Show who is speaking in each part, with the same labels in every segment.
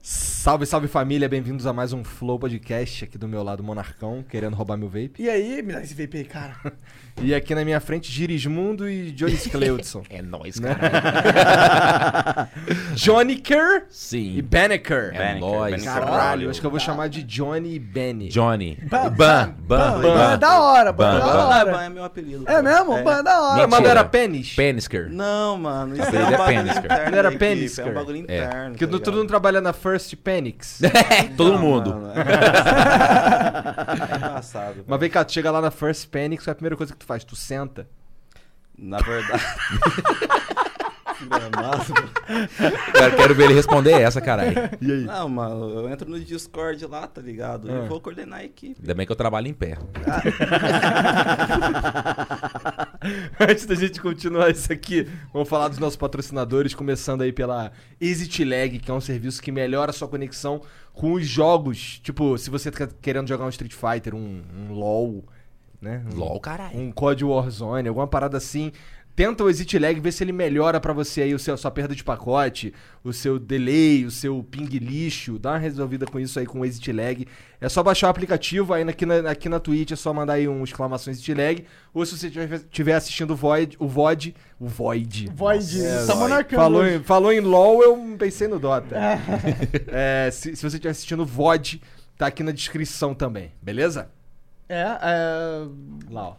Speaker 1: Salve, salve família, bem-vindos a mais um Flow Podcast aqui do meu lado, Monarcão, querendo roubar meu vape.
Speaker 2: E aí, me dá esse VP aí, cara.
Speaker 1: E aqui na minha frente, Girismundo e Jones Cleudson.
Speaker 3: É nóis, cara.
Speaker 1: Johnnyker e
Speaker 3: Sim.
Speaker 1: Banneker.
Speaker 3: É
Speaker 4: Banneker,
Speaker 3: nóis.
Speaker 4: Banneker.
Speaker 1: Caralho, acho que eu vou chamar de Johnny e Benny.
Speaker 3: Johnny.
Speaker 2: Ban,
Speaker 3: Ban,
Speaker 2: ban,
Speaker 3: ban, ban.
Speaker 2: ban é da hora, ban,
Speaker 3: Ban,
Speaker 2: é
Speaker 3: ban.
Speaker 2: da
Speaker 4: Ah,
Speaker 2: hora.
Speaker 4: ban é meu apelido.
Speaker 2: É mesmo?
Speaker 4: É.
Speaker 2: Ban é da hora.
Speaker 1: Ah, mas não
Speaker 3: Mentira.
Speaker 1: era pênis?
Speaker 3: Penisker.
Speaker 4: Não, mano. Isso
Speaker 3: Apelido
Speaker 4: é
Speaker 3: é
Speaker 4: um bagulho
Speaker 3: pênis, cara.
Speaker 4: interno
Speaker 1: Não era
Speaker 4: da equipe,
Speaker 1: pênis,
Speaker 4: É
Speaker 1: cara.
Speaker 4: um bagulho
Speaker 3: É.
Speaker 4: interno.
Speaker 1: Que
Speaker 4: tá
Speaker 1: do- todo
Speaker 4: ligado?
Speaker 1: mundo trabalha na First Panics.
Speaker 3: Todo
Speaker 4: Não,
Speaker 3: mundo.
Speaker 4: mano, é embaçado. É embaçado.
Speaker 1: Mas vem cá, tu chega lá na First Panics, qual é a primeira coisa que tu faz? Tu senta.
Speaker 4: Na verdade. Filho da massa.
Speaker 3: Cara, quero ver ele responder essa, caralho.
Speaker 1: E aí?
Speaker 4: Não, mano, eu entro no Discord lá, tá ligado? E
Speaker 1: Ah.
Speaker 4: Eu vou coordenar a equipe.
Speaker 3: Ainda bem que eu trabalho em pé.
Speaker 1: Antes da gente continuar isso aqui, vamos falar dos nossos patrocinadores, começando aí pela Exit Lag, que é um serviço que melhora a sua conexão com os jogos. Tipo, se você tá querendo jogar um Street Fighter, um, um LoL, né? Um,
Speaker 3: LOL, caralho.
Speaker 1: Um COD Warzone, alguma parada assim. Tenta o Exit Lag, vê se ele melhora pra você aí o seu, a sua perda de pacote, o seu delay, o seu ping lixo. Dá uma resolvida com isso aí com o Exit Lag. É só baixar o aplicativo, aí aqui na, aqui na Twitch é só mandar aí um exclamação Exit Lag. Ou se você estiver assistindo o Void, o Void, o Void.
Speaker 2: Void,
Speaker 1: É,
Speaker 2: tá
Speaker 1: Void.
Speaker 2: monarcando.
Speaker 1: Falou em, falou em LOL, eu pensei no Dota. É, se, se você estiver assistindo o VOD, tá aqui na descrição também, beleza?
Speaker 2: É, é,
Speaker 1: Lá, ó.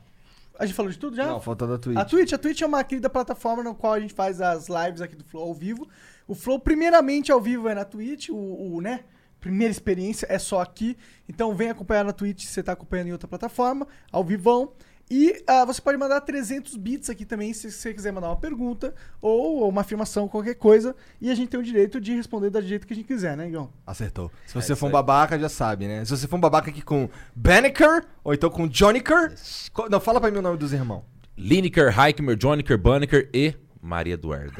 Speaker 2: a gente falou de tudo já?
Speaker 1: Não, falta da Twitch.
Speaker 2: A Twitch, a Twitch é uma querida plataforma na qual a gente faz as lives aqui do Flow ao vivo. O Flow, primeiramente ao vivo, é na Twitch, o, o, né? Primeira experiência é só aqui. Então vem acompanhar na Twitch se você tá acompanhando em outra plataforma, ao vivão. E ah, você pode mandar 300 bits aqui também se você quiser mandar uma pergunta ou uma afirmação, qualquer coisa. E a gente tem o direito de responder do jeito que a gente quiser, né, Igão?
Speaker 1: Acertou. Se
Speaker 3: É
Speaker 1: você for um
Speaker 4: aí.
Speaker 1: babaca, já sabe, né? Se você for um babaca aqui com Banneker, ou então com Johnnyker. co- Não, fala pra mim o nome dos irmãos.
Speaker 3: Lineker, Heikmer, Johnniker, Banneker e Maria Eduarda.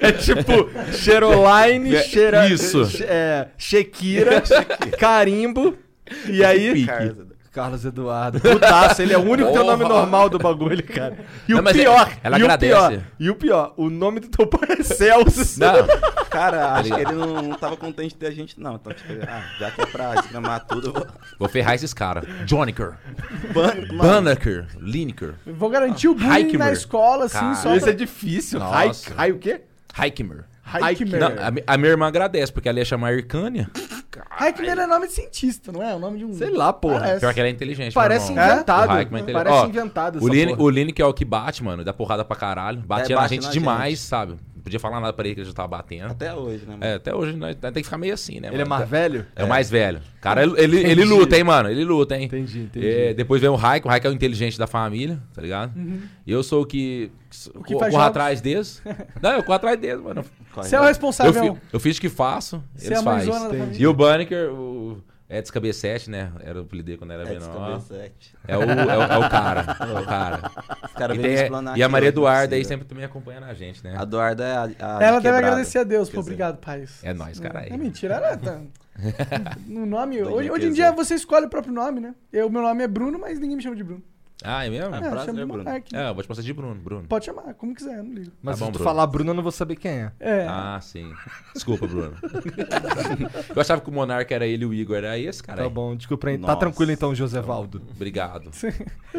Speaker 1: É tipo Cheroline,
Speaker 3: É,
Speaker 1: Cheira.
Speaker 3: isso.
Speaker 1: Che- É, Shekira, Carimbo. E
Speaker 3: É
Speaker 1: aí.
Speaker 4: Cara,
Speaker 1: Carlos Eduardo. Putaço, ele é o único que tem o nome
Speaker 3: Porra.
Speaker 1: normal do bagulho, cara. E
Speaker 3: Não,
Speaker 1: o
Speaker 3: mas é-
Speaker 1: pior.
Speaker 3: ela
Speaker 1: e
Speaker 3: agradece.
Speaker 1: O pior, e o pior, o nome do teu pai é Celso.
Speaker 3: Não,
Speaker 4: cara acho que
Speaker 3: Tá ligado.
Speaker 4: ele não, não tava contente de ter a gente, não. Então, tipo, ele, ah, já que é pra desgramar tudo, eu vou.
Speaker 3: vou ferrar esses caras. Johnniker,
Speaker 4: Ban- mano,
Speaker 3: Banneker, Lineker,
Speaker 2: Vou garantir o bullying
Speaker 3: Haikymer.
Speaker 2: na escola, assim,
Speaker 3: Cara.
Speaker 2: só.
Speaker 1: Esse
Speaker 2: Pra...
Speaker 1: é difícil. Rai,
Speaker 3: Nossa.
Speaker 1: Rai o quê?
Speaker 3: Heikmer.
Speaker 2: Haikymer.
Speaker 1: Haikymer.
Speaker 3: Não, a, mi- a minha irmã agradece, porque ela ia chamar Ircânia.
Speaker 2: Haikymer é nome de cientista, não é? É o nome de um.
Speaker 1: Sei lá, porra.
Speaker 2: Parece.
Speaker 3: Pior que ela é inteligente.
Speaker 1: Parece
Speaker 3: meu irmão.
Speaker 1: inventado.
Speaker 3: O Heikman é inteligente.
Speaker 1: Parece
Speaker 3: Ó,
Speaker 1: inventado essa
Speaker 3: O Line,
Speaker 1: porra.
Speaker 3: o Line que é o que bate, mano, dá porrada pra caralho. Batia na
Speaker 4: bate
Speaker 3: gente
Speaker 4: na
Speaker 3: demais, sabe? Não podia falar nada pra ele que ele já tava batendo.
Speaker 4: Até hoje, né, mano?
Speaker 3: É, até hoje nós, nós tem que ficar meio assim, né?
Speaker 1: Ele é
Speaker 3: mano?
Speaker 1: mais velho?
Speaker 3: É o mais velho. Cara, ele, ele, ele
Speaker 1: Entendi.
Speaker 3: luta, hein, mano? Ele luta, hein?
Speaker 1: Entendi, entendi.
Speaker 3: É, depois vem o Raik, o Raik é o inteligente da família, tá ligado? E eu sou o que. O
Speaker 2: que
Speaker 3: que
Speaker 2: faz
Speaker 3: corro
Speaker 2: jogos.
Speaker 3: atrás deles. Não, eu corro atrás deles, mano.
Speaker 4: Corre,
Speaker 2: Você é o
Speaker 4: né?
Speaker 3: Eu,
Speaker 2: responsável.
Speaker 3: fi, eu fiz o que faço,
Speaker 2: Você é
Speaker 3: eles
Speaker 2: a
Speaker 3: fazem.
Speaker 2: mãezona da família.
Speaker 3: E o Banneker, o Edson KB7, né? Era o apelido dele quando era
Speaker 4: É,
Speaker 3: menor.
Speaker 4: descabeçante.
Speaker 3: É o, é, o, é o cara. É o cara.
Speaker 4: Os caras
Speaker 3: e,
Speaker 4: vêm
Speaker 3: tem-
Speaker 4: me explanar
Speaker 3: e a
Speaker 4: aqui,
Speaker 3: Maria
Speaker 4: ó, não é
Speaker 3: Eduarda aí
Speaker 4: possível.
Speaker 3: sempre também acompanhando a gente, né?
Speaker 4: A Eduarda é a. a
Speaker 2: Ela deve
Speaker 4: quebrada.
Speaker 2: agradecer a Deus,
Speaker 4: Quer
Speaker 2: pô.
Speaker 4: dizer,
Speaker 2: Obrigado, pai.
Speaker 3: É nóis, cara aí.
Speaker 2: É mentira, ela tá. No nome.
Speaker 4: Doidinha
Speaker 2: Hoje, hoje em
Speaker 4: pesada.
Speaker 2: dia você escolhe o próprio nome, né? Eu, meu nome é Bruno, mas ninguém me chama de Bruno.
Speaker 3: Ah, é mesmo?
Speaker 2: É,
Speaker 4: prazer,
Speaker 2: chama de né?
Speaker 4: Bruno.
Speaker 2: Monark.
Speaker 3: É, eu vou te passar de Bruno, Bruno.
Speaker 2: Pode chamar, como quiser, eu não ligo.
Speaker 1: Mas
Speaker 3: Tá
Speaker 1: se
Speaker 3: bom,
Speaker 1: tu
Speaker 3: Bruno.
Speaker 1: falar Bruno, eu não vou saber quem é.
Speaker 2: É.
Speaker 3: Ah, sim. Desculpa, Bruno. eu achava que o Monarca era ele e o Igor. Era esse, cara.
Speaker 1: Tá
Speaker 3: aí.
Speaker 1: bom, desculpa. aí. Tá
Speaker 4: Nossa.
Speaker 1: tranquilo então,
Speaker 3: Tá
Speaker 1: José Valdo.
Speaker 3: Obrigado.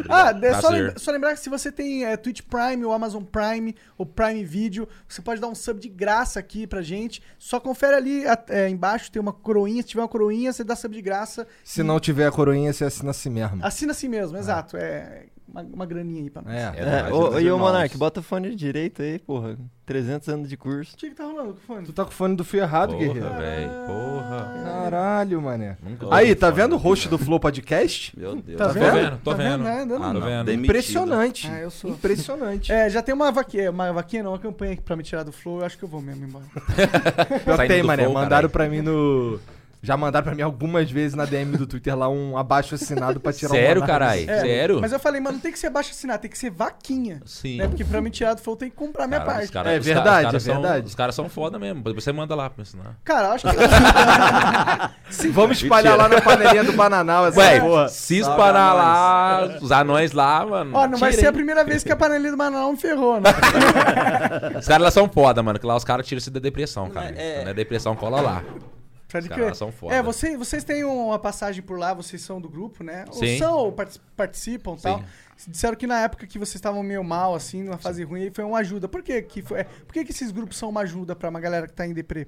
Speaker 2: Ah, é só,
Speaker 3: Prazer.
Speaker 2: lembra- só lembrar que se você tem é, Twitch Prime ou Amazon Prime ou Prime Video, você pode dar um sub de graça aqui pra gente. Só confere ali a- é, embaixo, tem uma coroinha. Se tiver uma coroinha, você dá sub de graça.
Speaker 1: Se não tiver a coroinha, você assina assim
Speaker 3: Hum.
Speaker 1: mesmo.
Speaker 2: Assina assim mesmo, exato. É uma, uma graninha aí pra nós.
Speaker 1: É.
Speaker 3: Ah. É,
Speaker 5: É,
Speaker 3: mas
Speaker 5: ô,
Speaker 3: meus
Speaker 5: e ô
Speaker 3: irmãos.
Speaker 5: Monark, bota o fone de direito aí, porra. 300 anos de curso.
Speaker 2: O que, que tá rolando com o fone?
Speaker 1: Tu tá com o fone do fio errado,
Speaker 3: Porra,
Speaker 2: é?
Speaker 1: guerreiro.
Speaker 3: velho. Porra.
Speaker 1: Caralho, mané.
Speaker 3: Nunca
Speaker 1: Aí,
Speaker 3: ouvi
Speaker 1: tá
Speaker 3: fone
Speaker 1: vendo o
Speaker 3: aqui,
Speaker 1: host do Flow Podcast?
Speaker 4: Meu Deus.
Speaker 2: Tá
Speaker 3: Tô
Speaker 2: vendo?
Speaker 3: vendo, tô
Speaker 2: Tá vendo,
Speaker 3: vendo. Ah,
Speaker 2: né? Dando
Speaker 3: Tô
Speaker 4: não.
Speaker 3: vendo.
Speaker 4: Demitido.
Speaker 1: Impressionante.
Speaker 2: Ah, eu sou.
Speaker 1: Impressionante.
Speaker 2: É, já tem uma vaquinha, uma vaquinha não, uma campanha aqui pra me tirar do flow, eu acho que eu vou mesmo embora.
Speaker 1: Eu
Speaker 3: Saindo
Speaker 1: tenho,
Speaker 3: do
Speaker 1: mané.
Speaker 3: flow,
Speaker 1: Mandaram
Speaker 3: caralho.
Speaker 1: pra mim no. Já mandaram pra mim algumas vezes na DM do Twitter lá um abaixo assinado pra tirar um o
Speaker 3: Sério,
Speaker 1: Monark.
Speaker 3: carai?
Speaker 2: É,
Speaker 3: Sério?
Speaker 2: Mas eu falei, mano, não tem que ser baixo assinado, tem que ser vaquinha.
Speaker 3: Sim.
Speaker 2: Né? Porque pra me tirar do flow tem que comprar minha
Speaker 3: Cara,
Speaker 2: parte.
Speaker 3: os
Speaker 1: É
Speaker 3: cara- os ca- os
Speaker 1: verdade,
Speaker 3: caras
Speaker 1: é
Speaker 3: são-
Speaker 1: verdade.
Speaker 3: Os caras são foda mesmo. Depois Você manda lá pra me ensinar.
Speaker 2: Cara, acho que.
Speaker 1: Vamos espalhar lá na panelinha do Bananal essa porra.
Speaker 3: Ué, se espanar lá, os anões lá, mano.
Speaker 2: Ó, não vai
Speaker 3: tira,
Speaker 2: ser a
Speaker 3: hein?
Speaker 2: primeira vez que a panelinha do Manaus me ferrou, né?
Speaker 3: Os caras lá são foda, mano. Que lá os caras tiram isso da depressão, cara.
Speaker 4: Não, é-
Speaker 3: Quando é depressão, cola lá.
Speaker 2: Pode
Speaker 3: Os caras
Speaker 2: crer.
Speaker 3: são foda.
Speaker 2: É, você- vocês têm uma passagem por lá, vocês são do grupo, né? Ou
Speaker 3: Sim.
Speaker 2: são, ou partic- participam e tal.
Speaker 3: Sim.
Speaker 2: Disseram que na época que vocês estavam meio mal, assim, numa fase ruim, aí foi uma ajuda. Por que que, foi- é, por que que esses grupos são uma ajuda pra uma galera que tá em deprê?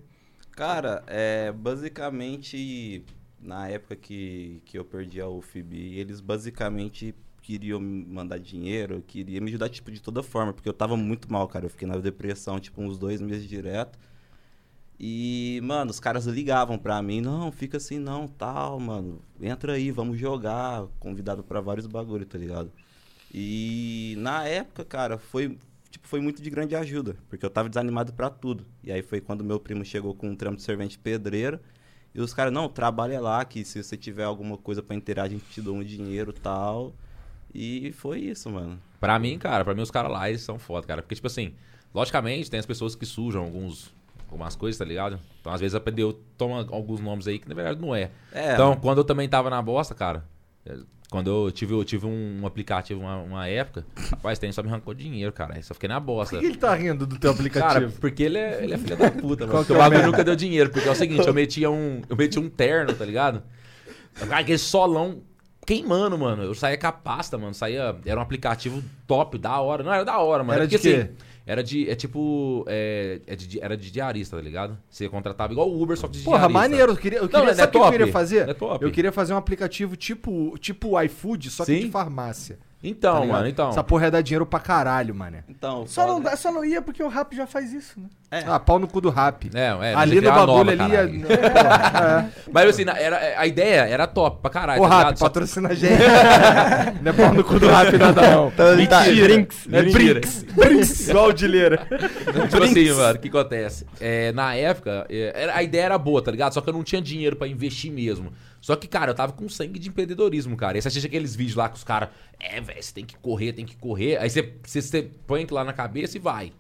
Speaker 4: Cara, é, basicamente, na época que, que eu perdi a UFB, eles basicamente queriam me mandar dinheiro, queriam me ajudar, tipo, de toda forma, porque eu tava muito mal, cara. Eu fiquei na depressão, tipo, uns dois meses direto. E, mano, os caras ligavam pra mim, não, fica assim não, tal, mano, entra aí, vamos jogar, convidado pra vários bagulho, tá ligado? E na época, cara, foi, tipo, foi muito de grande ajuda, porque eu tava desanimado pra tudo. E aí foi quando meu primo chegou com um trampo de servente pedreiro, e os caras, não, trabalha lá, que se você tiver alguma coisa pra inteirar, a gente te dá um dinheiro, tal. E foi isso, mano.
Speaker 3: Pra mim, cara, pra mim os caras lá, eles são foda, cara. Porque, tipo assim, logicamente tem as pessoas que sujam alguns, algumas coisas, tá ligado? Então, às vezes, aprendeu, toma alguns nomes aí que, na verdade, não é.
Speaker 4: É,
Speaker 3: Então, quando eu também tava na bosta, cara, é, quando eu tive, eu tive um aplicativo, uma, uma época, rapaz, tem só me arrancou dinheiro, cara. Aí Só fiquei na
Speaker 1: Por
Speaker 3: bosta.
Speaker 1: que ele tá rindo do teu
Speaker 3: Cara,
Speaker 1: aplicativo?
Speaker 3: porque ele é, ele é filho da puta, mano.
Speaker 1: Qual que
Speaker 3: Porque
Speaker 1: é
Speaker 3: o
Speaker 1: o
Speaker 3: bagulho
Speaker 1: merda?
Speaker 3: nunca deu dinheiro. Porque é o seguinte, eu metia um, eu metia um terno, tá ligado? Cara, aquele solão queimando, mano. Eu saía com a pasta, mano. Saía, era um aplicativo top, da hora. Não, era da hora, mano.
Speaker 1: Era de
Speaker 3: Porque,
Speaker 1: quê?
Speaker 3: assim, era de, é tipo, é, é de- era de diarista, tá ligado? Você contratava igual o Uber, só que de
Speaker 1: Porra,
Speaker 3: diarista.
Speaker 1: maneiro. Eu queria, eu
Speaker 3: Não,
Speaker 1: queria,
Speaker 3: não é
Speaker 1: sabe o que eu
Speaker 3: top,
Speaker 1: queria fazer?
Speaker 3: não é top.
Speaker 1: Eu queria fazer um aplicativo tipo, tipo o iFood, só que
Speaker 3: Sim.
Speaker 1: de farmácia.
Speaker 3: Então,
Speaker 1: tá ligado?
Speaker 3: mano, então.
Speaker 1: Essa porra ia dar dinheiro pra caralho, mano.
Speaker 4: então
Speaker 2: Só não,
Speaker 4: foda-
Speaker 2: dá- só não ia porque o rap já faz isso, né?
Speaker 4: É.
Speaker 1: Ah, pau no cu do rap.
Speaker 3: É, é,
Speaker 1: ali
Speaker 3: você
Speaker 1: no
Speaker 3: criava
Speaker 1: bagulho,
Speaker 3: nova,
Speaker 1: ali
Speaker 3: caralho.
Speaker 1: ia... Porra,
Speaker 3: Mas assim, na- era, a ideia era top pra
Speaker 1: é.
Speaker 3: caralho.
Speaker 1: Ô,
Speaker 3: tá
Speaker 1: rap,
Speaker 3: ligado? Só que-
Speaker 1: patrocina a gente. não é pau no cu do rap, nada não.
Speaker 5: Então, tá, drinks,
Speaker 1: É Brinks. Brinks. Igual o Dileira.
Speaker 3: tipo assim, mano, o que acontece? É, na época, é, era- a ideia era boa, tá ligado? Só que eu não tinha dinheiro pra investir mesmo. Só que, cara, eu tava com sangue de empreendedorismo, cara. E você assiste aqueles vídeos lá que os caras, é, velho, você tem que correr, tem que correr. Aí você, você, você põe aquilo lá na cabeça e vai.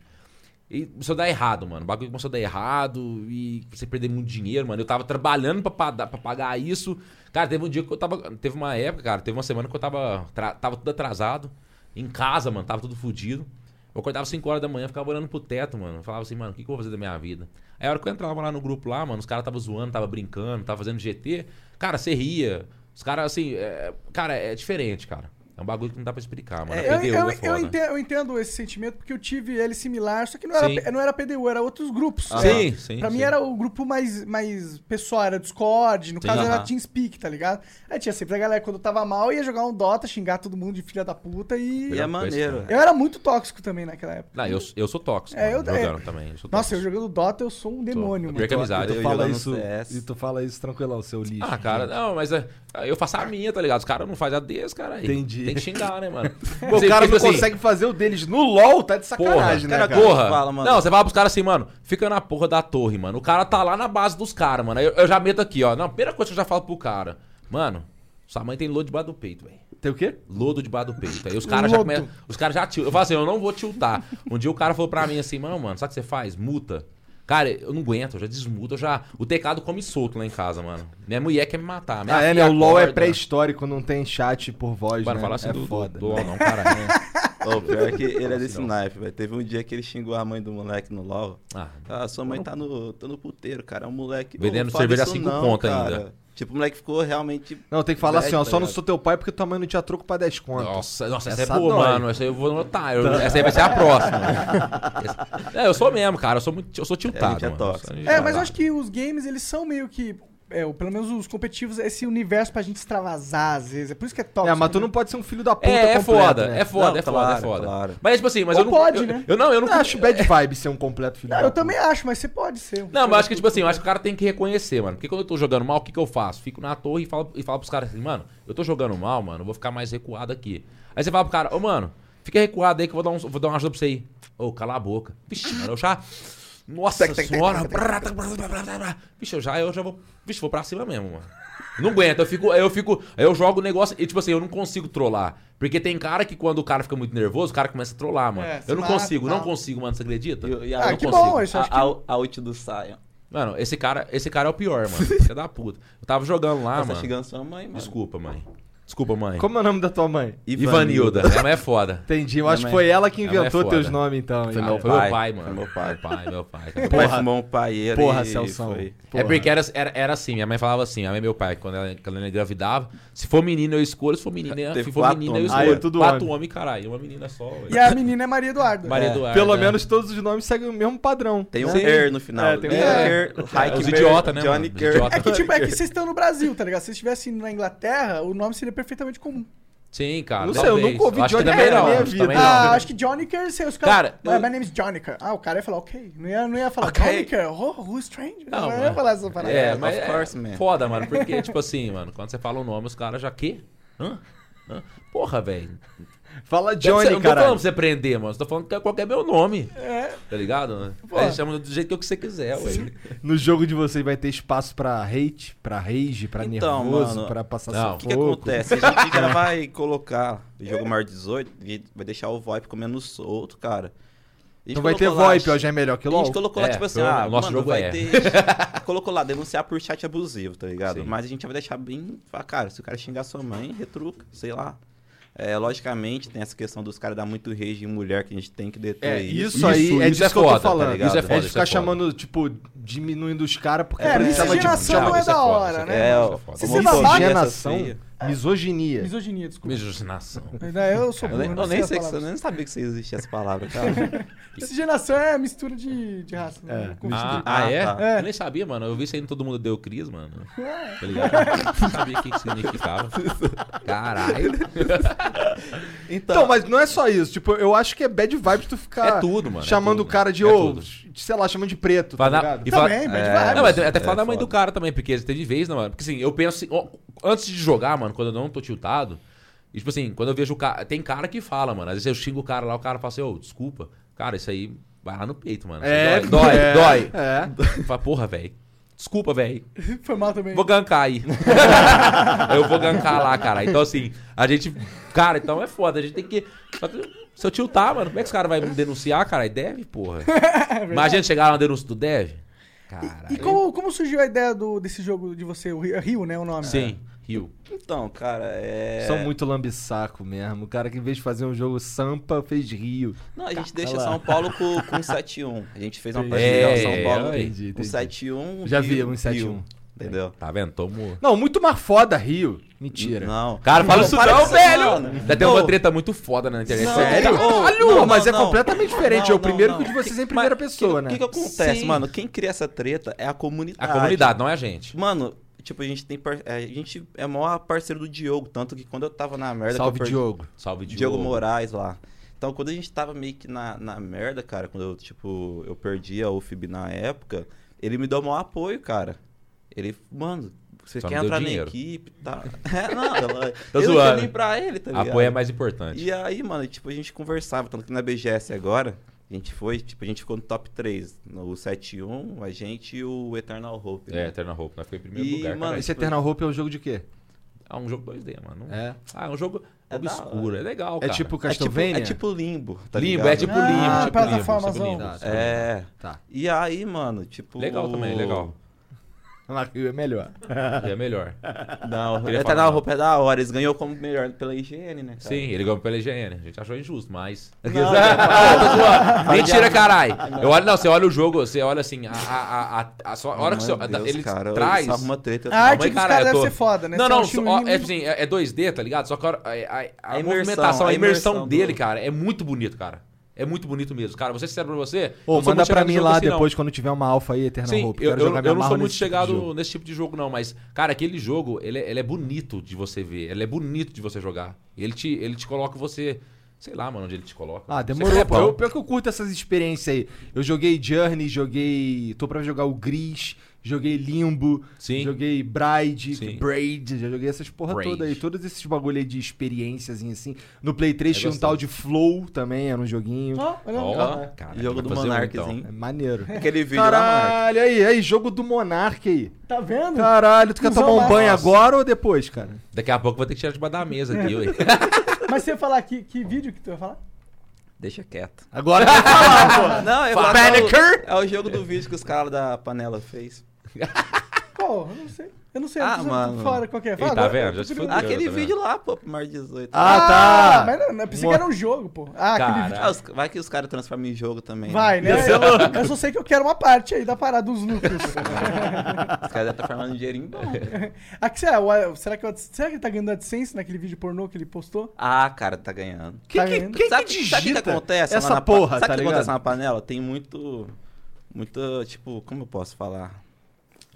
Speaker 3: E começou a dar errado, mano. O bagulho começou a dar errado e você perder muito dinheiro, mano. Eu tava trabalhando pra, pa- pra pagar isso. Cara, teve um dia que eu tava. Teve uma época, cara, teve uma semana que eu tava. tra- tava tudo atrasado. Em casa, mano, tava tudo fudido. Eu acordava 5 horas da manhã, ficava olhando pro teto, mano. Eu Falava assim, mano, o que, que eu vou fazer da minha vida? Aí a hora que eu entrava lá no grupo lá, mano, os caras tava zoando, tava brincando, tava fazendo GT. Cara, você ria. Os caras, assim, é- cara, é diferente, cara. É um bagulho que não dá pra explicar, mano.
Speaker 2: É,
Speaker 3: É,
Speaker 2: eu,
Speaker 3: PDU
Speaker 2: eu-
Speaker 3: é
Speaker 2: eu
Speaker 3: foda.
Speaker 2: entendo, eu entendo esse sentimento porque eu tive ele similar, só que não era,
Speaker 3: Sim. Ah,
Speaker 2: P- não era PDU, era outros grupos.
Speaker 4: Aham.
Speaker 2: né?
Speaker 3: Sim, sim.
Speaker 2: Pra mim
Speaker 3: sim.
Speaker 2: era o grupo mais, mais pessoal, era Discord, no
Speaker 3: Sim,
Speaker 2: caso era
Speaker 4: aham.
Speaker 2: TeamSpeak, tá ligado? Aí tinha sempre a galera, quando eu tava mal, ia jogar um Dota, xingar todo mundo de filha da puta e...
Speaker 4: E é
Speaker 3: Melhor coisa,
Speaker 4: maneiro.
Speaker 3: cara.
Speaker 2: Eu era muito tóxico também naquela época.
Speaker 3: Não, eu, eu sou tóxico.
Speaker 2: É,
Speaker 3: É,
Speaker 2: eu-
Speaker 3: eu jogando também. Eu sou
Speaker 2: Nossa, eu
Speaker 3: tóxico.
Speaker 2: jogando Dota, eu sou um demônio,
Speaker 3: Pior
Speaker 2: mano.
Speaker 3: que amizade.
Speaker 1: Tu
Speaker 4: Eu
Speaker 1: fala
Speaker 4: jogando
Speaker 1: isso,
Speaker 4: CS.
Speaker 1: e tu fala isso tranquilão, seu lixo.
Speaker 3: Ah, cara, não, mas é, eu faço a minha, tá ligado? Os caras não fazem a deles, cara. aí.
Speaker 1: Entendi.
Speaker 3: Tem que xingar, né, mano? assim,
Speaker 1: Pô, o cara não consegue fazer o deles no LOL, tá de
Speaker 3: Porra,
Speaker 1: sacanagem, né,
Speaker 3: cara,
Speaker 1: cara?
Speaker 3: porra.
Speaker 4: Fala, mano.
Speaker 3: não, você fala pros caras assim, mano, fica na porra da torre, mano. O cara tá lá na base dos caras, mano. Aí Eu, eu já meto aqui, ó. Não, a primeira coisa que eu já falo pro cara, mano, sua mãe tem lodo debaixo do peito, velho.
Speaker 1: Tem o quê?
Speaker 3: Lodo debaixo do peito. Aí os caras já
Speaker 2: Lodo.
Speaker 3: começam. Os caras já tiltam. Eu falo assim, eu não vou tiltar. Um dia o cara falou pra mim assim, mano, mano, sabe o que você faz? Multa. Cara, eu não aguento, eu já desmuto, eu já. O teclado come solto lá em casa, mano. Minha mulher quer me matar. minha
Speaker 1: Ah, é, né?
Speaker 3: filha
Speaker 1: O LOL é
Speaker 3: acorda.
Speaker 1: pré-histórico, não tem chat por voz,
Speaker 3: Para
Speaker 1: né?
Speaker 3: falar assim
Speaker 1: é
Speaker 3: do,
Speaker 1: foda.
Speaker 3: foda. do, do não, cara.
Speaker 4: Ô, pior que ele é desse
Speaker 3: Não.
Speaker 4: naipe, velho. Teve um dia que ele xingou a mãe do moleque no LOL.
Speaker 3: Ah,
Speaker 4: Ah, sua mãe tá no, tá no puteiro, cara. O moleque.
Speaker 3: Vendendo
Speaker 4: Ô, fala
Speaker 3: cerveja
Speaker 4: isso
Speaker 3: a cinco
Speaker 4: não,
Speaker 3: conto
Speaker 4: cara.
Speaker 3: ainda.
Speaker 4: Tipo, o moleque ficou realmente.
Speaker 1: Não, tem que falar assim, ó,
Speaker 4: Tá
Speaker 1: só não
Speaker 4: ligado?
Speaker 1: sou teu pai porque tua mãe não tinha troco pra 10 conto.
Speaker 3: nossa, nossa, essa,
Speaker 1: Essa
Speaker 3: é boa,
Speaker 1: dói.
Speaker 3: mano. Essa aí eu vou anotar. Eu- essa aí vai ser a próxima. Essa- é, eu sou mesmo, cara. Eu sou, muito, eu sou tiltado.
Speaker 4: É, a gente é
Speaker 3: mano.
Speaker 4: tóxico.
Speaker 3: Isso aí
Speaker 2: É,
Speaker 3: já
Speaker 2: mas eu
Speaker 3: dá.
Speaker 2: acho que os games, eles são meio que... É, ou pelo menos os competitivos, esse universo pra gente extravasar, às vezes. É por isso que é
Speaker 1: É,
Speaker 2: tóxico.
Speaker 1: mas tu
Speaker 2: né?
Speaker 1: não pode ser um filho da puta
Speaker 3: É, é
Speaker 1: completo,
Speaker 3: foda,
Speaker 1: né?
Speaker 3: é foda,
Speaker 4: Não,
Speaker 3: é foda, é
Speaker 4: claro,
Speaker 3: foda.
Speaker 4: claro.
Speaker 3: Mas, tipo assim, mas
Speaker 2: Ou
Speaker 3: eu não.
Speaker 2: pode,
Speaker 3: eu,
Speaker 2: né?
Speaker 3: eu não, eu
Speaker 1: Eu
Speaker 3: não.
Speaker 1: não acho bad vibe ser um completo filho da
Speaker 2: Ah, Eu
Speaker 1: puta.
Speaker 2: também acho, mas você pode ser. um
Speaker 3: Não,
Speaker 2: filho
Speaker 3: mas acho
Speaker 2: da
Speaker 3: que, tipo
Speaker 2: puta.
Speaker 3: assim, eu acho que o cara tem que reconhecer, mano. Porque quando eu tô jogando mal, o que, que eu faço? Fico na torre e falo, e falo pros caras assim, mano, eu tô jogando mal, mano, eu vou ficar mais recuado aqui. Aí você fala pro cara, ô, mano, fica recuado aí que eu vou dar, um, vou dar uma ajuda pra você aí. Ô, cala a boca. Vixe, mano, eu já. Nossa senhora. brá, tá, brá, brá, brá, brá, brá. Vixe, eu já, eu já vou. Vixe, vou pra cima mesmo, mano. Não aguento, eu fico, eu fico, eu jogo o negócio e tipo assim, eu não consigo trollar. Porque tem cara que quando o cara fica muito nervoso, o cara começa a trollar, mano.
Speaker 2: É, se
Speaker 3: eu não
Speaker 2: mata,
Speaker 3: consigo, não
Speaker 2: tal.
Speaker 3: consigo, mano, você acredita?
Speaker 4: E- e
Speaker 2: Ah,
Speaker 4: eu
Speaker 2: que
Speaker 3: consigo.
Speaker 2: bom, isso acho que...
Speaker 4: A, a, a ult do Sion.
Speaker 3: Mano, esse cara, esse cara é o pior, mano. Filha da puta. Eu tava jogando
Speaker 1: Ah,
Speaker 3: lá,
Speaker 4: Nossa,
Speaker 3: mano.
Speaker 4: chegando sua mãe, mano.
Speaker 3: Desculpa, mãe. Desculpa, mãe.
Speaker 1: Como é o nome da tua mãe?
Speaker 3: Ivanilda. Minha mãe é foda.
Speaker 1: Entendi, eu
Speaker 4: Minha
Speaker 1: acho que
Speaker 4: mãe-
Speaker 1: foi ela que
Speaker 3: minha mãe é
Speaker 1: inventou
Speaker 3: foda.
Speaker 1: teus nomes, então.
Speaker 3: Foi
Speaker 1: hein?
Speaker 3: meu, foi
Speaker 4: pai,
Speaker 3: meu pai,
Speaker 4: foi
Speaker 3: mano.
Speaker 4: meu pai.
Speaker 3: Meu pai, meu pai.
Speaker 4: Meu pai
Speaker 1: Porra.
Speaker 4: fumou um paieiro
Speaker 1: Porra,
Speaker 4: e
Speaker 1: Celção.
Speaker 4: foi.
Speaker 3: É porque era, era, era assim, minha mãe falava assim, a minha e meu pai, quando ela, quando ela engravidava, se for menino eu escolho, se for menina, se
Speaker 4: Teve
Speaker 3: for
Speaker 4: quatro
Speaker 3: menina eu
Speaker 4: homens.
Speaker 3: escolho.
Speaker 1: Ah, é, tudo
Speaker 3: quatro
Speaker 1: homem.
Speaker 3: homens, caralho, uma menina só. velho. né?
Speaker 2: E a menina é Maria Eduarda.
Speaker 3: Maria
Speaker 4: É.
Speaker 3: Eduarda.
Speaker 1: Pelo menos todos os nomes seguem o mesmo padrão.
Speaker 4: Tem um
Speaker 1: né?
Speaker 4: er no final.
Speaker 1: É, tem um
Speaker 4: Linker,
Speaker 3: É, os
Speaker 4: Heikmer,
Speaker 3: idiota, né,
Speaker 4: Johnny
Speaker 3: mano? Os
Speaker 4: Kerr.
Speaker 3: idiota.
Speaker 2: É que, tipo, é que vocês estão no Brasil, tá ligado? Se vocês estivessem na Inglaterra, o nome seria perfeitamente comum.
Speaker 3: Sim, cara.
Speaker 1: Não sei, eu
Speaker 3: talvez.
Speaker 1: nunca ouvi
Speaker 3: acho que
Speaker 1: Johnny
Speaker 3: também
Speaker 1: Kerr na
Speaker 3: não,
Speaker 1: minha
Speaker 3: acho que
Speaker 1: vida.
Speaker 3: também
Speaker 2: ah,
Speaker 3: não.
Speaker 2: acho que Johnniker, sei, os
Speaker 3: Cara,
Speaker 2: caras...
Speaker 3: eu-
Speaker 2: My name is Johnniker. Ah, o cara ia falar, ok. Não ia, não ia falar,
Speaker 3: Ok.
Speaker 2: Johnniker, oh, who's strange?
Speaker 3: Não,
Speaker 2: Não, ia
Speaker 3: mano.
Speaker 2: falar essa parada.
Speaker 3: É,
Speaker 4: Of
Speaker 3: mas
Speaker 4: course,
Speaker 3: é
Speaker 4: man.
Speaker 3: foda, mano, porque, tipo assim, mano, quando você fala o nome, os caras já, quê? Hã? Hã? Porra, velho.
Speaker 1: Fala
Speaker 3: Deve ser-
Speaker 1: Johnny,
Speaker 3: não tô falando
Speaker 1: cara.
Speaker 3: pra você prender, mano. Eu tô falando que é qualquer meu nome.
Speaker 2: É.
Speaker 3: Tá ligado?
Speaker 2: Pô.
Speaker 3: Aí chama do jeito que você quiser, ué. Tá
Speaker 1: No jogo de vocês vai ter espaço pra hate, pra rage, pra
Speaker 4: Então,
Speaker 1: nervoso,
Speaker 4: mano,
Speaker 1: pra passar sufoco.
Speaker 3: não.
Speaker 4: O que, que acontece? A gente já vai colocar o jogo maior 18, e vai deixar o VoIP comendo solto, cara. A gente
Speaker 1: Então vai ter
Speaker 4: colocou lá,
Speaker 1: VoIP, ó, já é melhor que
Speaker 4: A
Speaker 1: LOL.
Speaker 4: gente colocou lá,
Speaker 3: É,
Speaker 4: tipo assim,
Speaker 3: foi o
Speaker 4: ah,
Speaker 3: nosso
Speaker 4: mano,
Speaker 3: jogo
Speaker 4: vai
Speaker 3: é.
Speaker 4: ter... colocou lá, denunciar por chat abusivo, tá ligado?
Speaker 3: Sim.
Speaker 4: Mas a gente vai deixar bem... falar, Cara, se o cara xingar sua mãe, retruca, sei lá. É, logicamente, tem essa questão dos caras dar muito rage em mulher, que a gente tem que deter
Speaker 1: É,
Speaker 4: isso.
Speaker 1: isso, aí
Speaker 3: isso
Speaker 1: é
Speaker 3: é
Speaker 1: disso que eu tô
Speaker 3: foda, tá
Speaker 1: falando.
Speaker 4: ligado?
Speaker 1: é,
Speaker 4: Isso é
Speaker 1: de
Speaker 3: foda, isso
Speaker 1: ficar
Speaker 3: é foda.
Speaker 1: chamando, tipo, diminuindo os caras porque
Speaker 2: É,
Speaker 1: é,
Speaker 2: isso é
Speaker 1: precisava de
Speaker 2: geração
Speaker 1: tchau.
Speaker 2: não é
Speaker 3: tipo, isso
Speaker 2: da
Speaker 3: foda,
Speaker 2: hora,
Speaker 3: isso
Speaker 2: né?
Speaker 4: É,
Speaker 3: foda,
Speaker 4: ó,
Speaker 2: Você
Speaker 3: isso foda.
Speaker 2: se babaca.
Speaker 1: Geração,
Speaker 4: Essa feia.
Speaker 1: misoginia.
Speaker 2: Misoginia, desculpa. né,
Speaker 3: Misoginação.
Speaker 2: Eu sou
Speaker 4: Eu,
Speaker 2: burro,
Speaker 4: nem, eu
Speaker 2: não
Speaker 4: nem
Speaker 2: as
Speaker 4: sei que,
Speaker 2: palavras.
Speaker 4: eu nem sabia que isso existia essa palavra,
Speaker 1: Então,
Speaker 4: cara.
Speaker 3: né?
Speaker 2: Miscigenação é mistura de, de raça.
Speaker 1: É,
Speaker 2: né? Com-
Speaker 3: Ah,
Speaker 4: Ah,
Speaker 3: ah, é?
Speaker 4: tá.
Speaker 2: É.
Speaker 3: Eu nem sabia, mano. Eu vi isso aí no Todo Mundo Deu Cris, mano.
Speaker 2: Ah,
Speaker 3: Tá ligado? Não sabia o que, que significava. Caralho.
Speaker 4: Então,
Speaker 1: Então, mas não é só isso. Tipo, eu acho que é bad vibes tu ficar
Speaker 3: É tudo, mano, é
Speaker 1: chamando
Speaker 3: tudo,
Speaker 1: o cara
Speaker 3: né?
Speaker 1: de
Speaker 3: É
Speaker 1: ovo,
Speaker 3: tudo.
Speaker 1: sei lá, chamando de preto, tá
Speaker 3: Vai dar-
Speaker 1: ligado?
Speaker 3: e fala-
Speaker 2: Também, bad
Speaker 4: É.
Speaker 2: vibes.
Speaker 3: Não, mas até
Speaker 4: é
Speaker 3: falar da mãe
Speaker 4: foda.
Speaker 3: do cara também, porque teve vez, né, mano? Porque assim, eu penso. assim, ó, antes de jogar, mano, quando eu não tô tiltado. E, tipo assim, quando eu vejo o cara. Tem cara que fala, mano. Às vezes eu xingo o cara lá, o cara fala assim, ô, desculpa. Cara, isso aí vai lá no peito, mano. Isso
Speaker 1: É,
Speaker 3: dói, dói,
Speaker 1: é,
Speaker 3: dói.
Speaker 1: É.
Speaker 3: Fala, porra, velho. Desculpa, velho.
Speaker 2: Foi mal também.
Speaker 3: Vou gankar aí. eu vou gankar lá, cara. Então, assim, a gente. Cara, então é foda. A gente tem que. só que Se eu tiltar, mano, como é que os caras vão me denunciar, cara? E Deve, porra.
Speaker 4: É
Speaker 3: Imagina chegar lá na denúncia do Deve. Caralho.
Speaker 2: E como, como surgiu a ideia do, desse jogo de você? O Rio- Rio, né? O nome.
Speaker 3: Sim, Rio.
Speaker 4: então, cara, é...
Speaker 1: São muito lambisaco mesmo. O cara que em vez de fazer um jogo sampa, fez Rio.
Speaker 4: Não, a gente deixa
Speaker 1: lá.
Speaker 4: São Paulo com, com 7-1. A gente fez uma
Speaker 1: Entendi.
Speaker 4: partida
Speaker 3: É,
Speaker 4: em São Paulo
Speaker 1: entendi,
Speaker 4: com
Speaker 1: entendi.
Speaker 4: 7-1.
Speaker 1: Já
Speaker 4: Rio,
Speaker 1: vi um 7-1.
Speaker 4: Rio, Entendeu?
Speaker 3: Tá vendo? Tomou.
Speaker 1: Não, muito mais foda Rio. Mentira.
Speaker 4: Não.
Speaker 3: Cara, fala
Speaker 4: Não,
Speaker 3: isso
Speaker 4: para
Speaker 3: não,
Speaker 4: com isso
Speaker 3: velho!
Speaker 4: não, né?
Speaker 3: Já tem
Speaker 4: Não.
Speaker 3: uma treta muito foda na internet.
Speaker 4: Não,
Speaker 3: Sério?
Speaker 4: cara, ô,
Speaker 1: Caralho,
Speaker 4: não,
Speaker 1: mas
Speaker 4: não,
Speaker 1: é
Speaker 4: não.
Speaker 1: completamente diferente. é o
Speaker 4: Não, não,
Speaker 1: primeiro que
Speaker 4: não.
Speaker 1: o de vocês é em
Speaker 4: Que-
Speaker 1: primeira
Speaker 4: mas
Speaker 1: pessoa, né?
Speaker 4: que- O que, que acontece,
Speaker 3: Sim.
Speaker 4: mano? Quem cria essa treta é a comunidade.
Speaker 3: A comunidade, não é a gente.
Speaker 4: Mano, tipo, a gente tem. par- é, A gente é o maior parceiro do Diogo. Tanto que quando eu tava na merda. que eu
Speaker 1: Salve,
Speaker 4: perdi-
Speaker 1: Diogo.
Speaker 3: Salve,
Speaker 4: Diogo
Speaker 3: Diogo.
Speaker 4: Moraes lá. Então, quando a gente tava meio que na, na merda, cara, quando eu, tipo, eu perdi a UFB na época, ele me deu o maior apoio, cara. Ele, mano, você
Speaker 3: Só
Speaker 4: quer
Speaker 3: não deu
Speaker 4: entrar na
Speaker 3: dinheiro.
Speaker 4: equipe e tal. É, não, ela,
Speaker 3: Tô
Speaker 4: eu não
Speaker 3: zoando.
Speaker 4: tinha nem pra ele, tá ligado?
Speaker 3: Apoio é mais importante.
Speaker 4: E aí, mano, tipo, a gente conversava, tanto que na BGS agora, a gente foi, tipo, a gente ficou no top 3, no 7-1, a gente e o Eternal Hope.
Speaker 3: É,
Speaker 4: né?
Speaker 3: Eternal Hope, nós ficamos em primeiro
Speaker 4: E,
Speaker 3: lugar.
Speaker 4: mano,
Speaker 3: caralho.
Speaker 1: Esse Eternal Hope é um jogo de quê?
Speaker 3: Ah, um jogo 2D, mano.
Speaker 1: É.
Speaker 3: Ah, é um jogo
Speaker 4: É da
Speaker 3: obscuro, é legal,
Speaker 1: É
Speaker 3: cara.
Speaker 1: tipo
Speaker 4: É tipo,
Speaker 1: Castlevania?
Speaker 4: é tipo limbo, tá
Speaker 3: Limbo,
Speaker 4: ligado?
Speaker 3: é tipo
Speaker 2: Ah,
Speaker 3: limbo, tipo
Speaker 2: plataformazão.
Speaker 3: limbo,
Speaker 1: Tá,
Speaker 3: tipo limbo.
Speaker 1: tá.
Speaker 4: É.
Speaker 1: Tá.
Speaker 4: E aí, mano, tipo.
Speaker 3: Legal também, legal.
Speaker 1: Mas Rio é melhor.
Speaker 3: E é melhor.
Speaker 4: Não,
Speaker 3: Queria
Speaker 4: ele tá
Speaker 3: falar,
Speaker 4: na
Speaker 3: não.
Speaker 4: roupa é da hora. Eles ganhou como melhor pela higiene, né? cara?
Speaker 3: Sim, ele ganhou pela IGN. A gente achou injusto, mas. Tá,
Speaker 4: Não,
Speaker 3: Mentira, caralho. Eu olho, não, você olha o jogo, você olha assim, a, a, a, a, só- a hora que você,
Speaker 4: Meu Deus,
Speaker 3: ele
Speaker 4: cara,
Speaker 3: traz.
Speaker 4: isso arruma treta.
Speaker 2: A arte
Speaker 3: Mas,
Speaker 2: dos
Speaker 3: cara,
Speaker 2: caras
Speaker 3: eu
Speaker 2: deve
Speaker 3: tô-
Speaker 2: ser foda, né?
Speaker 3: Não,
Speaker 2: Você
Speaker 3: não,
Speaker 2: acha o
Speaker 3: ó,
Speaker 2: Rio
Speaker 3: é,
Speaker 2: lindo.
Speaker 3: assim, é é 2D, tá ligado? Só que a, hora- a, a- a
Speaker 4: A imersão,
Speaker 3: movimentação, a
Speaker 4: a
Speaker 3: imersão,
Speaker 4: imersão do-
Speaker 3: dele, cara, é muito bonito, cara. É muito bonito mesmo. Cara, você sincero pra você.
Speaker 1: Ô,
Speaker 3: não sou
Speaker 1: manda
Speaker 3: muito
Speaker 1: pra
Speaker 3: chegado
Speaker 1: mim
Speaker 3: no jogo
Speaker 1: lá
Speaker 3: assim, não.
Speaker 1: depois, quando tiver uma alfa aí, Eternal
Speaker 3: Sim,
Speaker 1: Hope.
Speaker 3: eu,
Speaker 1: Quero
Speaker 3: eu-
Speaker 1: jogar minha
Speaker 3: eu não sou
Speaker 1: marra
Speaker 3: muito
Speaker 1: nesse tipo de
Speaker 3: chegado
Speaker 1: jogo.
Speaker 3: nesse tipo de jogo, não, mas, cara, aquele jogo, ele, é- ele é bonito de você ver, ele é bonito de você jogar. Ele te, ele te coloca você, sei lá, mano, onde ele te coloca.
Speaker 1: Ah,
Speaker 3: Você
Speaker 1: demorou,
Speaker 3: fica
Speaker 1: pô.
Speaker 3: bom.
Speaker 1: Eu, pior que eu curto essas experiências aí. Eu joguei Journey, joguei. Tô pra jogar o Gris, joguei Limbo,
Speaker 3: Sim.
Speaker 1: joguei Bride,
Speaker 3: Sim.
Speaker 1: Braid, já joguei essas porra
Speaker 3: Braid.
Speaker 1: toda aí, todos esses bagulho aí de experiências assim. No Play 3
Speaker 3: É
Speaker 1: tinha um
Speaker 3: gostoso.
Speaker 1: tal de Flow também, era um joguinho.
Speaker 2: Ó, olha lá.
Speaker 3: Ó, cara,
Speaker 4: Jogo
Speaker 3: que
Speaker 4: né? do
Speaker 3: vai fazer um,
Speaker 4: Monarchzinho.
Speaker 1: É maneiro.
Speaker 4: Aquele vídeo lá,
Speaker 1: Caralho, aí, aí, jogo do Monark aí.
Speaker 2: Tá vendo?
Speaker 1: Caralho, tu quer
Speaker 2: Cusão
Speaker 1: tomar um
Speaker 2: massa.
Speaker 1: banho agora ou depois, cara?
Speaker 3: Daqui a pouco vai ter que tirar debaixo da mesa aqui, ué.
Speaker 2: Mas você ia falar que, que vídeo que tu ia falar?
Speaker 4: Deixa quieto.
Speaker 1: Agora vai falar, pô.
Speaker 4: Não, eu ia falar que é, o, é o jogo do vídeo que os caras da panela fez.
Speaker 2: Qual? Eu não sei. Eu não sei.
Speaker 4: Ah,
Speaker 2: eu tô
Speaker 4: mano.
Speaker 2: fora qual que é. Fala
Speaker 3: Ih, tá
Speaker 2: agora.
Speaker 3: vendo? Já se fudeu.
Speaker 4: Aquele
Speaker 3: tá vendo?
Speaker 4: vídeo lá, pô, pro maior de 18.
Speaker 1: Ah,
Speaker 2: Ah,
Speaker 1: tá.
Speaker 2: mas não, não, pensei que era um jogo, pô. Ah, aquele
Speaker 3: Cara,
Speaker 2: vídeo.
Speaker 4: Ah, os- vai que os caras transformam em jogo também.
Speaker 2: Vai, né?
Speaker 1: Ia ser louco.
Speaker 2: Eu só sei que eu quero uma parte aí da parada dos lucros.
Speaker 4: Os caras já estão formando um dinheirinho bom.
Speaker 2: Ah, que será? O- será, que, o- será que ele tá ganhando AdSense naquele vídeo pornô que ele postou?
Speaker 4: Ah, cara, tá ganhando.
Speaker 1: Quem
Speaker 2: Tá
Speaker 1: que,
Speaker 2: vendo?
Speaker 1: quem
Speaker 4: sabe,
Speaker 1: que digita
Speaker 4: sabe o que acontece? lá
Speaker 1: essa
Speaker 4: na pa-
Speaker 1: porra,
Speaker 4: Sabe
Speaker 1: tá
Speaker 4: o que
Speaker 1: ligado?
Speaker 4: acontece na panela? Tem muito. Muito, tipo, como eu posso falar?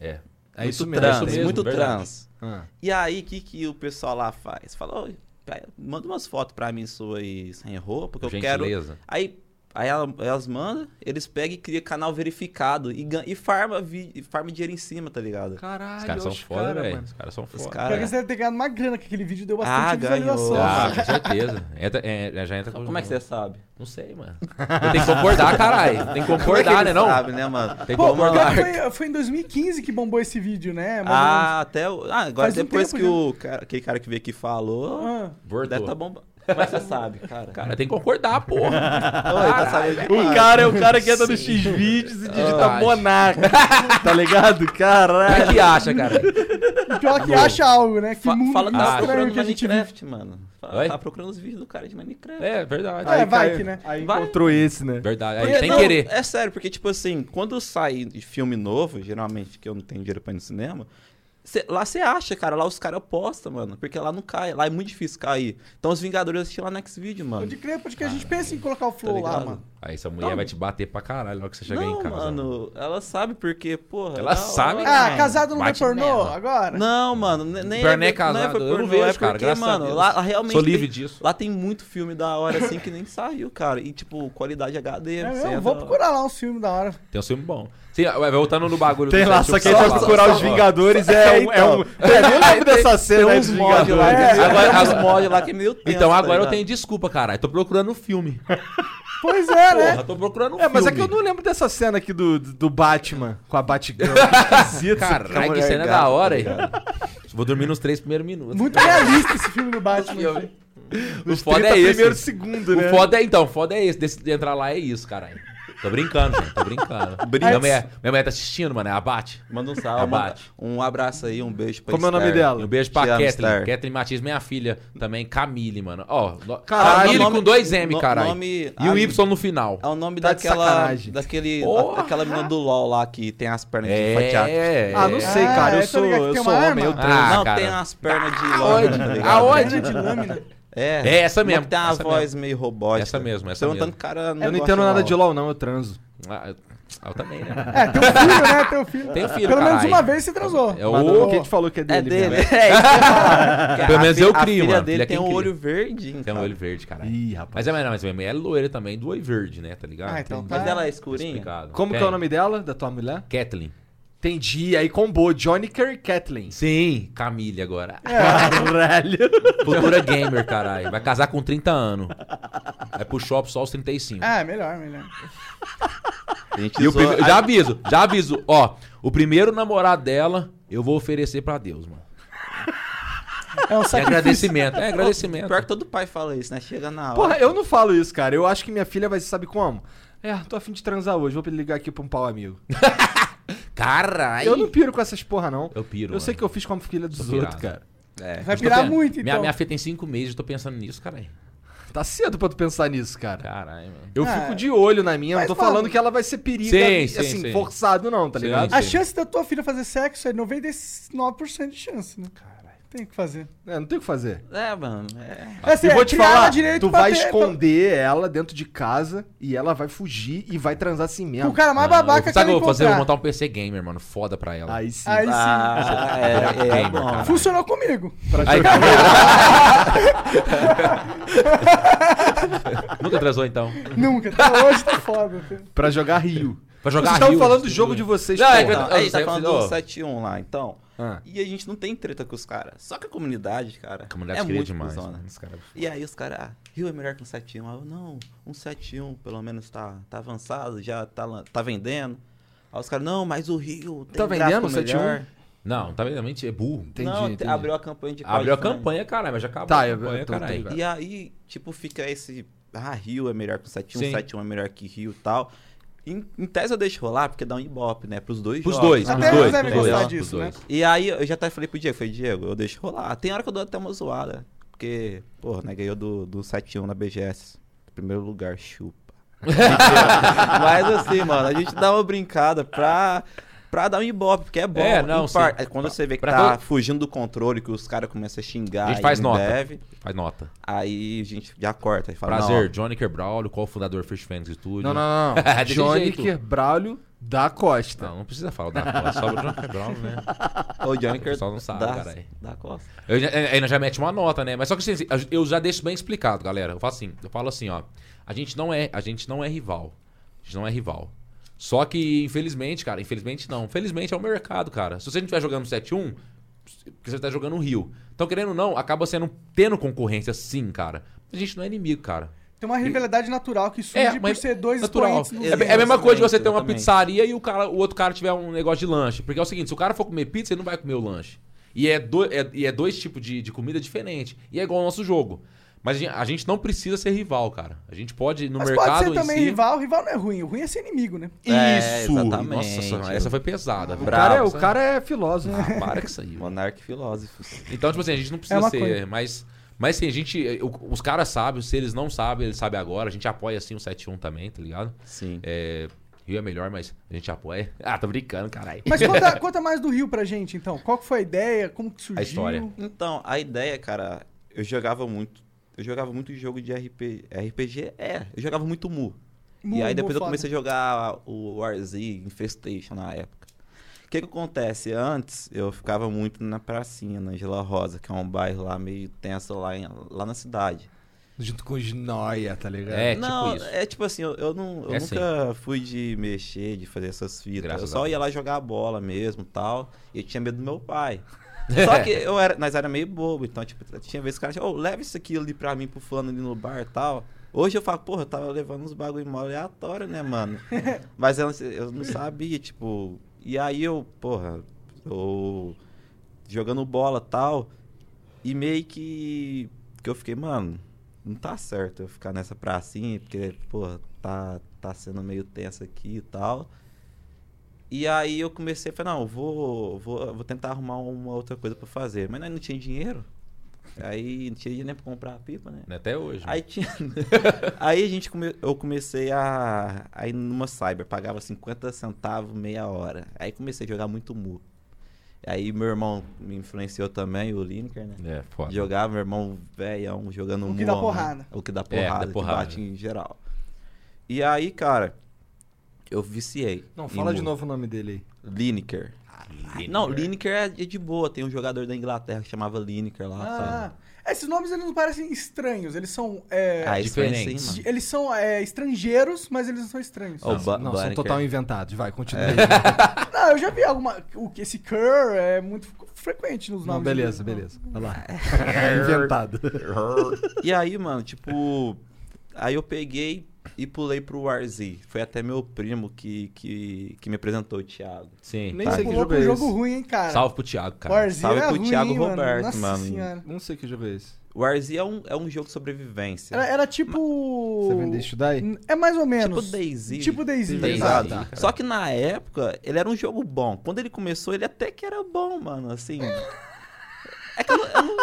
Speaker 3: É.
Speaker 1: É
Speaker 4: muito
Speaker 1: isso mesmo.
Speaker 4: trans,
Speaker 1: é isso mesmo,
Speaker 4: muito
Speaker 3: verdade.
Speaker 4: trans.
Speaker 1: Ah.
Speaker 4: E aí, o que, que o pessoal lá faz? Fala, "Ô, pai, manda umas fotos pra mim sua aí sem roupa, que eu quero.
Speaker 3: Gentileza.
Speaker 4: Aí, aí ela- elas mandam, eles pegam e criam canal verificado e, gan- e farma, vi- e farma dinheiro em cima, tá ligado?
Speaker 1: Caralho,
Speaker 3: Os caras são
Speaker 1: os
Speaker 3: foda,
Speaker 1: cara,
Speaker 3: velho.
Speaker 1: mano.
Speaker 3: Os caras são
Speaker 4: Os
Speaker 3: foda.
Speaker 2: Pior que
Speaker 4: caras.
Speaker 2: você deve ter ganhado uma grana, que aquele vídeo deu
Speaker 4: Ah,
Speaker 2: bastante
Speaker 4: ganhou.
Speaker 2: visualização.
Speaker 3: Ah, com certeza. Entra- é, já entra
Speaker 4: Como é que você sabe?
Speaker 3: Não sei, mano. Eu tenho que concordar, caralho. Tem que concordar, né,
Speaker 4: Ele
Speaker 3: não?
Speaker 4: Sabe, né, mano?
Speaker 3: Tem que
Speaker 2: Pô, pior
Speaker 3: concordar.
Speaker 2: que foi, foi em 2015 que bombou esse vídeo, né? Mais
Speaker 4: Ah, até. o- Ah, agora
Speaker 2: Faz um
Speaker 4: depois
Speaker 2: tempo
Speaker 4: que
Speaker 2: já.
Speaker 4: o cara, aquele cara que veio aqui
Speaker 2: ou
Speaker 4: falou,
Speaker 2: menos. Ah.
Speaker 4: deve
Speaker 3: Voltou.
Speaker 4: tá bomba. Como é que você sabe, cara?
Speaker 3: Cara, tem que concordar, porra.
Speaker 4: Oi, tá sabendo
Speaker 1: O
Speaker 4: demais.
Speaker 1: cara é o cara que entra no X-Videos e digita
Speaker 3: Ah,
Speaker 1: Monarca. tá ligado?
Speaker 3: O
Speaker 1: Caralho.
Speaker 3: que que acha, cara?
Speaker 2: Ah, O pior é que acha algo, né? Que
Speaker 4: Fa-
Speaker 2: mundo
Speaker 4: fala que
Speaker 3: Ah,
Speaker 4: tá
Speaker 2: estranho
Speaker 4: procurando
Speaker 2: que a gente vive.
Speaker 4: Minecraft, mano.
Speaker 3: Oi?
Speaker 4: Fala, tá procurando os vídeos do cara de Minecraft.
Speaker 3: É, verdade.
Speaker 2: É, vai
Speaker 1: caiu-
Speaker 2: que, né?
Speaker 1: Aí
Speaker 4: Vai.
Speaker 1: encontrou esse, né?
Speaker 3: Verdade. Aí
Speaker 4: Porque,
Speaker 3: sem
Speaker 4: não,
Speaker 3: querer.
Speaker 4: É sério, porque, tipo assim, quando sai de filme novo, geralmente, que eu não tenho dinheiro pra ir no cinema, cê- lá você acha, cara. Lá os caras postam, mano. Porque lá não cai. Lá é muito difícil cair. Então os Vingadores eu assisti lá no X-Video, mano.
Speaker 2: Pode crer, pode que a gente pensa em colocar o
Speaker 4: Tá
Speaker 2: flow lá,
Speaker 4: ligado?
Speaker 2: mano.
Speaker 3: Aí essa mulher
Speaker 4: Não.
Speaker 3: vai te bater pra caralho na hora que você chegar
Speaker 4: não,
Speaker 3: em casa.
Speaker 4: mano. Ela sabe porque, porra.
Speaker 3: Ela
Speaker 4: é da
Speaker 3: sabe,
Speaker 4: hora,
Speaker 2: Ah,
Speaker 4: mano.
Speaker 2: casado não vê
Speaker 3: Bate
Speaker 2: pornô
Speaker 3: nela.
Speaker 2: agora?
Speaker 4: Não, mano. ne- Nem
Speaker 3: Berné
Speaker 4: nem
Speaker 3: casado, eu não
Speaker 4: pornô,
Speaker 3: vejo,
Speaker 4: é
Speaker 3: cara,
Speaker 4: porque,
Speaker 3: graças a
Speaker 4: mano,
Speaker 3: Deus.
Speaker 4: lá lá realmente
Speaker 3: Sou livre
Speaker 4: tem-
Speaker 3: disso.
Speaker 4: Lá tem muito filme da hora, assim, que nem saiu, cara. E, tipo, qualidade HD.
Speaker 2: É
Speaker 4: você
Speaker 2: mesmo?
Speaker 4: entra
Speaker 2: Vou
Speaker 4: lá.
Speaker 2: procurar lá um filme da hora.
Speaker 3: Tem um filme bom. Sim, vai voltando no bagulho
Speaker 1: Tem
Speaker 3: do
Speaker 1: lá,
Speaker 3: Sete um
Speaker 1: só que aí
Speaker 3: Chupas
Speaker 1: vai
Speaker 3: Lá.
Speaker 1: procurar os Vingadores é, um- é um. É nem o nome dessa cena é
Speaker 4: Tem
Speaker 1: dos
Speaker 4: uns né? mod
Speaker 1: Vingadores.
Speaker 2: É.
Speaker 4: lá. Agora tem
Speaker 3: Agora-
Speaker 4: uns mod lá que é meio tenso,
Speaker 3: Então
Speaker 4: tá
Speaker 3: agora eu
Speaker 4: ligado?
Speaker 3: tenho desculpa, caralho. Tô procurando o filme.
Speaker 2: Pois é, né?
Speaker 3: Porra, tô procurando um
Speaker 1: É, mas é que
Speaker 3: filme.
Speaker 1: eu não lembro dessa cena aqui do, do Batman com a Batgirl. Que Esquisito. essa
Speaker 3: Caralho, que
Speaker 1: mulher
Speaker 3: cena é
Speaker 1: gata,
Speaker 3: da hora,
Speaker 1: tá
Speaker 3: hein?
Speaker 1: ligado?
Speaker 3: Vou dormir nos três primeiros minutos.
Speaker 2: Muito realista esse filme do Batman.
Speaker 3: Eu- O
Speaker 1: Os
Speaker 3: foda
Speaker 1: 30
Speaker 3: é
Speaker 1: primeiro
Speaker 3: esse.
Speaker 1: segundo, né?
Speaker 3: O foda é, então, o foda é esse. Desse de entrar lá é isso, caralho. Tô brincando, gente, tô brincando. Minha mulher, minha mulher tá assistindo, mano, é abate.
Speaker 4: Manda um salve, manda
Speaker 3: Abate.
Speaker 4: um abraço aí, um beijo pra
Speaker 1: Como é o nome
Speaker 4: Star.
Speaker 1: dela?
Speaker 3: E um beijo
Speaker 4: Te
Speaker 3: pra
Speaker 4: amo,
Speaker 3: Kathleen.
Speaker 4: Star.
Speaker 3: Kathleen Matias, minha filha, também, Camille, mano. Ó, no-
Speaker 1: Caralho,
Speaker 3: Camille
Speaker 4: Ah, nome-
Speaker 3: com dois M,
Speaker 4: no-
Speaker 3: caralho.
Speaker 4: nome-
Speaker 3: E o
Speaker 4: Ah,
Speaker 3: Y no final.
Speaker 4: É o nome
Speaker 1: Tá de
Speaker 4: daquela.
Speaker 1: sacanagem.
Speaker 4: Daquele,
Speaker 3: Porra!
Speaker 4: daquela menina do LOL lá que tem as pernas de fatiado.
Speaker 3: É,
Speaker 1: Ah, não sei,
Speaker 2: Ah,
Speaker 1: cara.
Speaker 2: eu
Speaker 1: Eu
Speaker 2: tô
Speaker 1: sou,
Speaker 2: ligado que
Speaker 1: eu
Speaker 2: tem
Speaker 1: sou
Speaker 2: uma
Speaker 1: homem, eu
Speaker 2: arma.
Speaker 3: Ah,
Speaker 4: não,
Speaker 3: cara.
Speaker 4: tem as pernas de
Speaker 1: Ah,
Speaker 3: Aonde?
Speaker 4: lâmina, tá ligado?
Speaker 3: Aonde?
Speaker 2: Perna Ah, de lâmina.
Speaker 4: É.
Speaker 3: É, essa
Speaker 4: Uma
Speaker 3: mesmo,
Speaker 4: que tem uma
Speaker 3: essa
Speaker 4: voz
Speaker 3: mesmo.
Speaker 4: meio robótica.
Speaker 3: Essa mesmo, essa
Speaker 4: Perguntando
Speaker 3: mesmo.
Speaker 4: que o cara
Speaker 1: Eu não entendo
Speaker 4: gosta
Speaker 1: nada de LOL, não, eu transo.
Speaker 3: Ah, eu também, né? mano?
Speaker 2: É, teu filho, né? Teu filho.
Speaker 3: Tem um filho,
Speaker 2: Pelo menos
Speaker 3: caralho.
Speaker 2: uma vez você transou.
Speaker 3: É
Speaker 1: Mas
Speaker 3: o...
Speaker 1: quem te falou que é dele?
Speaker 4: É dele.
Speaker 1: mesmo?
Speaker 4: É, isso que eu ia falar. Porque
Speaker 3: Pelo
Speaker 4: a
Speaker 3: menos
Speaker 4: filha-
Speaker 3: eu crio,
Speaker 4: A filha
Speaker 3: mano. Filha
Speaker 4: dele
Speaker 3: quem
Speaker 4: tem um
Speaker 3: cria.
Speaker 4: olho verde.
Speaker 3: Tem um
Speaker 4: cara.
Speaker 3: olho verde, caralho.
Speaker 1: Ih, rapaz.
Speaker 3: Mas é, mas não, mas minha mulher é loira também, do olho verde, né? Tá ligado?
Speaker 2: Ah, então
Speaker 3: Tem-
Speaker 2: tá.
Speaker 4: Mas ela é
Speaker 3: tá
Speaker 4: escurinha?
Speaker 3: explicado.
Speaker 1: Como que
Speaker 3: Tem.
Speaker 1: é o nome dela, da tua mulher?
Speaker 3: Kathleen.
Speaker 1: Entendi, aí combou Johnny Kerr e Kathleen.
Speaker 3: Sim, Camille agora.
Speaker 1: Caralho.
Speaker 3: Futura gamer, caralho. Vai casar com 30 anos. Vai pro shopping só os 35.
Speaker 2: Ah, melhor, melhor.
Speaker 4: A gente
Speaker 3: E o
Speaker 4: zoa-
Speaker 3: prime- Já aviso, já aviso. Ó, o primeiro namorado dela, eu vou oferecer pra Deus, mano.
Speaker 2: É um
Speaker 3: É
Speaker 2: sacrifício.
Speaker 3: agradecimento, é agradecimento.
Speaker 4: Pior que todo pai fala isso, né? Chega na hora.
Speaker 1: Porra, eu não falo isso, cara. Eu acho que minha filha vai sabe como? É, tô afim de transar hoje, vou ligar aqui pra um pau amigo.
Speaker 3: Caralho.
Speaker 1: Eu não piro com essas porra, não.
Speaker 3: Eu piro,
Speaker 1: Eu sei
Speaker 3: mano.
Speaker 1: que eu fiz com a filha dos
Speaker 3: Sou pirado.
Speaker 1: outros, cara.
Speaker 4: É.
Speaker 2: Vai
Speaker 3: Tô
Speaker 2: pirar
Speaker 3: pen-
Speaker 2: muito,
Speaker 3: Minha,
Speaker 2: então.
Speaker 3: minha filha tem 5 meses, eu tô pensando nisso, caralho.
Speaker 1: Tá cedo pra tu pensar nisso, cara.
Speaker 3: Caralho, mano.
Speaker 1: Eu
Speaker 2: Ah,
Speaker 1: fico de olho na minha, não
Speaker 2: mas,
Speaker 1: tô
Speaker 2: mano-
Speaker 1: falando que ela vai ser periga,
Speaker 3: Sim, sim,
Speaker 1: assim,
Speaker 3: sim.
Speaker 1: forçado não, tá
Speaker 3: Sim,
Speaker 1: ligado?
Speaker 2: A
Speaker 3: sim.
Speaker 2: chance da tua filha fazer sexo é 99% de chance, né? Caralho. Tem o que fazer.
Speaker 1: É, não tem o que fazer.
Speaker 4: É, mano. É.
Speaker 3: Ah,
Speaker 2: É, assim,
Speaker 1: e
Speaker 2: é
Speaker 1: vou te
Speaker 2: criar
Speaker 1: falar,
Speaker 2: ela direito
Speaker 1: tu
Speaker 2: pra
Speaker 1: vai
Speaker 2: ter-
Speaker 1: esconder ela dentro de casa e ela vai fugir e vai transar assim mesmo.
Speaker 2: O cara mais babaca
Speaker 3: eu,
Speaker 2: que
Speaker 3: Ah, sabe o que eu
Speaker 2: ela
Speaker 3: vou fazer? Eu vou
Speaker 2: encontrar.
Speaker 3: montar um PC gamer, mano. Foda pra ela.
Speaker 1: Aí sim.
Speaker 2: Aí sim.
Speaker 4: Ah, é, é,
Speaker 3: Gamer,
Speaker 4: bom.
Speaker 3: cara.
Speaker 2: Funcionou comigo.
Speaker 3: Aí- tá Nunca transou, então.
Speaker 2: Nunca. Até hoje tá foda.
Speaker 1: Pra jogar Rio.
Speaker 3: Pra jogar
Speaker 1: Vocês estavam
Speaker 3: Rio,
Speaker 1: falando do
Speaker 3: tudo
Speaker 1: jogo
Speaker 3: bem.
Speaker 1: de vocês,
Speaker 3: Não,
Speaker 1: porra.
Speaker 3: é que-
Speaker 4: Então, a gente
Speaker 3: eu-
Speaker 4: tá
Speaker 3: eu-
Speaker 4: falando
Speaker 3: eu-
Speaker 4: do 7-1 lá, então.
Speaker 1: Ah.
Speaker 4: E a gente não tem treta com os caras. Só que a comunidade, cara.
Speaker 3: A comunidade
Speaker 4: é
Speaker 3: queria
Speaker 4: muito
Speaker 3: demais.
Speaker 4: cuzona.
Speaker 3: mano, é os caras-
Speaker 4: E aí os caras, ah, Rio é melhor que um 7-1. Aí eu, não, um 7-1 pelo menos tá, tá avançado, já tá, lan- tá vendendo. Aí os caras, não, mas o Rio tem
Speaker 1: Tá
Speaker 4: um
Speaker 1: vendendo
Speaker 4: gráfico
Speaker 1: o 7-1?
Speaker 4: melhor.
Speaker 3: Não, tá vendo? Mentira, É burro.
Speaker 1: Entendi,
Speaker 4: não,
Speaker 1: entendi.
Speaker 4: abriu a campanha de
Speaker 3: Abriu a
Speaker 4: crowdfunding.
Speaker 3: campanha, caralho, mas já acabou
Speaker 1: Tá,
Speaker 3: a
Speaker 1: eu-
Speaker 3: campanha,
Speaker 1: eu tô- tô
Speaker 3: caralho.
Speaker 1: ligado.
Speaker 4: E aí, tipo, fica esse. Ah, Rio é melhor que o 7-1,
Speaker 3: Sim.
Speaker 4: 7-1 é melhor que Rio e tal. Em, em tese eu deixo rolar, porque dá um ibope, né? Pros dois.
Speaker 3: Pros
Speaker 4: jogos,
Speaker 3: dois,
Speaker 4: né?
Speaker 3: pros
Speaker 2: Até
Speaker 3: dois.
Speaker 2: eles devem
Speaker 3: pros
Speaker 2: gostar
Speaker 3: dois,
Speaker 2: disso,
Speaker 3: pros
Speaker 2: né?
Speaker 3: dois.
Speaker 4: E aí eu já até falei pro Diego, falei, Diego, eu deixo rolar. Tem hora que eu dou até uma zoada. Porque, porra, né, ganhou do, do 7-1 na BGS. Primeiro lugar, chupa. Mentira. Mas assim, mano, a gente dá uma brincada pra, pra dar um ibope, porque é bom.
Speaker 3: É, não,
Speaker 4: em par-
Speaker 3: sim.
Speaker 4: Quando você vê que
Speaker 3: Pra
Speaker 4: tá
Speaker 3: todo-
Speaker 4: fugindo do controle, que os caras começam a xingar
Speaker 3: A gente
Speaker 4: e
Speaker 3: faz
Speaker 4: não
Speaker 3: nota.
Speaker 4: deve,
Speaker 3: Faz nota.
Speaker 4: aí a gente já corta e fala,
Speaker 3: Prazer,
Speaker 4: não,
Speaker 3: Johnny Kerbraulio, co-fundador Fish Fans Studio.
Speaker 1: Não, não, não. não.
Speaker 3: Tipo Desse
Speaker 1: Johnny
Speaker 3: jeito.
Speaker 1: Quebralho da Costa.
Speaker 3: Ah, Não, não precisa falar da costa, só o Johnny Kerbraulio, né?
Speaker 4: ó, o Johnny
Speaker 3: O
Speaker 4: Kerr
Speaker 3: pessoal não sabe,
Speaker 4: dá,
Speaker 3: caralho.
Speaker 4: dá costa.
Speaker 3: Eu já- é, ainda já mete uma nota, né? Mas só que assim, eu já deixo bem explicado, galera. Eu falo assim, eu falo assim, ó. A gente não é, a gente não é rival. A gente não é rival. Só que, infelizmente, cara, infelizmente não. Felizmente é o mercado, cara. Se você não estiver jogando 7-1, porque você tá jogando o Rio. Então, querendo ou não, acaba sendo tendo concorrência sim, cara. A gente não é inimigo, cara.
Speaker 2: Tem uma rivalidade natural que surge por
Speaker 3: É, mas
Speaker 2: ser dois
Speaker 3: natural.
Speaker 2: expoentes.
Speaker 3: É, é a mesma
Speaker 4: Exatamente,
Speaker 3: coisa
Speaker 2: assim.
Speaker 3: de você ter uma
Speaker 4: exatamente.
Speaker 3: pizzaria e o, cara, o outro cara tiver um negócio de lanche. Porque é o seguinte, se o cara for comer pizza, ele não vai comer o lanche. E é, do- é- e é dois tipos de, de comida diferente. E é igual ao nosso jogo. Mas a gen- a gente, não precisa ser rival, cara. A gente pode, no
Speaker 2: Mas
Speaker 3: mercado
Speaker 2: pode ser
Speaker 3: em
Speaker 2: também
Speaker 3: si...
Speaker 2: rival. Rival não é ruim. O ruim é ser inimigo, né?
Speaker 3: Isso!
Speaker 4: É, exatamente.
Speaker 3: Nossa, essa- essa foi pesada.
Speaker 1: O,
Speaker 3: viu?
Speaker 1: cara é, o
Speaker 3: Essa-
Speaker 1: cara é filósofo.
Speaker 3: Ah, para com isso aí. mano.
Speaker 4: Monarque filósofos.
Speaker 3: Então, tipo assim, a gente não
Speaker 2: É
Speaker 3: precisa
Speaker 2: uma
Speaker 3: ser...
Speaker 2: coisa.
Speaker 3: Mas, mas assim, a gente... o- os caras sabem. Se eles não sabem, eles sabem agora. A gente apoia, assim, o 7-1 também, tá ligado?
Speaker 4: Sim.
Speaker 3: É, Rio é melhor, mas a gente apoia. Ah, tô brincando, caralho.
Speaker 2: Mas conta, conta mais do Rio pra gente, então. Qual que foi a ideia? Como que surgiu?
Speaker 3: história.
Speaker 4: Então, a ideia, cara, eu jogava muito. Eu jogava muito jogo de RPG. RPG é, eu jogava muito Mu.
Speaker 2: Mu-
Speaker 4: e aí
Speaker 2: Mu
Speaker 4: depois eu
Speaker 2: foda.
Speaker 4: comecei a jogar o WarZ, Infestation na época. O que que acontece? Antes eu ficava muito na pracinha, na Angela Rosa, que é um bairro lá meio tenso lá, em- lá na cidade.
Speaker 1: Junto com os noia, tá ligado?
Speaker 3: É,
Speaker 4: não,
Speaker 3: tipo isso.
Speaker 4: é tipo assim, eu, eu não, eu
Speaker 3: É
Speaker 4: nunca fui de mexer, de fazer essas fitas.
Speaker 3: Graças
Speaker 4: eu
Speaker 3: a
Speaker 4: só
Speaker 3: Deus.
Speaker 4: ia lá jogar a bola mesmo tal. E eu tinha medo do meu pai. Só que eu era, nós era meio bobo, então, tipo, tinha vezes que o cara, ô, leva isso aqui ali pra mim, pro fulano ali no bar e tal. Hoje eu falo, porra, eu tava levando uns bagulho mó aleatório, né, mano? Mas eu, eu não sabia, tipo. E aí eu, porra, eu. jogando bola e tal. E meio que. que eu fiquei, mano, não tá certo eu ficar nessa pracinha, porque, porra, tá, tá sendo meio tenso aqui e tal. E aí eu comecei a falar, não, eu vou, vou, vou tentar arrumar uma outra coisa pra fazer. Mas nós não tinha dinheiro. Aí não tinha dinheiro nem pra comprar a pipa, né?
Speaker 3: Né, Até hoje.
Speaker 4: Aí, tinha... aí a gente come- eu comecei a... a ir numa cyber, pagava 50 centavos meia hora. Aí comecei a jogar muito mu. Aí meu irmão me influenciou também, o Lineker, né?
Speaker 3: mano. É, foda.
Speaker 4: Jogava, meu irmão velhão, jogando
Speaker 2: O
Speaker 4: mu.
Speaker 2: que dá
Speaker 4: né?
Speaker 2: porrada.
Speaker 4: O que dá
Speaker 3: É, dá
Speaker 4: porrada, que
Speaker 3: porrada.
Speaker 4: bate em geral. E aí, cara, eu viciei.
Speaker 1: Não,
Speaker 4: em
Speaker 1: fala de
Speaker 4: mu.
Speaker 1: novo o nome dele
Speaker 4: Lineker.
Speaker 3: Ah,
Speaker 4: Não, Lineker é é de boa. Tem um jogador da Inglaterra que chamava Lineker lá.
Speaker 2: Ah,
Speaker 4: sabe?
Speaker 2: esses nomes eles não parecem estranhos. Eles são. é,
Speaker 4: Ah, isso é
Speaker 3: diferente.
Speaker 4: assim, mano.
Speaker 2: Eles são é, estrangeiros, mas eles não são estranhos.
Speaker 4: Ó, o
Speaker 1: aí.
Speaker 4: Ba-
Speaker 1: não, são
Speaker 4: Banneker.
Speaker 1: total inventados. Vai, continua
Speaker 3: É.
Speaker 1: aí.
Speaker 2: Não, eu já vi alguma. o que- Esse Kerr é muito frequente nos
Speaker 1: Não,
Speaker 2: nomes. né?
Speaker 1: beleza,
Speaker 2: deles.
Speaker 1: beleza. Olha lá. É Inventado.
Speaker 4: E aí, mano, tipo. Aí eu peguei e pulei pro Warzy. Foi até meu primo que, que, que me apresentou, o Thiago.
Speaker 3: Sim.
Speaker 1: Nem
Speaker 3: tá.
Speaker 1: sei que
Speaker 2: Pulou
Speaker 1: jogo
Speaker 2: pra
Speaker 1: é
Speaker 2: um
Speaker 1: esse.
Speaker 2: jogo ruim, hein, cara.
Speaker 3: Salve pro Thiago, cara.
Speaker 2: Warzinho
Speaker 4: Salve
Speaker 2: era
Speaker 4: pro
Speaker 2: ruim,
Speaker 4: Thiago
Speaker 2: mano.
Speaker 4: Roberto,
Speaker 2: Nossa
Speaker 4: mano.
Speaker 2: Senhora.
Speaker 1: Não sei que jogo é esse.
Speaker 4: Warzy é um, é um jogo de sobrevivência.
Speaker 2: Era, era tipo.
Speaker 1: Você vendeu isso daí?
Speaker 2: É mais ou menos.
Speaker 4: Tipo Daisy.
Speaker 2: Tipo Daisy.
Speaker 1: Daisy.
Speaker 2: exato.
Speaker 4: Exato. Só que na época, ele era um jogo bom. Quando ele começou, ele até que era bom, mano. Assim. É que eu, eu não.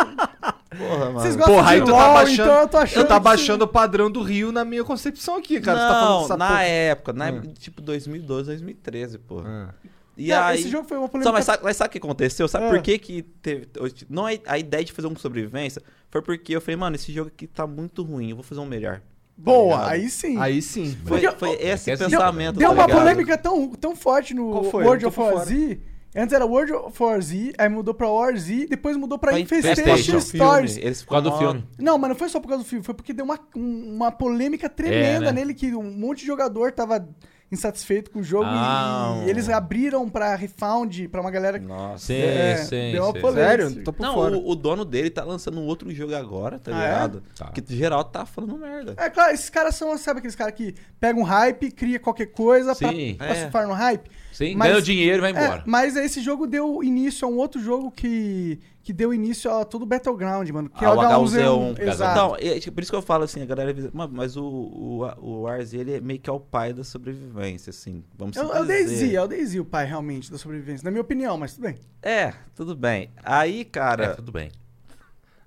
Speaker 4: Porra, mano.
Speaker 2: Vocês gostam
Speaker 1: Porra, aí
Speaker 2: de
Speaker 1: tu
Speaker 2: LOL,
Speaker 1: tá baixando.
Speaker 2: então eu tô achando.
Speaker 1: tu tá
Speaker 2: que-
Speaker 1: baixando o padrão do Rio na minha concepção aqui, cara.
Speaker 4: não,
Speaker 1: tu tá falando essa
Speaker 4: na
Speaker 1: porra.
Speaker 4: época,
Speaker 2: Hum.
Speaker 4: na época, tipo 2012, 2013, porra.
Speaker 1: Ah.
Speaker 4: E
Speaker 2: É. Não,
Speaker 4: aí.
Speaker 2: Esse jogo foi uma polêmica.
Speaker 4: Só, mas, sabe, mas sabe o que aconteceu? Sabe
Speaker 2: Ah.
Speaker 4: por que que teve... Não, é- a ideia de fazer um com sobrevivência foi porque eu falei, mano, esse jogo aqui tá muito ruim, eu vou fazer um melhor.
Speaker 2: Boa,
Speaker 4: Tá ligado?
Speaker 2: aí sim.
Speaker 1: Aí sim.
Speaker 4: Foi,
Speaker 2: Porque-
Speaker 4: foi esse
Speaker 3: é que é
Speaker 4: pensamento,
Speaker 2: Deu
Speaker 4: tá
Speaker 2: uma
Speaker 4: ligado?
Speaker 2: polêmica tão, tão forte no
Speaker 1: Qual foi?
Speaker 2: World
Speaker 1: Eu
Speaker 2: of
Speaker 1: tô
Speaker 2: War
Speaker 1: fora.
Speaker 2: Z. Antes era World of War Z, aí mudou pra War Z, depois mudou pra
Speaker 4: Foi
Speaker 2: Infestation
Speaker 4: Infestation.
Speaker 2: Stories.
Speaker 4: um Filme, Eles
Speaker 3: Por causa
Speaker 4: ficam
Speaker 3: do
Speaker 4: mó-
Speaker 3: filme.
Speaker 2: Não, mas não foi só por causa do filme, foi porque deu uma, um- uma polêmica tremenda
Speaker 3: É, né?
Speaker 2: nele, que um monte de jogador tava insatisfeito com o jogo e-
Speaker 3: Ah.
Speaker 1: um
Speaker 2: e, eles abriram pra refund, pra uma galera que.
Speaker 4: Nossa.
Speaker 3: Sim,
Speaker 2: É,
Speaker 3: sim,
Speaker 2: deu uma
Speaker 3: sim.
Speaker 2: polêmica.
Speaker 1: Sério? Tô por
Speaker 4: Não,
Speaker 1: fora.
Speaker 4: o, o dono dele tá lançando um outro jogo agora, tá
Speaker 2: Ah, é?
Speaker 4: ligado?
Speaker 3: Tá.
Speaker 4: Que geral tá falando merda.
Speaker 2: É claro, esses caras são, sabe aqueles caras que pegam um hype, cria qualquer coisa pra,
Speaker 3: Sim.
Speaker 2: pra
Speaker 4: É.
Speaker 2: surfar no hype?
Speaker 3: Sim,
Speaker 2: Mas-
Speaker 3: ganha o dinheiro e vai
Speaker 2: É,
Speaker 3: embora.
Speaker 2: mas esse jogo deu início a um outro jogo que, que deu início a todo o Battleground, mano. Que é
Speaker 4: Ah,
Speaker 2: o H1Z1.
Speaker 4: cara.
Speaker 2: Exato.
Speaker 4: Então, é, tipo, por isso que eu falo assim, a galera avisa, "Mano, mas o, o, o Warzy, ele é meio que é o pai da sobrevivência, assim. Vamos
Speaker 2: É o-
Speaker 4: assim
Speaker 2: é o
Speaker 4: dizer.
Speaker 2: Daisy, é o Daisy o pai realmente da sobrevivência, na minha opinião, mas tudo bem.
Speaker 4: É, tudo bem. Aí,
Speaker 3: É,
Speaker 4: cara.
Speaker 3: tudo bem.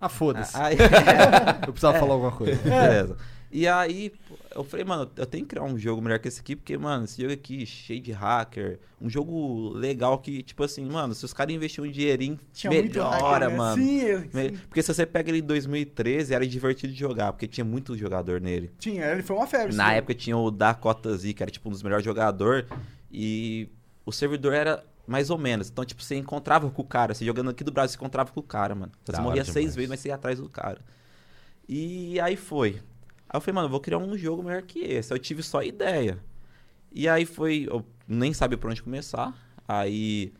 Speaker 1: Ah, foda-se.
Speaker 4: aí,
Speaker 1: Eu precisava
Speaker 4: é.
Speaker 1: falar alguma
Speaker 2: É.
Speaker 1: coisa.
Speaker 4: beleza. E aí, pô, eu falei, mano, eu tenho que criar um jogo melhor que esse aqui, porque, mano, esse jogo aqui, cheio de hacker, um jogo legal que, tipo assim, mano, se os caras investiam um dinheirinho,
Speaker 2: Tinha muito
Speaker 4: melhora,
Speaker 2: hacker, né?
Speaker 4: mano.
Speaker 2: Sim, ele-
Speaker 4: Me- Porque se você pega ele em 2013, era divertido de jogar, porque tinha muito jogador nele.
Speaker 2: tinha, ele foi uma febre.
Speaker 4: Na
Speaker 2: sim.
Speaker 4: época tinha o Dakota Z, que era tipo um dos melhores jogadores, e o servidor era mais ou menos. Então, tipo, você encontrava com o cara, você jogando aqui do Brasil, você encontrava com o cara, mano. Então,
Speaker 3: Da
Speaker 4: você
Speaker 3: hora
Speaker 4: morria seis
Speaker 3: demais.
Speaker 4: vezes, mas você ia atrás do cara. E aí foi. Aí eu falei, mano, eu vou criar um jogo melhor que esse. Eu tive só ideia. E aí foi, eu nem sabia por onde começar. Aí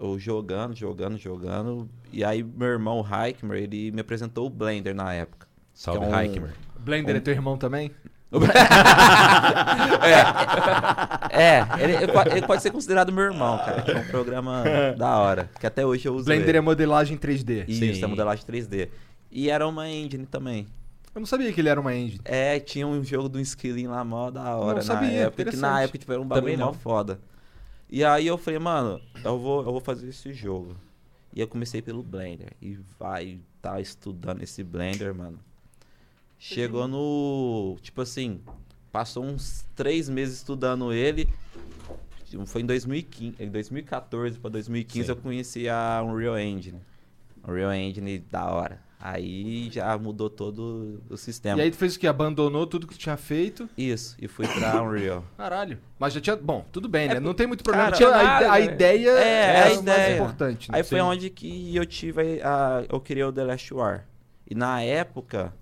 Speaker 4: eu jogando, jogando, jogando. E aí meu irmão, o Heikmer, ele me apresentou o Blender na época.
Speaker 3: Salve,
Speaker 4: Que é um-
Speaker 3: Heikmer.
Speaker 1: Blender é teu irmão também?
Speaker 4: É, ele, ele po- ele pode ser considerado meu irmão, cara. que É um programa da hora. Que até hoje eu uso.
Speaker 1: Blender é
Speaker 4: ele.
Speaker 1: modelagem 3D.
Speaker 4: Isso,
Speaker 3: Sim.
Speaker 4: é modelagem 3D. E era uma engine também.
Speaker 1: Eu não sabia que ele era uma engine.
Speaker 4: É, tinha um jogo do esquilinho lá mó da hora
Speaker 1: Não sabia,
Speaker 4: na época. Que na
Speaker 1: interessante.
Speaker 4: época tipo, era um
Speaker 3: Também
Speaker 4: bagulho
Speaker 3: não.
Speaker 4: mó foda. E aí eu falei, mano, eu vou, eu vou fazer esse jogo. E eu comecei pelo Blender. E vai, tá estudando esse Blender, mano. Chegou no. Tipo assim, passou uns três meses estudando ele. Foi em 2015, em 2014 pra 2015
Speaker 3: Sim.
Speaker 4: eu conheci a Unreal Engine. Unreal Engine da hora. Aí já mudou todo o sistema.
Speaker 1: E aí tu fez o que? Abandonou tudo que tu tinha feito?
Speaker 4: Isso, e fui pra Unreal.
Speaker 1: Caralho. Mas já tinha. Bom, tudo bem, né? Não tem muito problema.
Speaker 4: cara,
Speaker 1: Tinha-
Speaker 4: não
Speaker 1: a,
Speaker 4: tinha
Speaker 1: ide-
Speaker 4: nada,
Speaker 1: a
Speaker 4: né?
Speaker 1: ideia
Speaker 4: É,
Speaker 1: era
Speaker 4: a
Speaker 1: o mais
Speaker 4: ideia.
Speaker 1: importante. né?
Speaker 4: Aí foi
Speaker 1: Sim.
Speaker 4: onde que eu tive a, eu criei o The Last War. E na época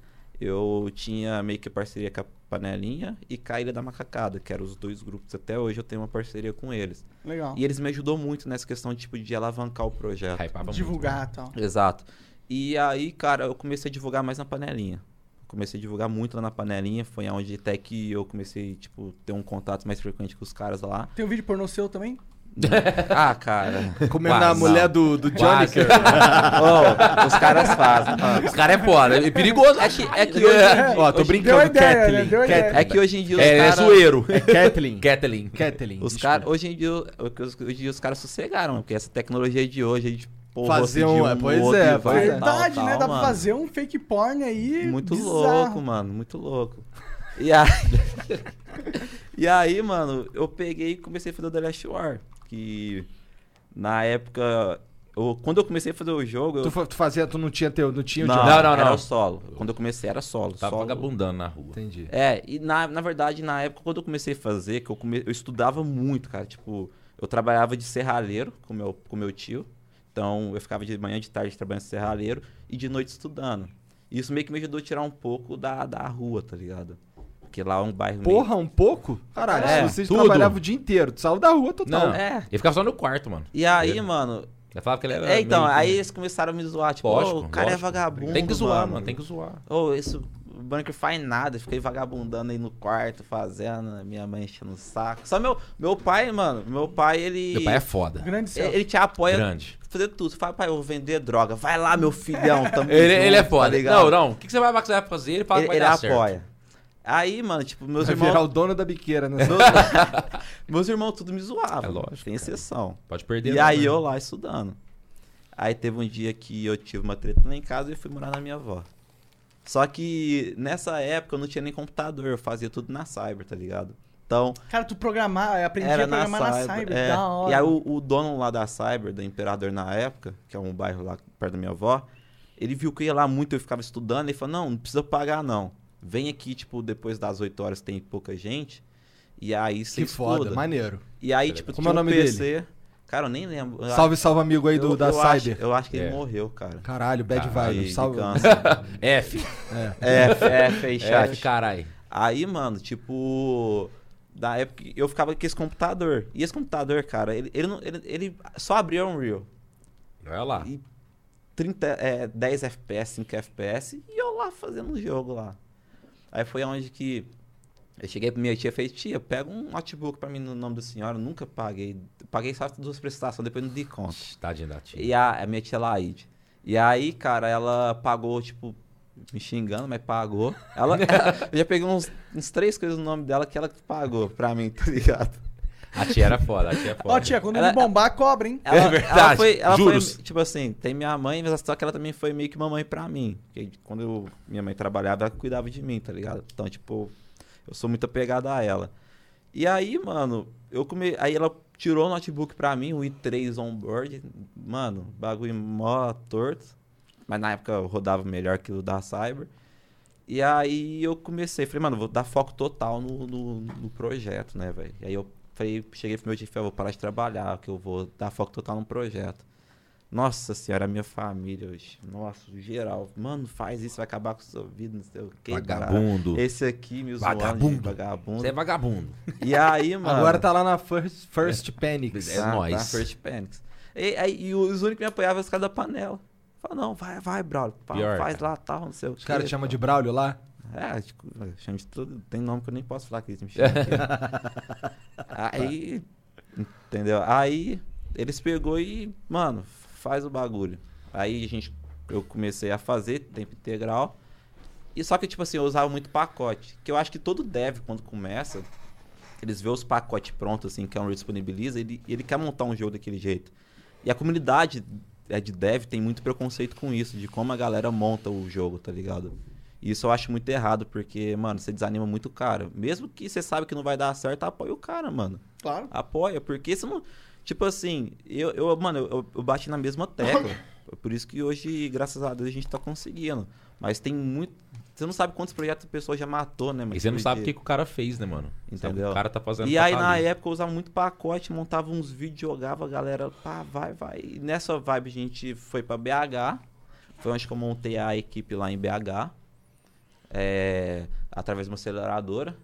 Speaker 4: eu tinha meio que parceria com a Panelinha e com a Ilha da Macacada, que eram os dois grupos. Até hoje eu tenho uma parceria com eles.
Speaker 2: Legal.
Speaker 4: E eles me ajudou muito nessa questão tipo de alavancar o projeto.
Speaker 3: Hypava muito, né?
Speaker 2: Divulgar e tal.
Speaker 4: Exato. E aí, cara, eu comecei a divulgar mais na panelinha. Comecei a divulgar muito lá na panelinha, foi onde até que eu comecei, tipo, ter um contato mais frequente com os caras lá.
Speaker 2: Tem um vídeo pornô seu também?
Speaker 4: ah, cara.
Speaker 1: Comendo
Speaker 3: Quase.
Speaker 1: a mulher do, do Johnny.
Speaker 3: Quase.
Speaker 1: cara.
Speaker 4: Ô, os caras fazem. Ah.
Speaker 3: Os caras é foda, é perigoso. É que,
Speaker 4: É que hoje, em dia- é
Speaker 1: Ó, tô
Speaker 4: hoje-
Speaker 1: brincando,
Speaker 2: Deu ideia, né?
Speaker 1: Kathleen.
Speaker 2: Deu ideia.
Speaker 1: Kathleen.
Speaker 4: é que hoje em dia os
Speaker 3: É, é
Speaker 4: caras.
Speaker 3: zoeiro.
Speaker 1: É Kathleen.
Speaker 3: Kathleen.
Speaker 1: Kathleen.
Speaker 4: Os
Speaker 1: desculpa.
Speaker 4: cara, hoje, em dia, hoje em dia os caras sossegaram, porque essa tecnologia de hoje, a gente pô,
Speaker 1: Fazer
Speaker 4: vou
Speaker 1: um-
Speaker 4: seguir
Speaker 1: é, pois
Speaker 4: outro
Speaker 1: é,
Speaker 4: e vai,
Speaker 1: pois é.
Speaker 4: tal,
Speaker 2: Verdade, né?
Speaker 4: tal,
Speaker 2: Dá
Speaker 4: mano.
Speaker 2: pra fazer um fake porn aí.
Speaker 4: Muito
Speaker 2: bizarro.
Speaker 4: louco, mano, muito louco. E aí, e aí, mano, eu peguei e comecei a fazer o The Last War, que na época, eu- quando eu comecei a fazer o jogo, eu...
Speaker 1: Tu, fa- tu fazia, tu não tinha teu, não tinha o
Speaker 4: não,
Speaker 1: Johnny.
Speaker 3: Não, não, Tá
Speaker 4: era
Speaker 3: não.
Speaker 4: solo. Quando eu comecei era solo,
Speaker 3: Tava
Speaker 4: solo.
Speaker 3: vagabundando na rua.
Speaker 1: Entendi.
Speaker 4: É, e na, na verdade, na época, quando eu comecei a fazer, que eu, come... eu estudava muito, cara. Tipo, eu trabalhava de serralheiro com meu, com meu tio. Então, eu ficava de manhã, de tarde trabalhando de serralheiro e de noite estudando. E isso meio que me ajudou a tirar um pouco da, da rua, tá ligado? Porque lá é um bairro meio-
Speaker 1: Porra, um pouco? Caralho,
Speaker 4: É,
Speaker 1: se vocês
Speaker 3: tudo.
Speaker 1: trabalhavam o dia inteiro, tu saiu da rua total.
Speaker 3: Não,
Speaker 4: É.
Speaker 3: ele ficava só no quarto, mano.
Speaker 4: E aí,
Speaker 3: Ele-
Speaker 4: mano...
Speaker 3: Eu falava que ele era.
Speaker 4: É, então,
Speaker 3: É. meio-
Speaker 4: aí eles começaram a me zoar. Tipo,
Speaker 3: Lógico,
Speaker 4: "Ô, o cara
Speaker 3: lógico.
Speaker 4: é vagabundo,
Speaker 3: Tem que zoar, mano. Tem que zoar.
Speaker 4: Ô, esse bunker faz nada, fiquei vagabundando aí no quarto, fazendo, né, minha mãe enchendo o saco. Só meu, meu pai, mano, meu pai, ele.
Speaker 3: Meu pai é foda.
Speaker 2: Grande céu.
Speaker 4: ele, ele te apoia
Speaker 3: Grande.
Speaker 4: fazer tudo. Você fala, pai, eu vou vender droga. Vai lá, meu filhão. Tamo
Speaker 3: Ele,
Speaker 4: junto,
Speaker 3: ele é
Speaker 4: tá
Speaker 3: foda.
Speaker 4: ligado?
Speaker 3: não, não. O que, que você vai, que você vai fazer? Ele fala que
Speaker 4: Ele,
Speaker 3: vai
Speaker 4: ele
Speaker 3: dar
Speaker 4: apoia.
Speaker 3: certo.
Speaker 4: Aí, mano, tipo, meus
Speaker 1: Vai
Speaker 4: irmãos.
Speaker 1: virar o dono da biqueira né? nessa.
Speaker 4: Meus irmãos tudo me zoavam.
Speaker 3: É lógico,
Speaker 4: Tem exceção.
Speaker 3: Pode perder.
Speaker 4: e
Speaker 3: não,
Speaker 4: aí
Speaker 3: né?
Speaker 4: eu lá estudando. Aí teve um dia que eu tive uma treta lá em casa e fui morar na minha avó. Só que nessa época eu não tinha nem computador, eu fazia tudo na cyber, tá ligado? Então,
Speaker 2: Cara, tu programar, aprendi a
Speaker 4: era na
Speaker 2: programar na
Speaker 4: cyber.
Speaker 2: cyber.
Speaker 4: é.
Speaker 2: Da hora.
Speaker 4: E aí o, o dono lá da cyber, da Imperador na época, que é um bairro lá perto da minha avó, ele viu que eu ia lá muito, eu ficava estudando, ele falou, não, não precisa pagar não. Vem aqui, tipo, depois das 8 horas tem pouca gente, e aí você
Speaker 1: Que foda,
Speaker 4: estuda.
Speaker 1: maneiro.
Speaker 4: E aí, tipo,
Speaker 1: Como é o
Speaker 4: tinha um
Speaker 1: nome dele?
Speaker 4: Cara, eu nem lembro. Eu
Speaker 1: Salve, salve amigo aí do,
Speaker 4: eu-
Speaker 1: da
Speaker 4: eu acho-
Speaker 1: Cyber.
Speaker 4: eu acho que
Speaker 3: É.
Speaker 4: ele morreu, cara.
Speaker 1: Caralho, bad
Speaker 4: Aí,
Speaker 1: vibe.
Speaker 4: de
Speaker 1: Salve.
Speaker 4: câncer.
Speaker 3: F.
Speaker 4: é, é, fez
Speaker 3: F,
Speaker 4: chat.
Speaker 3: carai.
Speaker 4: Aí, mano, tipo. da época que eu ficava com esse computador. E esse computador, cara, ele, ele, não- ele, ele só abria Unreal.
Speaker 3: Olha lá.
Speaker 4: E 30, é, 10 FPS, 5 FPS, e eu lá fazendo o jogo lá. Aí foi onde que eu cheguei pra minha tia e falei, tia, pega um notebook pra mim no nome da senhora, eu nunca paguei. Paguei só duas prestações, depois não dei conta.
Speaker 3: Tadinha da tia.
Speaker 4: E a, a minha tia Laide. E aí, cara, ela pagou, tipo, me xingando, mas pagou. Ela, ela- eu já peguei uns, uns três coisas no nome dela que ela que pagou pra mim, tá ligado?
Speaker 3: A tia era foda, a tia é foda.
Speaker 2: Ó, tia, quando
Speaker 4: Ela-
Speaker 2: ele bombar, cobra, hein?
Speaker 4: Ela,
Speaker 3: É verdade,
Speaker 4: Ela foi, ela foi,
Speaker 3: juros.
Speaker 4: tipo assim, tem minha mãe, mas só que ela também foi meio que mamãe pra mim. Porque quando eu- minha mãe trabalhava, ela cuidava de mim, tá ligado? Então, tipo, eu sou muito apegado a ela. E aí, mano, eu come... Aí ela tirou o notebook pra mim, o i3 onboard. Mano, bagulho mó torto. Mas na época eu rodava melhor que o da Cyber. E aí eu comecei, falei, mano, vou dar foco total no, no, no projeto, né, velho? E aí eu falei, cheguei pro meu tio, e falei, eu vou parar de trabalhar, que eu vou dar foco total no projeto. Nossa senhora, a minha família, oxe, nossa, geral, mano, faz isso, vai acabar com a sua vida, não sei o que.
Speaker 3: Vagabundo.
Speaker 4: Esse aqui, me zoando de
Speaker 3: Vagabundo.
Speaker 4: vagabundo.
Speaker 3: Você é vagabundo.
Speaker 4: E aí, mano...
Speaker 1: Agora tá lá na First, first Panics.
Speaker 3: É nóis.
Speaker 4: First Panics. E, aí, e os únicos que me apoiavam eram os caras da panela. Falei, não, vai, vai, Braulio, pá,
Speaker 3: Pior,
Speaker 4: faz
Speaker 3: cara.
Speaker 4: lá, tal, não sei o que.
Speaker 1: Os caras te chamam de Braulio lá?
Speaker 4: É, tipo, chama de tudo. Tem nome que eu nem posso falar que eles me chamam. aqui. Aí. Entendeu? Aí eles pegou e, mano, faz o bagulho. Aí a gente. Eu comecei a fazer tempo integral. E só que, tipo assim, eu usava muito pacote. Que eu acho que todo dev, quando começa, eles vê os pacotes prontos, assim, que a Unreal disponibiliza, ele, ele quer montar um jogo daquele jeito. E a comunidade é, de dev tem muito preconceito com isso, de como a galera monta o jogo, tá ligado? E isso eu acho muito errado, porque, mano, você desanima muito o cara. Mesmo que você sabe que não vai dar certo, apoia o cara, mano.
Speaker 2: Claro.
Speaker 4: Apoia, porque você não. Tipo assim, eu, eu mano, eu, eu bati na mesma tecla. Por isso que hoje, graças a Deus, a gente tá conseguindo. Mas tem muito. Você não sabe quantos projetos a pessoa já matou, né, mano?
Speaker 3: E você não sabe o
Speaker 4: Porque-
Speaker 3: que, que o cara fez, né, mano? Sabe,
Speaker 4: Entendeu?
Speaker 3: O cara tá fazendo
Speaker 4: e
Speaker 3: pra
Speaker 4: aí,
Speaker 3: tá
Speaker 4: na
Speaker 3: ali.
Speaker 4: época, eu usava muito pacote, montava uns vídeos, jogava, a galera, pá, vai, vai. E nessa vibe, a gente foi pra BH. Foi onde que eu montei a equipe lá em BH. é, através de uma aceleradora.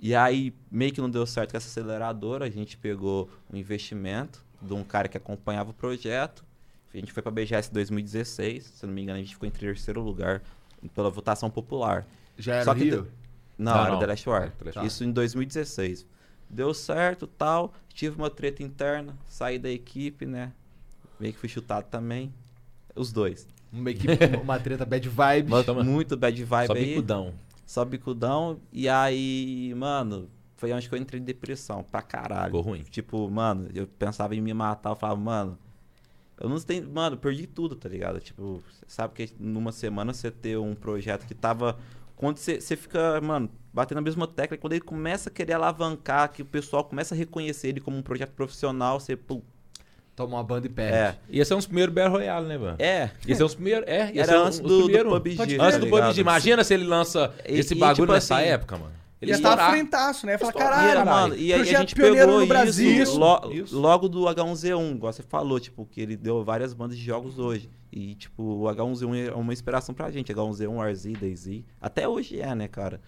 Speaker 4: E aí, meio que não deu certo com essa aceleradora. A gente pegou um investimento de um cara que acompanhava o projeto. A gente foi pra BGS 2016. Se eu não me engano, a gente ficou em terceiro lugar pela votação popular.
Speaker 1: Já era
Speaker 4: Só
Speaker 1: o
Speaker 4: que
Speaker 1: Rio?
Speaker 4: de- Não,
Speaker 3: Não,
Speaker 4: era
Speaker 3: não. É,
Speaker 4: The Last War.
Speaker 3: The Last War.
Speaker 4: Isso em 2016. Deu certo, tal. Tive uma treta interna, saí da equipe, né? Meio que fui chutado também. Os dois.
Speaker 1: Uma equipe com uma treta bad vibes.
Speaker 3: Mas- Toma.
Speaker 4: Muito bad vibe
Speaker 3: Só
Speaker 4: aí.
Speaker 3: bicudão.
Speaker 4: Só bicudão. E aí, mano, foi onde que eu entrei em depressão, pra caralho.
Speaker 3: Ficou ruim.
Speaker 4: Tipo, mano, eu pensava em me matar, eu falava, mano, eu não tenho. Mano, eu perdi tudo, tá ligado? Tipo, cê sabe que numa semana você ter um projeto que tava. Quando você você fica, mano, batendo a mesma tecla, quando ele começa a querer alavancar, que o pessoal começa a reconhecer ele como um projeto profissional, você. pum,
Speaker 1: Toma uma banda e
Speaker 4: É.
Speaker 1: perde.
Speaker 3: Ia ser uns um primeiros Battle Royale, né, mano?
Speaker 4: É.
Speaker 3: Ia ser uns primeiros. É, ia ser
Speaker 4: Era
Speaker 3: um-
Speaker 4: antes
Speaker 3: os
Speaker 4: do, do
Speaker 3: primeiros.
Speaker 4: PUBG.
Speaker 3: Antes do
Speaker 4: tá
Speaker 3: PUBG.
Speaker 4: ligado?
Speaker 3: Imagina se ele lança
Speaker 4: E-
Speaker 3: esse
Speaker 4: e,
Speaker 3: bagulho
Speaker 4: tipo
Speaker 3: nessa
Speaker 4: assim,
Speaker 3: época, mano.
Speaker 2: Ele
Speaker 3: Ele ia
Speaker 2: já tava
Speaker 3: estourar.
Speaker 2: frentaço, né? Fala,
Speaker 3: Estourar.
Speaker 4: E,
Speaker 2: caralho,
Speaker 4: mano, e aí a
Speaker 2: projeto
Speaker 4: gente
Speaker 2: pioneiro
Speaker 4: pegou
Speaker 2: no
Speaker 4: isso,
Speaker 2: Brasil.
Speaker 4: lo-
Speaker 3: Isso.
Speaker 4: logo do H1Z1, igual você falou, tipo, que ele deu várias bandas de jogos
Speaker 3: Uhum.
Speaker 4: hoje. E, tipo, o H1Z1 é uma inspiração pra gente. H1Z1, RZ, DayZ. Até hoje é, né, cara?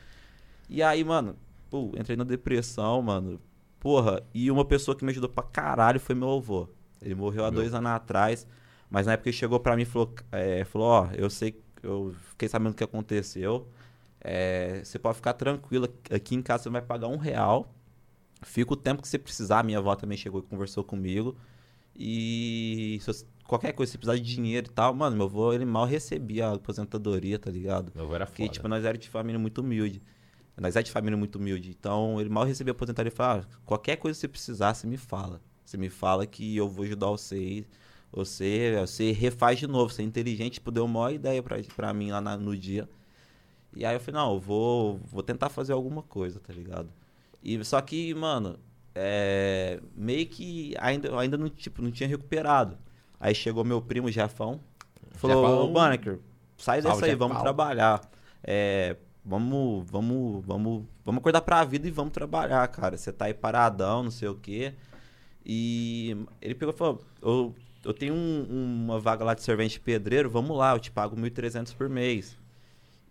Speaker 4: E aí, mano, pô, entrei na depressão, mano. Porra, e uma pessoa que me ajudou pra caralho foi meu avô. Ele morreu há
Speaker 3: Meu.
Speaker 4: dois anos atrás, mas na época ele chegou pra mim e falou, é, falou, ó, eu sei, eu fiquei sabendo o que aconteceu. É, você pode ficar tranquilo, aqui em casa você vai pagar um real. Fica o tempo que você precisar. Minha avó também chegou e conversou comigo. E se você- qualquer coisa, se precisar de dinheiro e tal, mano, meu avô, ele mal recebia a aposentadoria, tá ligado?
Speaker 3: Meu avô era
Speaker 4: Porque,
Speaker 3: foda.
Speaker 4: tipo, nós era de família muito humilde. Nós é de família muito humilde. Então, ele mal recebia a aposentadoria e falava, "Ah, qualquer coisa que você precisar, você me fala. Você me fala que eu vou ajudar vocês. Você, você refaz de novo, você é inteligente, tipo, deu uma ideia pra, pra mim lá na- no dia. E aí eu falei, não, eu vou, vou tentar fazer alguma coisa, tá ligado? E, só que, mano, é, meio que ainda, eu ainda não, tipo, não tinha recuperado. Aí chegou meu primo, Jafão, falou,
Speaker 3: Jafão.
Speaker 4: ô, Banneker, sai
Speaker 3: Salve,
Speaker 4: dessa aí, vamos
Speaker 3: Jafão."
Speaker 4: trabalhar. É, vamos, vamos, vamos, vamos acordar pra vida e vamos trabalhar, cara. Você tá aí paradão, não sei o quê. E ele pegou e falou, eu, eu tenho um- uma vaga lá de servente pedreiro, vamos lá, eu te pago 1.300 por mês.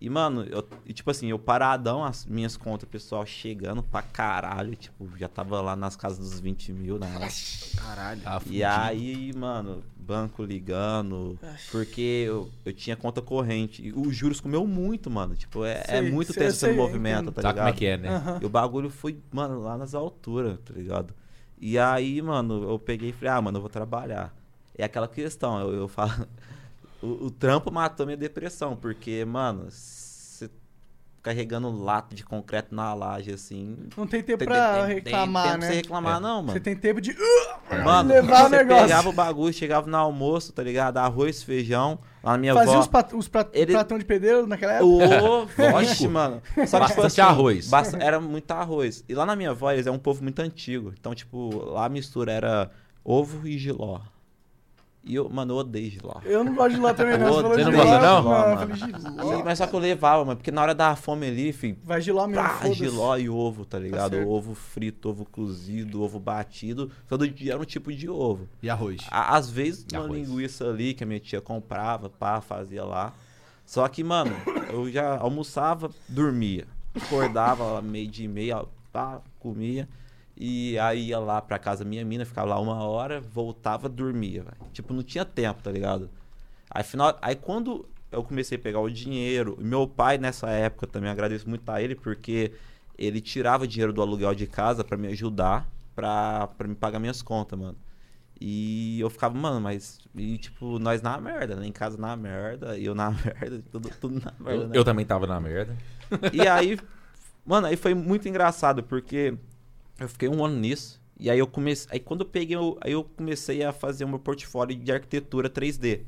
Speaker 4: E, mano, eu, e, tipo assim, eu paradão, as minhas contas, o pessoal chegando pra caralho. Tipo, já tava lá nas casas dos 20 mil né? na época.
Speaker 1: Caralho.
Speaker 3: Tá
Speaker 4: né, E
Speaker 3: fudido.
Speaker 4: aí, mano, banco ligando, porque eu, eu tinha conta corrente. E os juros comeu muito, mano. Tipo, é, é
Speaker 2: Sei,
Speaker 4: muito
Speaker 2: sei,
Speaker 4: tenso
Speaker 2: sei,
Speaker 4: esse movimento,
Speaker 2: entendo.
Speaker 4: tá
Speaker 3: Sabe
Speaker 4: ligado?
Speaker 3: como é que é, né?
Speaker 2: Aham.
Speaker 4: E o bagulho foi, mano, lá nas alturas, tá ligado? E aí, mano, eu peguei e falei, ah, mano, eu vou trabalhar. É aquela questão, eu, eu falo. O, o trampo matou minha depressão, porque, mano, você carregando lata de concreto na laje, assim.
Speaker 2: Não tem tempo
Speaker 4: tem-
Speaker 2: pra
Speaker 4: tem- tem
Speaker 2: reclamar,
Speaker 4: tempo pra você
Speaker 2: né?
Speaker 4: reclamar,
Speaker 3: É.
Speaker 4: não, mano.
Speaker 2: Você tem tempo de. uh,
Speaker 4: Mano,
Speaker 2: Levar o
Speaker 4: você
Speaker 2: negócio.
Speaker 4: pegava o bagulho, chegava no almoço, tá ligado? Arroz, feijão, lá na minha
Speaker 2: Fazia
Speaker 4: avó.
Speaker 2: os, pat... os prat-
Speaker 4: Ele-
Speaker 2: pratão de pedreiro naquela época.
Speaker 4: Ô,
Speaker 3: Lógico.
Speaker 4: vixe, mano. Só que, tipo
Speaker 3: Bastante
Speaker 4: assim,
Speaker 3: arroz.
Speaker 4: basta- Era muito arroz. E lá na minha avó, eles é um povo muito antigo. Então, tipo, lá a mistura era ovo e giló. E eu, mano, eu odeio giló.
Speaker 2: Eu não gosto de lá também, não.
Speaker 4: Ô,
Speaker 2: falou
Speaker 4: você
Speaker 2: de
Speaker 3: não gosta,
Speaker 2: lá,
Speaker 3: não?
Speaker 2: Eu
Speaker 4: Mano.
Speaker 2: falei,
Speaker 4: E-
Speaker 2: "Giló".
Speaker 4: mas só que eu levava, mano, porque na hora da fome ali, filho,
Speaker 2: Vai de lá mesmo.
Speaker 4: Pá,
Speaker 2: foda-se.
Speaker 4: giló e ovo, tá ligado?
Speaker 2: certo.
Speaker 4: ovo frito, ovo cozido, ovo batido. Todo dia era um tipo de ovo.
Speaker 1: E arroz.
Speaker 4: À- Às vezes uma
Speaker 3: Arroz.
Speaker 4: linguiça ali que a minha tia comprava, pá, fazia lá. Só que, mano, eu já almoçava, dormia. Acordava meio dia e meia, pá, comia. E aí ia lá pra casa da minha mina, ficava lá uma hora, voltava, dormia, velho. Tipo, não tinha tempo, tá ligado? Aí, final, aí quando eu comecei a pegar o dinheiro, meu pai nessa época também agradeço muito a ele, porque ele tirava dinheiro do aluguel de casa pra me ajudar, pra, pra me pagar minhas contas, mano. E eu ficava, mano, mas. E tipo, nós na merda, né? Em casa na merda, eu na merda, tudo, tudo na merda.
Speaker 3: Eu,
Speaker 4: né?
Speaker 3: eu também tava na merda.
Speaker 4: E aí, mano, aí foi muito engraçado, porque eu fiquei um ano nisso. E aí eu comecei. Aí quando eu peguei, o- aí eu comecei a fazer o meu portfólio de arquitetura 3D.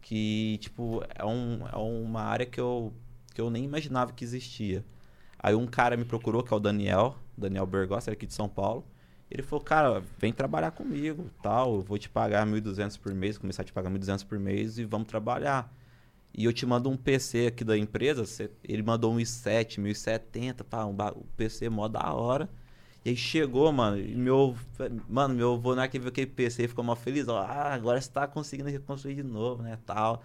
Speaker 4: Que, tipo, é, um, é uma área que eu, que eu nem imaginava que existia. Aí um cara me procurou, que é o Daniel, Daniel Bergossi, ele é aqui de São Paulo. Ele falou, cara, vem trabalhar comigo, tal, eu vou te pagar 1.200 por mês, começar a te pagar 1.200 por mês e vamos trabalhar. E eu te mando um PC aqui da empresa, cê- ele mandou um i7, 1070, pá, um ba- um PC mó da hora. E aí chegou, mano, e meu, mano, meu avô na hora que viu aquele PC e ficou mó feliz, ó, ah, agora você tá conseguindo reconstruir de novo, né, tal.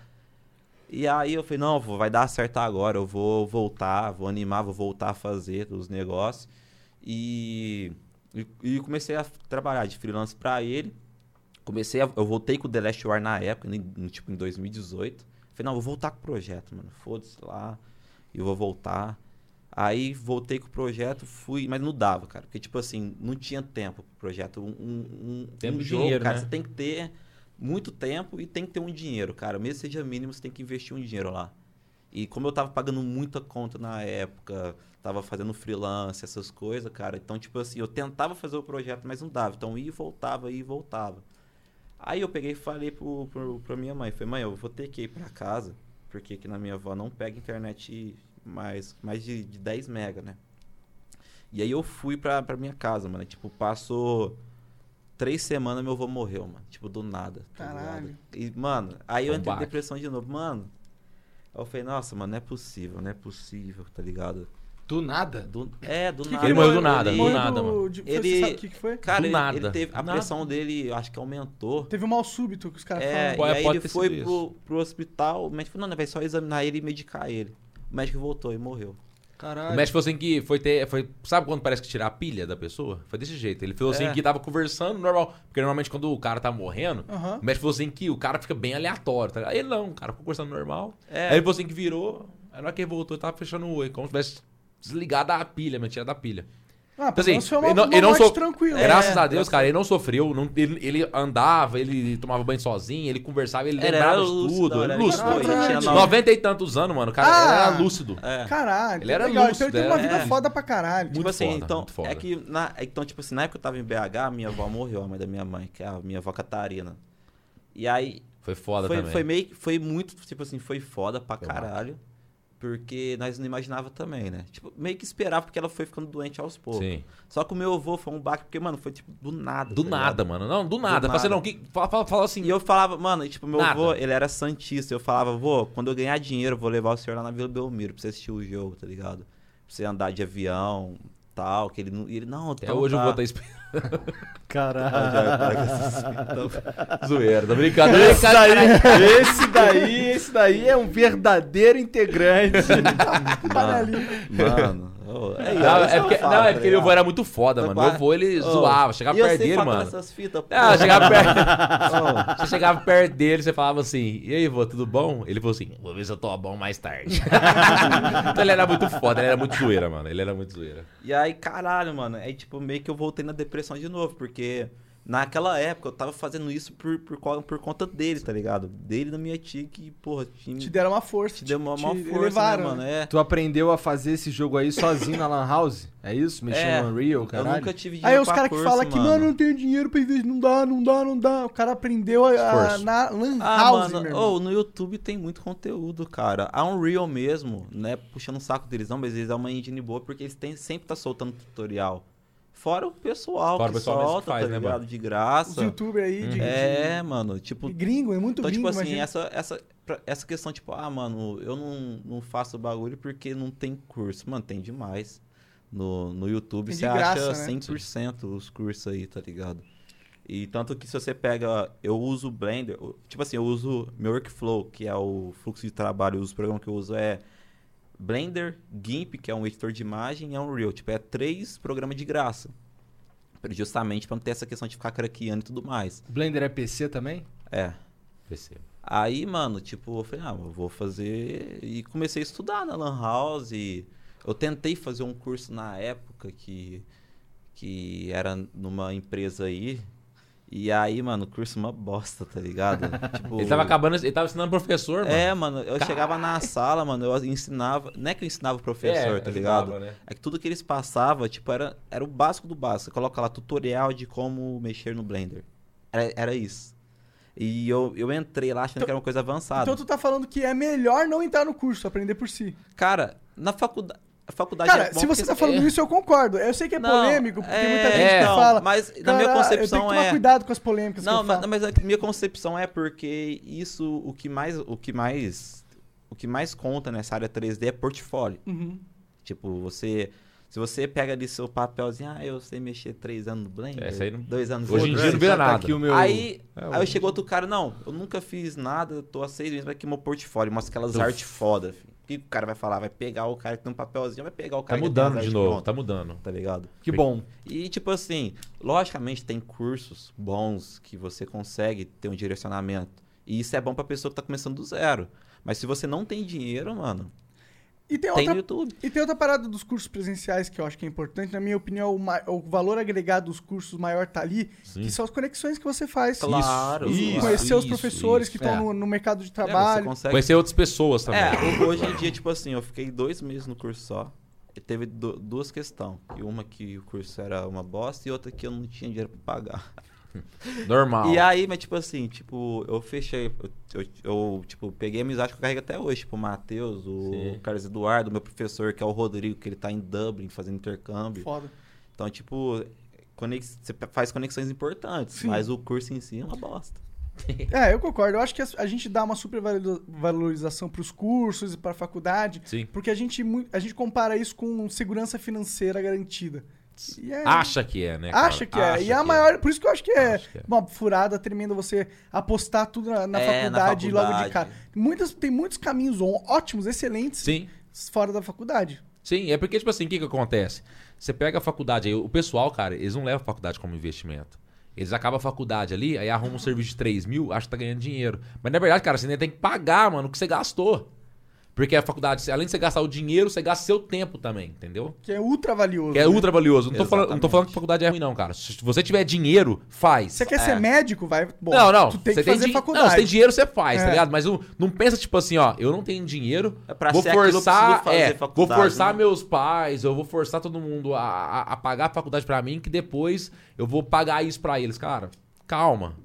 Speaker 4: E aí eu falei, não, vô, vai dar certo agora, eu vou voltar, vou animar, vou voltar a fazer os negócios. E, e, e comecei a trabalhar de freelance pra ele. Comecei a- eu voltei com o The Last War na época, em- em, tipo em 2018. Falei, não, vou voltar com o projeto, mano. Foda-se lá. Eu vou voltar. Aí voltei com o projeto, fui, mas não dava, cara. Porque, tipo assim, não tinha tempo pro projeto. Um, um, um-
Speaker 3: Tempo
Speaker 4: um
Speaker 3: e
Speaker 4: jogo,
Speaker 3: dinheiro,
Speaker 4: cara,
Speaker 3: né?
Speaker 4: você tem que ter muito tempo e tem que ter um dinheiro, cara. Mesmo que seja mínimo, você tem que investir um dinheiro lá. E como eu tava pagando muita conta na época, tava fazendo freelance, essas coisas, cara. Então, tipo assim, eu tentava fazer o projeto, mas não dava. Então, ia e voltava, ia e voltava. Aí eu peguei e falei pro, pro, pra minha mãe. Falei, mãe, eu vou ter que ir pra casa, porque aqui na minha avó não pega internet mais, mais de, de 10 mega, né? E aí eu fui pra, pra minha casa, mano. Tipo, passou três semanas meu avô morreu, mano. Tipo, do nada. tá ligado?
Speaker 2: Caralho.
Speaker 4: E, mano, aí eu
Speaker 3: Um
Speaker 4: entrei em
Speaker 3: baque.
Speaker 4: depressão de novo. Mano, Aí eu falei, nossa, mano, não é possível, não é possível, tá ligado?
Speaker 1: Do nada?
Speaker 4: Do- é, do
Speaker 2: Que que
Speaker 4: nada.
Speaker 3: Ele morreu do nada,
Speaker 4: Ele-
Speaker 3: do
Speaker 2: Morreu
Speaker 3: nada, mano.
Speaker 2: de- Você
Speaker 4: Ele-
Speaker 2: sabe o que, que foi?
Speaker 4: Cara,
Speaker 3: Do
Speaker 4: ele,
Speaker 3: nada.
Speaker 4: ele teve, a
Speaker 3: Nada.
Speaker 4: pressão dele, eu acho que aumentou.
Speaker 2: Teve um mal súbito que os caras
Speaker 4: É,
Speaker 2: falaram.
Speaker 4: e
Speaker 3: Pode-
Speaker 4: aí
Speaker 3: pode
Speaker 4: ele
Speaker 3: ter
Speaker 4: foi
Speaker 3: sido
Speaker 4: pro, pro hospital, o médico falou, não, não, vai só examinar ele e medicar ele. O médico voltou e morreu.
Speaker 1: Caralho.
Speaker 3: O médico falou assim que foi ter. Foi, sabe quando parece que tirar a pilha da pessoa? Foi desse jeito. Ele falou assim
Speaker 4: É.
Speaker 3: que tava conversando normal. Porque normalmente quando o cara tá morrendo,
Speaker 2: Aham.
Speaker 3: o médico falou assim que o cara fica bem aleatório. Tá? ligado? Ele não, o cara ficou conversando normal.
Speaker 4: É.
Speaker 3: Aí ele falou assim que virou. Aí na hora que ele voltou, ele tava fechando o olho, como se tivesse desligado a pilha, mas tirado da pilha.
Speaker 4: Então,
Speaker 2: Ah,
Speaker 3: Tipo
Speaker 2: pelo menos
Speaker 3: assim,
Speaker 2: foi uma,
Speaker 3: ele não,
Speaker 2: uma
Speaker 3: ele não
Speaker 2: morte
Speaker 3: so-
Speaker 2: tranquila.
Speaker 3: Graças
Speaker 4: É.
Speaker 3: a Deus, cara, ele não sofreu. não- ele, ele andava, ele tomava banho sozinho, ele conversava, ele
Speaker 4: Era-
Speaker 3: lembrava
Speaker 4: era
Speaker 3: de
Speaker 4: lúcido,
Speaker 3: tudo.
Speaker 4: era
Speaker 3: Ele lúcido.
Speaker 2: lúcido,
Speaker 3: ele tinha
Speaker 2: tinha
Speaker 3: noventa e tantos anos, mano. O cara
Speaker 2: Ah.
Speaker 3: era lúcido.
Speaker 4: É.
Speaker 2: Caralho.
Speaker 3: Ele era
Speaker 2: legal.
Speaker 3: lúcido,
Speaker 2: Então ele teve uma
Speaker 4: é.
Speaker 2: vida foda pra caralho.
Speaker 3: Muito
Speaker 4: tipo assim,
Speaker 3: foda,
Speaker 4: então,
Speaker 3: muito foda.
Speaker 4: é que na, então, tipo assim, na época que eu tava em BH, minha avó morreu, a mãe da minha mãe, que é a minha avó Catarina. E aí,
Speaker 3: Foi foda
Speaker 4: foi,
Speaker 3: também.
Speaker 4: foi meio que- foi muito, tipo assim, foi foda pra
Speaker 3: Foi
Speaker 4: caralho. Porque nós não imaginava também, né? Tipo, meio que esperava porque ela foi ficando doente aos poucos.
Speaker 3: Sim.
Speaker 4: Só que o meu avô foi um baque, porque, mano, foi tipo do nada.
Speaker 3: Do
Speaker 4: tá ligado?
Speaker 3: nada, mano. Não, do nada.
Speaker 4: nada.
Speaker 3: Fala assim, não, que, fala, fala, fala assim.
Speaker 4: E eu falava, mano, e, tipo, meu
Speaker 3: Nada.
Speaker 4: avô, ele era santista. Eu falava, vô, quando eu ganhar dinheiro, eu vou levar o senhor lá na Vila Belmiro pra você assistir o jogo, tá ligado? Pra você andar de avião, tal, que ele não. e ele, não, então tá." Ah,
Speaker 3: Até hoje eu vou estar esperando.
Speaker 4: esperando.
Speaker 3: Zoeira, tá brincando.
Speaker 5: Esse
Speaker 4: é
Speaker 5: daí, esse daí, esse daí é um verdadeiro integrante. Ah.
Speaker 2: Panelinha.
Speaker 4: Mano, ô, é isso,
Speaker 3: Não,
Speaker 4: isso
Speaker 3: é
Speaker 4: eu
Speaker 3: porque,
Speaker 4: falo,
Speaker 3: não, é
Speaker 4: tá
Speaker 3: porque meu
Speaker 4: ligado?
Speaker 3: vô era muito foda, mano. Meu vô, ele
Speaker 4: Ô,
Speaker 3: zoava, chegava
Speaker 4: e eu
Speaker 3: perto
Speaker 4: sei
Speaker 3: dele,
Speaker 4: falar
Speaker 3: mano.
Speaker 4: Essas fitas, pô.
Speaker 3: Ah, chegava perto.
Speaker 4: Ô,
Speaker 3: Você chegava perto dele, você falava assim, e aí, vô, tudo bom? Ele falou assim, vou ver se eu tô bom mais tarde. então ele era muito foda, ele era muito zoeira, mano. Ele era muito zoeira.
Speaker 4: E aí, caralho, mano, aí tipo, meio que eu voltei na depressão de novo, porque naquela época eu tava fazendo isso por, por, co- por conta dele, tá ligado? Dele e da minha tia que, porra, tinha,
Speaker 2: Te deram uma força.
Speaker 4: te deu uma, uma
Speaker 2: te
Speaker 4: força,
Speaker 2: elevaram,
Speaker 4: né, mano? É,
Speaker 1: Tu aprendeu a fazer esse jogo aí sozinho na Lan House? É isso? Mexendo
Speaker 4: É,
Speaker 1: no Unreal,
Speaker 4: eu
Speaker 1: caralho?
Speaker 4: nunca tive dinheiro
Speaker 2: Aí os
Speaker 4: pra
Speaker 2: caras que
Speaker 4: curso,
Speaker 2: falam que, mano, não tenho dinheiro pra investir, não dá, não dá, não dá. O cara aprendeu a, a-
Speaker 3: Esforço.
Speaker 2: na Lan
Speaker 4: Ah,
Speaker 2: House, meu
Speaker 4: mano,
Speaker 2: irmão.
Speaker 4: ou no YouTube tem muito conteúdo, cara. A Unreal mesmo, né? Puxando o saco deles, não, mas eles é uma engine boa porque eles têm, sempre tá soltando tutorial. Fora o pessoal
Speaker 3: Fora o
Speaker 4: que
Speaker 3: pessoal mesmo que
Speaker 4: solta,
Speaker 3: faz,
Speaker 4: tá
Speaker 3: né,
Speaker 4: ligado?
Speaker 3: mano?
Speaker 4: De
Speaker 2: Os
Speaker 4: graça.
Speaker 2: youtubers aí de,
Speaker 4: É, mano, tipo,
Speaker 2: de- de gringo, é muito
Speaker 4: Então,
Speaker 2: gringo,
Speaker 4: tipo assim,
Speaker 2: imagina.
Speaker 4: essa, essa, pra- essa questão, tipo, ah, mano, eu não, não faço bagulho porque não tem curso. Mano, tem demais. No, no YouTube
Speaker 2: Tem de
Speaker 4: você
Speaker 2: graça,
Speaker 4: acha
Speaker 2: né?
Speaker 4: 100% os cursos aí, tá ligado? E tanto que se você pega, eu uso o Blender, eu- tipo assim, eu uso meu workflow, que é o fluxo de trabalho, os programas que eu uso é Blender, GIMP, que é um editor de imagem, e Unreal. Tipo, é três programas de graça. Justamente pra não ter essa questão de ficar craqueando e tudo mais.
Speaker 1: Blender é PC também?
Speaker 4: É.
Speaker 3: PC.
Speaker 4: Aí, mano, tipo, eu falei, ah, eu vou fazer. E comecei a estudar na Lan House. e eu tentei fazer um curso na época que, que era numa empresa aí. E aí, mano, o curso uma bosta, tá ligado? tipo,
Speaker 3: Ele tava acabando, ele tava ensinando professor, mano.
Speaker 4: É, mano, eu chegava na sala, mano, eu ensinava. Não é que eu ensinava o professor, tá ligado?
Speaker 3: ajudava, né?
Speaker 4: É que tudo que eles passavam, tipo, era, era o básico do básico. Você coloca lá tutorial de como mexer no Blender. Era, era isso. E eu, eu entrei lá achando que era uma coisa avançada.
Speaker 2: Então tu tá falando que é melhor não entrar no curso, aprender por si.
Speaker 4: Cara, na faculdade. A faculdade
Speaker 2: Cara,
Speaker 4: é bom
Speaker 2: se você
Speaker 4: porque-
Speaker 2: tá falando isso, eu concordo. Eu sei que é
Speaker 4: Não,
Speaker 2: polêmico, porque
Speaker 4: é,
Speaker 2: muita gente
Speaker 3: é,
Speaker 2: que
Speaker 4: então,
Speaker 2: fala.
Speaker 4: Mas na minha
Speaker 2: "Cara, eu tenho
Speaker 4: concepção
Speaker 2: que tomar
Speaker 4: é.
Speaker 2: cuidado com as polêmicas que
Speaker 4: Não,
Speaker 2: eu
Speaker 4: mas,
Speaker 2: falo.
Speaker 4: mas a minha concepção é porque isso, o que mais. O que mais. O que mais conta nessa área 3D é portfólio.
Speaker 2: Uhum.
Speaker 4: Tipo, você. Se você pega ali seu papelzinho, ah, eu sei mexer três anos no Blender,
Speaker 3: É, isso aí não-
Speaker 4: dois anos no
Speaker 3: Hoje em
Speaker 4: Blender",
Speaker 3: dia não vira
Speaker 1: Tá
Speaker 3: nada.
Speaker 1: aqui o meu-
Speaker 4: Aí,
Speaker 1: É,
Speaker 4: aí chegou outro cara, não, eu nunca fiz nada, eu tô há seis meses, mas aqui meu portfólio, mostra aquelas
Speaker 3: Uf.
Speaker 4: artes foda. filho. O que o cara vai falar? Vai pegar o cara que tem um papelzinho, vai pegar o
Speaker 3: Tá
Speaker 4: cara que tem
Speaker 3: mudando
Speaker 4: as
Speaker 3: de
Speaker 4: artes
Speaker 3: novo,
Speaker 4: prontas,
Speaker 3: tá mudando.
Speaker 4: tá ligado?
Speaker 1: Que bom.
Speaker 4: E tipo assim, logicamente tem cursos bons que você consegue ter um direcionamento. E isso é bom pra pessoa que tá começando do zero. Mas se você não tem dinheiro, mano,
Speaker 2: E tem
Speaker 4: tem no
Speaker 2: É outra
Speaker 4: YouTube.
Speaker 2: E tem outra parada dos cursos presenciais que eu acho que é importante. Na minha opinião, o, ma- o valor agregado dos cursos maior tá ali,
Speaker 3: Sim.
Speaker 2: que são as conexões que você faz.
Speaker 4: Claro,
Speaker 2: Isso,
Speaker 4: claro.
Speaker 2: conhecer os
Speaker 4: Isso,
Speaker 2: professores
Speaker 4: isso.
Speaker 2: que estão
Speaker 1: É.
Speaker 2: no, no mercado de
Speaker 4: É, você
Speaker 2: trabalho.
Speaker 4: consegue
Speaker 3: Conhecer outras pessoas também.
Speaker 4: É, ho- hoje em dia, tipo assim, eu fiquei dois meses no curso só. E teve du- duas questões. E uma que o curso era uma bosta e outra que eu não tinha dinheiro pra pagar.
Speaker 3: Normal.
Speaker 4: E aí, mas tipo assim, tipo, eu fechei. Eu, eu- eu, tipo, peguei a amizade que eu carrego até hoje. Tipo, o Matheus, o
Speaker 3: Sim.
Speaker 4: Carlos Eduardo, meu professor, que é o Rodrigo, que ele tá em Dublin fazendo intercâmbio.
Speaker 2: Foda.
Speaker 4: Então, tipo, conex- você faz conexões importantes,
Speaker 2: Sim.
Speaker 4: mas o curso em si é uma bosta.
Speaker 2: É, eu concordo. Eu acho que a, a gente dá uma supervalorização para os cursos e para a faculdade,
Speaker 3: Sim.
Speaker 2: porque a gente, mu- a gente compara isso com segurança financeira garantida. E é-
Speaker 3: Acha que é, né? cara?
Speaker 2: Acha que é. E é a
Speaker 3: que
Speaker 2: maior. Por isso que eu acho que é
Speaker 3: Acho que é.
Speaker 2: uma furada tremenda você apostar tudo na, na
Speaker 4: É, na
Speaker 2: faculdade e logo de
Speaker 4: faculdade.
Speaker 2: cara. Muitas, tem muitos caminhos ó- ótimos, excelentes,
Speaker 3: Sim.
Speaker 2: fora da faculdade.
Speaker 3: Sim, é porque, tipo assim, o que, que acontece? Você pega a faculdade, aí o pessoal, cara, eles não levam a faculdade como investimento. Eles acabam a faculdade ali, aí arrumam um serviço de 3 mil, acha que tá ganhando dinheiro. Mas na verdade, cara, você ainda tem que pagar, mano, o que você gastou. Porque a faculdade, além de você gastar o dinheiro, você gasta seu tempo também, entendeu?
Speaker 2: Que é ultra valioso.
Speaker 3: Que é
Speaker 2: né?
Speaker 3: ultra valioso. Não tô, falando, não tô
Speaker 4: Exatamente.
Speaker 3: falando que a faculdade é ruim, não, cara. Se você tiver dinheiro, faz.
Speaker 2: Você quer ser médico? Vai. Bom,
Speaker 3: É. não, não.
Speaker 2: Tu tem
Speaker 3: você
Speaker 2: que fazer
Speaker 3: din-
Speaker 2: faculdade.
Speaker 3: Não, você tem dinheiro, você faz,
Speaker 2: É.
Speaker 3: tá ligado? Mas não, não pensa, tipo assim, ó, eu não tenho dinheiro,
Speaker 4: É pra
Speaker 3: vou
Speaker 4: ser aquilo, eu
Speaker 3: forçar,
Speaker 4: preciso fazer
Speaker 3: é, vou
Speaker 4: faculdade,
Speaker 3: forçar
Speaker 4: né?
Speaker 3: meus pais, eu vou forçar todo mundo a, a- a pagar a faculdade pra mim, que depois eu vou pagar isso pra eles. Cara, calma.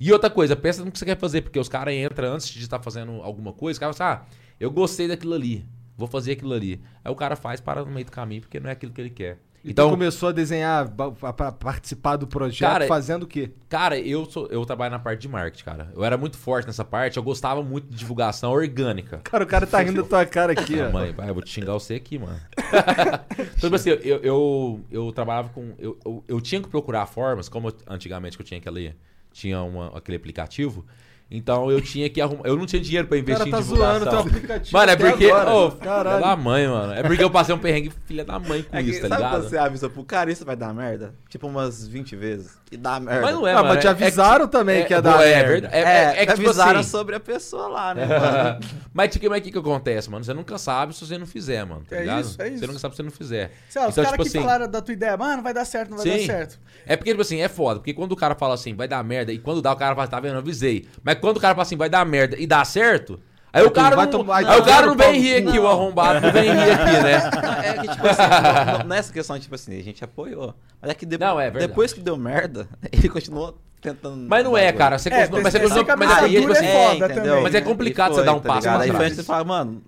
Speaker 3: E outra coisa, pensa no que você quer fazer, porque os caras entram antes de estar fazendo alguma coisa, os caras falam assim, ah, eu gostei daquilo ali, vou fazer aquilo ali. Aí o cara faz, para no meio do caminho, porque não é aquilo que ele quer.
Speaker 1: E
Speaker 3: Então-
Speaker 1: tu começou a desenhar, ba- a, a participar do projeto,
Speaker 3: Cara,
Speaker 1: fazendo o quê?
Speaker 3: Cara, eu, sou, eu trabalho na parte de marketing, cara. Eu era muito forte nessa parte, eu gostava muito de divulgação orgânica.
Speaker 1: Cara, o cara tá rindo da tua cara tá aqui,
Speaker 3: Ah,
Speaker 1: ó.
Speaker 3: mãe, vai, eu vou te xingar você aqui, mano. então, tipo assim, eu, eu, eu trabalhava com. Eu, eu, eu tinha que procurar formas, como eu- antigamente que eu tinha aquele, tinha uma- aquele aplicativo. Então eu tinha que arrumar. Eu não tinha dinheiro pra
Speaker 1: O cara
Speaker 3: investir
Speaker 1: tá
Speaker 3: em divulgação.
Speaker 1: zoando teu aplicativo.
Speaker 3: Mano, é
Speaker 1: até
Speaker 3: porque.
Speaker 1: agora.
Speaker 3: Ô, filha
Speaker 1: Caralho.
Speaker 3: da mãe, mano. É porque eu passei um perrengue filha da mãe com
Speaker 4: É que,
Speaker 3: isso, tá
Speaker 4: sabe quando
Speaker 3: ligado?
Speaker 4: você avisa pro cara, isso vai dar merda? Tipo umas 20 vezes. E dá merda.
Speaker 3: Mas não é,
Speaker 1: ah,
Speaker 3: mano.
Speaker 1: mas te
Speaker 3: é- é que-
Speaker 1: avisaram também que ia dar.
Speaker 3: É,
Speaker 1: merda.
Speaker 3: verdade. É, é,
Speaker 4: É,
Speaker 3: é que tipo
Speaker 4: avisaram
Speaker 3: assim, É.
Speaker 4: sobre a pessoa lá, né? mano?
Speaker 3: mas o que, mas que que acontece, mano? Você nunca sabe se você não fizer, mano, tá
Speaker 2: É
Speaker 3: ligado?
Speaker 2: isso, é isso.
Speaker 3: Você nunca sabe se você não fizer.
Speaker 2: Sei lá, os
Speaker 3: Então,
Speaker 2: caras
Speaker 3: tipo
Speaker 2: que
Speaker 3: assim-
Speaker 2: falaram da tua ideia, mano, não vai dar certo, não vai
Speaker 3: Sim.
Speaker 2: dar certo.
Speaker 3: É porque, tipo assim, é foda. Porque quando o cara fala assim, vai dar merda, e quando dá, o cara fala, tá vendo, eu avisei. Mas quando o cara fala assim, vai dar merda e dá certo, aí o
Speaker 1: tu
Speaker 3: cara
Speaker 1: vai
Speaker 3: não,
Speaker 1: tomar-
Speaker 3: aí o cara
Speaker 1: vai
Speaker 3: não
Speaker 1: tomar
Speaker 3: vem
Speaker 1: no
Speaker 3: rir
Speaker 1: cu.
Speaker 3: aqui, o arrombado não vem rir aqui, né?
Speaker 4: É que, tipo assim, não- não é essa questão, tipo assim, a gente apoiou. Mas é que de-
Speaker 3: Não, é verdade.
Speaker 4: depois que deu merda, ele continuou tentando.
Speaker 3: Mas não é, cara. Você
Speaker 2: É,
Speaker 3: continua, mas você
Speaker 2: é,
Speaker 3: continua,
Speaker 2: ser
Speaker 3: mas aí,
Speaker 2: cabeça
Speaker 3: tipo assim,
Speaker 2: dura é foda também.
Speaker 3: Mas é complicado você dar um passo pra
Speaker 4: tá Aí
Speaker 3: trás.
Speaker 4: você fala, mano,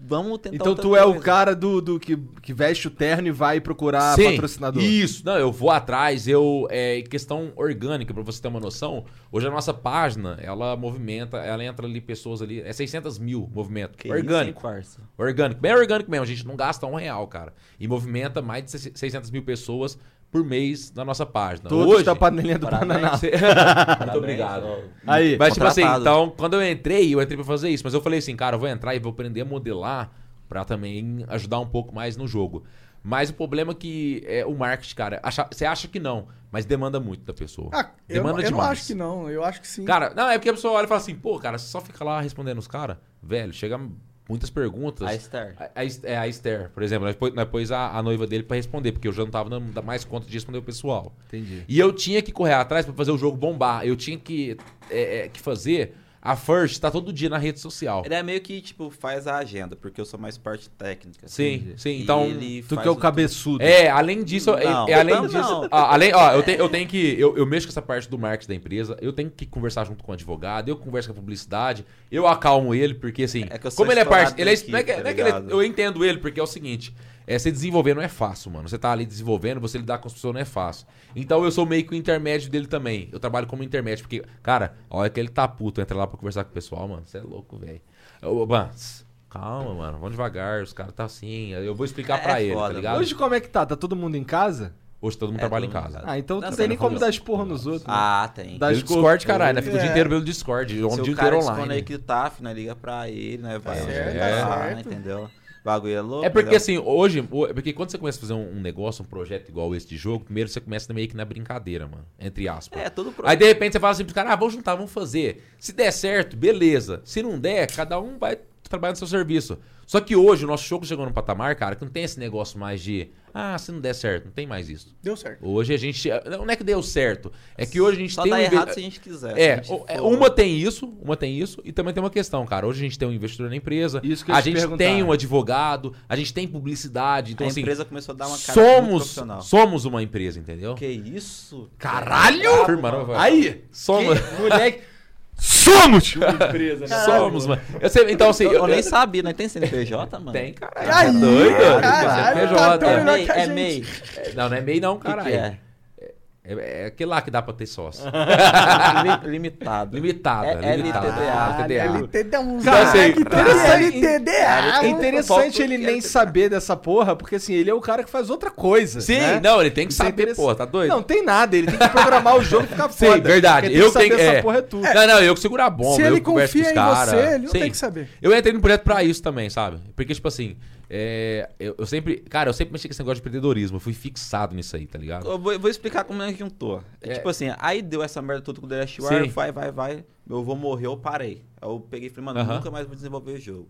Speaker 4: vamos tentar.
Speaker 1: Então
Speaker 4: outra
Speaker 1: tu é o
Speaker 4: coisa.
Speaker 1: cara do, do que, que veste o terno e vai procurar
Speaker 3: Sim,
Speaker 1: né? patrocinador.
Speaker 3: Isso, não, eu vou atrás, eu. É, questão orgânica, pra você ter uma noção, hoje a nossa página, ela movimenta, ela entra ali pessoas ali, é 600 mil movimento.
Speaker 4: Que
Speaker 3: orgânico.
Speaker 4: Isso, hein, parça?
Speaker 3: Orgânico, bem orgânico mesmo, a gente não gasta um real, cara. E movimenta mais de 600 mil pessoas por mês na nossa página.
Speaker 1: Todos
Speaker 3: Hoje,
Speaker 1: da panelinha do
Speaker 3: Parabéns,
Speaker 1: Paraná.
Speaker 3: você- Muito obrigado.
Speaker 5: Aí,
Speaker 3: Mas, tipo assim,
Speaker 4: Contratado.
Speaker 3: então, quando eu entrei, eu entrei pra fazer isso. Mas eu falei assim, cara, eu vou entrar e vou aprender a modelar pra também ajudar um pouco mais no jogo. Mas o problema é que é, o marketing, cara, acha- você acha que não, mas demanda muito da pessoa.
Speaker 2: Ah, eu,
Speaker 3: demanda
Speaker 2: eu não
Speaker 3: demais.
Speaker 2: acho que não, eu acho que sim.
Speaker 3: Cara, não, é porque a pessoa olha e fala assim, pô, cara, você só fica lá respondendo os caras, velho, chega muitas perguntas.
Speaker 4: Aí, Star.
Speaker 3: A- A, Est- é, a Esther, por exemplo, nós pôs, nós pôs a, a noiva dele pra responder, porque eu já não tava dando dando mais conta de responder o pessoal.
Speaker 1: Entendi.
Speaker 3: E eu tinha que correr atrás pra fazer o jogo bombar. Eu tinha que, é, é, que fazer a first tá todo dia na rede social.
Speaker 4: Ele é meio que, tipo, faz a agenda, porque eu sou mais parte técnica. assim.
Speaker 3: Sim, sim.
Speaker 4: E
Speaker 3: Então,
Speaker 4: ele
Speaker 1: Tu
Speaker 4: faz
Speaker 1: que é o cabeçudo.
Speaker 3: É, além disso, é-
Speaker 4: Não,
Speaker 3: é, além
Speaker 4: não,
Speaker 3: disso.
Speaker 4: não.
Speaker 3: ah, além, ó, eu, te- eu tenho que. Eu, eu mexo com essa parte do marketing da empresa, eu tenho que conversar junto com o advogado, eu converso com a publicidade, eu acalmo ele, porque assim.
Speaker 4: É que eu sou
Speaker 3: como ele é parte.
Speaker 4: estourado
Speaker 3: Ele é,
Speaker 4: daqui,
Speaker 3: não é que,
Speaker 4: tá
Speaker 3: não é que ele é-
Speaker 4: ligado?
Speaker 3: eu entendo ele, porque é o seguinte. É, você desenvolver não é fácil, mano. Você tá ali desenvolvendo, você lidar com as pessoas não é fácil. Então eu sou meio que o intermédio dele também. Eu trabalho como intermédio, porque, cara, a hora que ele tá puto, entra lá pra conversar com o pessoal, mano. Você é louco, velho. Ô, ô, Ban, Calma, mano. Vamos devagar. Os caras tá assim. Eu vou explicar
Speaker 4: É
Speaker 3: pra ele, tá
Speaker 4: foda,
Speaker 3: ligado?
Speaker 1: Hoje como é que tá? Tá todo mundo em casa?
Speaker 3: Hoje todo mundo
Speaker 4: É,
Speaker 3: trabalha em
Speaker 4: todo mundo
Speaker 3: casa.
Speaker 4: em casa.
Speaker 1: Ah, então
Speaker 4: Não,
Speaker 1: não
Speaker 4: você
Speaker 1: tem nem
Speaker 4: não
Speaker 1: como
Speaker 4: falou.
Speaker 1: dar esporro nos outros. né?
Speaker 4: Ah, tem.
Speaker 1: Dá
Speaker 3: Pelo
Speaker 1: esco-
Speaker 3: Discord, Tá caralho, né? Fica o
Speaker 2: É.
Speaker 3: dia inteiro pelo Discord, o
Speaker 4: Se
Speaker 3: dia
Speaker 4: o
Speaker 3: inteiro
Speaker 4: cara
Speaker 3: online.
Speaker 4: desconectar, filho, né, liga pra ele, né? Vai
Speaker 2: certo,
Speaker 4: vai
Speaker 2: tá
Speaker 4: lá,
Speaker 2: certo.
Speaker 4: entendeu? O bagulho é louco.
Speaker 3: É porque
Speaker 4: entendeu?
Speaker 3: assim, hoje, o- é porque quando você começa a fazer um um negócio, um projeto igual esse de jogo, primeiro você começa meio que na brincadeira, mano, entre aspas.
Speaker 4: É, todo pro...
Speaker 3: assim, Aí de repente você fala assim pro cara, ah, vamos juntar, vamos fazer. Se der certo, beleza. Se não der, cada um vai trabalhar no seu serviço. Só que hoje o nosso jogo chegou num patamar, cara, que não tem esse negócio mais de, ah, se não der certo, não tem mais isso.
Speaker 2: Deu certo.
Speaker 3: Hoje a gente, não é que deu certo, é que hoje a gente
Speaker 4: Só
Speaker 3: tem
Speaker 4: dá
Speaker 3: um inve-
Speaker 4: errado se a gente quiser. se a
Speaker 3: É,
Speaker 4: gente
Speaker 3: o- é,
Speaker 4: for-
Speaker 3: uma tem isso, uma tem isso, e também tem uma questão, cara. Hoje a gente tem um investidor na empresa,
Speaker 1: Isso que eu ia
Speaker 3: a
Speaker 1: te
Speaker 3: gente
Speaker 1: perguntar.
Speaker 3: tem um advogado, a gente tem publicidade, então
Speaker 4: a
Speaker 3: assim,
Speaker 4: empresa começou a dar uma cara muito
Speaker 3: somos,
Speaker 4: profissional.
Speaker 3: somos uma empresa, entendeu?
Speaker 4: Que isso?
Speaker 3: Caralho! Firmaram, vai.
Speaker 1: Aí!
Speaker 3: somos,
Speaker 1: que moleque... Somos!
Speaker 5: empresa, né?
Speaker 3: somos, mano. Eu sei, então assim,
Speaker 4: Eu, eu nem
Speaker 3: eu-
Speaker 4: sabia, né? Tem CNPJ, mano?
Speaker 3: Tem, caralho.
Speaker 2: Aí,
Speaker 3: tá doido?
Speaker 2: caralho,
Speaker 3: CNPJ,
Speaker 2: tá tão
Speaker 3: é
Speaker 4: É
Speaker 2: melhor
Speaker 4: MEI,
Speaker 2: que a
Speaker 4: é
Speaker 2: gente.
Speaker 4: MEI.
Speaker 3: É, Não, não é MEI não,
Speaker 4: O que que
Speaker 3: caralho.
Speaker 4: é?
Speaker 3: É, é aquele lá que dá pra ter sócio.
Speaker 4: Li- Limitado.
Speaker 3: Limitada,
Speaker 4: É
Speaker 3: limitada.
Speaker 4: LTDA,
Speaker 3: LTDA.
Speaker 2: LTD é
Speaker 3: Então,
Speaker 2: um
Speaker 1: Cara,
Speaker 2: Zague,
Speaker 1: assim,
Speaker 2: tem
Speaker 1: cara,
Speaker 2: LTDA.
Speaker 1: É
Speaker 2: mano.
Speaker 1: interessante ele nem saber dessa porra, porque assim, ele é o cara que faz outra coisa.
Speaker 3: Sim,
Speaker 1: né?
Speaker 3: não, ele tem que
Speaker 1: Isso é
Speaker 3: saber, pô, tá doido?
Speaker 1: Não, tem nada. Ele tem que programar o jogo e ficar
Speaker 3: Sim,
Speaker 1: foda.
Speaker 3: verdade.
Speaker 1: Quem
Speaker 3: Eu
Speaker 1: tem que
Speaker 3: tenho-
Speaker 1: saber
Speaker 3: é.
Speaker 1: essa porra é tu.
Speaker 3: É, não, eu que seguro a bomba.
Speaker 2: Se
Speaker 3: eu
Speaker 2: ele
Speaker 3: que converso
Speaker 2: confia
Speaker 3: com
Speaker 2: em
Speaker 3: os cara.
Speaker 2: você, ele não
Speaker 3: Sim.
Speaker 2: tem que saber.
Speaker 3: Eu entrei no projeto pra isso também, sabe? Porque, tipo assim, é, eu, eu sempre. Cara, eu sempre mexi com esse negócio de empreendedorismo. Eu fui fixado nisso aí, tá ligado?
Speaker 4: Eu vou, eu vou explicar como é que eu tô. É,
Speaker 3: É.
Speaker 4: tipo assim, aí deu essa merda toda com o The Last War,
Speaker 3: Sim.
Speaker 4: vai, vai, vai. Meu avô morreu, eu parei. Aí eu peguei e falei, mano,
Speaker 3: Aham.
Speaker 4: nunca mais vou desenvolver o jogo.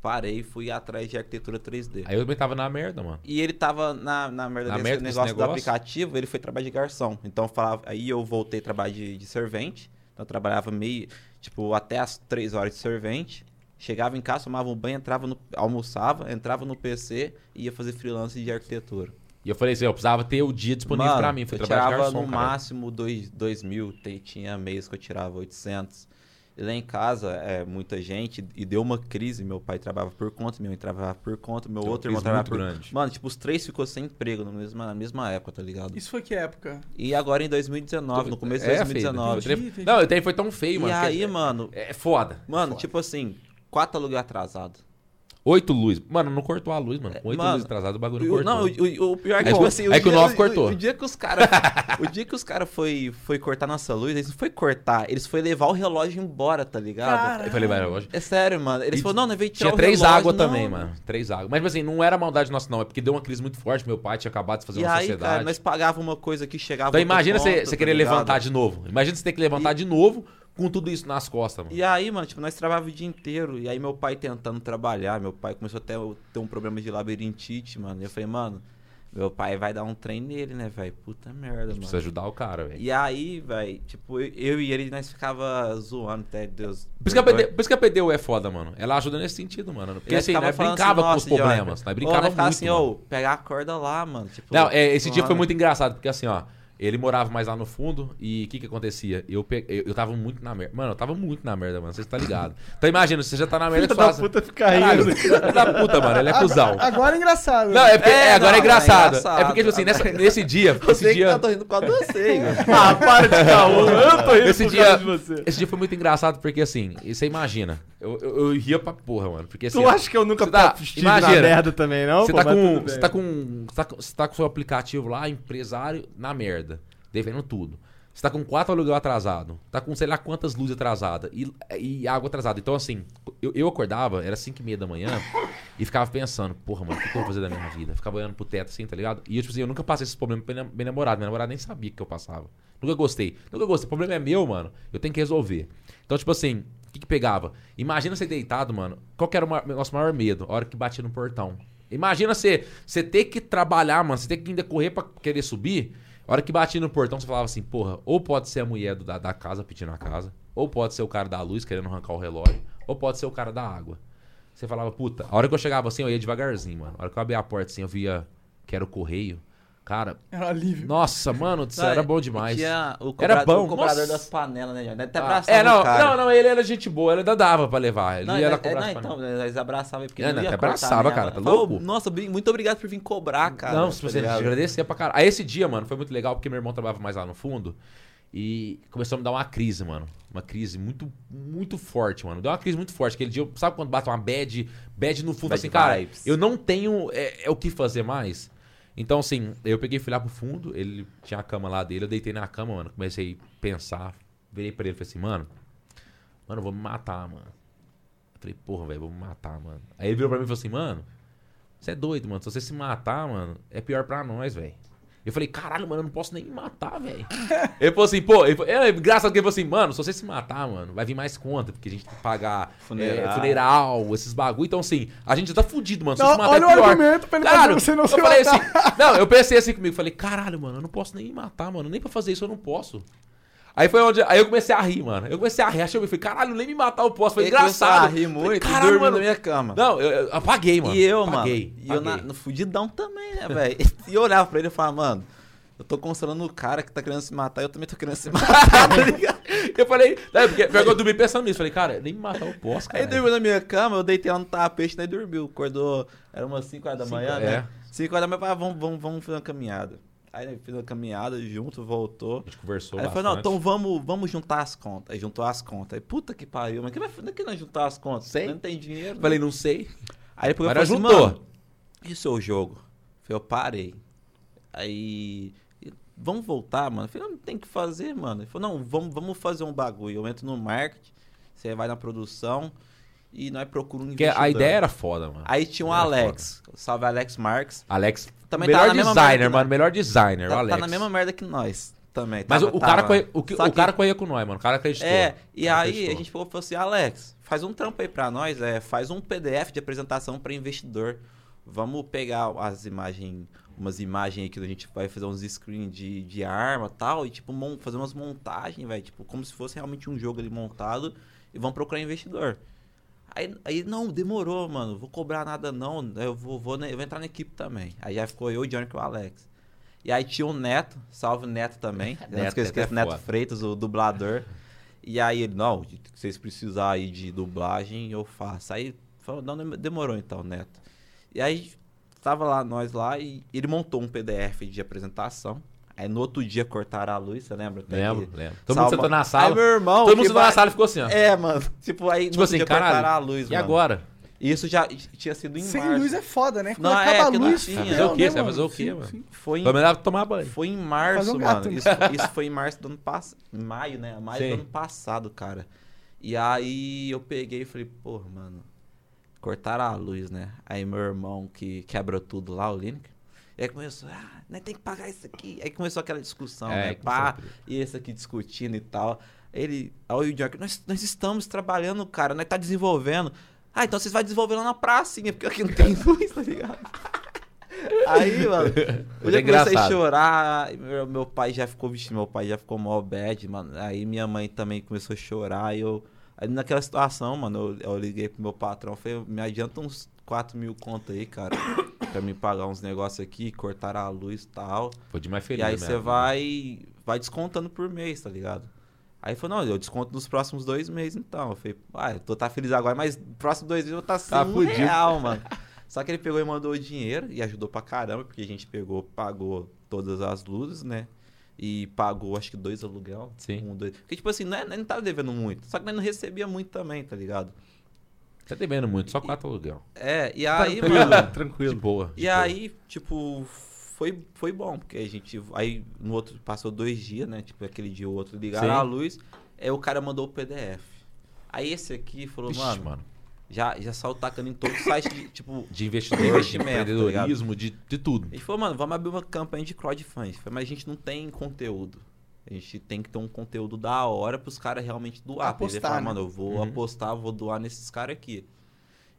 Speaker 4: Parei e fui atrás de arquitetura 3D.
Speaker 3: Aí eu também tava na merda, mano.
Speaker 4: E ele tava na, na merda
Speaker 3: Na
Speaker 4: desse
Speaker 3: merda desse
Speaker 4: negócio, do
Speaker 3: negócio?
Speaker 4: aplicativo, ele foi trabalhar de garçom. Então eu falava, aí eu voltei a trabalhar de, de servente. Então eu trabalhava meio, tipo, até as três horas de servente. Chegava em casa, tomava um banho, entrava no, almoçava, entrava no PC e ia fazer freelance de arquitetura.
Speaker 3: E eu falei assim, eu precisava ter o dia disponível
Speaker 4: Mano,
Speaker 3: pra mim. Fui
Speaker 4: eu
Speaker 3: trabalhar de
Speaker 4: tirava
Speaker 3: garçom,
Speaker 4: no
Speaker 3: cara.
Speaker 4: máximo dois, dois mil, tem- tinha mês que eu tirava 800. Lá em casa, é, muita gente, e deu uma crise. Meu pai trabalhava por conta, minha mãe trabalhava por conta, meu
Speaker 3: Deu uma
Speaker 4: outro
Speaker 3: crise
Speaker 4: irmão
Speaker 3: é
Speaker 4: trabalhava por
Speaker 3: muito grande.
Speaker 4: Mano, tipo, os três ficou sem emprego na mesma, na mesma época, tá ligado?
Speaker 2: Isso foi que época?
Speaker 4: E agora em 2019, no começo de
Speaker 3: É,
Speaker 4: 2019.
Speaker 3: feio, né?
Speaker 2: Entendi,
Speaker 3: Não, eu tenho foi tão feio,
Speaker 4: e
Speaker 3: mano. que
Speaker 4: aí,
Speaker 3: é-
Speaker 4: mano,
Speaker 3: É foda.
Speaker 4: mano,
Speaker 3: Foda.
Speaker 4: tipo assim, quatro aluguel atrasado.
Speaker 3: Oito luzes. Mano, não cortou a luz, mano.
Speaker 4: É,
Speaker 3: Oito
Speaker 4: mano,
Speaker 3: luzes atrasadas, o bagulho
Speaker 4: E o-
Speaker 3: cortou.
Speaker 4: Não, o, o- o pior é que,
Speaker 3: É
Speaker 4: tipo
Speaker 3: que-
Speaker 4: assim,
Speaker 3: é que o
Speaker 4: dia-
Speaker 3: novo cortou.
Speaker 4: O, o dia que os caras. o dia que os caras foi, foi cortar nossa luz, eles não foi cortar, eles foi levar o relógio embora, tá ligado?
Speaker 2: Cara.
Speaker 3: Eu falei, vai, hoje.
Speaker 4: É sério, mano. Eles
Speaker 3: E
Speaker 4: falaram, não, não veio tirar
Speaker 3: Tinha
Speaker 4: o
Speaker 3: três
Speaker 4: um relógio,
Speaker 3: águas
Speaker 4: não.
Speaker 3: também, mano. Três águas. Mas, tipo assim, não era maldade nossa, não. É porque deu uma crise muito forte. Meu pai tinha acabado de fazer
Speaker 4: E
Speaker 3: uma
Speaker 4: aí,
Speaker 3: sociedade.
Speaker 4: cara, nós pagava uma coisa que chegava.
Speaker 3: Então
Speaker 4: outra
Speaker 3: imagina
Speaker 4: conta,
Speaker 3: você, você
Speaker 4: tá
Speaker 3: querer
Speaker 4: ligado?
Speaker 3: levantar de novo. Imagina você ter que levantar de novo com tudo isso nas costas, mano.
Speaker 4: E aí, mano, tipo, nós trabalhava o dia inteiro. E aí, meu pai tentando trabalhar. Meu pai começou a ter, ter um problema de labirintite, mano. E eu falei, mano, meu pai vai dar um trem nele, né, velho? Puta merda, mano.
Speaker 3: Precisa ajudar o cara, velho.
Speaker 4: E aí, velho, tipo, eu, eu e ele, nós ficava zoando até Deus.
Speaker 3: Por isso, que a PD por isso que a PDU é foda, mano. Ela ajuda nesse sentido, mano. Porque assim, nós brincava com os problemas. Nós brincava muito,
Speaker 4: ficava assim,
Speaker 3: mano.
Speaker 4: ô, pegar a corda lá, mano. Tipo,
Speaker 3: Não, é, esse dia
Speaker 4: zoando.
Speaker 3: foi muito engraçado, porque assim, ó, ele morava mais lá no fundo e o que que acontecia? Eu, pe... eu, eu tava muito na merda. Mano, eu tava muito na merda, mano, vocês tá ligado. Então imagina, você já tá na merda
Speaker 5: Filho
Speaker 3: que
Speaker 5: da puta
Speaker 4: tá
Speaker 5: fica rindo.
Speaker 3: Filho da puta, mano, ele é cuzão.
Speaker 2: Agora é engraçado.
Speaker 3: Não, é porque,
Speaker 4: É,
Speaker 3: é, agora
Speaker 4: não,
Speaker 3: é engraçado.
Speaker 4: é
Speaker 3: É,
Speaker 4: engraçado.
Speaker 3: porque, tipo assim, nessa- nesse dia, esse
Speaker 4: Sei que
Speaker 3: dia,
Speaker 4: tá eu tô rindo por causa de você, velho.
Speaker 5: Ah, para de caô. Eu tô rindo
Speaker 3: Esse
Speaker 5: por
Speaker 3: dia-
Speaker 5: causa de você.
Speaker 3: esse dia foi muito engraçado, porque assim, e você imagina, eu, eu, eu ria pra porra, mano, porque assim...
Speaker 5: Tu
Speaker 3: ó,
Speaker 5: acha que eu nunca
Speaker 3: você tá-
Speaker 5: estive na
Speaker 3: imagina.
Speaker 5: merda também, não?
Speaker 3: Você
Speaker 5: pô?
Speaker 3: tá,
Speaker 5: Mas
Speaker 3: com,
Speaker 5: tudo
Speaker 3: você,
Speaker 5: bem.
Speaker 3: tá com, você, tá, com- você tá com o seu aplicativo lá, empresário, na merda. Devendo tudo. Você tá com quatro aluguel atrasado. Tá com sei lá quantas luzes atrasadas. E, e água atrasada. Então, assim, eu, eu acordava, era 5 e meia da manhã, e ficava pensando, porra, mano, o que, que eu vou fazer da minha vida? Ficava olhando pro teto assim, tá ligado? E eu, tipo assim, eu nunca passei esses problemas pra minha, minha namorada. Minha namorada nem sabia que eu passava. Nunca gostei. Nunca gostei. O problema é meu, mano. Eu tenho que resolver. Então, tipo assim, o que, que pegava? Imagina você deitado, mano. Qual que era o ma- nosso maior medo? A hora que batia no portão. Imagina você, você ter que trabalhar, mano. Você ter que ainda correr pra querer subir. A hora que batia no portão, você falava assim, porra, ou pode ser a mulher do- da, da casa pedindo a casa, ou pode ser o cara da luz querendo arrancar o relógio, ou pode ser o cara da água. Você falava, puta, a hora que eu chegava assim, eu ia devagarzinho, mano. A hora que eu abria a porta assim, eu via que era o correio. Cara,
Speaker 2: Era um alívio.
Speaker 3: nossa, mano, isso era bom demais.
Speaker 4: Tinha o
Speaker 3: Era
Speaker 4: cobrador-
Speaker 3: bom,
Speaker 4: O cobrador
Speaker 3: nossa.
Speaker 4: das panelas, né? Até
Speaker 3: Ah,
Speaker 4: abraçava
Speaker 3: é, não,
Speaker 4: o cara.
Speaker 3: não, não, ele era gente boa, ele ainda dava pra levar. Ele
Speaker 4: Não,
Speaker 3: não, ia
Speaker 4: é-
Speaker 3: lá
Speaker 4: é-
Speaker 3: cobrar
Speaker 4: não,
Speaker 3: pra
Speaker 4: então, eles abraçavam, porque
Speaker 3: É,
Speaker 4: não
Speaker 3: não,
Speaker 4: ia
Speaker 3: até
Speaker 4: cortar
Speaker 3: abraçava,
Speaker 4: mesmo.
Speaker 3: cara, tá
Speaker 4: Falou,
Speaker 3: louco?
Speaker 4: Nossa, bri- muito obrigado por vir cobrar, cara.
Speaker 3: não, se você
Speaker 4: Tá ligado?
Speaker 3: agradecia pra caralho. Aí esse dia, mano, foi muito legal porque meu irmão trabalhava mais lá no fundo e começou a me dar uma crise, mano. Uma crise muito, muito forte, mano. Deu uma crise muito forte. Aquele dia, eu- sabe quando bate uma bad, bad no fundo,
Speaker 4: Bad
Speaker 3: assim, cara,
Speaker 4: vibes.
Speaker 3: eu não tenho é, é o que fazer mais. Então, assim, eu peguei e fui lá pro fundo, ele tinha a cama lá dele, eu deitei na cama, mano, comecei a pensar, virei pra ele e falei assim, mano, mano, eu vou me matar, mano. Eu falei, porra, velho, vou me matar, mano. Aí ele virou pra mim e falou assim, mano, você é doido, mano. Se você se matar, mano, é pior pra nós, velho. Eu falei, caralho, mano, eu não posso nem me matar, velho. ele falou assim, pô, ele falou, é, engraçado que ele falou assim, mano, se você se matar, mano, vai vir mais conta, porque a gente tem que pagar é,
Speaker 4: Funeral.
Speaker 3: funeral, esses bagulho. Então, assim, a gente já tá fudido, mano. Se
Speaker 2: Não,
Speaker 3: você se matar
Speaker 2: olha o
Speaker 3: é pior.
Speaker 2: argumento pra ele fazer você não
Speaker 3: eu
Speaker 2: se
Speaker 3: falei
Speaker 2: matar.
Speaker 3: assim, não, eu pensei assim comigo, falei, caralho, mano, eu não posso nem me matar, mano. Nem pra fazer isso eu não posso. Aí foi onde. Aí eu comecei a rir, mano. Eu comecei a rir, achei eu falei, caralho, nem me matar eu posso. Foi
Speaker 4: Ele começou
Speaker 3: engraçado.
Speaker 4: a rir muito
Speaker 3: Falei,
Speaker 4: e
Speaker 3: "Caralho,
Speaker 4: dormiu na
Speaker 3: mano,
Speaker 4: minha cama.
Speaker 3: não, eu, eu apaguei, mano.
Speaker 4: e eu, mano.
Speaker 3: apaguei,
Speaker 4: E eu na,
Speaker 3: apaguei.
Speaker 4: no fudidão também, né, velho? E eu olhava pra ele e falava, mano, eu tô consolando o cara que tá querendo se matar, eu também tô querendo se matar, tá ligado?
Speaker 3: Eu falei, né, porque pior que eu dormi pensando nisso. Falei, cara, nem me matar eu posso, cara. É.
Speaker 4: Aí dormiu na minha cama, eu deitei lá no tapete, daí dormiu. Acordou, era umas 5 horas da
Speaker 3: Cinco,
Speaker 4: manhã,
Speaker 3: é.
Speaker 4: né? 5 horas da manhã, eu falava, vamos, vamos, vamos fazer uma caminhada. Aí né, fiz uma caminhada junto, voltou.
Speaker 3: A gente conversou
Speaker 4: Aí eu
Speaker 3: bastante.
Speaker 4: falei, não, então vamos, vamos juntar as contas. Aí juntou as contas. Aí, puta que pariu, mas que vai que nós juntar as contas?
Speaker 3: Sei.
Speaker 4: Não tem dinheiro. né?
Speaker 3: Eu falei, não sei.
Speaker 4: Aí depois eu
Speaker 3: Mas
Speaker 4: falei assim,
Speaker 3: juntou.
Speaker 4: mano, e o seu jogo? Eu falei, eu parei. Aí, e- vamos voltar, mano? Eu falei, não tem o que fazer, mano. Ele falou, não, vamos, vamos fazer um bagulho. Eu entro no marketing, você vai na produção e nós procuramos um
Speaker 3: Porque a
Speaker 4: investidor.
Speaker 3: ideia era foda, mano.
Speaker 4: Aí tinha um
Speaker 3: Era
Speaker 4: Alex, salve Alex Marques.
Speaker 3: Alex,
Speaker 4: Também
Speaker 3: melhor
Speaker 4: tá na mesma
Speaker 3: designer,
Speaker 4: merda,
Speaker 3: mano. Melhor
Speaker 4: Tá,
Speaker 3: designer, o
Speaker 4: tá
Speaker 3: Alex.
Speaker 4: na mesma merda que nós também.
Speaker 3: Mas o,
Speaker 4: Tava-
Speaker 3: o cara
Speaker 4: tava.
Speaker 3: corre- o, que-
Speaker 4: Só
Speaker 3: o
Speaker 4: que-
Speaker 3: cara corria com nós, mano. O cara acreditou.
Speaker 4: É, e
Speaker 3: Cara
Speaker 4: aí
Speaker 3: acreditou.
Speaker 4: a gente falou, falou assim, Alex, faz um trampo aí pra nós, é, faz um PDF de apresentação pra investidor. Vamos pegar as imagens, umas imagens aí que a gente vai fazer uns screen de, de arma e tal, e tipo, mon- fazer umas montagens, velho, tipo, como se fosse realmente um jogo ali montado, e vamos procurar investidor. Aí, aí, não, demorou, mano, vou cobrar nada não, eu vou, vou na- eu vou entrar na equipe também. Aí já ficou eu, o Johnny e o Alex. E aí tinha o Neto, salve o Neto também. Neto,
Speaker 3: Neto
Speaker 4: que eu esqueço,
Speaker 3: é
Speaker 4: Neto
Speaker 3: foda.
Speaker 4: Freitas, o dublador. E aí ele, não, se vocês precisarem aí de dublagem, eu faço. Aí falou, não, demorou então, Neto. E aí tava lá, nós lá, e ele montou um PDF de apresentação. Aí no outro dia cortaram a luz, você lembra? Tem
Speaker 3: Lembro,
Speaker 4: é que-
Speaker 3: lembro. Todo
Speaker 4: Salma-
Speaker 3: mundo sentou na sala.
Speaker 4: Aí meu irmão...
Speaker 3: todo mundo
Speaker 4: que
Speaker 3: sentou
Speaker 4: vai-
Speaker 3: na sala e ficou assim, ó.
Speaker 4: É, mano. Tipo, aí
Speaker 3: tipo
Speaker 4: no
Speaker 3: assim,
Speaker 4: outro dia
Speaker 3: caralho.
Speaker 4: cortaram a luz,
Speaker 3: e
Speaker 4: mano.
Speaker 3: agora?
Speaker 4: E isso já tinha sido em
Speaker 2: Sem
Speaker 4: março.
Speaker 2: luz é foda, né? Quando
Speaker 4: Não, é,
Speaker 2: acaba a
Speaker 4: porque não
Speaker 2: luz.
Speaker 4: tinha.
Speaker 2: fudeu,
Speaker 4: Fazer o
Speaker 3: quê?
Speaker 2: né,
Speaker 3: Você vai fazer o quê,
Speaker 2: Sim,
Speaker 3: mano?
Speaker 2: sim.
Speaker 4: Foi em
Speaker 3: Pelo menos tomar banho.
Speaker 4: Foi em
Speaker 2: Fazer
Speaker 4: março,
Speaker 2: um gato,
Speaker 4: mano.
Speaker 2: né?
Speaker 4: Isso, isso foi em março do ano passado. Maio, né? Maio
Speaker 3: Sim.
Speaker 4: do ano passado, cara. E aí eu peguei e falei, pô, mano, cortaram a luz, né? Aí meu irmão que quebrou tudo lá, o Lineker. E aí começou, ah, né, tem que pagar isso aqui. Aí começou aquela discussão,
Speaker 3: É,
Speaker 4: né?
Speaker 3: começou a
Speaker 4: Pá,
Speaker 3: briga.
Speaker 4: e esse aqui discutindo e tal. Ele, aí o Jack, nós, nós estamos trabalhando, cara, nós tá desenvolvendo. Ah, então vocês vão desenvolver lá na pracinha, porque aqui não tem luz, tá ligado? Aí, mano, eu
Speaker 3: Mas é
Speaker 4: já comecei a
Speaker 3: engraçado.
Speaker 4: chorar. aí Meu, meu pai já ficou, vixe, meu pai já ficou mó bad, mano. Aí minha mãe também começou a chorar. E eu, aí naquela situação, mano, eu, eu liguei pro meu patrão. Falei, me adianta uns 4 mil conto aí, cara, pra me pagar uns negócios aqui, cortar a luz e tal.
Speaker 3: Foi demais
Speaker 4: E
Speaker 3: feliz. né,
Speaker 4: aí
Speaker 3: mesmo.
Speaker 4: você vai, vai descontando por mês, tá ligado? Aí ele falou, não, eu desconto nos próximos dois meses, então. Eu falei, ah, eu tô tá feliz agora, mas próximos dois meses eu vou tá sem
Speaker 3: Tá
Speaker 4: um
Speaker 3: fudido.
Speaker 4: real, mano. Só que ele pegou e mandou o dinheiro e ajudou pra caramba, porque a gente pegou, pagou todas as luzes, né? E pagou, acho que dois aluguel.
Speaker 3: Sim.
Speaker 4: Um, dois. Porque, tipo assim, não, é, não tava devendo muito. Só que nós não recebia muito também, tá ligado?
Speaker 3: Tá devendo muito, só quatro aluguel.
Speaker 4: É, e
Speaker 3: Tá
Speaker 4: aí, mano.
Speaker 1: Tranquilo, tranquilo.
Speaker 3: De boa. de
Speaker 4: E
Speaker 3: boa.
Speaker 4: aí, tipo, foi, foi bom, porque a gente. Aí no outro, passou dois dias, né? Tipo, aquele dia o outro ligaram
Speaker 3: Sim.
Speaker 4: a luz. Aí o cara mandou o PDF. Aí esse aqui falou,
Speaker 3: Vixe,
Speaker 4: mano,
Speaker 3: mano.
Speaker 4: já, já saiu tacando em todo o site de, tipo.
Speaker 3: De investidor,
Speaker 4: Investimento,
Speaker 3: de empreendedorismo, de, de tudo.
Speaker 4: Ele falou, mano, vamos abrir uma campanha de crowdfunding. Eu falei, Mas a gente não tem conteúdo. A gente tem que ter um conteúdo da hora pros caras realmente doar.
Speaker 2: Apostar,
Speaker 4: ele falou,
Speaker 2: né?
Speaker 4: mano, eu vou
Speaker 3: Uhum.
Speaker 4: apostar, vou doar nesses caras aqui.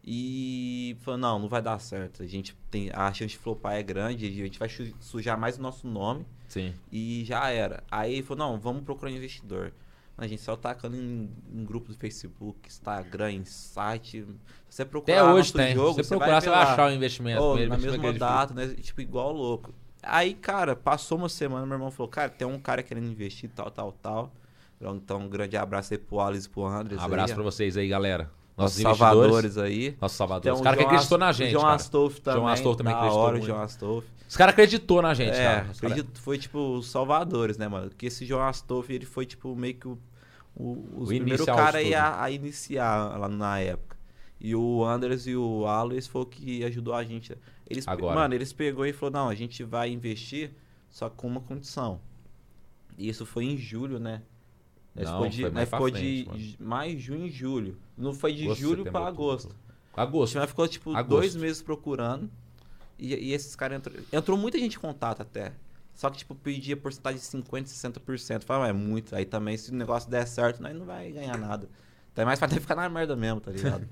Speaker 4: E falou, não, não vai dar certo. A gente tem. A chance de flopar é grande, a gente vai chu- sujar mais o nosso nome
Speaker 3: Sim.
Speaker 4: e já era. Aí ele falou, não, vamos procurar um investidor. A gente saiu tacando em, em grupo do Facebook, Instagram, em site. Se você procurar
Speaker 3: Até hoje
Speaker 4: nosso
Speaker 3: tem.
Speaker 4: jogo,
Speaker 3: Se você procurar, você vai
Speaker 4: ver lá.
Speaker 3: achar o investimento.
Speaker 4: Ô,
Speaker 3: primeiro
Speaker 4: na
Speaker 3: investimento que
Speaker 4: mesma
Speaker 3: ele
Speaker 4: data, né? Tipo, igual louco. Aí, cara, passou uma semana, meu irmão falou, cara, tem um cara querendo investir, tal, tal, tal. Então, um grande abraço aí pro Alice e pro Andres.
Speaker 3: fez. Abraço pra
Speaker 4: aí,
Speaker 3: vocês aí, galera. Nossos
Speaker 4: nossos
Speaker 3: investidores.
Speaker 4: salvadores aí.
Speaker 3: Nossos
Speaker 4: Tem
Speaker 3: salvadores.
Speaker 4: o
Speaker 3: Os caras que
Speaker 4: João
Speaker 3: acreditou na
Speaker 4: Ast-
Speaker 3: gente.
Speaker 4: O John
Speaker 3: cara.
Speaker 4: Astolfo também.
Speaker 3: John Astolfo também
Speaker 4: da
Speaker 3: acreditou
Speaker 4: hora,
Speaker 3: muito.
Speaker 4: O John Astolfo.
Speaker 3: Os caras acreditou na gente,
Speaker 4: É,
Speaker 3: cara. Os cara-
Speaker 4: acredito, foi tipo os salvadores, né, mano? Porque esse João Astolfo, ele foi tipo meio que o, o, os
Speaker 3: O
Speaker 4: primeiro
Speaker 3: inicial
Speaker 4: cara
Speaker 3: de
Speaker 4: aí a, a iniciar lá na época. E o Anders e o Alois foi o que ajudou a gente. né? Eles, pe-
Speaker 3: Agora.
Speaker 4: Mano, eles pegou e falou: "Não, a gente vai investir só com uma condição". E isso foi em julho, né? Nós
Speaker 3: Não,
Speaker 4: ficou de,
Speaker 3: foi mais
Speaker 4: nós
Speaker 3: pra
Speaker 4: ficou
Speaker 3: frente,
Speaker 4: de
Speaker 3: mano.
Speaker 4: de mais junho e julho. Não foi de
Speaker 3: Agosto,
Speaker 4: julho
Speaker 3: setembro,
Speaker 4: pra
Speaker 3: outubro,
Speaker 4: agosto. A gente
Speaker 3: Agosto.
Speaker 4: vai ficou, tipo,
Speaker 3: Agosto.
Speaker 4: dois meses procurando. E, e esses caras entrou. Entrou muita gente em contato até. Só que, tipo, pedia porcentagem de 50%, 60%. Falava, "Ah, é muito. Aí também, se o negócio der certo, nós não vai ganhar nada. Então é mais pra até ficar na merda mesmo, tá ligado?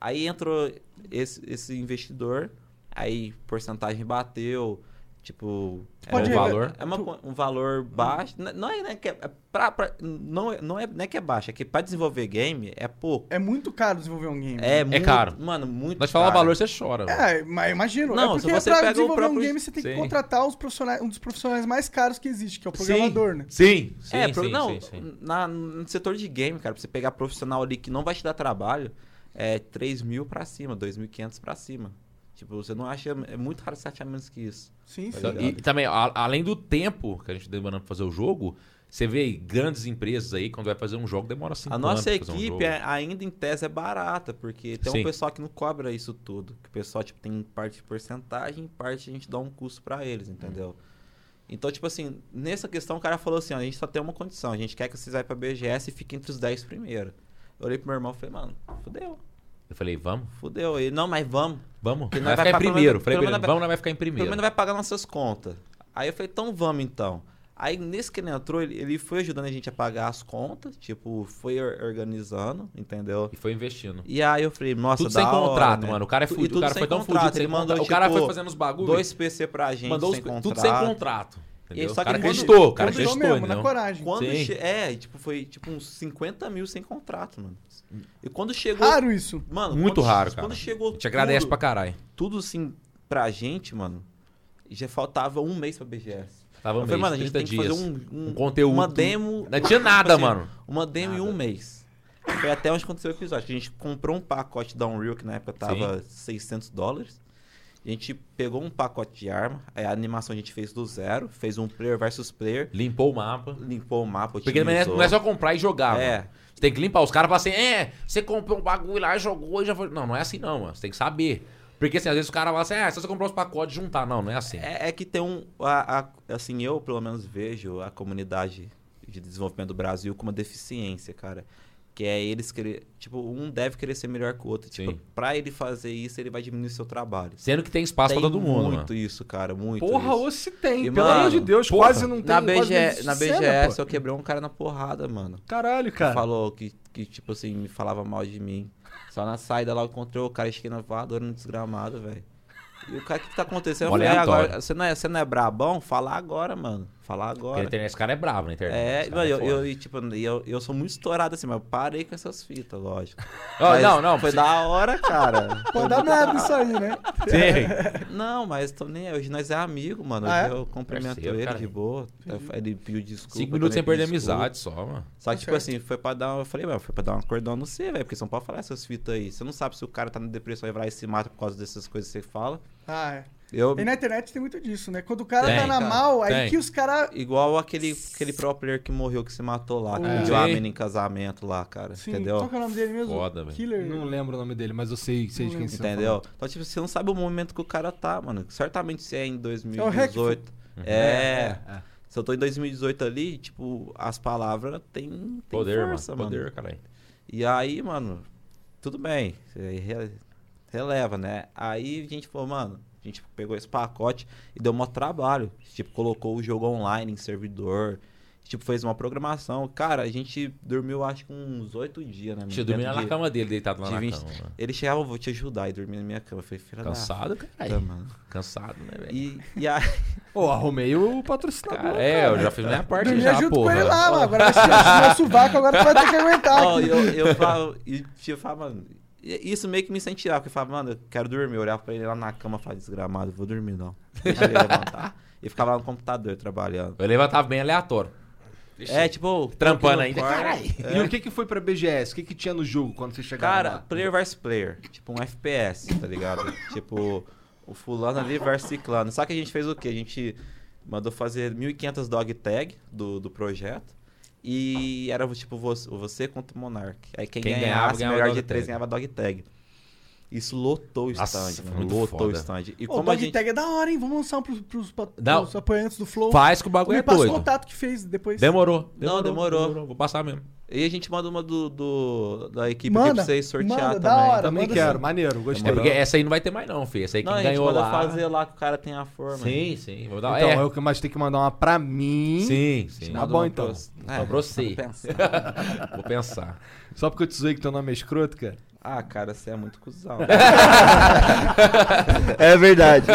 Speaker 4: aí entrou esse, esse investidor, aí porcentagem bateu. Tipo,
Speaker 3: Pode rever-
Speaker 4: um valor. É uma co- um valor baixo. N- Não é, né, que é, é pra- pra- não, é, não, é, não é que é baixo, é que pra desenvolver game é pouco.
Speaker 2: É muito caro desenvolver um game.
Speaker 4: É, muito,
Speaker 3: caro.
Speaker 4: Mano, muito
Speaker 3: Nós falamos o
Speaker 4: caro.
Speaker 3: valor, você chora. velho.
Speaker 2: É, mas imagino.
Speaker 4: Não,
Speaker 2: é
Speaker 4: se
Speaker 2: porque
Speaker 4: você
Speaker 2: pra
Speaker 4: pega o
Speaker 2: desenvolver um
Speaker 4: próprio-
Speaker 2: game, você tem que
Speaker 3: Sim.
Speaker 2: contratar os profissionais, um dos profissionais mais caros que existe, que é o programador, né?
Speaker 3: Sim, sim,
Speaker 4: é,
Speaker 3: sim,
Speaker 4: pro-
Speaker 3: sim,
Speaker 4: não,
Speaker 3: sim.
Speaker 4: na- no setor de game, cara, pra você pegar profissional ali que não vai te dar trabalho, é 3 mil pra cima, 2.500 pra cima. Tipo, você não acha. É muito raro você achar menos que isso.
Speaker 2: Sim, sim.
Speaker 4: Tá
Speaker 3: E, e também, a- além do tempo que a gente demorando pra fazer o jogo, você vê grandes empresas aí, quando vai fazer um jogo, demora cinco
Speaker 4: a
Speaker 3: anos
Speaker 4: nossa
Speaker 3: pra fazer um
Speaker 4: equipe,
Speaker 3: jogo.
Speaker 4: é- ainda em tese, é barata, porque tem
Speaker 3: Sim.
Speaker 4: um pessoal que não cobra isso tudo. Que o pessoal, tipo, tem parte de porcentagem, parte a gente dá um custo pra eles, entendeu? Então, tipo assim, nessa questão o cara falou assim, ó, a gente só tem uma condição, a gente quer que vocês vá pra BGS e fiquem entre os 10 primeiros. Eu olhei pro meu irmão e falei, mano, fudeu.
Speaker 3: Eu falei, vamos,
Speaker 4: Fudeu ele. Não, mas vamos.
Speaker 3: vamos.
Speaker 4: Porque
Speaker 3: Vai
Speaker 4: nós vai
Speaker 3: ficar em
Speaker 4: pra-
Speaker 3: primeiro.
Speaker 4: pelo
Speaker 3: Falei,
Speaker 4: menos
Speaker 3: pra ele,
Speaker 4: vai-
Speaker 3: vamos, nós vai ficar em
Speaker 4: Pelo
Speaker 3: primeiro.
Speaker 4: menos vai pagar nossas contas. Aí eu falei, então vamos então. Aí nesse que ele entrou, ele, ele foi ajudando a gente a pagar as contas, tipo, foi or- organizando, entendeu?
Speaker 3: E foi investindo.
Speaker 4: E aí eu falei, nossa,
Speaker 3: tudo
Speaker 4: da
Speaker 3: sem
Speaker 4: hora,
Speaker 3: contrato,
Speaker 4: né?
Speaker 3: mano. O cara é
Speaker 4: Tu- e
Speaker 3: fudido. O
Speaker 4: tudo
Speaker 3: cara
Speaker 4: sem
Speaker 3: foi tão
Speaker 4: contrato,
Speaker 3: fudido.
Speaker 4: Ele
Speaker 3: sem
Speaker 4: mandou,
Speaker 3: contrato. O cara
Speaker 4: tipo,
Speaker 3: foi fazendo os bagulhos.
Speaker 4: dois PC pra gente,
Speaker 3: mandou
Speaker 4: sem
Speaker 3: os-
Speaker 4: contrato.
Speaker 3: tudo sem contrato. entendeu?
Speaker 4: só
Speaker 3: O
Speaker 4: que
Speaker 3: cara
Speaker 4: ele mandou-
Speaker 3: acreditou, o cara
Speaker 2: Contratou
Speaker 3: acreditou,
Speaker 2: mesmo, na
Speaker 3: entendeu?
Speaker 2: coragem.
Speaker 4: Quando
Speaker 3: Sim.
Speaker 4: che- É, e, tipo, foi tipo uns 50 mil sem contrato, mano. E quando chegou...
Speaker 2: Raro isso.
Speaker 4: Mano,
Speaker 3: Muito
Speaker 4: quando-
Speaker 3: raro, cara.
Speaker 4: Quando chegou
Speaker 3: A gente agradece
Speaker 4: tudo-
Speaker 3: pra caralho.
Speaker 4: tudo assim pra gente, mano, já faltava um mês pra BGS.
Speaker 3: Tava um
Speaker 4: Eu falei,
Speaker 3: mês,
Speaker 4: mano, a gente
Speaker 3: 30
Speaker 4: tem que
Speaker 3: dias.
Speaker 4: fazer um, um-
Speaker 3: conteúdo. né, tipo,
Speaker 4: Uma demo.
Speaker 3: Não tinha nada,
Speaker 4: assim,
Speaker 3: mano.
Speaker 4: Uma demo e um mês. Foi até onde aconteceu o episódio. A gente comprou um pacote da Unreal, que na época tava 600 dólares. A gente pegou um pacote de arma, aí a animação a gente fez do zero, fez um player versus player,
Speaker 3: Limpou o mapa.
Speaker 4: limpou o mapa,
Speaker 3: Porque não é,
Speaker 4: otimizou.
Speaker 3: não é só comprar e jogar,
Speaker 4: É.
Speaker 3: mano. Você tem que limpar. Os caras falam assim, é, você comprou um bagulho lá, jogou e já foi. Não, não é assim não, mano. Você tem que saber. Porque assim, às vezes o cara fala assim, é, só você comprar os pacotes e juntar. Não, não é assim.
Speaker 4: É, é que tem um. a- a- assim, eu pelo menos vejo a comunidade de desenvolvimento do Brasil com uma deficiência, cara. Que é eles querer. Tipo, um deve querer ser melhor que o outro. Tipo,
Speaker 3: Sim.
Speaker 4: pra ele fazer isso, ele vai diminuir seu trabalho.
Speaker 3: Sendo que tem espaço
Speaker 4: Tem
Speaker 3: pra todo mundo, né?
Speaker 4: muito
Speaker 3: mano.
Speaker 4: isso, cara. Muito.
Speaker 1: Porra,
Speaker 4: isso.
Speaker 1: ou se tem.
Speaker 4: E,
Speaker 1: Pelo
Speaker 4: mano,
Speaker 1: amor de Deus,
Speaker 3: porra,
Speaker 1: quase não tem.
Speaker 4: na,
Speaker 1: quase não
Speaker 4: BG,
Speaker 1: existe
Speaker 4: na
Speaker 1: cena,
Speaker 3: é
Speaker 4: BGS
Speaker 1: pô.
Speaker 4: eu quebrei um cara na porrada, mano.
Speaker 1: Caralho, cara.
Speaker 4: Falou que, que, tipo assim, me falava mal de mim. Só na saída lá eu encontrei o cara esquina voadora no desgramado, velho. E o cara, o que, que tá acontecendo? Eu falei, "É,
Speaker 3: Aleatório.
Speaker 4: agora, você não, é, você não é brabão? Fala agora, mano. Fala
Speaker 3: Porque na
Speaker 4: agora.
Speaker 3: internet, esse cara é brabo na internet.
Speaker 4: É,
Speaker 3: Esse cara
Speaker 4: mano, eu,
Speaker 3: foda.
Speaker 4: eu, e, tipo, e eu, eu sou muito estourado assim, mas eu parei com essas fitas, lógico.
Speaker 3: Ó,
Speaker 4: Mas
Speaker 3: não, não,
Speaker 4: Foi
Speaker 3: você-
Speaker 4: da hora, cara.
Speaker 2: Pô, dá merda isso aí, né?
Speaker 3: Sim.
Speaker 4: não, mas tô nem aí. hoje nós é amigo, mano.
Speaker 2: Ah,
Speaker 4: Hoje
Speaker 2: é?
Speaker 4: Eu cumprimento
Speaker 3: Parceiro,
Speaker 4: ele
Speaker 3: cara.
Speaker 4: de boa. Eu- Ele pediu desculpa.
Speaker 3: Cinco minutos
Speaker 4: eu
Speaker 3: sem
Speaker 4: também
Speaker 3: perder a
Speaker 4: pedi desculpa.
Speaker 3: amizade só, mano.
Speaker 4: Só que,
Speaker 2: Tá
Speaker 4: tipo
Speaker 2: certo.
Speaker 4: assim, foi pra dar. Eu falei, mano, foi pra dar uma cordão no C, velho. Porque você não pode falar essas fitas aí. Você não sabe se o cara tá na depressão e vai lá e se mata por causa dessas coisas que você fala.
Speaker 2: Ah, é.
Speaker 4: Eu.
Speaker 2: E na internet tem muito disso, né? Quando o cara
Speaker 3: Tem,
Speaker 2: tá na
Speaker 4: cara.
Speaker 2: mal, aí
Speaker 3: Tem.
Speaker 2: que os caras.
Speaker 4: Igual aquele, aquele pro player que morreu, que se matou lá, que
Speaker 2: É.
Speaker 4: pediu a
Speaker 3: Sim.
Speaker 4: menina em casamento lá, cara.
Speaker 2: Sim, qual
Speaker 4: entendeu?
Speaker 2: que é o nome dele mesmo?
Speaker 3: Foda, velho.
Speaker 2: Killer.
Speaker 1: Não lembro o nome dele, mas eu sei, sei de quem você tá
Speaker 4: Entendeu? Então, tipo, você não sabe o momento que o cara tá, mano. Certamente se é em 2018.
Speaker 3: Uhum.
Speaker 4: É.
Speaker 1: é.
Speaker 4: Se eu tô em 2018 ali, tipo, as palavras têm tem
Speaker 3: Poder,
Speaker 4: força,
Speaker 3: mano.
Speaker 4: mano.
Speaker 3: Poder, caralho.
Speaker 4: E aí, mano, tudo bem. você re- Releva, né? Aí a gente falou, mano, a gente pegou esse pacote e deu maior trabalho. Tipo, colocou o jogo online em servidor. Tipo, fez uma programação. Cara, a gente dormiu acho que uns oito dias, né? mano?
Speaker 3: Tinha dormido
Speaker 4: Dentro
Speaker 3: na
Speaker 4: de-
Speaker 3: cama dele, deitado lá
Speaker 4: de
Speaker 3: na
Speaker 4: vinte- Ah,
Speaker 3: cama. mano.
Speaker 4: Ele chegava, vou te ajudar, e dormia na minha cama. Eu falei, filha da
Speaker 3: Cansado,
Speaker 4: puta,
Speaker 3: caralho.
Speaker 4: mano.
Speaker 3: Cansado, né, velho?
Speaker 4: E, e aí,
Speaker 1: Pô, arrumei o
Speaker 4: Tá
Speaker 1: patrocinador.
Speaker 3: Cara, é, eu já fiz minha parte
Speaker 2: Dormia
Speaker 3: já,
Speaker 2: junto
Speaker 3: Ah, porra.
Speaker 2: com ele lá, mano. Agora vai ser o meu sovaco, agora tu vai ter que aguentar.
Speaker 4: ó,
Speaker 2: aqui.
Speaker 4: eu, eu falo, e tipo, eu falo, mano, e- isso meio que me incentivava, porque eu falava, mano, eu quero dormir. Eu olhava pra ele lá na cama, falava, desgramado, vou dormir não. Deixa ele levantar. E ficava lá no computador trabalhando.
Speaker 3: Eu levantava bem aleatório.
Speaker 4: É, tipo,
Speaker 3: Trampando
Speaker 4: coloquei
Speaker 3: ainda.
Speaker 4: no quarto.
Speaker 3: Caralho.
Speaker 1: E o que que foi pra BGS? O que que tinha no jogo quando você chegava
Speaker 4: Cara,
Speaker 1: lá?
Speaker 4: player versus player. Tipo, um FPS, tá ligado? tipo, o fulano ali versus ciclano. Só que a gente fez o quê? A gente mandou fazer 1.500 dog tag do, do projeto. E era tipo você, você contra o Monark. Aí quem,
Speaker 3: Quem ganhava,
Speaker 4: ganhasse,
Speaker 3: ganhava
Speaker 4: melhor
Speaker 3: dog
Speaker 4: de três
Speaker 3: tag.
Speaker 4: ganhava dog tag. Isso lotou o stand,
Speaker 3: Nossa, foi
Speaker 4: mano.
Speaker 3: muito
Speaker 4: Lotou o
Speaker 3: foda.
Speaker 4: stand. E
Speaker 2: Ô, O
Speaker 4: como a
Speaker 2: Dog
Speaker 4: gente.
Speaker 2: Tag é da hora, hein? Vamos lançar um pros, pros, pa-
Speaker 3: Não.
Speaker 2: pros apoiantes do Flow.
Speaker 3: Faz que o bagulho
Speaker 2: Me
Speaker 3: é
Speaker 2: passa o
Speaker 3: doido.
Speaker 2: contato que fez depois.
Speaker 3: Demorou.
Speaker 4: Não, demorou.
Speaker 3: Vou passar mesmo.
Speaker 4: E a gente manda uma do, do- da equipe aqui
Speaker 2: Manda,
Speaker 4: pra vocês sortear
Speaker 2: manda, da
Speaker 4: também.
Speaker 2: hora.
Speaker 1: Também
Speaker 2: manda
Speaker 1: quero,
Speaker 2: sim.
Speaker 1: maneiro, gostei.
Speaker 3: É porque essa aí não vai ter mais, não, filho. Essa aí quem
Speaker 4: Não, a gente
Speaker 3: ganhou
Speaker 4: manda
Speaker 3: lá.
Speaker 4: fazer lá que o cara tem a forma.
Speaker 3: Sim, sim. Vou dar
Speaker 1: Então,
Speaker 3: é.
Speaker 1: é o que mais tem que mandar uma pra mim.
Speaker 3: Sim, sim.
Speaker 1: Tá bom, então.
Speaker 4: É,
Speaker 3: Sobrou você.
Speaker 4: pensar.
Speaker 3: Vou pensar.
Speaker 1: Só porque eu te zoei que teu nome é escroto, cara.
Speaker 4: Ah, cara, você é muito cuzão.
Speaker 5: É verdade.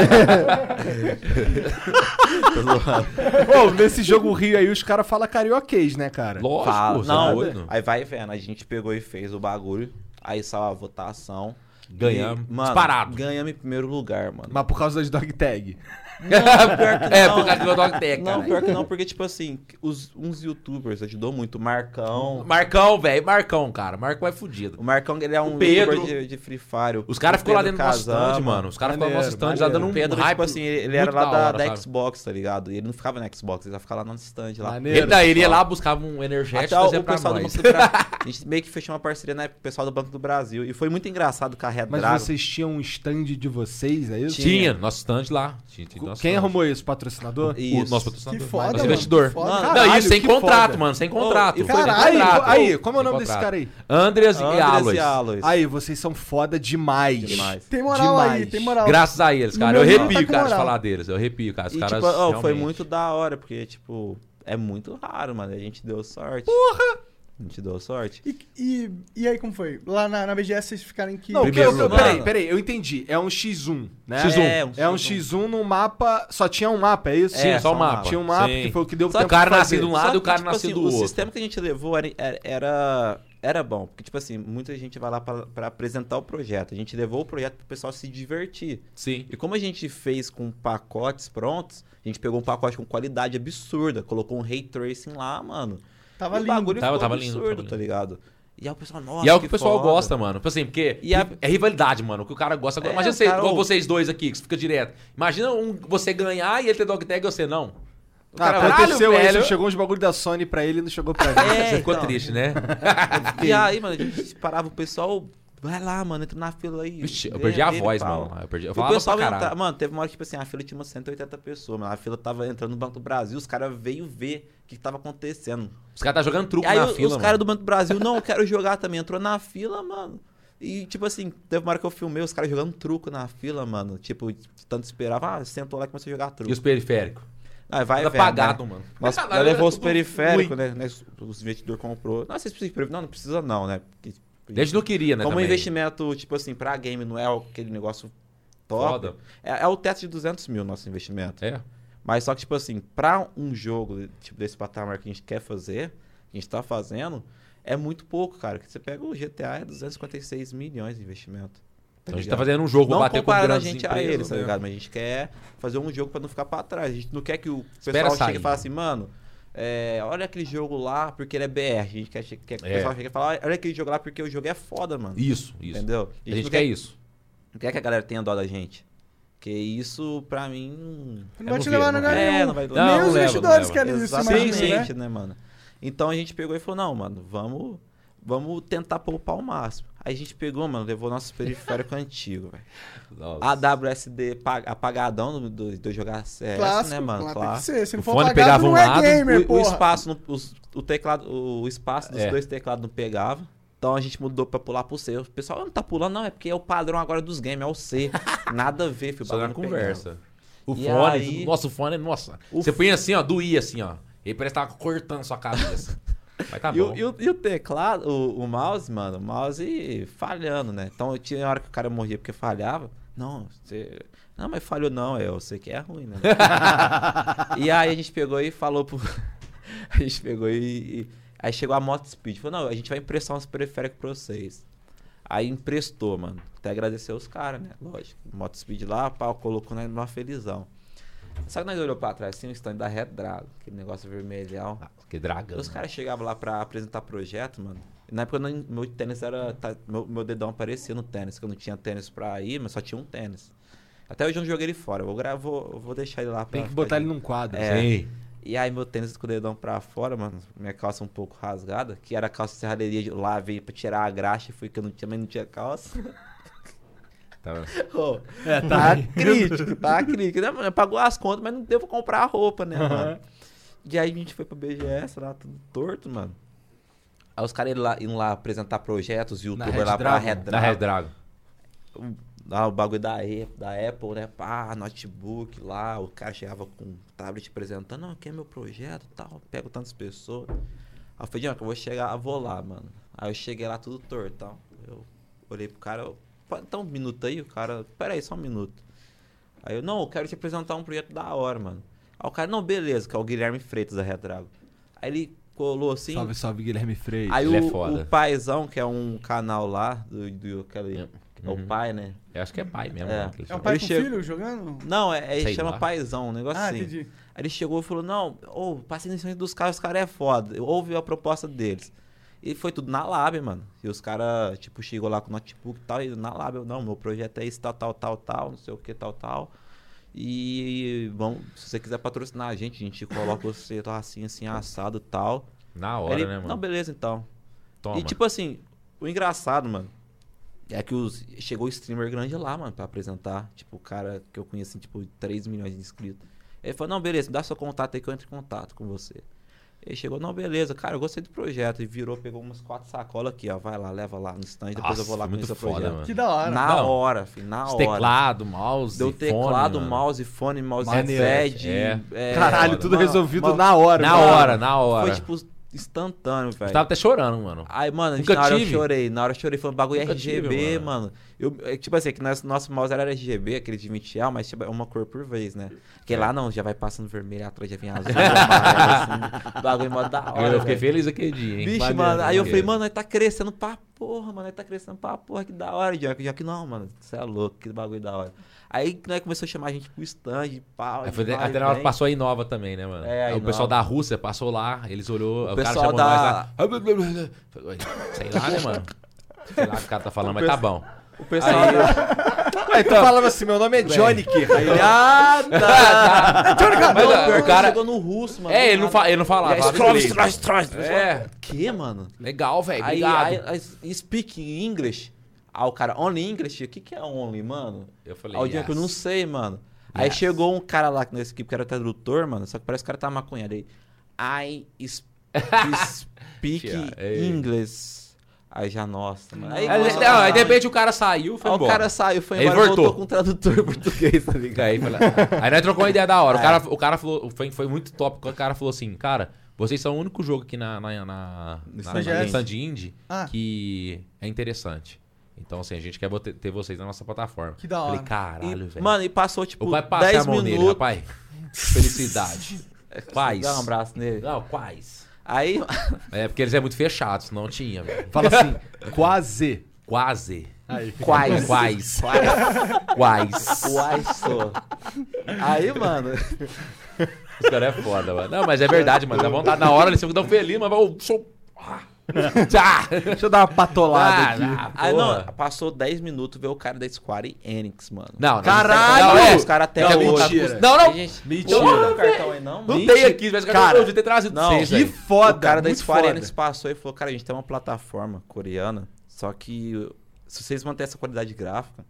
Speaker 1: Pô, nesse jogo Rio aí os caras falam carioquês, né, cara?
Speaker 3: Lógico,
Speaker 4: Fala-
Speaker 3: você é
Speaker 4: não,
Speaker 3: doido.
Speaker 4: aí vai vendo, a gente pegou e fez o bagulho, aí saiu a votação.
Speaker 3: Ganhamos.
Speaker 4: E, mano,
Speaker 3: Disparado.
Speaker 4: Ganhamos em primeiro lugar, mano.
Speaker 1: Mas por causa das dog tag.
Speaker 3: é, por causa do Dog Tech,
Speaker 4: né? Não,
Speaker 3: cara.
Speaker 4: pior que não, porque, tipo assim, os, uns youtubers ajudou muito. O Marcão.
Speaker 3: Marcão, velho. Marcão, cara. Marcão é fudido.
Speaker 4: O Marcão, ele é um
Speaker 3: Pedro.
Speaker 4: youtuber de, de Free Fire.
Speaker 3: Os caras ficou lá dentro do nosso stand,
Speaker 4: casando
Speaker 3: mano. Os caras ficou lá no nosso stand
Speaker 1: Maneiro,
Speaker 3: já dando um
Speaker 4: O Pedro,
Speaker 3: hype.
Speaker 4: tipo assim, ele, ele
Speaker 3: muito
Speaker 4: era lá da,
Speaker 3: hora,
Speaker 4: da
Speaker 3: sabe?
Speaker 4: Xbox, tá ligado? E ele não ficava na Xbox, ele já ficava lá no stand lá.
Speaker 1: Maneiro.
Speaker 3: Ele, daí, ele ia lá, buscava um energético
Speaker 4: Até
Speaker 3: e fazia
Speaker 4: o
Speaker 3: pra
Speaker 4: pessoal do
Speaker 3: nós.
Speaker 4: Banco do Brasil. A gente meio que fechou uma parceria na época com o pessoal do Banco do Brasil. E foi muito engraçado com a Red
Speaker 1: Mas
Speaker 4: Dragon.
Speaker 1: vocês tinham um stand de vocês, é isso?
Speaker 3: Tinha, nosso stand lá. Tinha, tinha nosso
Speaker 1: Quem
Speaker 3: stand.
Speaker 1: arrumou isso? Patrocinador?
Speaker 3: O
Speaker 4: Isso.
Speaker 3: nosso
Speaker 2: Que
Speaker 3: patrocinador.
Speaker 2: foda,
Speaker 3: nosso
Speaker 2: mano.
Speaker 3: investidor.
Speaker 2: que foda.
Speaker 4: Mano,
Speaker 3: Não,
Speaker 1: Caralho,
Speaker 3: isso sem
Speaker 1: que
Speaker 3: contrato,
Speaker 1: foda.
Speaker 3: mano, sem
Speaker 4: Oh, e
Speaker 3: contrato.
Speaker 4: foi-
Speaker 1: Aí,
Speaker 3: contrato.
Speaker 1: aí, como é o
Speaker 3: Sem
Speaker 1: nome desse
Speaker 3: contrato.
Speaker 1: cara aí?
Speaker 3: Andreas e
Speaker 4: Andres
Speaker 3: Aloys.
Speaker 4: e Aloys.
Speaker 1: Aí, vocês são foda demais.
Speaker 4: Demais.
Speaker 2: Tem moral
Speaker 1: Demais.
Speaker 2: aí, tem moral.
Speaker 3: Graças a eles,
Speaker 2: No
Speaker 3: cara. Eu
Speaker 2: meu nível
Speaker 3: arrepio,
Speaker 2: tá com
Speaker 3: cara, de
Speaker 2: moral.
Speaker 3: falar deles. Eu arrepio, cara. Os
Speaker 4: E,
Speaker 3: caras
Speaker 4: tipo, ó, foi
Speaker 3: realmente-
Speaker 4: muito da hora, porque, tipo, é muito raro, mano. A gente deu sorte. Porra! A gente deu sorte.
Speaker 2: E, e, e aí, como foi? Lá na, na BGS vocês ficaram em que.
Speaker 1: Não,
Speaker 3: Primeiro
Speaker 1: eu- eu-
Speaker 3: lugar.
Speaker 1: peraí, peraí, eu entendi. É um X1, né?
Speaker 3: X1.
Speaker 1: É, um X1 num mapa. Só tinha um mapa, é isso?
Speaker 4: É,
Speaker 1: Sim,
Speaker 4: só um mapa.
Speaker 1: Tinha um mapa
Speaker 3: Sim.
Speaker 1: que foi o que deu
Speaker 3: Só
Speaker 1: tempo
Speaker 3: o
Speaker 1: de
Speaker 3: cara
Speaker 1: fazer.
Speaker 3: nascido um lado
Speaker 4: Só
Speaker 3: e o cara nasceu do
Speaker 4: tipo assim, O
Speaker 3: outro.
Speaker 4: sistema que a gente levou era, era- era Era bom, porque, tipo assim, muita gente vai lá pra pra apresentar o projeto. A gente levou o projeto pro pessoal se divertir.
Speaker 3: Sim.
Speaker 4: E como a gente fez com pacotes prontos, a gente pegou um pacote com qualidade absurda, colocou um ray tracing lá, mano.
Speaker 2: Tava
Speaker 4: e o
Speaker 2: lindo.
Speaker 4: bagulho
Speaker 3: Tava-
Speaker 4: ficou
Speaker 3: tava lindo,
Speaker 4: absurdo,
Speaker 3: tava lindo.
Speaker 4: tá ligado? E aí o pessoal, nossa,
Speaker 3: E é o que o pessoal
Speaker 4: foda.
Speaker 3: gosta, mano. Tipo assim, porque
Speaker 4: E a-
Speaker 3: é rivalidade, mano. O que o cara gosta.
Speaker 4: É,
Speaker 3: Imagina
Speaker 4: o
Speaker 3: vocês,
Speaker 4: cara-
Speaker 3: igual vocês dois aqui, que fica direto. Imagina um, você ganhar e ele ter dog tag e você não. O
Speaker 1: Ah,
Speaker 3: cara,
Speaker 1: aconteceu
Speaker 3: "Caralho,
Speaker 1: isso,
Speaker 3: velho."
Speaker 1: chegou uns bagulho da Sony pra ele e não chegou pra mim.
Speaker 4: É,
Speaker 3: Ficou
Speaker 4: então.
Speaker 3: triste, né?
Speaker 4: E aí, mano, a gente parava o pessoal, vai lá, mano, entra na fila aí.
Speaker 3: Vixe, eu
Speaker 4: ganha
Speaker 3: perdi a
Speaker 4: dele,
Speaker 3: voz,
Speaker 4: fala.
Speaker 3: mano. Eu, perdi, eu
Speaker 4: E
Speaker 3: falava
Speaker 4: o pessoal
Speaker 3: pra caralho.
Speaker 4: entra... Mano, teve uma hora que, tipo assim, a fila tinha umas 180 pessoas, mano. A fila tava entrando no Banco do Brasil, os caras veio ver o que que tava acontecendo.
Speaker 3: Os caras tá jogando
Speaker 4: E
Speaker 3: truco
Speaker 4: aí
Speaker 3: na
Speaker 4: o-
Speaker 3: fila,
Speaker 4: os
Speaker 3: mano.
Speaker 4: caras do Banco do Brasil, não, eu quero jogar também. Entrou na fila, mano. E, tipo assim, teve uma hora que eu filmei os caras jogando truco na fila, mano. Tipo, de tanto esperava, ah, sentou lá e começou a jogar truco.
Speaker 3: E os periféricos.
Speaker 4: Aí vai,
Speaker 3: Tudo
Speaker 4: vendo,
Speaker 3: apagado,
Speaker 4: né?
Speaker 3: mano.
Speaker 4: Nós,
Speaker 3: Caralho,
Speaker 4: nós levou
Speaker 3: é
Speaker 4: os
Speaker 3: tudo
Speaker 4: periféricos, né? né? Os investidores comprou. Não, vocês precisam de periférico? Não, não precisa não, né? Porque,
Speaker 3: ruim. Desde não queria, né?
Speaker 4: como um
Speaker 3: também.
Speaker 4: investimento, tipo assim, pra game não é aquele negócio top.
Speaker 3: Foda.
Speaker 4: É, é o teto de 200 mil nosso investimento.
Speaker 3: É.
Speaker 4: Mas só que, tipo assim, pra um jogo tipo, desse patamar que a gente quer fazer, que a gente tá fazendo, é muito pouco, cara. Porque você pega o GTA, é 256 milhões de investimento.
Speaker 3: Então a gente tá fazendo um jogo,
Speaker 4: não
Speaker 3: bater com
Speaker 4: comparando a
Speaker 3: grandes
Speaker 4: gente a
Speaker 3: empresas,
Speaker 4: eles, tá
Speaker 3: né?
Speaker 4: ligado? Mas a gente quer fazer um jogo pra não ficar pra trás. A gente não quer que o
Speaker 3: Espera
Speaker 4: pessoal
Speaker 3: sair.
Speaker 4: chegue e fale assim, mano, é, olha aquele jogo lá porque ele é BR. A gente quer, quer que o
Speaker 3: É.
Speaker 4: pessoal chegue e fale, olha aquele jogo lá porque o jogo é foda, mano.
Speaker 3: Isso, isso.
Speaker 4: Entendeu? é
Speaker 3: A gente
Speaker 4: não
Speaker 3: quer isso.
Speaker 4: não quer que a galera tenha dó da gente. Porque isso, pra mim, não.
Speaker 2: Não
Speaker 3: É,
Speaker 2: vai
Speaker 3: não
Speaker 2: te levar no
Speaker 3: vira, não
Speaker 2: lugar
Speaker 4: vira. É,
Speaker 2: nenhum.
Speaker 4: não vai-
Speaker 2: Nem
Speaker 4: Não,
Speaker 3: não
Speaker 2: os
Speaker 3: leva,
Speaker 2: investidores
Speaker 3: não leva.
Speaker 2: querem isso, imagina, né?
Speaker 4: Exatamente, né, mano? Então a gente pegou e falou: não, mano, vamos, vamos tentar poupar o máximo. Aí a gente pegou, mano, levou nosso periférico antigo, velho. Ah, AWSD pa- apagadão do, do, do jogar CS,
Speaker 2: Clássico,
Speaker 4: né, mano?
Speaker 2: lá tem que
Speaker 4: Clássico.
Speaker 2: ser. Se não
Speaker 3: O
Speaker 2: for
Speaker 3: fone
Speaker 2: pagado,
Speaker 3: pegava um
Speaker 2: não é
Speaker 3: lado,
Speaker 2: gamer,
Speaker 4: O, o
Speaker 2: porra.
Speaker 4: espaço, no- os- o teclado, o espaço dos
Speaker 3: É.
Speaker 4: dois teclados não pegava. Então a gente mudou pra pular pro C. O pessoal "Ah, não tá pulando, não, é porque é o padrão agora dos games, é o C. Nada a ver, filho. o
Speaker 3: Só
Speaker 4: bagulho
Speaker 3: na
Speaker 4: não pegava.
Speaker 3: conversa. O
Speaker 4: tá E
Speaker 3: fone,
Speaker 4: aí-
Speaker 3: tudo- nossa, o fone, nossa.
Speaker 4: O
Speaker 3: Você põe assim, ó, doía assim, ó. Ele parece que tava cortando sua cabeça. Mas tá
Speaker 4: e,
Speaker 3: bom.
Speaker 4: o, e o- e o teclado, o, o mouse, mano, o mouse falhando, né? Então tinha hora que o cara morria porque falhava. Não, você. Não, mas falhou não, é, eu sei que é ruim, né? e aí a gente pegou e falou pro. a gente pegou e. e- Aí chegou a Moto Speed. Falou, não, a gente vai emprestar uns periféricos pra vocês. Aí emprestou, mano. Até agradecer os caras, né? Lógico. Moto Speed lá, pau, colocou nós numa felizão. Só que nós olhou pra trás, assim, o stand da Red Dragon, aquele negócio vermelhão.
Speaker 3: Ah, que dragão.
Speaker 4: Os caras chegavam lá pra apresentar projeto, mano. Na época, eu não- meu tênis era. tá- meu, meu dedão aparecia no tênis, que eu não tinha tênis pra ir, mas só tinha um tênis. Até hoje eu não joguei ele fora. Eu vou, gra- vou, eu vou deixar ele lá pra.
Speaker 1: Tem que botar ele num quadro.
Speaker 4: É.
Speaker 3: Sim.
Speaker 4: E aí, meu tênis com o dedão pra fora, mano. Minha calça um pouco rasgada, que era calça de serralheria. de Lá veio pra tirar a graxa e fui que eu não tinha, mas não tinha calça.
Speaker 3: Tá vendo?
Speaker 4: Ô, tá crítico, tá crítico. Né, mano? Pagou as contas, mas não devo comprar a roupa, né, mano? E aí a gente foi pra BGS lá, tudo torto, mano. Aí os caras iam lá, iam lá apresentar projetos,
Speaker 1: Red
Speaker 4: youtuber lá pra
Speaker 1: Dragon?
Speaker 4: Red
Speaker 3: Na Red
Speaker 4: Dragon.
Speaker 3: Dragon.
Speaker 4: Lá Ah, o bagulho da, E- da Apple, né? Pá, notebook lá. O cara chegava com um tablet apresentando, não, aqui é meu projeto e tal. Pego tantas pessoas. Aí eu falei, "Não, que eu vou chegar, eu vou lá, mano. Aí eu cheguei lá tudo torto, tal. Eu olhei pro cara, eu, "Pode dar um minuto aí? O cara, peraí, só um minuto. Aí eu, não, eu quero te apresentar um projeto da hora, mano. Aí o cara, não, beleza, que é o Guilherme Freitas da Retrago. Aí ele colou assim,
Speaker 1: Salve, salve, Guilherme Freire.
Speaker 4: aí
Speaker 3: ele é
Speaker 4: o,
Speaker 3: foda.
Speaker 4: o Paizão, que é um canal lá, do, do aquele,
Speaker 3: É.
Speaker 4: que é o pai, né?
Speaker 3: Eu acho que é pai mesmo.
Speaker 4: É.
Speaker 3: né, que ele
Speaker 2: É o
Speaker 3: chama.
Speaker 2: pai
Speaker 4: Ele
Speaker 2: com
Speaker 4: chega-
Speaker 2: filho jogando?
Speaker 4: Não, é, é
Speaker 3: Sei
Speaker 4: chama
Speaker 3: lá.
Speaker 4: paizão, um negócio
Speaker 2: Ah,
Speaker 4: assim.
Speaker 2: entendi.
Speaker 4: Aí ele chegou e falou: Não, ô, passei na frente dos caras, os caras é foda. Eu ouvi a proposta deles. E foi tudo na Lab, mano. E os caras, tipo, chegou lá com notebook e tal, e na Lab, eu, não, meu projeto é esse, tal, tal, tal, tal, não sei o que, tal, tal. E, bom, se você quiser patrocinar a gente, a gente coloca você tal, assim, assim, assado e tal.
Speaker 3: Na
Speaker 4: Aí
Speaker 3: hora,
Speaker 4: ele,
Speaker 3: né,
Speaker 4: Não,
Speaker 3: mano?
Speaker 4: beleza então.
Speaker 3: Toma.
Speaker 4: E tipo assim, o engraçado, mano, é que os, chegou o streamer grande lá, mano, pra apresentar. Tipo, o cara que eu conheci, tipo, 3 milhões de inscritos. Ele falou, não, beleza, me dá seu contato aí que eu entro em contato com você. Ele chegou, não, beleza, cara, eu gostei do projeto. E virou, pegou umas quatro sacolas aqui, ó. Vai lá, leva lá no stand, depois
Speaker 3: Nossa,
Speaker 4: eu vou lá
Speaker 3: foi muito
Speaker 4: conhecer o
Speaker 3: foda,
Speaker 4: projeto.
Speaker 3: mano.
Speaker 2: Que da hora.
Speaker 4: Na
Speaker 3: Não.
Speaker 4: hora, filho, na
Speaker 3: Os
Speaker 4: hora.
Speaker 3: teclado, mouse,
Speaker 4: Deu
Speaker 3: fone,
Speaker 4: teclado,
Speaker 3: mano.
Speaker 4: mouse, fone, mouse,
Speaker 3: Maneiro.
Speaker 4: headset.
Speaker 3: É.
Speaker 4: é,
Speaker 1: Caralho,
Speaker 4: mano,
Speaker 1: tudo
Speaker 4: mano,
Speaker 1: resolvido
Speaker 4: mano,
Speaker 1: na hora.
Speaker 3: Na
Speaker 1: mano.
Speaker 3: hora, na hora.
Speaker 4: Foi tipo instantâneo,
Speaker 3: Eu
Speaker 4: velho.
Speaker 3: tava até chorando, mano.
Speaker 4: Ai, mano,
Speaker 3: Nunca
Speaker 4: na hora
Speaker 3: tive.
Speaker 4: eu chorei. Na hora eu chorei falando bagulho
Speaker 3: Nunca
Speaker 4: RGB,
Speaker 3: tive, mano.
Speaker 4: mano. Eu, é, tipo assim, que nós- nosso mouse era RGB, aquele de 20 real, mas tipo, é uma cor por vez, né? Porque
Speaker 3: É.
Speaker 4: lá não, já vai passando vermelho atrás, já vem azul, amarelo, assim, bagulho mó da hora.
Speaker 3: eu fiquei
Speaker 4: velho.
Speaker 3: feliz aquele dia, hein?
Speaker 4: Bicho,
Speaker 3: Maneiro,
Speaker 4: é. mano, aí eu
Speaker 3: maneiro.
Speaker 4: falei, mano, nós tá crescendo pra porra, mano, nós tá crescendo pra porra, que da hora, Jack. Jack, não, mano, você é louco, que bagulho da hora. Aí nós começou a chamar a gente pro stand, pau.
Speaker 3: Aí foi,
Speaker 4: vai,
Speaker 3: até na hora
Speaker 4: vem.
Speaker 3: passou a Inova também, né, mano?
Speaker 4: É, a
Speaker 3: Aí o
Speaker 4: Inova.
Speaker 3: pessoal da Rússia passou lá, eles olhou, o, cara
Speaker 4: pessoal
Speaker 3: chamou
Speaker 4: da-
Speaker 3: nós lá. Falei, "Ué, Sei lá, né, mano? Sei lá o que o cara tá falando, mas tá bom.
Speaker 4: O pessoal.
Speaker 1: Aí tu falava assim, meu nome é Johnny Kerr. Aí ele,
Speaker 4: Ah, tá.
Speaker 3: Mas, ó, o cara.
Speaker 4: chegou no russo, mano.
Speaker 3: É, ele não, fa... ele não falava.
Speaker 4: É,
Speaker 3: falava
Speaker 4: Strauss,
Speaker 3: inglês.
Speaker 4: Strauss, Strauss.
Speaker 3: É,
Speaker 4: Que, mano?
Speaker 3: legal, velho.
Speaker 4: Aí,
Speaker 3: Obrigado.
Speaker 4: aí, aí, speaking English. Ah, o cara, only English? O que que é only, mano?
Speaker 3: eu falei,
Speaker 4: Aí o Jean, que eu não
Speaker 3: "Yes."
Speaker 4: sei, mano. Aí
Speaker 3: Yes.
Speaker 4: chegou um cara lá nessa equipe que era tradutor, mano, só que parece que o cara tá maconhado aí. I s- speak
Speaker 3: Tia, ei.
Speaker 4: English. Aí já, nossa, mano. Aí,
Speaker 3: Aí,
Speaker 4: nossa,
Speaker 3: não, aí
Speaker 4: mano.
Speaker 3: de repente o cara saiu, foi
Speaker 4: Aí o
Speaker 3: embora.
Speaker 4: cara saiu, foi
Speaker 3: Aí
Speaker 4: embora, voltou.
Speaker 3: voltou.
Speaker 4: com um tradutor português, tá ligado?
Speaker 3: Aí, fala- aí nós trocamos uma ideia da hora. O, cara, o cara falou, foi, foi muito top. O cara falou assim, cara, vocês são o único jogo aqui na, na, na, na-
Speaker 4: No Stand
Speaker 3: na-
Speaker 4: Indie.
Speaker 3: Stand Indie
Speaker 2: Ah.
Speaker 3: que é interessante. Então, assim, a gente quer bote- ter vocês na nossa plataforma.
Speaker 2: Que da
Speaker 3: Falei,
Speaker 2: hora.
Speaker 3: caralho,
Speaker 4: E,
Speaker 3: velho.
Speaker 4: mano, e passou
Speaker 3: o
Speaker 4: tipo
Speaker 3: pai passa
Speaker 4: 10
Speaker 3: a mão
Speaker 4: minutos.
Speaker 3: nele, rapaz. Felicidade. Paz.
Speaker 4: Dá um abraço nele.
Speaker 3: Não, quais?
Speaker 4: Aí,
Speaker 3: É, porque eles é muito fechados, não tinha, velho.
Speaker 1: Fala assim, quase.
Speaker 3: Quase.
Speaker 1: Aí.
Speaker 3: Quais? Quais? Quais?
Speaker 4: uai, só. Aí, mano.
Speaker 3: Os caras é foda, mano. Não, mas é verdade, mano. Dá vontade. Na hora eles ficam tão felizes, mas vai. o show. Ah. Tchá!
Speaker 1: Deixa eu dar uma patolada
Speaker 3: Ah,
Speaker 1: aqui.
Speaker 3: ah,
Speaker 4: Aí,
Speaker 3: porra.
Speaker 4: não, passou 10 minutos, veio o cara da Square Enix, mano.
Speaker 3: Não, não.
Speaker 1: Caralho!
Speaker 3: Não, é,
Speaker 4: Os caras até
Speaker 3: Não,
Speaker 4: hoje-
Speaker 1: mentira.
Speaker 3: Não, não.
Speaker 4: Gente,
Speaker 1: Mentira.
Speaker 4: Não tem cartão aí, não,
Speaker 3: Não
Speaker 4: mano.
Speaker 3: tem aqui, mas cara, eu devia ter trazido
Speaker 4: Não,
Speaker 3: vocês,
Speaker 4: que
Speaker 3: velho.
Speaker 1: foda,
Speaker 4: O cara da
Speaker 1: muito
Speaker 4: Square
Speaker 1: foda.
Speaker 4: Enix passou e falou, cara, a gente tem uma plataforma coreana, só que se vocês manterem essa qualidade gráfica,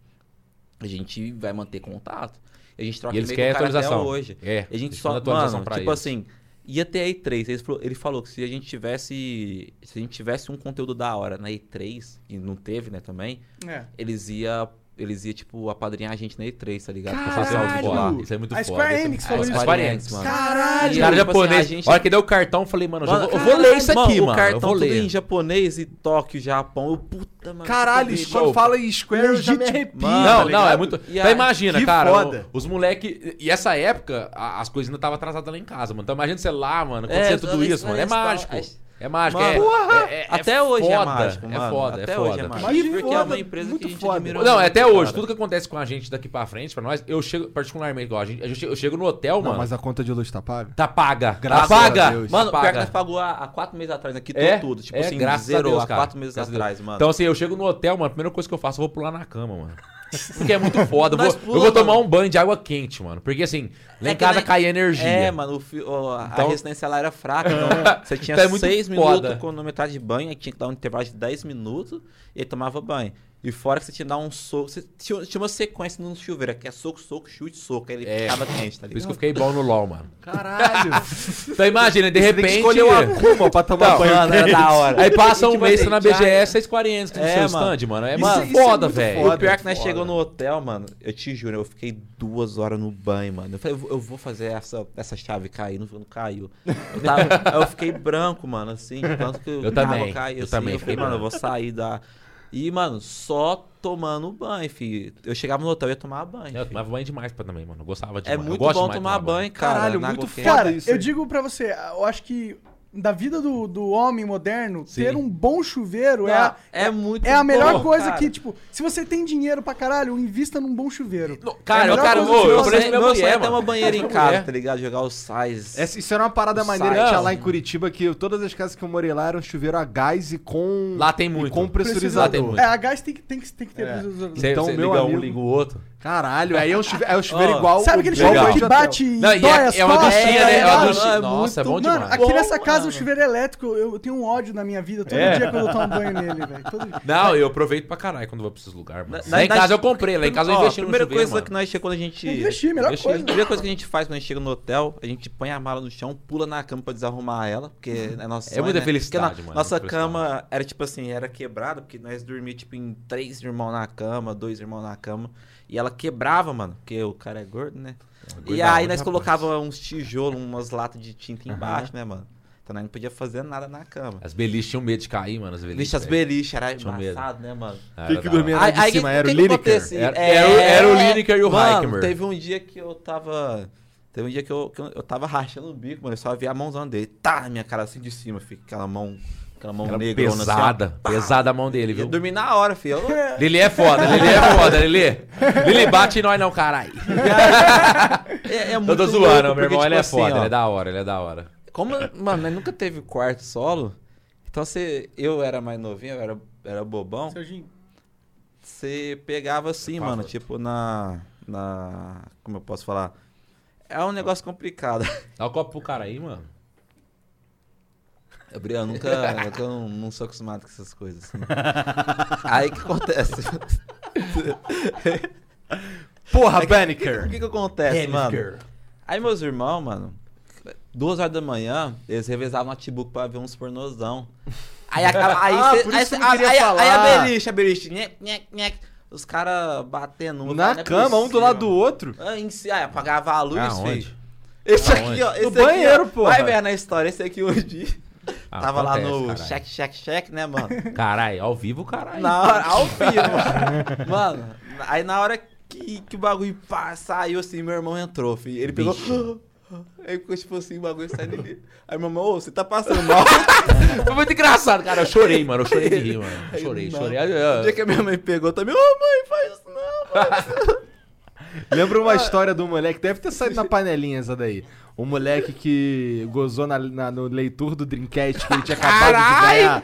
Speaker 4: a gente vai manter contato. E a gente troca
Speaker 3: E eles
Speaker 4: e-mail
Speaker 3: querem
Speaker 4: com o cara
Speaker 3: atualização.
Speaker 4: até hoje.
Speaker 3: É.
Speaker 4: E a gente
Speaker 3: eles
Speaker 4: só,
Speaker 3: mandam atualização
Speaker 4: mano,
Speaker 3: pra
Speaker 4: tipo
Speaker 3: eles.
Speaker 4: assim, ia ter a E3, ele falou, ele falou que se a gente tivesse, se a gente tivesse um conteúdo da hora na E3, e não teve, né, também,
Speaker 2: É.
Speaker 4: eles ia, eles ia tipo, apadrinhar a gente na E3, tá ligado? Pra
Speaker 3: Isso
Speaker 4: fazer
Speaker 3: é
Speaker 4: algo
Speaker 3: muito
Speaker 2: Caralho!
Speaker 4: lá.
Speaker 3: foda. Isso é muito
Speaker 2: A
Speaker 3: foda.
Speaker 2: Square
Speaker 3: isso é-
Speaker 2: Enix
Speaker 3: Ah,
Speaker 2: falou
Speaker 3: Square
Speaker 2: isso.
Speaker 3: Enix,
Speaker 4: Enix,
Speaker 3: mano.
Speaker 4: mano.
Speaker 2: Caralho!
Speaker 3: Os caras
Speaker 4: Tipo assim,
Speaker 3: japonês.
Speaker 4: a gente-
Speaker 3: A hora que deu o cartão, eu falei, mano, eu já vou- eu vou ler isso aqui,
Speaker 4: o
Speaker 3: mano. Eu
Speaker 4: cartão
Speaker 3: vou
Speaker 4: tudo
Speaker 3: ler.
Speaker 4: em japonês e Tóquio, Japão. Eu, puta, mano.
Speaker 1: Caralho,
Speaker 4: que
Speaker 1: quando
Speaker 4: delícia.
Speaker 1: fala em Square eu já me
Speaker 2: Legítimo.
Speaker 1: arrepio.
Speaker 4: Mano,
Speaker 1: tá
Speaker 3: Não, não,
Speaker 1: ligado?
Speaker 3: é muito.
Speaker 4: E
Speaker 3: Então
Speaker 4: aí,
Speaker 3: imagina,
Speaker 1: que
Speaker 3: cara.
Speaker 1: foda.
Speaker 3: o- os moleque. E essa época, a- as coisas ainda estavam atrasadas lá em casa, mano. Então imagina você lá, mano, acontecer
Speaker 4: É,
Speaker 3: tudo isso, mano. É
Speaker 4: tá-
Speaker 3: mágico. É mágico.
Speaker 4: Mano,
Speaker 3: é-
Speaker 4: porra!
Speaker 3: é, é- é
Speaker 4: Até hoje é
Speaker 3: foda,
Speaker 4: mágico, mano.
Speaker 3: É foda,
Speaker 4: Até
Speaker 3: é
Speaker 4: hoje
Speaker 3: foda.
Speaker 4: é mágico.
Speaker 1: Mas que
Speaker 4: Porque é
Speaker 1: foda,
Speaker 4: uma empresa
Speaker 1: muito
Speaker 4: que a gente
Speaker 1: foda.
Speaker 4: admirou
Speaker 3: Não, é
Speaker 4: muito,
Speaker 3: até hoje.
Speaker 4: cara.
Speaker 3: Tudo que acontece com a gente daqui pra frente, pra nós, eu chego, particularmente, igual a gente, eu chego, eu chego no hotel,
Speaker 1: Não,
Speaker 3: mano.
Speaker 1: mas a conta de luz tá paga?
Speaker 3: Tá paga.
Speaker 1: Graças
Speaker 3: tá paga.
Speaker 1: a Deus.
Speaker 4: Mano,
Speaker 3: Tá
Speaker 4: pior é que
Speaker 3: paga.
Speaker 4: nós pagou há, há quatro meses atrás, aqui
Speaker 3: É,
Speaker 4: tudo. Tipo
Speaker 3: é,
Speaker 4: assim,
Speaker 3: graças a
Speaker 4: zerou
Speaker 3: Deus,
Speaker 4: há
Speaker 3: cara.
Speaker 4: quatro meses
Speaker 3: Graças a Deus.
Speaker 4: atrás, mano.
Speaker 3: Então, assim, eu chego no hotel, mano, a primeira coisa que eu faço, eu vou pular na cama, mano. Porque é muito foda. Eu vou,
Speaker 4: Nós
Speaker 3: eu
Speaker 4: pula,
Speaker 3: vou tomar
Speaker 4: mano.
Speaker 3: um banho de água quente, mano. Porque assim, lá
Speaker 4: É
Speaker 3: em
Speaker 4: que
Speaker 3: casa
Speaker 4: nem-
Speaker 3: cai energia.
Speaker 4: É, mano, o fi- o- a
Speaker 3: Então-
Speaker 4: resistência lá era fraca. Então você tinha
Speaker 3: Então é muito
Speaker 4: seis
Speaker 3: foda.
Speaker 4: minutos com metade de banho, aí tinha que dar um intervalo de 10 minutos e aí tomava banho. E fora que você tinha que dar um soco. Você tinha, tinha uma sequência no chuveiro, que é soco, soco, chute, soco. Aí ele
Speaker 3: É.
Speaker 4: ficava quente, tá
Speaker 3: Por isso que eu
Speaker 4: ligado?
Speaker 3: fiquei bom no LOL, mano.
Speaker 1: Caralho.
Speaker 3: Então imagina, de repente.
Speaker 1: escolheu a Kuma pra tomar
Speaker 5: Tá,
Speaker 3: Então,
Speaker 1: banho.
Speaker 5: é
Speaker 4: Mano, era da hora.
Speaker 3: Aí passa
Speaker 4: E,
Speaker 3: um
Speaker 4: tipo
Speaker 3: mês
Speaker 4: assim,
Speaker 3: na
Speaker 4: já-
Speaker 3: BGS, 640 no
Speaker 4: É,
Speaker 3: seu
Speaker 4: mano.
Speaker 3: stand, mano. É
Speaker 1: Isso-
Speaker 3: mano,
Speaker 1: isso é
Speaker 3: foda,
Speaker 1: muito
Speaker 3: velho.
Speaker 1: foda.
Speaker 4: O pior é que nós
Speaker 1: Foda.
Speaker 4: chegamos no hotel, mano. Eu te juro, eu fiquei duas horas no banho, mano. Eu falei, eu vou- eu vou fazer essa, essa chave cair, não, não caiu. Eu, tava- eu fiquei branco, mano, assim, tanto que
Speaker 3: Eu
Speaker 4: tava
Speaker 3: também,
Speaker 4: caindo,
Speaker 3: eu
Speaker 4: assim,
Speaker 3: também
Speaker 4: Eu
Speaker 3: fiquei
Speaker 4: falei, mano, eu
Speaker 3: branco.
Speaker 4: vou sair da. E, mano, só tomando banho, filho. Eu chegava no hotel e ia tomar banho.
Speaker 3: Eu
Speaker 4: filho.
Speaker 3: tomava banho demais pra também, mano. Eu gostava de
Speaker 4: É
Speaker 3: eu
Speaker 4: muito
Speaker 3: gosto
Speaker 4: bom
Speaker 3: demais de
Speaker 4: tomar banho, cara.
Speaker 1: Caralho,
Speaker 4: na
Speaker 1: muito
Speaker 4: água quente.
Speaker 1: foda
Speaker 2: Cara,
Speaker 1: isso
Speaker 2: eu
Speaker 1: aí.
Speaker 2: digo pra você, eu acho que da vida do, do homem moderno,
Speaker 3: Sim. Ah,
Speaker 2: ter um bom chuveiro é,
Speaker 4: Não,
Speaker 2: a-
Speaker 4: é, muito
Speaker 2: é a melhor
Speaker 4: bom,
Speaker 2: coisa
Speaker 4: cara.
Speaker 2: que, tipo, se você tem dinheiro pra caralho, invista num bom chuveiro.
Speaker 3: Não,
Speaker 2: É a
Speaker 3: Cara, eu,
Speaker 2: melhor
Speaker 3: cara,
Speaker 2: coisa que
Speaker 3: ô,
Speaker 2: você
Speaker 3: eu
Speaker 4: Meu
Speaker 2: faz.
Speaker 3: falei isso
Speaker 4: sonho-
Speaker 3: pra
Speaker 4: meu
Speaker 3: você,
Speaker 4: sonho é ter
Speaker 3: mano.
Speaker 4: uma banheira em
Speaker 3: Mulher.
Speaker 4: casa, tá ligado? Jogar os sais.
Speaker 3: É
Speaker 1: Essa, isso era uma parada maneira que
Speaker 3: Não.
Speaker 1: tinha lá em Curitiba, que eu- todas as casas que eu morei lá eram chuveiro a gás e com.
Speaker 3: Lá tem
Speaker 1: e
Speaker 3: muito.
Speaker 1: com
Speaker 3: Lá tem
Speaker 1: pressurizador.
Speaker 3: muito. É.
Speaker 2: É, a gás tem que, tem que, tem que ter.
Speaker 3: Você,
Speaker 1: Então,
Speaker 3: você
Speaker 1: meu
Speaker 3: liga
Speaker 1: amigo-
Speaker 3: um, liga o outro.
Speaker 1: Caralho, aí é um chuveiro, é um chuveiro
Speaker 4: Ó,
Speaker 1: igual.
Speaker 2: Sabe aquele
Speaker 1: igual
Speaker 2: chuveiro
Speaker 1: de
Speaker 2: que
Speaker 1: hotel.
Speaker 2: bate e
Speaker 3: Não, e
Speaker 2: dói
Speaker 3: é-
Speaker 2: as
Speaker 3: é uma
Speaker 2: costas? tá
Speaker 3: duchinha, né? É uma
Speaker 2: ligado?
Speaker 3: duchinha. Nossa, é bom
Speaker 2: Mano,
Speaker 3: demais.
Speaker 2: aqui
Speaker 4: Bom,
Speaker 2: nessa casa o
Speaker 4: mano.
Speaker 2: chuveiro é elétrico, eu, eu tenho um ódio na minha vida todo
Speaker 3: É.
Speaker 2: dia quando eu tomo banho nele, velho. Todo dia.
Speaker 3: Não, eu aproveito pra caralho quando vou pra esses lugares, mano.
Speaker 4: Na-
Speaker 3: lá em
Speaker 4: na-
Speaker 3: casa eu comprei, lá em casa eu
Speaker 4: Ó,
Speaker 3: investi
Speaker 4: A
Speaker 3: no
Speaker 4: primeira
Speaker 3: chuveiro,
Speaker 4: coisa
Speaker 3: mano.
Speaker 4: que nós chegamos quando a gente.
Speaker 2: Investir, melhor
Speaker 4: Investir.
Speaker 2: coisa.
Speaker 4: A primeira coisa que a gente faz quando a gente chega no hotel, a gente põe a mala no chão, pula na cama pra desarrumar ela, porque é nossa.
Speaker 3: É muita
Speaker 4: né?
Speaker 3: felicidade,
Speaker 4: Porque na-
Speaker 3: mano,
Speaker 4: Nossa
Speaker 3: muita
Speaker 4: cama era tipo assim, era quebrada, porque nós dormíamos tipo em três irmãos na cama, dois irmãos na cama. E ela quebrava, mano, porque o cara é gordo, né?
Speaker 3: gordo
Speaker 4: E
Speaker 3: é
Speaker 4: aí
Speaker 3: ruim,
Speaker 4: nós
Speaker 3: rapaz.
Speaker 4: colocava uns tijolos, umas latas de tinta embaixo, né, mano? Então nós não podia fazer nada na cama.
Speaker 3: As beliches tinham medo de cair, mano. As beliches.
Speaker 4: Bicho, as
Speaker 3: velho.
Speaker 4: beliches, era
Speaker 3: Tinha medo.
Speaker 4: embaçado, né, mano?
Speaker 3: Ah,
Speaker 5: Quem
Speaker 3: era
Speaker 5: que
Speaker 3: da hora.
Speaker 5: dormia lá de
Speaker 4: Aí, aí,
Speaker 5: cima?
Speaker 4: que- assim?
Speaker 5: Era o
Speaker 4: que É, que
Speaker 5: Lineker?
Speaker 4: acontecia?
Speaker 3: Era- era o- era o Lineker e o
Speaker 4: mano,
Speaker 3: Heimer.
Speaker 4: Teve um dia que eu tava. Teve um dia que eu, que eu eu tava rachando o bico, mano. Eu só vi a mãozão dele. Tá, minha cara assim de cima, fica aquela mão. Aquela mão assim,
Speaker 3: Era
Speaker 4: negra.
Speaker 3: pesada. pesada a mão dele,
Speaker 4: Eu
Speaker 3: viu?
Speaker 4: dormi na hora, filho. Eu-
Speaker 3: Lili é foda, Lili é foda, Lili. Lili, bate em nós não, caralho.
Speaker 4: É, é
Speaker 3: Eu
Speaker 4: muito
Speaker 3: tô
Speaker 4: louco,
Speaker 3: zoando, meu
Speaker 4: porque,
Speaker 3: irmão,
Speaker 4: tipo
Speaker 3: ele é
Speaker 4: assim,
Speaker 3: foda,
Speaker 4: ó,
Speaker 3: ele é da hora, ele é da hora.
Speaker 4: Como, mano, nós nunca teve quarto solo. Então você. Eu era mais novinho, eu era, era bobão.
Speaker 2: Serginho,
Speaker 4: Você pegava assim,
Speaker 3: Fala.
Speaker 4: mano, tipo na. Na. Como eu posso falar? É um negócio complicado.
Speaker 3: Dá o copo pro cara aí, mano.
Speaker 4: Gabriel, eu nunca. eu tô- não, sou acostumado com essas coisas. assim. Aí o que acontece?
Speaker 5: Porra,
Speaker 4: O
Speaker 5: Banneker!
Speaker 4: que que acontece, mano? Aí meus irmãos, mano, duas horas da manhã, eles revezavam o notebook pra ver uns pornozão. Aí acaba. Aí,
Speaker 5: Ah,
Speaker 4: cê-
Speaker 5: por
Speaker 4: aí,
Speaker 5: isso
Speaker 4: cê-
Speaker 5: que eu não
Speaker 4: aí,
Speaker 5: queria
Speaker 4: aí, aí a
Speaker 5: falar.
Speaker 4: beliche, a beliche. Nhec, nhec, nhec, os caras batendo um,
Speaker 5: Na
Speaker 4: não é
Speaker 5: cama, um do
Speaker 4: possível.
Speaker 5: lado do outro.
Speaker 4: Ah, em si, ah, apagava a luz,
Speaker 3: Aonde?
Speaker 4: filho. Esse
Speaker 3: Aonde?
Speaker 4: aqui, ó. Esse aqui,
Speaker 5: banheiro,
Speaker 4: ó.
Speaker 5: porra.
Speaker 4: Vai ver na história, esse aqui hoje.
Speaker 3: Ah,
Speaker 4: Tava lá
Speaker 3: acontece,
Speaker 4: no
Speaker 3: caralho.
Speaker 4: check, check, check, né, mano?
Speaker 3: Caralho, ao vivo, caralho.
Speaker 4: Na hora, ao vivo. mano, aí na hora que, que o bagulho pá, saiu assim, meu irmão entrou, filho. Ele pegou. Aí ficou tipo assim, o bagulho saindo dele. Aí meu irmão, ô, você tá passando mal.
Speaker 3: Foi muito engraçado, cara. Eu chorei, mano. Eu chorei de rir, mano. Eu
Speaker 4: Aí,
Speaker 3: chorei,
Speaker 4: não.
Speaker 3: chorei.
Speaker 4: O dia que a minha mãe pegou também, ô mãe, faz isso não, mano.
Speaker 1: Lembra uma história do moleque, deve ter saído na panelinha essa daí. Um moleque que gozou na, na- no leitor do Dreamcast que ele tinha acabado de ganhar.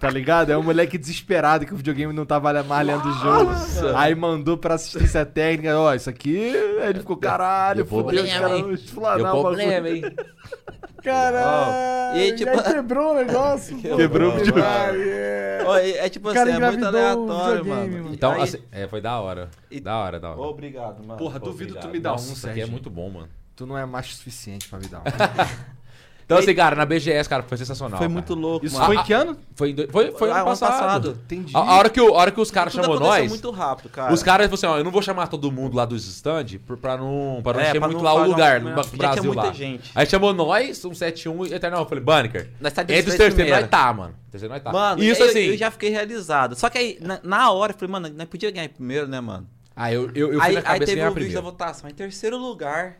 Speaker 1: Tá ligado? É um moleque desesperado que o videogame não tava mais lendo o jogo. Aí mandou pra assistência técnica, ó, isso aqui. Aí ele ficou, caralho,
Speaker 3: Deu
Speaker 1: fodeu, os
Speaker 3: problema,
Speaker 1: caras
Speaker 3: hein?
Speaker 1: vão
Speaker 4: um
Speaker 3: Deu
Speaker 1: explanar o bagulho.
Speaker 3: problema, hein?
Speaker 2: Caralho!
Speaker 4: E aí,
Speaker 2: aí,
Speaker 4: tipo-
Speaker 2: quebrou o negócio. pô.
Speaker 1: Quebrou o videogame.
Speaker 2: Ah, yeah.
Speaker 4: Ô, É, é tipo
Speaker 2: O
Speaker 4: assim,
Speaker 2: cara
Speaker 4: é muito
Speaker 2: engravidou o
Speaker 4: aleatório,
Speaker 2: videogame,
Speaker 4: mano.
Speaker 2: mano.
Speaker 3: Então,
Speaker 4: Aí-
Speaker 3: assim, é, foi da hora.
Speaker 4: E-
Speaker 3: Da hora, da hora.
Speaker 4: Obrigado, mano.
Speaker 1: Porra, duvido tu me dar
Speaker 3: Nossa,
Speaker 1: um,
Speaker 3: isso aqui é
Speaker 1: Sérgio.
Speaker 3: muito bom, mano.
Speaker 1: Tu não é macho o suficiente pra me dar um.
Speaker 3: Então, assim, cara, na BGS, cara, foi sensacional.
Speaker 4: Foi
Speaker 3: cara.
Speaker 4: muito louco,
Speaker 1: Isso
Speaker 4: mano.
Speaker 1: foi em que ano?
Speaker 3: Foi, em do- foi, foi
Speaker 4: Ah,
Speaker 3: ano
Speaker 4: ano
Speaker 3: passado.
Speaker 4: passado.
Speaker 1: Entendi.
Speaker 3: A, a hora que, o, a hora que os caras
Speaker 4: Tudo
Speaker 3: chamou
Speaker 4: aconteceu
Speaker 3: nós,
Speaker 4: muito rápido, cara.
Speaker 3: os caras falaram assim, ó, eu não vou chamar todo mundo lá dos stand pra, pra não, pra não encher
Speaker 4: É, pra
Speaker 3: muito
Speaker 4: não
Speaker 3: lá o
Speaker 4: falar
Speaker 3: lugar,
Speaker 4: uma-
Speaker 3: no
Speaker 4: já
Speaker 3: Ba-
Speaker 4: tinha
Speaker 3: Brasil
Speaker 4: muita
Speaker 3: lá.
Speaker 4: gente.
Speaker 3: Aí chamou nós, um 71 e Eternal. Eu falei, Banneker,
Speaker 4: Nós tá de
Speaker 3: entre os terceiros
Speaker 4: frente primeiro.
Speaker 3: nós tá, mano. Terceiro nós tá.
Speaker 4: Mano,
Speaker 3: isso
Speaker 4: eu,
Speaker 3: assim.
Speaker 4: eu já fiquei realizado. Só que aí, na, na hora, eu falei, mano, nós podíamos ganhar em primeiro, né, mano?
Speaker 3: Aí eu, eu, eu fui
Speaker 4: aí,
Speaker 3: na
Speaker 4: aí
Speaker 3: cabeça e
Speaker 4: teve o
Speaker 3: ganhar
Speaker 4: vídeo da
Speaker 3: primeiro.
Speaker 4: votação. Em terceiro lugar,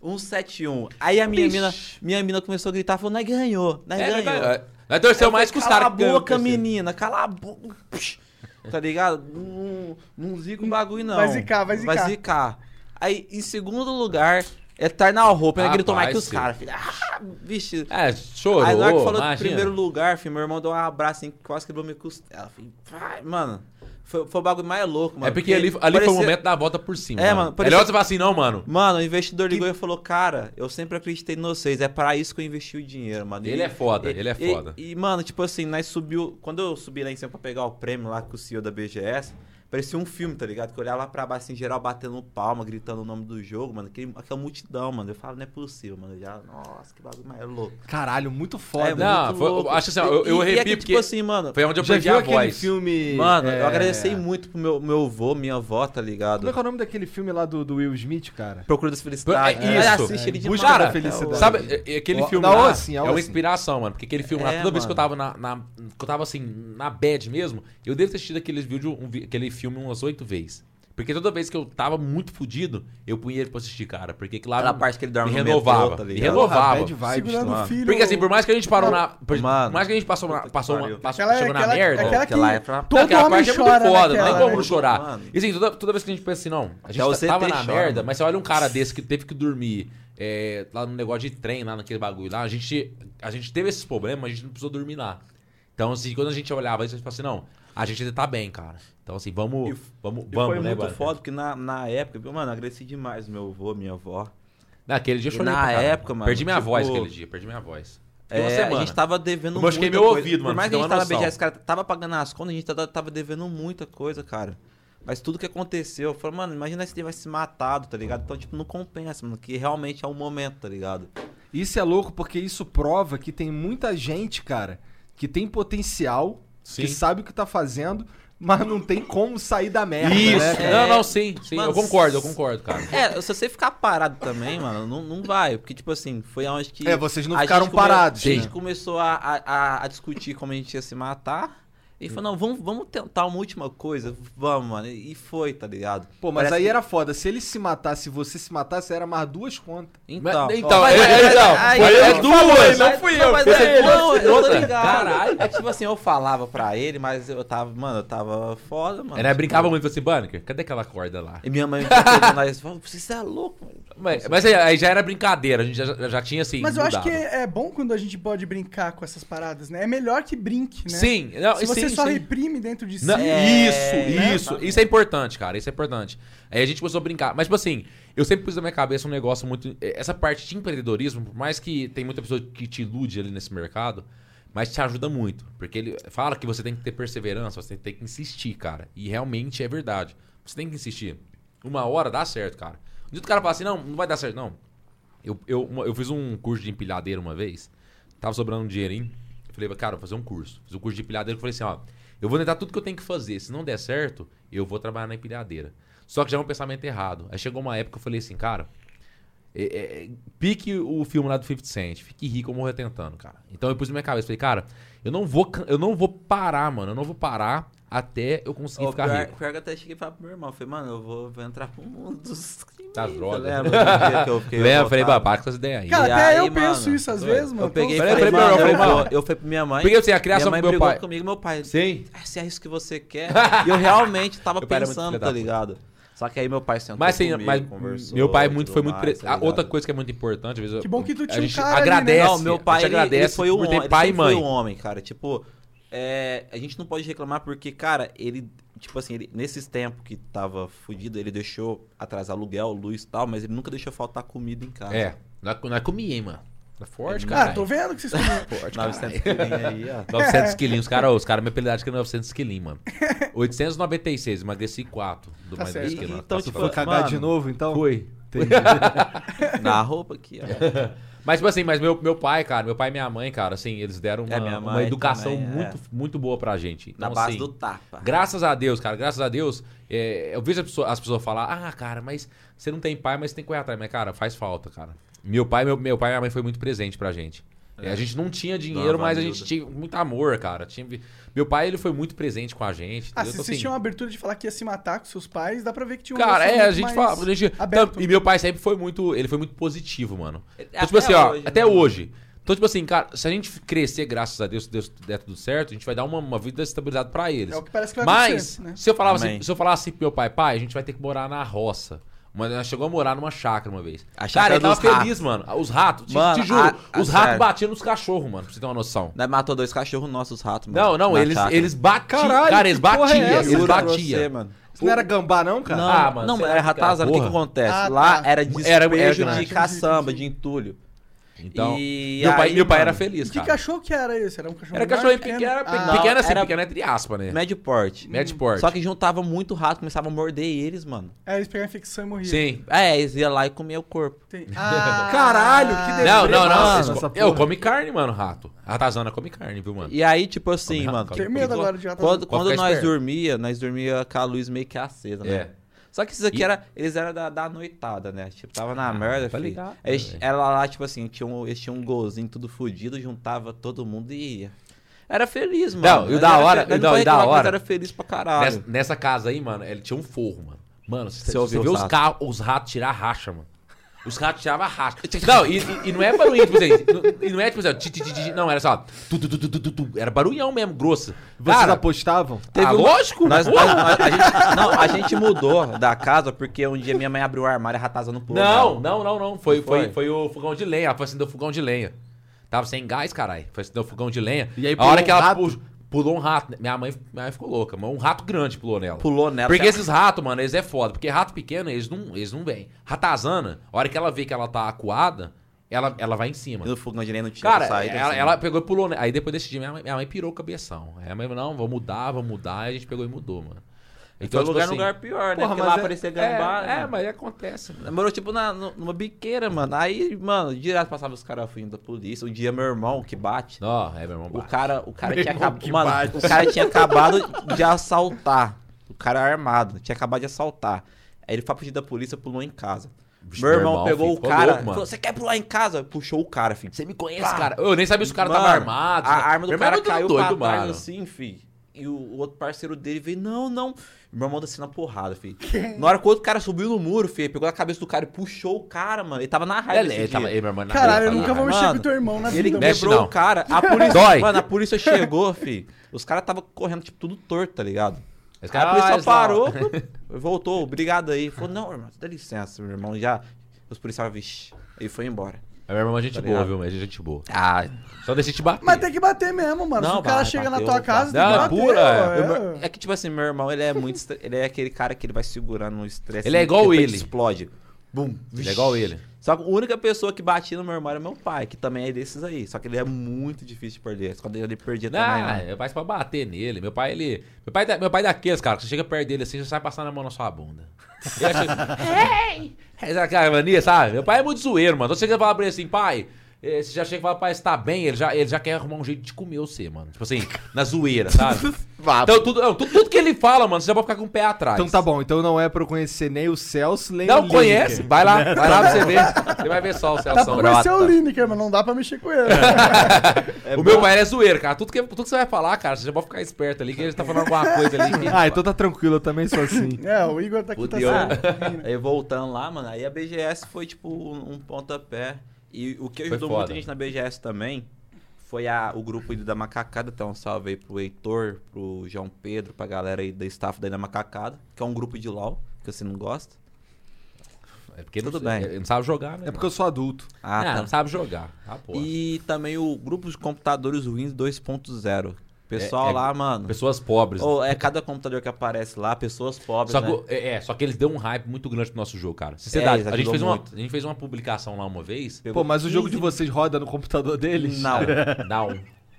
Speaker 4: 171. Aí a minha
Speaker 3: Bicho.
Speaker 4: mina, minha mina começou a gritar, falou, nós ganhou, nós
Speaker 3: É, nós
Speaker 4: ganhou.
Speaker 3: ganhou. Nós torceu
Speaker 4: Eu falei,
Speaker 3: mais que os caras
Speaker 4: Cala a
Speaker 3: ganhou o
Speaker 4: boca,
Speaker 3: terceiro.
Speaker 4: menina, cala a boca. Psh, Tá ligado? Não, não zica o bagulho, não.
Speaker 2: Vai zicar, vai zicar.
Speaker 4: Vai zicar. Aí, em segundo lugar, é Eternal Hope. Ela gritou mais que os
Speaker 3: Rapaz,
Speaker 4: caras. filho. Ah, bicho.
Speaker 3: É, chorou,
Speaker 4: Aí na hora que falou do
Speaker 3: imagina.
Speaker 4: primeiro lugar, filho, meu irmão deu um abraço assim, que quase quebrou minha costela. Filho. Vai, mano, foi, foi o bagulho mais louco, mano.
Speaker 3: É porque ali, ali foi
Speaker 4: parecia-
Speaker 3: o momento da volta por cima.
Speaker 4: É,
Speaker 3: É, mano.
Speaker 4: mano,
Speaker 3: Melhor
Speaker 4: parecia-
Speaker 3: você falar assim, não, mano.
Speaker 4: Mano, o investidor ligou e falou, cara, eu sempre acreditei em vocês, é pra isso que eu investi o dinheiro, mano. E-
Speaker 3: Ele é foda,
Speaker 4: e-
Speaker 3: ele é
Speaker 4: e-
Speaker 3: foda.
Speaker 4: E, mano, tipo assim, nós subiu... Quando eu subi lá em cima pra pegar o prêmio lá com o CEO da BGS, parecia um filme, tá ligado? Que eu olhava lá pra baixo, em geral, batendo palma, gritando o nome do jogo, mano. Aquele, aquela multidão, mano. Eu falo, não é possível, mano. Eu já, nossa, que bagulho mais louco.
Speaker 1: Caralho, muito foda.
Speaker 4: É,
Speaker 3: ah. não,
Speaker 4: muito
Speaker 3: foi-
Speaker 4: louco.
Speaker 3: eu acho assim, ó, eu, eu
Speaker 4: E- e é
Speaker 3: arrepio
Speaker 4: que,
Speaker 3: porque
Speaker 4: tipo assim, mano...
Speaker 3: foi assim, onde eu
Speaker 1: Já
Speaker 3: perdi
Speaker 1: viu
Speaker 3: a
Speaker 1: aquele
Speaker 3: voz.
Speaker 1: filme?
Speaker 4: Mano,
Speaker 1: é,
Speaker 4: eu agradeci muito pro meu, meu avô, minha avó, tá
Speaker 1: Como é
Speaker 4: ligado?
Speaker 1: que é o nome daquele filme lá do, do Will Smith, cara?
Speaker 4: Procura das felicidades.
Speaker 3: É
Speaker 4: Mas
Speaker 3: isso.
Speaker 4: assiste ele
Speaker 1: Busca
Speaker 4: demais.
Speaker 1: da
Speaker 4: até
Speaker 1: felicidade.
Speaker 4: hoje.
Speaker 3: Sabe, é- é aquele
Speaker 1: Ó, assim.
Speaker 3: filme
Speaker 1: da
Speaker 3: lá
Speaker 1: hora sim, da
Speaker 3: é
Speaker 1: hora
Speaker 3: uma
Speaker 1: sim.
Speaker 3: inspiração, mano. Porque aquele filme lá,
Speaker 4: É,
Speaker 3: toda vez que eu
Speaker 4: mano.
Speaker 3: tava na, na- que eu tava assim, na bad mesmo, eu devo ter assistido aquele, vídeo, um vi- aquele filme umas oito vezes. Porque toda vez que eu tava muito fudido, eu punha ele pra assistir, cara. Porque que lá
Speaker 4: Aquela parte que ele dorme
Speaker 3: me
Speaker 4: no
Speaker 3: renovava.
Speaker 4: metrô, tá
Speaker 3: me
Speaker 4: ligado?
Speaker 3: renovava.
Speaker 1: Porra, Ah, bad vibes, né?
Speaker 2: Segurando
Speaker 1: mano.
Speaker 2: o filho.
Speaker 3: Porque assim, por mais que a gente parou na. Por
Speaker 4: Mano,
Speaker 3: mais que a gente passou na. Passou uma.
Speaker 4: pariu.
Speaker 3: Passou,
Speaker 2: Aquela, é
Speaker 3: chegou
Speaker 2: aquela,
Speaker 3: na merda.
Speaker 2: aquela que
Speaker 4: Aquela é pra-
Speaker 2: todo
Speaker 3: aquela
Speaker 2: homem
Speaker 3: parte
Speaker 2: chora
Speaker 3: é muito foda, não
Speaker 2: naquela,
Speaker 3: tem como
Speaker 2: né?
Speaker 3: não chorar.
Speaker 4: Mano.
Speaker 3: E assim, toda, toda vez que a gente pensa assim, não, a
Speaker 4: Até
Speaker 3: gente
Speaker 4: o
Speaker 3: tá-
Speaker 4: CT
Speaker 3: tava na
Speaker 4: chora,
Speaker 3: merda,
Speaker 4: mano.
Speaker 3: mas você olha um cara desse que teve que dormir é, lá no negócio de trem, lá naquele bagulho lá, a gente, a gente teve esses problemas, mas a gente não precisou dormir lá. Então, assim, quando a gente olhava isso, a gente falava assim, não, a gente ainda tá bem, cara. Então, assim, vamos,
Speaker 4: E-
Speaker 3: vamos,
Speaker 4: E
Speaker 3: vamos,
Speaker 4: foi
Speaker 3: né,
Speaker 4: muito
Speaker 3: mano?
Speaker 4: foda, porque na, na época, viu, mano, eu agradeci demais meu avô, minha avó.
Speaker 3: Naquele dia eu
Speaker 4: E
Speaker 3: chorei
Speaker 4: na
Speaker 3: pra caralho.
Speaker 4: época, mano,
Speaker 3: Perdi minha
Speaker 4: tipo-
Speaker 3: voz aquele dia, perdi minha voz. Ficou uma
Speaker 4: É, a
Speaker 3: semana.
Speaker 4: gente tava devendo
Speaker 3: Eu machuquei meu
Speaker 4: coisa.
Speaker 3: ouvido, mano,
Speaker 4: Por mais
Speaker 3: você
Speaker 4: que
Speaker 3: tem
Speaker 4: a gente
Speaker 3: uma
Speaker 4: tava
Speaker 3: noção.
Speaker 4: BGS, cara, tava pagando as contas, a gente tava, tava devendo muita coisa, cara. Mas tudo que aconteceu, eu falei, mano, imagina se tivesse se matado, tá ligado? Então, tipo, não compensa, mano, que realmente é o momento, tá ligado?
Speaker 1: Isso é louco porque isso prova que tem muita gente, cara, que tem potencial,
Speaker 3: Sim.
Speaker 1: que sabe o que tá fazendo, mas não tem como sair da merda, né,
Speaker 3: Isso. É.
Speaker 1: cara?
Speaker 3: Não, não, sim, sim.
Speaker 4: Mano,
Speaker 3: eu concordo, eu concordo, cara.
Speaker 4: É, se você ficar parado também, mano, não, não vai. Porque, tipo assim, foi aonde que.
Speaker 1: É, vocês não
Speaker 4: a
Speaker 1: ficaram
Speaker 4: gente come-
Speaker 1: parados,
Speaker 4: A
Speaker 1: né?
Speaker 4: gente começou a, a, a- a discutir como a gente ia se matar. E falou, não, vamos, vamos tentar uma última coisa. Vamos, mano. E foi, tá ligado?
Speaker 1: Pô, mas
Speaker 4: Parece
Speaker 1: aí
Speaker 4: que-
Speaker 1: era foda. Se ele se matasse, se você se matasse, era mais duas contas.
Speaker 4: Então.
Speaker 3: Mas- então,
Speaker 4: Mas-
Speaker 3: é-
Speaker 4: mas-
Speaker 3: é- então,
Speaker 4: aí-
Speaker 3: mas é
Speaker 4: não
Speaker 3: duas,
Speaker 4: falou,
Speaker 3: não
Speaker 4: mas-
Speaker 3: fui
Speaker 4: não,
Speaker 3: eu,
Speaker 4: mas
Speaker 3: foi
Speaker 4: é-
Speaker 3: ele.
Speaker 4: Não, eu tô ligado.
Speaker 3: Caralho.
Speaker 4: É que, tipo assim, eu falava pra ele, mas eu tava, mano, eu tava foda, mano.
Speaker 3: Ela brincava muito assim, Banner, cadê aquela corda lá?
Speaker 4: E minha mãe falou, nós, falou, você é louco, mano.
Speaker 3: Mas, mas aí, aí já era brincadeira, a gente já, já tinha assim.
Speaker 2: Mas eu acho que
Speaker 3: mudado.
Speaker 2: é bom quando a gente pode brincar com essas paradas, né? É melhor que brinque, né?
Speaker 3: Sim, não,
Speaker 2: Se você
Speaker 3: sim,
Speaker 2: só
Speaker 3: sim.
Speaker 2: reprime dentro de si.
Speaker 3: Não,
Speaker 4: É,
Speaker 3: isso,
Speaker 4: né?
Speaker 3: isso. Isso é importante, cara. Isso é importante. Aí a gente começou a brincar. Mas, tipo assim, eu sempre pus na minha cabeça um negócio muito. Essa parte de empreendedorismo, por mais que tem muita pessoa que te ilude ali nesse mercado, mas te ajuda muito. Porque ele fala que você tem que ter perseverança, você tem que insistir, cara. E realmente é verdade. Você tem que insistir. Uma hora dá certo, cara. Um dia o cara fala assim: não, não vai dar certo, não. Eu, eu, uma- eu fiz um curso de empilhadeira uma vez, tava sobrando um dinheirinho. Eu falei, cara, vou fazer um curso. Fiz um curso de empilhadeira eu falei assim, ó, eu vou tentar tudo que eu tenho que fazer. Se não der certo, eu vou trabalhar na empilhadeira. Só que já é um pensamento errado. Aí chegou uma época que eu falei assim, cara, é- é- pique o filme lá do 50 Cent, fique rico ou morra tentando, cara. Então eu pus na minha cabeça, falei, cara, eu não vou, can- eu não vou parar, mano. Eu não vou parar até eu conseguir
Speaker 4: Ô,
Speaker 3: ficar
Speaker 4: pior,
Speaker 3: rico.
Speaker 4: pior que eu até cheguei e falei pro meu irmão, eu falei, mano, eu vou, vou entrar pro mundo dos crimes.
Speaker 3: Das drogas.
Speaker 4: Lembra do dia que eu fiquei
Speaker 3: Tá Lembra? Eu Falei,
Speaker 4: revoltado?
Speaker 3: babá, com essas ideias aí.
Speaker 2: Cara,
Speaker 4: E
Speaker 2: até
Speaker 4: aí,
Speaker 2: eu
Speaker 4: mano,
Speaker 2: penso isso às
Speaker 4: eu
Speaker 2: vezes, mano.
Speaker 4: Eu peguei e
Speaker 2: Então,
Speaker 3: Peraí,
Speaker 4: falei,
Speaker 3: peraí,
Speaker 4: mano,
Speaker 3: peraí,
Speaker 4: eu,
Speaker 3: peraí,
Speaker 4: vou-
Speaker 3: mano.
Speaker 4: eu falei pra minha mãe.
Speaker 3: Porque assim, a criação
Speaker 4: minha
Speaker 3: do
Speaker 4: mãe
Speaker 3: meu
Speaker 4: brigou
Speaker 3: pai.
Speaker 4: comigo, meu pai.
Speaker 3: Sim.
Speaker 4: "Ah, Se é isso que você quer. e eu realmente tava
Speaker 3: Meu pai era muito
Speaker 4: pensando,
Speaker 3: filho da
Speaker 4: tá
Speaker 3: puta.
Speaker 4: ligado? Só que aí meu pai sentou
Speaker 3: Mas assim,
Speaker 4: comigo,
Speaker 3: mas
Speaker 4: conversou
Speaker 3: meu pai
Speaker 4: e
Speaker 3: muito
Speaker 4: tudo
Speaker 3: foi muito.
Speaker 4: mais,
Speaker 3: Pre...
Speaker 4: tá
Speaker 3: Ah, outra
Speaker 4: ligado?
Speaker 3: coisa que é muito importante, às vezes
Speaker 2: Que
Speaker 3: eu-
Speaker 2: bom que tu tinha
Speaker 3: a
Speaker 2: um
Speaker 3: gente
Speaker 2: cara ali, né?
Speaker 3: agradece.
Speaker 2: Acontece,
Speaker 4: Não, meu pai,
Speaker 3: a gente
Speaker 4: ele, ele
Speaker 3: agradece
Speaker 4: foi o
Speaker 3: por
Speaker 4: homem,
Speaker 3: ter
Speaker 4: ele
Speaker 3: pai e
Speaker 4: sempre
Speaker 3: mãe.
Speaker 4: foi um o homem, cara. Tipo, é, a gente não pode reclamar porque, cara, ele, tipo assim, ele- nesses tempos que tava fudido, ele deixou atrás aluguel, luz e tal, mas ele nunca deixou faltar comida em casa.
Speaker 3: É, não é, não é comia, hein, mano. É forte,
Speaker 2: Ah,
Speaker 3: cara.
Speaker 2: tô vendo que vocês estão...
Speaker 4: tipo,
Speaker 3: forte, cara.
Speaker 4: 900 quilinhos aí, ó.
Speaker 3: 900 quilinhos, os cara, os caras me apelidaram de que é 900 quilinhos, mano. 896, emagreci 4 do
Speaker 2: Tá
Speaker 3: mais
Speaker 2: certo.
Speaker 3: 10 quilos.
Speaker 4: Então,
Speaker 3: Tá
Speaker 4: tipo,
Speaker 1: Foi
Speaker 3: suave.
Speaker 1: cagar
Speaker 4: mano.
Speaker 1: de novo, então?
Speaker 3: foi.
Speaker 1: Entendi.
Speaker 4: Na roupa aqui, ó.
Speaker 3: Mas, tipo assim, mas meu, meu pai, cara, meu pai e minha mãe, cara, assim, eles deram uma,
Speaker 4: É, minha
Speaker 3: uma
Speaker 4: mãe
Speaker 3: educação
Speaker 4: também, é.
Speaker 3: muito, muito boa pra gente.
Speaker 4: Na
Speaker 3: Então,
Speaker 4: base
Speaker 3: assim,
Speaker 4: do tapa.
Speaker 3: Graças a Deus, cara, graças a Deus. é, eu vejo as pessoas, as pessoas falar, ah, cara, mas você não tem pai, mas você tem que correr atrás. Mas, cara, faz falta, cara. Meu pai, meu, meu pai e minha mãe foi muito presente pra gente. É, A gente não tinha dinheiro,
Speaker 4: Dava
Speaker 3: mas a
Speaker 4: ajuda.
Speaker 3: gente tinha muito amor, cara. Tinha... Meu pai, ele foi muito presente com a gente.
Speaker 2: Ah,
Speaker 3: entendeu?
Speaker 2: se
Speaker 3: Então,
Speaker 2: vocês
Speaker 3: assim,
Speaker 2: tinham uma abertura de falar que ia se matar com seus pais, dá pra ver que tinha um
Speaker 3: Cara, é, a
Speaker 2: relacionamento
Speaker 3: gente
Speaker 2: mais
Speaker 3: fala. a gente-
Speaker 2: aberto.
Speaker 3: Então, e meu pai sempre foi muito. Ele foi muito positivo, mano.
Speaker 4: Ele-
Speaker 3: Então, tipo
Speaker 4: até
Speaker 3: assim, ó,
Speaker 4: hoje,
Speaker 3: até
Speaker 4: né?
Speaker 3: hoje. Então, tipo assim, cara, se a gente crescer, graças a Deus, se Deus der tudo certo, a gente vai dar uma, uma vida estabilizada pra eles.
Speaker 2: É o que parece que vai
Speaker 3: Mas,
Speaker 2: acontecer, né?
Speaker 3: se eu falava
Speaker 4: Amém.
Speaker 3: assim, se eu falasse assim pro meu pai, pai, a gente vai ter que morar na roça. Mas nós chegou a morar numa chácara uma vez.
Speaker 4: A
Speaker 3: cara,
Speaker 4: chácara
Speaker 3: ele tava
Speaker 4: dos ratos.
Speaker 3: feliz, mano. Os ratos, te,
Speaker 4: Mano,
Speaker 3: te juro,
Speaker 4: a- a
Speaker 3: os ratos
Speaker 4: sério.
Speaker 3: batiam nos cachorros, mano, pra você ter uma noção.
Speaker 4: Nós matou dois cachorros nossos ratos, mano.
Speaker 3: Não, não,
Speaker 4: na
Speaker 3: eles,
Speaker 4: chácara.
Speaker 3: eles batiam.
Speaker 1: Caralho,
Speaker 3: cara, eles
Speaker 1: que porra é
Speaker 3: batiam,
Speaker 1: essa?
Speaker 3: eles
Speaker 4: Juro pra você,
Speaker 3: batiam.
Speaker 4: mano.
Speaker 1: Isso não era gambá, não, cara?
Speaker 4: Não,
Speaker 3: Ah, mano,
Speaker 4: não,
Speaker 3: sei lá
Speaker 4: era
Speaker 3: que cara,
Speaker 4: ratazana. O que que
Speaker 3: porra.
Speaker 4: acontece?
Speaker 2: Ah,
Speaker 4: Lá
Speaker 2: tá.
Speaker 4: era
Speaker 3: Era- era
Speaker 4: despejo de
Speaker 3: grande.
Speaker 4: caçamba, de entulho.
Speaker 3: Então,
Speaker 4: E
Speaker 3: meu, pai,
Speaker 4: aí,
Speaker 3: meu pai
Speaker 4: mano,
Speaker 3: era feliz,
Speaker 2: E que
Speaker 3: cara.
Speaker 2: cachorro que era esse? Era um cachorro
Speaker 3: Era
Speaker 2: menor,
Speaker 3: cachorro pequeno, era pe-
Speaker 2: Ah,
Speaker 3: pequeno assim,
Speaker 4: era-
Speaker 3: pequeno entre aspas, né?
Speaker 4: Médio porte.
Speaker 3: Médio porte.
Speaker 4: Só que juntava muito rato, começava a morder eles, mano.
Speaker 2: É, eles pegaram infecção e morriam.
Speaker 3: Sim.
Speaker 4: É, eles iam lá e comiam o corpo.
Speaker 2: Tem- Ah,
Speaker 1: Caralho, que delícia.
Speaker 3: Não, não, não.
Speaker 1: massa
Speaker 3: eles co-
Speaker 1: essa porra.
Speaker 3: Eu come carne, mano, rato. Ratazana come carne, viu, mano?
Speaker 4: E aí, tipo assim,
Speaker 3: Come rato,
Speaker 4: mano.
Speaker 3: come
Speaker 2: Tenho medo
Speaker 4: quando-
Speaker 2: agora de rato.
Speaker 3: Pode
Speaker 4: Quando, quando
Speaker 3: ficar
Speaker 4: nós
Speaker 3: esperto.
Speaker 4: dormia, nós dormia com a luz meio que acesa, né?
Speaker 3: É.
Speaker 4: Só que isso aqui
Speaker 3: E-
Speaker 4: era. Eles eram da, da noitada, né? Tipo, tava na
Speaker 3: Ah,
Speaker 4: merda,
Speaker 3: tá
Speaker 4: filho.
Speaker 3: ligado,
Speaker 4: Eles-
Speaker 3: velho.
Speaker 4: Era lá, tipo assim, tinha um, eles tinham um golzinho tudo fudido, juntava todo mundo e ia. Era feliz, mano.
Speaker 3: e o da
Speaker 4: Era
Speaker 3: hora- e
Speaker 4: fe- nós
Speaker 3: da-
Speaker 4: pode
Speaker 3: e da
Speaker 4: reclamar, mas
Speaker 3: hora.
Speaker 4: Era feliz pra caralho.
Speaker 3: Nessa, nessa casa aí, mano, ele tinha um forro, mano. Mano, você,
Speaker 4: Você
Speaker 3: você
Speaker 4: ouviu
Speaker 3: vê
Speaker 4: os
Speaker 3: os,
Speaker 4: ratos?
Speaker 3: carros, os ratos tirar racha, mano. Os ratos tiravam racha. Não, e, e- e não é barulhinho, tipo assim. não- E não é tipo assim, ó, ti, ti, ti, ti, não, era só. Tu, tu, tu, tu, tu, tu, tu. Era barulhão mesmo, grosso.
Speaker 1: Vocês
Speaker 3: Cara,
Speaker 1: apostavam?
Speaker 4: Teve
Speaker 3: ah,
Speaker 4: um-
Speaker 3: lógico?
Speaker 4: Nós-
Speaker 3: Pô,
Speaker 4: nós- nós- a gente- não, a gente mudou da casa porque um dia minha mãe abriu o armário e a ratazana não pulou.
Speaker 3: Não, não, não, não. Foi,
Speaker 4: Não
Speaker 3: foi?
Speaker 4: foi?
Speaker 3: Foi, o fogão de lenha. Ela foi acender o fogão de lenha. Tava sem gás, caralho. Foi acender o fogão de lenha.
Speaker 1: E aí
Speaker 3: a
Speaker 1: pulou
Speaker 3: hora
Speaker 1: um
Speaker 3: que ela
Speaker 1: rato?
Speaker 3: pu- pulou um rato. Minha mãe, minha mãe ficou louca, mas um rato grande pulou nela.
Speaker 4: Pulou nela.
Speaker 3: Porque
Speaker 4: Você-
Speaker 3: esses ratos, mano, eles é foda. Porque rato pequeno, eles não, eles não vêm. Ratazana, a hora que ela vê que ela tá acuada, ela, ela vai em cima.
Speaker 4: No fogão de lenha não tinha
Speaker 3: Cara,
Speaker 4: saída,
Speaker 3: ela,
Speaker 4: assim.
Speaker 3: ela pegou e pulou. né? Aí depois desse dia, minha mãe, minha mãe pirou o cabeção. Aí a mãe falou, não, vou mudar, vou mudar. Aí a gente pegou e mudou, mano.
Speaker 4: Então,
Speaker 3: Então, tipo
Speaker 4: foi lugar
Speaker 3: assim,
Speaker 4: no lugar pior, né?
Speaker 3: porra,
Speaker 4: Porque
Speaker 3: mas
Speaker 4: lá
Speaker 3: é-
Speaker 4: parecia
Speaker 3: é,
Speaker 4: gambá.
Speaker 3: É,
Speaker 4: né?
Speaker 3: mas acontece. né?
Speaker 4: Morou, tipo, na, nu- numa biqueira, mano. Aí, mano, direto passava os caras fugindo da polícia. Um dia, meu irmão, que bate.
Speaker 3: Não, é, meu irmão.
Speaker 4: O
Speaker 3: bate.
Speaker 4: cara, o cara
Speaker 5: Meu
Speaker 4: tinha
Speaker 5: irmão,
Speaker 4: acabado.
Speaker 5: que
Speaker 4: Mano,
Speaker 5: bate.
Speaker 4: o cara tinha acabado de assaltar. O cara armado, tinha acabado de assaltar. Aí ele foi fugir da polícia, pulou em casa.
Speaker 3: Vixe,
Speaker 4: meu irmão
Speaker 3: normal,
Speaker 4: pegou
Speaker 3: filho,
Speaker 4: o
Speaker 3: ficou
Speaker 4: cara,
Speaker 3: louco, mano.
Speaker 4: falou, você quer pular em casa? Puxou o cara, filho.
Speaker 3: Você me conhece, cara. Eu nem sabia se o cara tava
Speaker 4: Mano,
Speaker 3: armado.
Speaker 4: A arma do
Speaker 3: Meu
Speaker 4: cara
Speaker 3: irmão é
Speaker 4: caiu
Speaker 3: doido,
Speaker 4: pra trás,
Speaker 3: mano.
Speaker 4: assim, fi. E o, o outro parceiro dele veio, não, não. Meu irmão desceu na porrada, fi. Na hora que o outro cara subiu no muro, fi, pegou a cabeça do cara e puxou o cara, mano. Ele tava na raiva
Speaker 3: Ele,
Speaker 4: desse
Speaker 3: ele
Speaker 4: dia.
Speaker 3: tava, ele, meu irmão, na
Speaker 2: Caralho, eu
Speaker 3: rua,
Speaker 2: nunca
Speaker 3: tá
Speaker 2: vou
Speaker 3: ligado?
Speaker 2: mexer
Speaker 4: Mano,
Speaker 2: com teu irmão na
Speaker 4: Ele
Speaker 2: vida.
Speaker 3: Mexe
Speaker 4: quebrou
Speaker 3: não.
Speaker 4: o cara. A polícia,
Speaker 3: Dói.
Speaker 4: Mano, a polícia chegou, fi. Os caras tava correndo, tipo, tudo torto, tá ligado?
Speaker 3: Esse
Speaker 4: Aí
Speaker 3: cara é
Speaker 4: a polícia
Speaker 3: eles lá, ó.
Speaker 4: Ah, parou, voltou, obrigado aí. Falou, não, irmão, dá licença, meu irmão. Já. Os policiais, vixe. Aí foi embora.
Speaker 3: É, Meu irmão é gente
Speaker 4: Tá
Speaker 3: boa,
Speaker 4: ligado?
Speaker 3: viu, mano? É gente boa.
Speaker 4: Ah,
Speaker 3: Só deixa eu te bater.
Speaker 2: Mas tem que bater mesmo, mano. Se
Speaker 4: Não,
Speaker 2: o cara
Speaker 4: vai,
Speaker 2: chega na
Speaker 4: bateu,
Speaker 2: tua casa, tem que bater.
Speaker 3: bateu. Não, pura,
Speaker 2: ó,
Speaker 4: Eu-
Speaker 2: é.
Speaker 4: É que, tipo assim, meu irmão, ele é muito. estre- ele é aquele cara que ele vai segurando no estresse.
Speaker 3: Ele é
Speaker 4: e
Speaker 3: igual
Speaker 4: depois
Speaker 3: ele.
Speaker 4: explode. Bum.
Speaker 3: Ele é igual ele.
Speaker 4: Só que a única pessoa que batia no meu irmão era meu pai, que também é desses aí. Só que ele é muito difícil de perder. Quando ele perdia também.
Speaker 3: Não,
Speaker 4: mano.
Speaker 3: meu pai é pra bater nele. Meu pai, ele. Meu pai, da- meu pai é daqueles, cara, que você chega perto dele assim, você sai passando a mão na sua bunda. Ele acha- Ei! Essa é aquela mania, sabe? Meu pai é muito zoeiro, mano. Então você chega e fala pra ele assim, pai. eh, Você já chega e fala, pai, você tá bem? Ele já, ele já quer arrumar um jeito de comer você, mano. Tipo assim, na zoeira, sabe? então, tudo, não, tudo, tudo que ele fala, mano, você já pode ficar com o pé atrás.
Speaker 1: Então tá bom, então não é pra eu conhecer nem o Celso, nem o
Speaker 3: Não
Speaker 1: Lineker.
Speaker 3: conhece? Vai lá, vai lá pra você ver. Você vai ver só o
Speaker 2: Dá
Speaker 3: Celso
Speaker 2: pra conhecer Tá o
Speaker 3: Né? Brota.
Speaker 2: Lineker, mas não dá pra mexer com ele.
Speaker 4: É.
Speaker 3: O meu pai ele é zoeiro, cara. Tudo que, tudo que você vai falar, cara, você já pode ficar esperto ali, que ele tá falando alguma coisa ali. que-
Speaker 1: Ah, então tá tranquilo, eu também sou assim.
Speaker 2: É, o Igor tá aqui,
Speaker 4: Fudeu.
Speaker 2: tá certo.
Speaker 4: Aí voltando lá, mano, aí a BGS foi tipo um um pontapé. E o que ajudou
Speaker 3: foda.
Speaker 4: muita gente na BGS também foi a, o grupo aí da Macacada. Então, um salve aí pro Heitor, pro João Pedro, pra galera aí da staff daí da Macacada, que é um grupo de LOL, que você não gosta.
Speaker 3: É porque
Speaker 4: Tudo
Speaker 3: não,
Speaker 4: bem.
Speaker 3: Ele não sabe jogar, né?
Speaker 1: É porque eu sou adulto.
Speaker 4: Ah,
Speaker 3: não,
Speaker 4: tá.
Speaker 3: não sabe jogar. Ah, porra.
Speaker 4: E também o grupo de computadores Windows 2.0. Pessoal
Speaker 3: É- é-
Speaker 4: lá, mano.
Speaker 3: Pessoas pobres.
Speaker 4: Ou é cada computador que aparece lá, pessoas pobres.
Speaker 3: Só
Speaker 4: né?
Speaker 3: que, é, é, só que eles deu um hype muito grande pro nosso jogo, cara.
Speaker 4: É,
Speaker 3: Sinceridade,
Speaker 4: eles
Speaker 3: a, gente
Speaker 4: ajudou
Speaker 3: fez uma,
Speaker 4: muito.
Speaker 3: a gente fez uma publicação lá uma vez.
Speaker 4: Pegou
Speaker 1: Pô, mas o jogo de
Speaker 4: 15
Speaker 1: vocês roda no computador deles?
Speaker 4: Não.
Speaker 3: Não.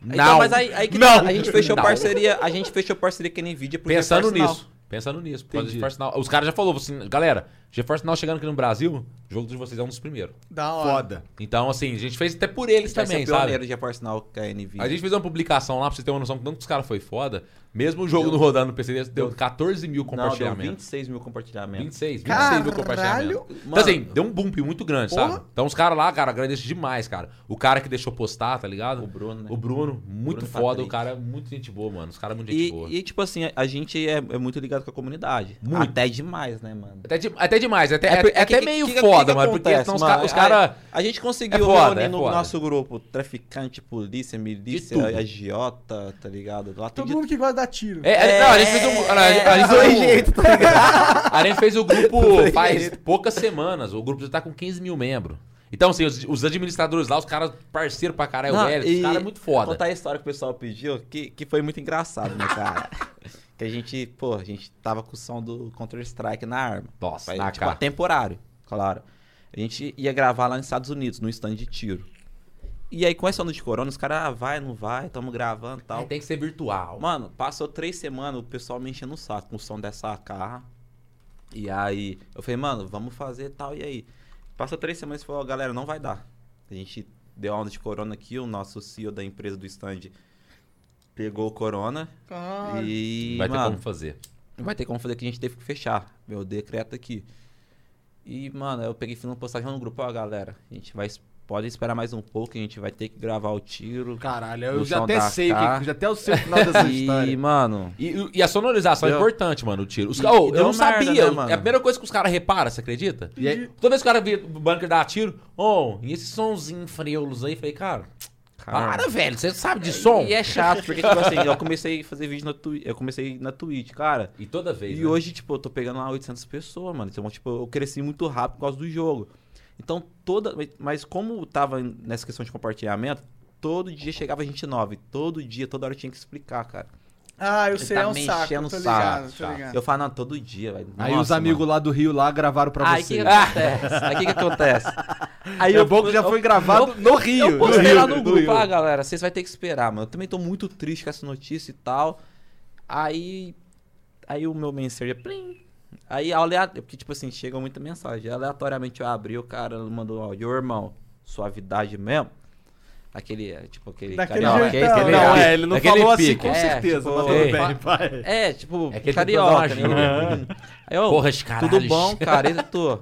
Speaker 3: Não.
Speaker 4: Então, mas aí, aí que
Speaker 3: Não.
Speaker 4: tá, a gente fechou
Speaker 3: Não.
Speaker 4: parceria, a gente fechou parceria com a Nvidia pro
Speaker 3: Pensando
Speaker 4: GeForce Now.
Speaker 3: nisso. Pensando nisso. Por causa do
Speaker 1: Entendi.
Speaker 3: GeForce Now. Os caras já falaram assim, galera, GeForce Now chegando aqui no Brasil, o jogo de vocês é um dos primeiros.
Speaker 2: Da hora.
Speaker 5: Foda.
Speaker 3: Então, assim, a gente fez até por eles
Speaker 4: Vai ser
Speaker 3: também, sabe?
Speaker 4: pioneiro de GeForce Now com a Nvidia.
Speaker 3: A gente fez uma publicação lá pra vocês terem uma noção de tanto que os caras foi foda. Mesmo o jogo não rodando no PC, deu 14 mil
Speaker 4: não, deu
Speaker 3: compartilhamentos.
Speaker 4: 26 mil compartilhamentos.
Speaker 3: 26, 26 mil compartilhamentos.
Speaker 2: Caralho.
Speaker 3: Então, assim, deu um bump muito grande,
Speaker 2: Porra.
Speaker 3: sabe? Então, os caras lá, cara, agradeço demais, cara. O cara que deixou postar, tá ligado?
Speaker 4: o Bruno, né?
Speaker 3: O Bruno, muito
Speaker 4: Bruno
Speaker 3: foda.
Speaker 4: Patrick.
Speaker 3: O cara é muito gente boa, mano. Os caras muito gente
Speaker 4: e,
Speaker 3: boa.
Speaker 4: e, tipo assim, a- a gente é, é muito ligado com a comunidade.
Speaker 3: Muito.
Speaker 4: Até demais, né, mano?
Speaker 3: Até, de- até demais, até, é,
Speaker 4: por-
Speaker 3: até
Speaker 4: que-
Speaker 3: meio
Speaker 4: que- que-
Speaker 3: foda,
Speaker 4: que
Speaker 3: mano. Porque
Speaker 4: acontece,
Speaker 3: senão os
Speaker 4: mano?
Speaker 3: ca- os caras.
Speaker 4: A, a gente conseguiu
Speaker 3: É foda,
Speaker 4: reunir
Speaker 3: é
Speaker 4: no
Speaker 3: foda.
Speaker 4: nosso grupo traficante, polícia, milícia,
Speaker 3: tudo.
Speaker 4: agiota, tá ligado? Lá tem
Speaker 2: Todo
Speaker 4: de
Speaker 2: mundo que gosta da tiro.
Speaker 3: É, é, não, a gente fez um. A, gente- a gente fez um- a gente fez o grupo faz poucas semanas. O grupo já tá com 15 mil membros. Então, assim, os, os administradores lá, os caras parceiro pra caralho,
Speaker 4: Não,
Speaker 3: velho. Os
Speaker 4: e
Speaker 3: caras é muito foda.
Speaker 4: Contar a história que o pessoal pediu, que, que foi muito engraçado, né, cara? que a gente, pô, a gente tava com o som do Counter-Strike na arma.
Speaker 3: Nossa,
Speaker 4: Aí,
Speaker 3: na
Speaker 4: tipo,
Speaker 3: cara.
Speaker 4: temporário, claro. A gente ia gravar lá nos Estados Unidos, no stand de tiro. E aí, com essa onda de corona, os caras, ah, vai, não vai, tamo gravando e
Speaker 3: Aí
Speaker 4: tal.
Speaker 3: Tem que ser virtual.
Speaker 4: Mano, passou três semanas, o pessoal me enchendo o saco com o som dessa AK. E aí, eu falei, mano, vamos fazer tal, e aí? Passou três semanas e falou, ó, galera, não vai dar. A gente deu a onda de corona aqui, o nosso CEO da empresa do stand pegou o corona
Speaker 2: Caralho.
Speaker 4: e,
Speaker 3: Vai ter
Speaker 4: mano,
Speaker 3: como fazer.
Speaker 4: não vai ter como fazer que a gente teve que fechar. Meu decreto aqui. E, mano, eu peguei e fiz uma postagem no grupo, ó, galera, a gente vai... Pode esperar mais um pouco, a gente vai ter que gravar o tiro.
Speaker 1: Caralho, eu
Speaker 4: O
Speaker 1: já
Speaker 4: som
Speaker 1: até
Speaker 4: da
Speaker 1: sei, o
Speaker 4: AK.
Speaker 1: que, já até eu sei o final dessa
Speaker 4: E,
Speaker 1: é história.
Speaker 4: mano,
Speaker 3: E, e a sonorização é
Speaker 4: Deu.
Speaker 3: importante, mano, o tiro. Os,
Speaker 4: E-
Speaker 3: ca- Ô,
Speaker 4: e
Speaker 3: eu
Speaker 4: deu
Speaker 3: não
Speaker 4: merda,
Speaker 3: sabia.
Speaker 4: né, mano?
Speaker 3: é a primeira coisa que os caras reparam, você acredita?
Speaker 1: E aí,
Speaker 3: Toda vez que o cara vira o bunker dar tiro, oh, e esses sonzinhos freulos aí? Falei, cara, para, velho, você sabe de som?
Speaker 4: E é chato, porque, tipo assim, eu comecei a fazer vídeo na Twitch. Eu comecei na Twitch, cara.
Speaker 3: E toda vez.
Speaker 4: E
Speaker 3: né?
Speaker 4: hoje, tipo, eu tô pegando lá 800 pessoas, mano. Então, tipo, eu cresci muito rápido por causa do jogo. Então, toda. Mas como tava nessa questão de compartilhamento, todo dia chegava gente nova. E todo dia, toda hora eu tinha que explicar, cara.
Speaker 2: Ah, eu
Speaker 4: Ele
Speaker 2: sei,
Speaker 4: tá
Speaker 2: é um
Speaker 4: me
Speaker 2: saco.
Speaker 4: enchendo
Speaker 2: Tô
Speaker 4: o
Speaker 2: ligado,
Speaker 4: saco,
Speaker 2: tô ligado.
Speaker 4: Eu falo, não, todo dia, velho.
Speaker 1: aí
Speaker 4: Nossa,
Speaker 1: os amigos
Speaker 4: mano.
Speaker 1: lá do Rio lá gravaram pra
Speaker 4: Aí o
Speaker 1: você.
Speaker 4: que, que acontece? Aí o que, que acontece? Aí
Speaker 1: é bom que já foi gravado no Rio.
Speaker 4: Eu postei
Speaker 1: Rio,
Speaker 4: lá no grupo,
Speaker 1: Rio.
Speaker 4: ah, galera, vocês vão ter que esperar, mano. Eu também tô muito triste com essa notícia e tal. Aí Aí o meu Messenger, plim. Aí, aleatório, porque, tipo assim, chega muita mensagem. Aleatoriamente eu abri, o cara mandou um áudio, "Ô, irmão, suavidade mesmo. Aquele, é, tipo, aquele
Speaker 2: Daquele
Speaker 4: carioca.
Speaker 2: jeitão. Não,
Speaker 3: aquele-
Speaker 5: Não,
Speaker 3: aquele-
Speaker 5: é, ele não
Speaker 3: aquele
Speaker 5: falou assim,
Speaker 3: pique.
Speaker 5: com
Speaker 4: É,
Speaker 5: certeza,
Speaker 4: tipo,
Speaker 5: mas tudo
Speaker 3: ei,
Speaker 5: bem, vai.
Speaker 4: É, tipo,
Speaker 3: É que ele
Speaker 4: carioca,
Speaker 3: tem que dar uma
Speaker 4: né? Aí eu,
Speaker 3: Porra de caralho.
Speaker 4: tudo bom, cara? Eu tô,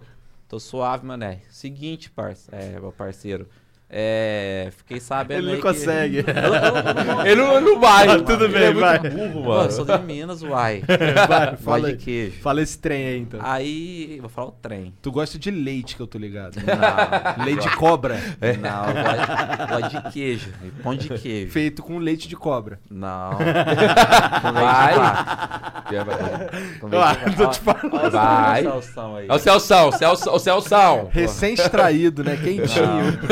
Speaker 4: tô suave, mané. Seguinte, parce, é, meu parceiro. É, fiquei sabendo
Speaker 5: Ele
Speaker 4: aí
Speaker 5: não
Speaker 4: que-
Speaker 5: consegue.
Speaker 4: Eu não- eu não-
Speaker 3: Ele não, não vai.
Speaker 5: Tá, tudo
Speaker 3: mano.
Speaker 5: bem,
Speaker 3: Ele é muito
Speaker 5: vai.
Speaker 3: burro,
Speaker 4: Pô, eu
Speaker 3: mano.
Speaker 4: sou de Minas, uai.
Speaker 5: Vai,
Speaker 4: Vai
Speaker 5: fala
Speaker 4: de
Speaker 5: aí.
Speaker 4: queijo.
Speaker 5: Fala esse trem aí, então.
Speaker 4: Aí, vou falar o trem.
Speaker 1: Tu gosta de leite, que eu tô ligado. né?
Speaker 4: Não,
Speaker 1: leite de cobra.
Speaker 3: É.
Speaker 4: não eu gosto- gosto de queijo. Pão de queijo.
Speaker 1: Feito com leite de cobra.
Speaker 4: Não.
Speaker 3: Vai.
Speaker 4: é, Vai.
Speaker 5: Ah, tô te falando.
Speaker 3: Vai. É o Celção, Celso- o Celção.
Speaker 1: Recém-extraído, né? Quentinho.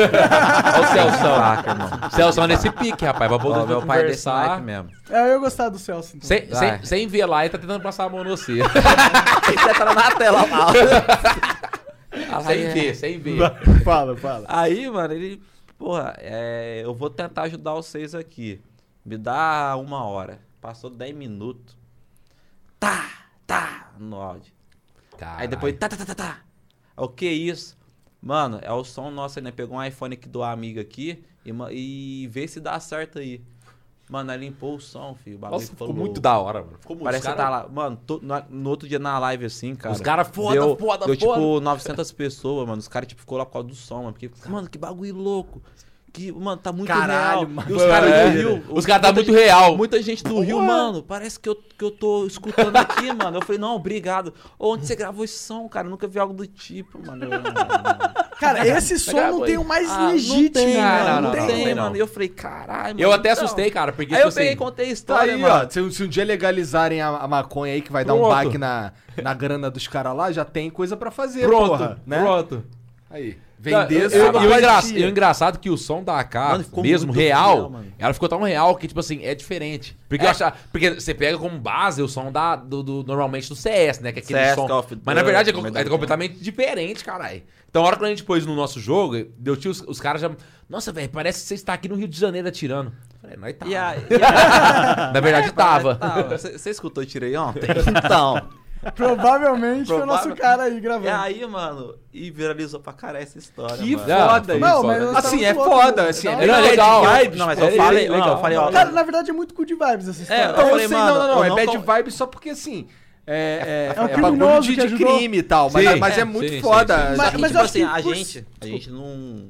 Speaker 3: É o Celção.
Speaker 4: Saca, irmão.
Speaker 3: Celção nesse pique, rapaz. Pra poder
Speaker 4: Ó, meu pai desse
Speaker 3: conversar.
Speaker 4: naipe mesmo.
Speaker 2: É, eu ia gostar do Celso. Então.
Speaker 3: Sem,
Speaker 4: Vai.
Speaker 3: sem, sem ver lá e tá tentando passar a mão no você.
Speaker 4: Você tá na tela, mal. é.
Speaker 3: sem ver, sem ver.
Speaker 5: Fala, fala.
Speaker 4: Aí, mano, ele. Porra, é, eu vou tentar ajudar vocês aqui. Me dá uma hora. Passou 10 minutos. Tá, tá, no áudio. Aí
Speaker 3: Caralho.
Speaker 4: depois, tá, tá, tá, tá, tá. O que é isso? Mano, é o som nosso aí, né? Pegou um iPhone aqui do amigo aqui e, ma- e vê se dá certo aí. Mano, aí limpou o som, filho. O bagulho
Speaker 3: Nossa, ficou
Speaker 4: falou.
Speaker 3: muito da hora, mano. Ficou muito
Speaker 4: Parece
Speaker 3: os
Speaker 4: que tá lá. Mano, to- na- no outro dia na live, assim, cara.
Speaker 3: Os caras foda,
Speaker 4: deu,
Speaker 3: foda,
Speaker 4: deu,
Speaker 3: foda.
Speaker 4: tipo 900 pessoas, mano. Os caras, tipo, ficou lá por causa do som, mano. Porque, mano, que bagulho louco. Que, mano, tá muito
Speaker 5: Caralho,
Speaker 4: real.
Speaker 5: mano.
Speaker 4: E os caras
Speaker 3: É.
Speaker 4: do Rio.
Speaker 3: Os caras tá muito real.
Speaker 4: Muita gente do Rio, mano, parece que eu, que eu tô escutando aqui, mano. Eu falei, não, obrigado. Ô, Onde você gravou esse som, cara? Eu nunca vi algo do tipo, mano. Eu,
Speaker 2: Cara, esse som não tem o mais
Speaker 4: Ah,
Speaker 2: legítimo,
Speaker 4: não tem,
Speaker 2: mano.
Speaker 4: cara,
Speaker 2: Não,
Speaker 4: não,
Speaker 2: tem.
Speaker 4: tem,
Speaker 3: não.
Speaker 4: mano. E eu falei, caralho, mano.
Speaker 3: Eu até
Speaker 4: então.
Speaker 3: assustei, cara, porque
Speaker 4: Aí eu
Speaker 3: tipo
Speaker 4: peguei e
Speaker 3: assim,
Speaker 4: contei a
Speaker 1: Tá
Speaker 4: história,
Speaker 1: aí,
Speaker 4: mano.
Speaker 1: ó. Se, se um dia legalizarem a, a maconha aí, que vai dar um
Speaker 3: Pronto.
Speaker 1: baque na, na grana dos caras lá, já tem coisa pra fazer,
Speaker 3: pronto,
Speaker 1: porra. Né?
Speaker 3: pronto.
Speaker 1: Aí.
Speaker 3: Não,
Speaker 1: Vender
Speaker 3: eu-
Speaker 1: essa
Speaker 3: e, o
Speaker 1: maconha.
Speaker 3: engra- e o engraçado é que o som da AK,
Speaker 4: Mano, ficou
Speaker 3: mesmo
Speaker 4: muito
Speaker 3: real,
Speaker 4: real, mano.
Speaker 3: ela ficou tão real que, tipo assim, é diferente. Porque, eu achava- porque você pega como base o som da, do, do- normalmente do CS, né? Que é aquele
Speaker 4: CS,
Speaker 3: som.
Speaker 4: Call of Duty,
Speaker 3: Mas na verdade é, co-
Speaker 4: Medal
Speaker 3: é
Speaker 4: of
Speaker 3: completamente diferente, caralho. Então, a hora que a gente pôs no nosso jogo, deu tio, os, os caras já. Nossa, velho, parece que você está aqui no Rio de Janeiro atirando. Eu Falei, nós tava.
Speaker 4: E É, aí, e aí-
Speaker 3: Na verdade, tava.
Speaker 4: Você você escutou eu Tirei ontem? Então.
Speaker 2: Provavelmente foi o nosso
Speaker 4: Provável-
Speaker 2: cara aí
Speaker 4: e
Speaker 2: gravando.
Speaker 4: É aí, mano, e viralizou pra caralho essa história.
Speaker 1: Que
Speaker 4: mano.
Speaker 1: foda
Speaker 3: Não,
Speaker 1: isso.
Speaker 2: não, mas nós
Speaker 1: assim,
Speaker 2: tava
Speaker 1: é
Speaker 2: muito louco,
Speaker 1: foda.
Speaker 2: né?
Speaker 1: Assim,
Speaker 2: Não,
Speaker 1: é
Speaker 3: Ele é
Speaker 1: legal.
Speaker 3: legal.
Speaker 4: Não, mas eu falei, não, eu falei, ó.
Speaker 2: Cara, na verdade é muito good vibes essa
Speaker 4: É,
Speaker 2: história.
Speaker 1: Não, eu,
Speaker 4: eu falei,
Speaker 1: sei,
Speaker 4: mano,
Speaker 1: não, não, não.
Speaker 4: eu
Speaker 1: É
Speaker 4: não
Speaker 1: bad
Speaker 4: con-
Speaker 1: vibe só porque assim. É,
Speaker 2: É o
Speaker 3: um
Speaker 1: é, é, bagulho
Speaker 2: criminoso
Speaker 1: de,
Speaker 2: que
Speaker 1: de
Speaker 2: ajudou.
Speaker 1: crime e tal. Mas,
Speaker 3: Sim.
Speaker 1: mas é,
Speaker 3: É,
Speaker 1: muito
Speaker 3: sim, sim,
Speaker 1: foda.
Speaker 2: sim. Mas-
Speaker 4: Só que,
Speaker 2: mas eu
Speaker 4: tipo
Speaker 2: acho
Speaker 4: assim,
Speaker 2: que
Speaker 4: a
Speaker 2: por-
Speaker 4: gente, a gente não,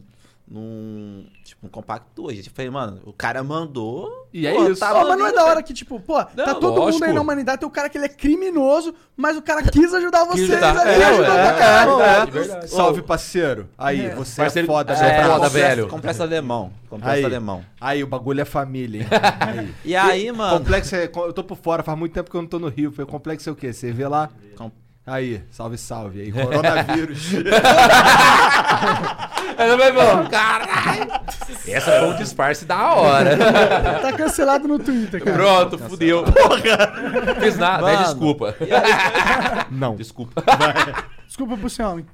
Speaker 4: não, tipo, compactou. A gente falei, mano, o cara mandou.
Speaker 1: E é
Speaker 4: pô,
Speaker 1: isso.
Speaker 4: tá
Speaker 2: Ó, mas não é
Speaker 4: maneiro,
Speaker 2: da hora que, tipo, pô, tá
Speaker 3: Não,
Speaker 2: todo mundo
Speaker 3: lógico.
Speaker 2: aí na humanidade, tem o cara que ele é criminoso, mas o cara quis ajudar vocês
Speaker 3: ajudar.
Speaker 2: ali,
Speaker 3: É,
Speaker 2: ajudou
Speaker 3: é,
Speaker 2: pra caralho.
Speaker 1: É,
Speaker 3: de verdade.
Speaker 1: Salve, parceiro. Aí, você
Speaker 3: Parceiro-
Speaker 1: é foda,
Speaker 3: você é
Speaker 1: velho.
Speaker 3: foda,
Speaker 4: compressa-
Speaker 3: velho.
Speaker 4: Compressa alemão. Compressa
Speaker 1: Aí.
Speaker 4: alemão.
Speaker 1: Aí, o bagulho é família, hein? Aí.
Speaker 4: E aí, mano.
Speaker 1: Complexo é. Eu tô por fora, faz muito tempo que eu não tô no Rio. Falei, complexo é o quê? Você vê lá?
Speaker 4: Com-
Speaker 1: Aí, salve, salve. Aí, coronavírus.
Speaker 3: Aí eu falei, "Pô, Caralho! Essa foi um disfarce da hora.
Speaker 2: Tá cancelado no Twitter, cara.
Speaker 3: Pronto, fudeu. Porra! Fiz nada, né?
Speaker 4: Mano.
Speaker 3: desculpa.
Speaker 1: não.
Speaker 3: Desculpa.
Speaker 2: Desculpa pro seu homem.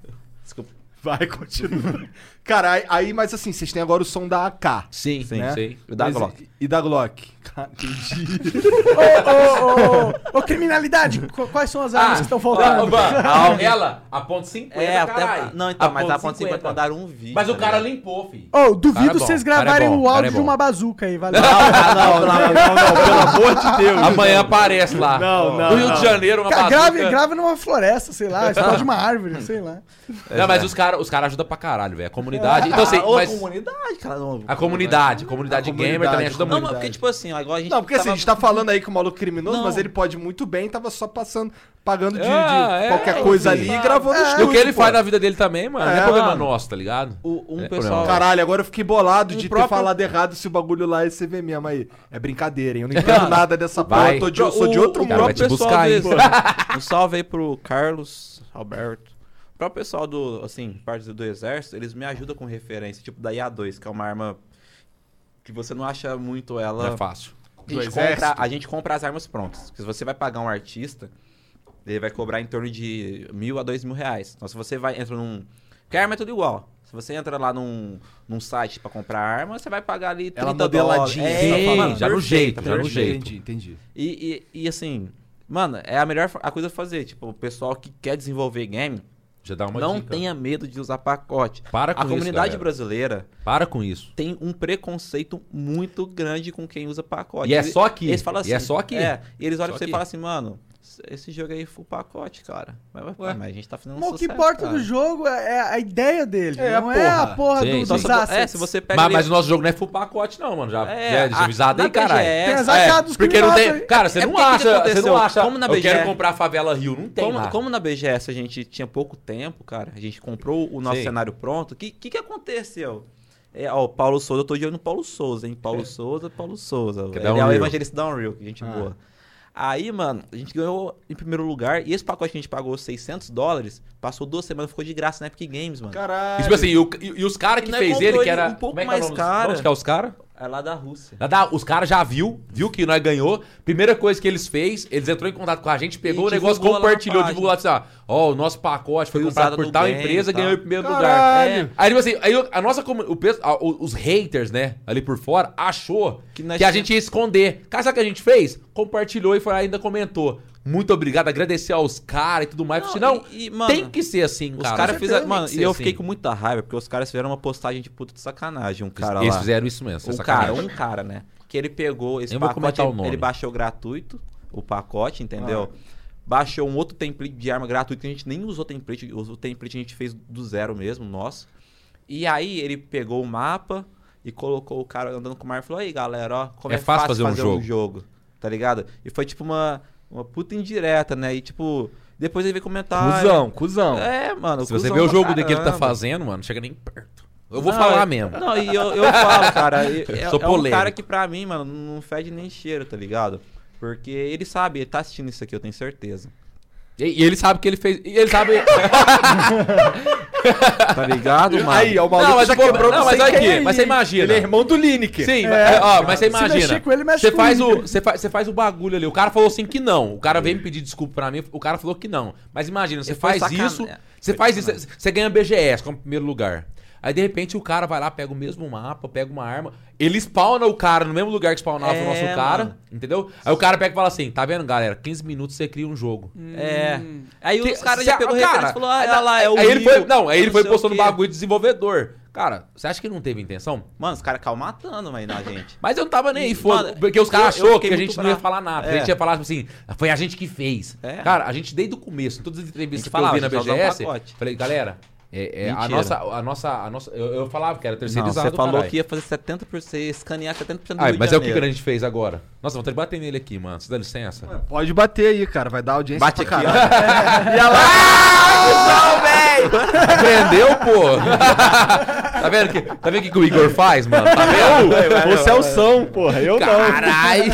Speaker 4: Desculpa.
Speaker 1: Vai, continua. Cara, aí, aí, mas assim, vocês têm agora o som da AK.
Speaker 3: Sim, sim, é.
Speaker 1: Né?
Speaker 3: sim.
Speaker 4: E da
Speaker 1: Mas-
Speaker 4: Glock.
Speaker 1: E da Glock. Cara, entendi.
Speaker 2: Ô, ô, ô, ô, ô, criminalidade, qu- quais são as armas que estão
Speaker 3: Não,
Speaker 2: faltando?
Speaker 3: Ban,
Speaker 4: Calma.
Speaker 3: ela, Ah, a ponto 50,
Speaker 4: É, até.
Speaker 3: caralho.
Speaker 4: Não, então, mas a ponto 50
Speaker 3: 50.
Speaker 4: mandaram um vídeo.
Speaker 3: Mas o
Speaker 4: tá
Speaker 3: cara
Speaker 4: ligado?
Speaker 3: limpou, filho.
Speaker 2: Ô, duvido
Speaker 3: Cara é bom,
Speaker 2: vocês
Speaker 3: cara é
Speaker 2: gravarem
Speaker 3: bom,
Speaker 2: o
Speaker 3: cara
Speaker 2: áudio
Speaker 3: é
Speaker 2: de
Speaker 3: bom.
Speaker 2: uma bazuca aí, valeu.
Speaker 4: Ah, não, não, não, não, não,
Speaker 5: Pelo amor de Deus.
Speaker 3: Amanhã aparece lá.
Speaker 5: Não, não,
Speaker 3: No Rio
Speaker 5: não.
Speaker 3: de Janeiro, uma
Speaker 2: Cara,
Speaker 3: bazuca.
Speaker 2: grave, grave numa floresta, sei lá, explode uma árvore, sei lá.
Speaker 3: Não, mas os caras os cara ajudam pra caralho, velho. A comunidade. Então, assim,
Speaker 4: Ah, ô,
Speaker 3: mas
Speaker 4: comunidade, né? cara. não.
Speaker 3: a comunidade, a comunidade
Speaker 1: A
Speaker 3: gamer
Speaker 1: comunidade,
Speaker 3: também ajuda
Speaker 4: Não,
Speaker 3: muito.
Speaker 4: mas porque, tipo assim, agora a gente.
Speaker 1: Não, porque assim, a
Speaker 4: tava-
Speaker 1: gente tá falando aí que o maluco é criminoso,
Speaker 4: Não.
Speaker 1: mas ele pode muito bem, tava só passando, pagando de, de
Speaker 3: Ah, é,
Speaker 1: qualquer
Speaker 3: é,
Speaker 1: coisa
Speaker 3: sim.
Speaker 1: ali e gravando
Speaker 2: É,
Speaker 1: os
Speaker 3: E o que ele faz na vida dele também, mano, não é
Speaker 1: É,
Speaker 3: problema
Speaker 1: mano.
Speaker 3: nosso, tá ligado?
Speaker 4: o- um
Speaker 3: É,
Speaker 4: pessoal.
Speaker 1: Caralho, agora eu fiquei bolado de ter
Speaker 4: próprio-
Speaker 1: falado errado se o bagulho lá é CV mesmo aí. É brincadeira, hein? Eu não entendo nada dessa porra.
Speaker 3: Vai.
Speaker 1: Eu, tô de- eu sou de
Speaker 4: O-
Speaker 1: outro
Speaker 4: o
Speaker 1: mundo.
Speaker 3: cara vai te
Speaker 4: próprio pessoal
Speaker 3: buscar, hein?
Speaker 4: do- Um salve aí pro Carlos Alberto. O próprio pessoal do, assim, parte do exército, eles me ajudam com referência, tipo da IA2, que é uma arma que você não acha muito
Speaker 3: Não
Speaker 4: ela.
Speaker 3: é fácil.
Speaker 4: a, gente compra, a gente compra as armas prontas. Porque se você vai pagar um artista, ele vai cobrar em torno de mil a dois mil reais. Então se você vai, entra num. Porque a arma é tudo igual. Se você entra lá num, num site pra comprar arma, você vai pagar ali 30
Speaker 1: Ela modeladinha,
Speaker 4: dólares.
Speaker 1: tá
Speaker 4: É,
Speaker 1: falando.
Speaker 4: mano,
Speaker 3: já no
Speaker 4: perfeito,
Speaker 3: jeito, já no
Speaker 4: perfeito.
Speaker 3: jeito.
Speaker 1: Entendi, entendi.
Speaker 4: E, e- e, assim, Mano, é a melhor fa- a coisa a fazer. Tipo, o pessoal que quer desenvolver game,
Speaker 3: Já dá É uma
Speaker 4: não
Speaker 3: dica.
Speaker 4: tenha medo de usar pacote.
Speaker 3: Para com
Speaker 4: a
Speaker 3: isso,
Speaker 4: comunidade
Speaker 3: galera.
Speaker 4: brasileira
Speaker 3: Para com isso.
Speaker 4: tem um preconceito muito grande com quem usa pacote.
Speaker 3: E é
Speaker 4: Eles-
Speaker 3: só aqui.
Speaker 4: Eles falam assim,
Speaker 3: E é só aqui.
Speaker 4: É, e eles olham
Speaker 3: Só
Speaker 4: pra você e
Speaker 3: aqui.
Speaker 4: falam assim, mano, esse jogo aí é full pacote, cara. Mas, mas- mas a gente tá fazendo um
Speaker 2: Mas o que
Speaker 4: sucesso,
Speaker 2: importa
Speaker 4: cara.
Speaker 2: do jogo é é a ideia dele.
Speaker 1: É,
Speaker 2: não
Speaker 1: a
Speaker 2: é a
Speaker 1: porra.
Speaker 2: porra
Speaker 3: Sim,
Speaker 2: do,
Speaker 3: sim.
Speaker 4: Só
Speaker 2: dos
Speaker 4: se, vo- é,
Speaker 2: assets.
Speaker 4: se você pega
Speaker 3: Mas,
Speaker 4: ele-
Speaker 3: mas o nosso jogo não é full pacote, não, mano. Já
Speaker 4: É,
Speaker 3: é,
Speaker 4: a-
Speaker 3: desavisado aí,
Speaker 4: na
Speaker 3: caralho.
Speaker 4: BGS,
Speaker 2: Tem as
Speaker 4: é,
Speaker 2: achados
Speaker 3: Porque não
Speaker 2: criminosos
Speaker 3: tem.
Speaker 2: aí.
Speaker 3: Cara, você
Speaker 4: É
Speaker 3: não
Speaker 4: porque que que
Speaker 3: acha. você não
Speaker 4: aconteceu?
Speaker 3: acha.
Speaker 4: Como na
Speaker 3: eu quero
Speaker 4: BGS?
Speaker 3: comprar a favela Rio. Não tem. lá.
Speaker 4: Como, como na BGS a gente tinha pouco tempo, cara, a gente comprou o nosso
Speaker 3: Sim.
Speaker 4: cenário pronto. O que, que, que aconteceu? É, ó, o Paulo Souza, eu tô de olho no Paulo Souza, hein?
Speaker 3: É.
Speaker 4: Paulo Souza, Paulo Souza.
Speaker 3: Que é
Speaker 4: Ele
Speaker 3: da
Speaker 4: é o
Speaker 3: Unreal.
Speaker 4: evangelista da Unreal, que gente
Speaker 1: Ah.
Speaker 4: boa. Aí, mano, a gente ganhou em primeiro lugar. E esse pacote que a gente pagou 600 dólares, passou duas semanas, ficou de graça na Epic Games, mano.
Speaker 3: E,
Speaker 1: Caralho.
Speaker 3: tipo assim, e, o- e- e os caras que
Speaker 4: Nós
Speaker 3: fez ele,
Speaker 4: comprou
Speaker 3: que era.
Speaker 4: ele um pouco
Speaker 3: como é que é o
Speaker 4: mais
Speaker 3: nome dos-
Speaker 4: caro.
Speaker 3: Onde que é os caras?
Speaker 4: É lá da Rússia.
Speaker 3: Lá dá- Os caras já viu, viu que nós ganhou. Primeira coisa que eles fez, eles entrou em contato com a gente, pegou
Speaker 4: E
Speaker 3: o negócio,
Speaker 4: divulgou lá na
Speaker 3: compartilhou,
Speaker 4: página.
Speaker 3: divulgou lá assim, ó, ó, o nosso pacote foi,
Speaker 4: Foi
Speaker 3: comprado
Speaker 4: usado
Speaker 3: por
Speaker 4: no
Speaker 3: tal
Speaker 4: bem e
Speaker 3: empresa,
Speaker 4: tal.
Speaker 3: ganhou em primeiro lugar.
Speaker 1: Caralho.
Speaker 3: É. Aí, tipo assim, aí a nossa comu- o peso, a- o- os haters, né, ali por fora, achou que,
Speaker 4: Que nós
Speaker 3: a
Speaker 4: tinha-
Speaker 3: gente ia esconder. Cara, sabe o que a gente fez? Compartilhou e foi lá e ainda comentou. Muito obrigado, agradecer aos caras e tudo mais. Não,
Speaker 4: Não,
Speaker 3: senão,
Speaker 4: e- e, mano,
Speaker 3: tem que ser assim,
Speaker 4: Os
Speaker 3: cara.
Speaker 4: caras fizeram.
Speaker 3: Tem
Speaker 4: Mano,
Speaker 3: que
Speaker 4: e
Speaker 3: ser
Speaker 4: eu
Speaker 3: assim.
Speaker 4: fiquei com muita raiva, porque os caras fizeram uma postagem de puta de sacanagem. Um cara
Speaker 3: Eles
Speaker 4: lá.
Speaker 3: fizeram isso mesmo.
Speaker 4: um
Speaker 3: essa
Speaker 4: cara,
Speaker 3: sacanagem.
Speaker 4: um cara, né? Que ele pegou esse
Speaker 3: Eu vou
Speaker 4: pacote,
Speaker 3: comentar o
Speaker 4: ele-
Speaker 3: nome.
Speaker 4: ele baixou gratuito o pacote, entendeu? Baixou um outro template de arma gratuito que a gente nem usou template, usou template a gente fez do zero mesmo, nosso. E aí ele pegou o mapa e colocou o cara andando com o mar e falou: "Aí, galera, ó, como
Speaker 3: É
Speaker 4: é,
Speaker 3: fácil
Speaker 4: fácil,
Speaker 3: fazer um jogo."
Speaker 4: tá ligado? E foi tipo uma uma puta indireta, né? E tipo, depois ele veio comentar
Speaker 1: Cusão, cuzão.
Speaker 4: É, mano.
Speaker 3: Se você
Speaker 4: cuzão
Speaker 3: vê o
Speaker 4: pra
Speaker 3: jogo do que ele tá
Speaker 4: caramba.
Speaker 3: fazendo, mano, não chega nem perto. Eu vou
Speaker 4: Não,
Speaker 3: falar
Speaker 4: eu-
Speaker 3: mesmo.
Speaker 4: Não, e eu, eu falo, cara. e- É,
Speaker 3: Sou
Speaker 4: é um
Speaker 3: polêmico.
Speaker 4: cara que pra mim, mano, não fede nem cheiro, tá ligado? Porque ele sabe, ele tá assistindo isso aqui, eu tenho certeza.
Speaker 3: E, e ele sabe que ele fez. E ele sabe.
Speaker 4: Tá ligado, mano?
Speaker 1: Aí, ó, o maluco
Speaker 3: não, mas
Speaker 1: te
Speaker 3: aqui,
Speaker 1: quebrou
Speaker 3: não,
Speaker 1: não
Speaker 3: mas
Speaker 1: sei quem
Speaker 3: aqui,
Speaker 1: é
Speaker 3: mas você
Speaker 1: ele.
Speaker 3: imagina.
Speaker 1: Ele é irmão do Lineker.
Speaker 3: Sim, mas- ó, mas você
Speaker 2: Se
Speaker 3: imagina.
Speaker 2: mexer com ele, mexe
Speaker 3: Você
Speaker 2: com
Speaker 3: faz
Speaker 2: ele.
Speaker 3: o, você faz, você faz o bagulho ali. O cara falou assim que não. O cara veio me pedir desculpa pra mim. O cara falou que não. Mas imagina, você
Speaker 4: Ele foi
Speaker 3: faz
Speaker 4: sacana-
Speaker 3: isso.
Speaker 4: é,
Speaker 3: Você
Speaker 4: foi
Speaker 3: faz isso.
Speaker 4: sacanagem.
Speaker 3: Você você ganha BGS como primeiro lugar. Aí de repente o cara vai lá, pega o mesmo mapa, pega uma arma. Ele spawna o cara no mesmo lugar que spawnava o
Speaker 4: É,
Speaker 3: nosso cara.
Speaker 4: mano.
Speaker 3: Entendeu? Aí o cara pega e fala assim: tá vendo, galera? 15 minutos você cria um jogo.
Speaker 4: É. Aí
Speaker 3: Que-
Speaker 4: os caras
Speaker 3: se
Speaker 4: já
Speaker 3: a-
Speaker 4: pegou
Speaker 3: cara,
Speaker 4: referência e falou, ah,
Speaker 3: aí-
Speaker 4: olha lá, é o
Speaker 3: aí ele foi,
Speaker 4: Will,
Speaker 3: Não, aí ele
Speaker 4: não
Speaker 3: foi
Speaker 4: sei o
Speaker 3: postando
Speaker 4: quê.
Speaker 3: bagulho de desenvolvedor. Cara, você acha que ele não teve intenção?
Speaker 4: Mano, os caras caem matando aí na gente.
Speaker 3: Mas eu não tava nem aí,
Speaker 4: Mano,
Speaker 3: foda Porque os
Speaker 4: eu- eu
Speaker 3: caras achou que
Speaker 4: fiquei
Speaker 3: a
Speaker 4: muito
Speaker 3: gente não ia
Speaker 4: bravo.
Speaker 3: falar nada. A
Speaker 4: É.
Speaker 3: gente ia falar, tipo assim, foi a gente que fez.
Speaker 4: É.
Speaker 3: Cara, a gente desde o começo, em todas as entrevistas
Speaker 4: A gente
Speaker 3: que eu vi
Speaker 4: falava,
Speaker 3: na
Speaker 4: a gente usava um
Speaker 3: BGS,
Speaker 4: pacote.
Speaker 3: falei, galera, é- é a
Speaker 4: Mentira.
Speaker 3: nossa. A nossa, a nossa eu, eu falava que era
Speaker 4: Não,
Speaker 3: terceirizado.
Speaker 4: você falou
Speaker 3: caralho.
Speaker 4: que ia fazer 70%, escanear 70% do
Speaker 3: Ai,
Speaker 4: Rio
Speaker 3: mas
Speaker 4: de
Speaker 3: é o que que a
Speaker 4: Janeiro.
Speaker 3: gente fez agora. Nossa, vou ter que bater nele aqui, mano. Você dá licença?
Speaker 1: Pode bater aí, cara. Vai dar audiência
Speaker 4: Bate
Speaker 1: pra
Speaker 4: aqui,
Speaker 1: caralho.
Speaker 3: Aprendeu, pô! tá vendo que, tá vendo o que, que o Igor faz, mano? Tá vendo?
Speaker 5: Você é o São, porra. Eu não.
Speaker 3: Caralho!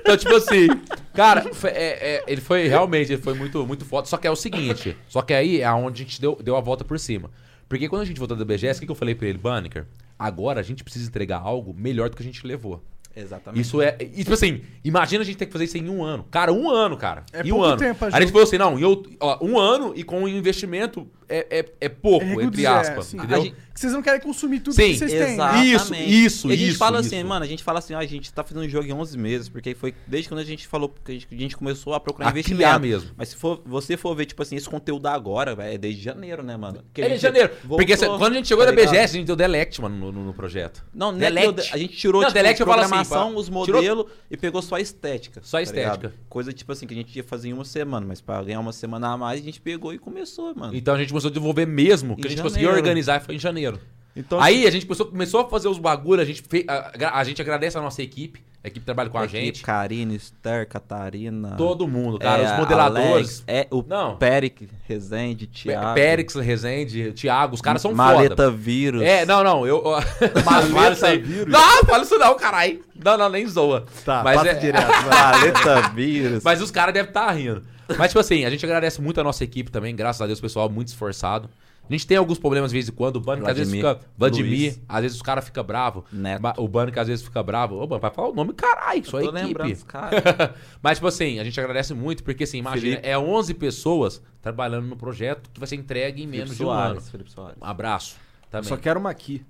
Speaker 3: então, tipo assim, cara, foi- é- é, ele foi realmente, ele foi muito, muito foda. Só que é o seguinte, só que aí é onde a gente deu, deu a volta por cima. Porque quando a gente voltou da BGS, o que, que eu falei pra ele, Banneker? Agora a gente precisa entregar algo melhor do que a gente levou.
Speaker 4: Exatamente.
Speaker 3: Isso é. E, tipo assim, imagina a gente ter que fazer isso em um ano. Cara, um ano, cara.
Speaker 2: É
Speaker 3: e um
Speaker 2: pouco
Speaker 3: ano.
Speaker 2: tempo,
Speaker 3: Aí a
Speaker 2: ajuda.
Speaker 3: gente falou assim, não, em out- ó, um ano e com um investimento é, é, é pouco,
Speaker 2: É,
Speaker 3: entre
Speaker 2: é,
Speaker 3: aspas.
Speaker 2: sim.
Speaker 3: entendeu?
Speaker 4: A gente-
Speaker 2: Que vocês não querem consumir tudo
Speaker 3: Sim,
Speaker 2: que vocês têm. né?
Speaker 4: Exatamente.
Speaker 3: Isso, isso,
Speaker 4: E A gente
Speaker 3: isso,
Speaker 4: fala
Speaker 3: isso.
Speaker 4: assim, mano, a gente fala assim, ó, a gente tá fazendo um jogo em 11 meses, porque foi desde quando a gente falou, porque a gente, a gente começou a procurar
Speaker 3: A
Speaker 4: investimento.
Speaker 3: criar é mesmo.
Speaker 4: Mas se for, você for ver, tipo assim, esse conteúdo agora, velho, é desde janeiro, né, mano? Que a
Speaker 3: É em
Speaker 4: gente
Speaker 3: janeiro.
Speaker 4: voltou,
Speaker 3: porque cê- quando a gente chegou
Speaker 4: tá
Speaker 3: na
Speaker 4: ligado?
Speaker 3: BGS, a gente deu delete, mano, no, no- no projeto.
Speaker 4: Não, né,
Speaker 3: Delete.
Speaker 4: deu- a gente tirou
Speaker 3: Não,
Speaker 4: tipo,
Speaker 3: delete eu falo assim,
Speaker 4: programação,
Speaker 3: pá,
Speaker 4: os
Speaker 3: tirou-
Speaker 4: modelos e pegou só a estética. tá
Speaker 3: Só a estética.
Speaker 4: ligado? Coisa tipo assim, que a gente ia fazer em uma semana, mas pra ganhar uma semana a mais, a gente pegou e começou, mano.
Speaker 3: Então a gente começou a desenvolver mesmo, que
Speaker 4: Em
Speaker 3: a gente
Speaker 4: janeiro.
Speaker 3: conseguiu organizar foi em janeiro.
Speaker 4: Então,
Speaker 3: Aí a gente começou, começou a fazer os bagulhos, a gente, fe- a, a- a gente agradece a nossa equipe, a equipe trabalha com a
Speaker 4: equipe,
Speaker 3: gente.
Speaker 4: Karine, Esther, Catarina.
Speaker 3: Todo mundo, cara,
Speaker 4: é,
Speaker 3: os modeladores.
Speaker 4: Alex, é o
Speaker 3: Não.
Speaker 4: Peric, Rezende, Thiago.
Speaker 3: Périx, Rezende, Thiago, os caras são
Speaker 4: Maleta
Speaker 3: foda.
Speaker 4: Vírus.
Speaker 3: É, não, não, eu. ó, fala isso aí. Não, fala isso não, caralho. Não, não, nem zoa.
Speaker 5: Tá,
Speaker 3: mas
Speaker 5: passa
Speaker 3: é,
Speaker 5: direto.
Speaker 4: Maleta Vírus.
Speaker 3: Mas os caras devem estar rindo. Mas, tipo assim, a gente agradece muito a nossa equipe também, graças a Deus, pessoal, muito esforçado. A gente tem alguns problemas de vez em quando. O Banner, que às vezes
Speaker 4: Vladimir,
Speaker 3: fica. Vladimir,
Speaker 4: Luiz.
Speaker 3: às vezes os caras ficam bravos.
Speaker 4: Neto.
Speaker 3: O Banner, que às vezes fica bravo. Ô, Banner, vai falar o nome, caralho, só a
Speaker 4: tô
Speaker 3: equipe.
Speaker 4: lembrando os caras.
Speaker 3: Mas, tipo assim, a gente agradece muito, porque, assim, imagina,
Speaker 4: Felipe.
Speaker 3: é 11 pessoas trabalhando no projeto que vai ser entregue em menos de um ano.
Speaker 4: Felipe Soares.
Speaker 3: Um abraço também.
Speaker 1: Só quero uma aqui.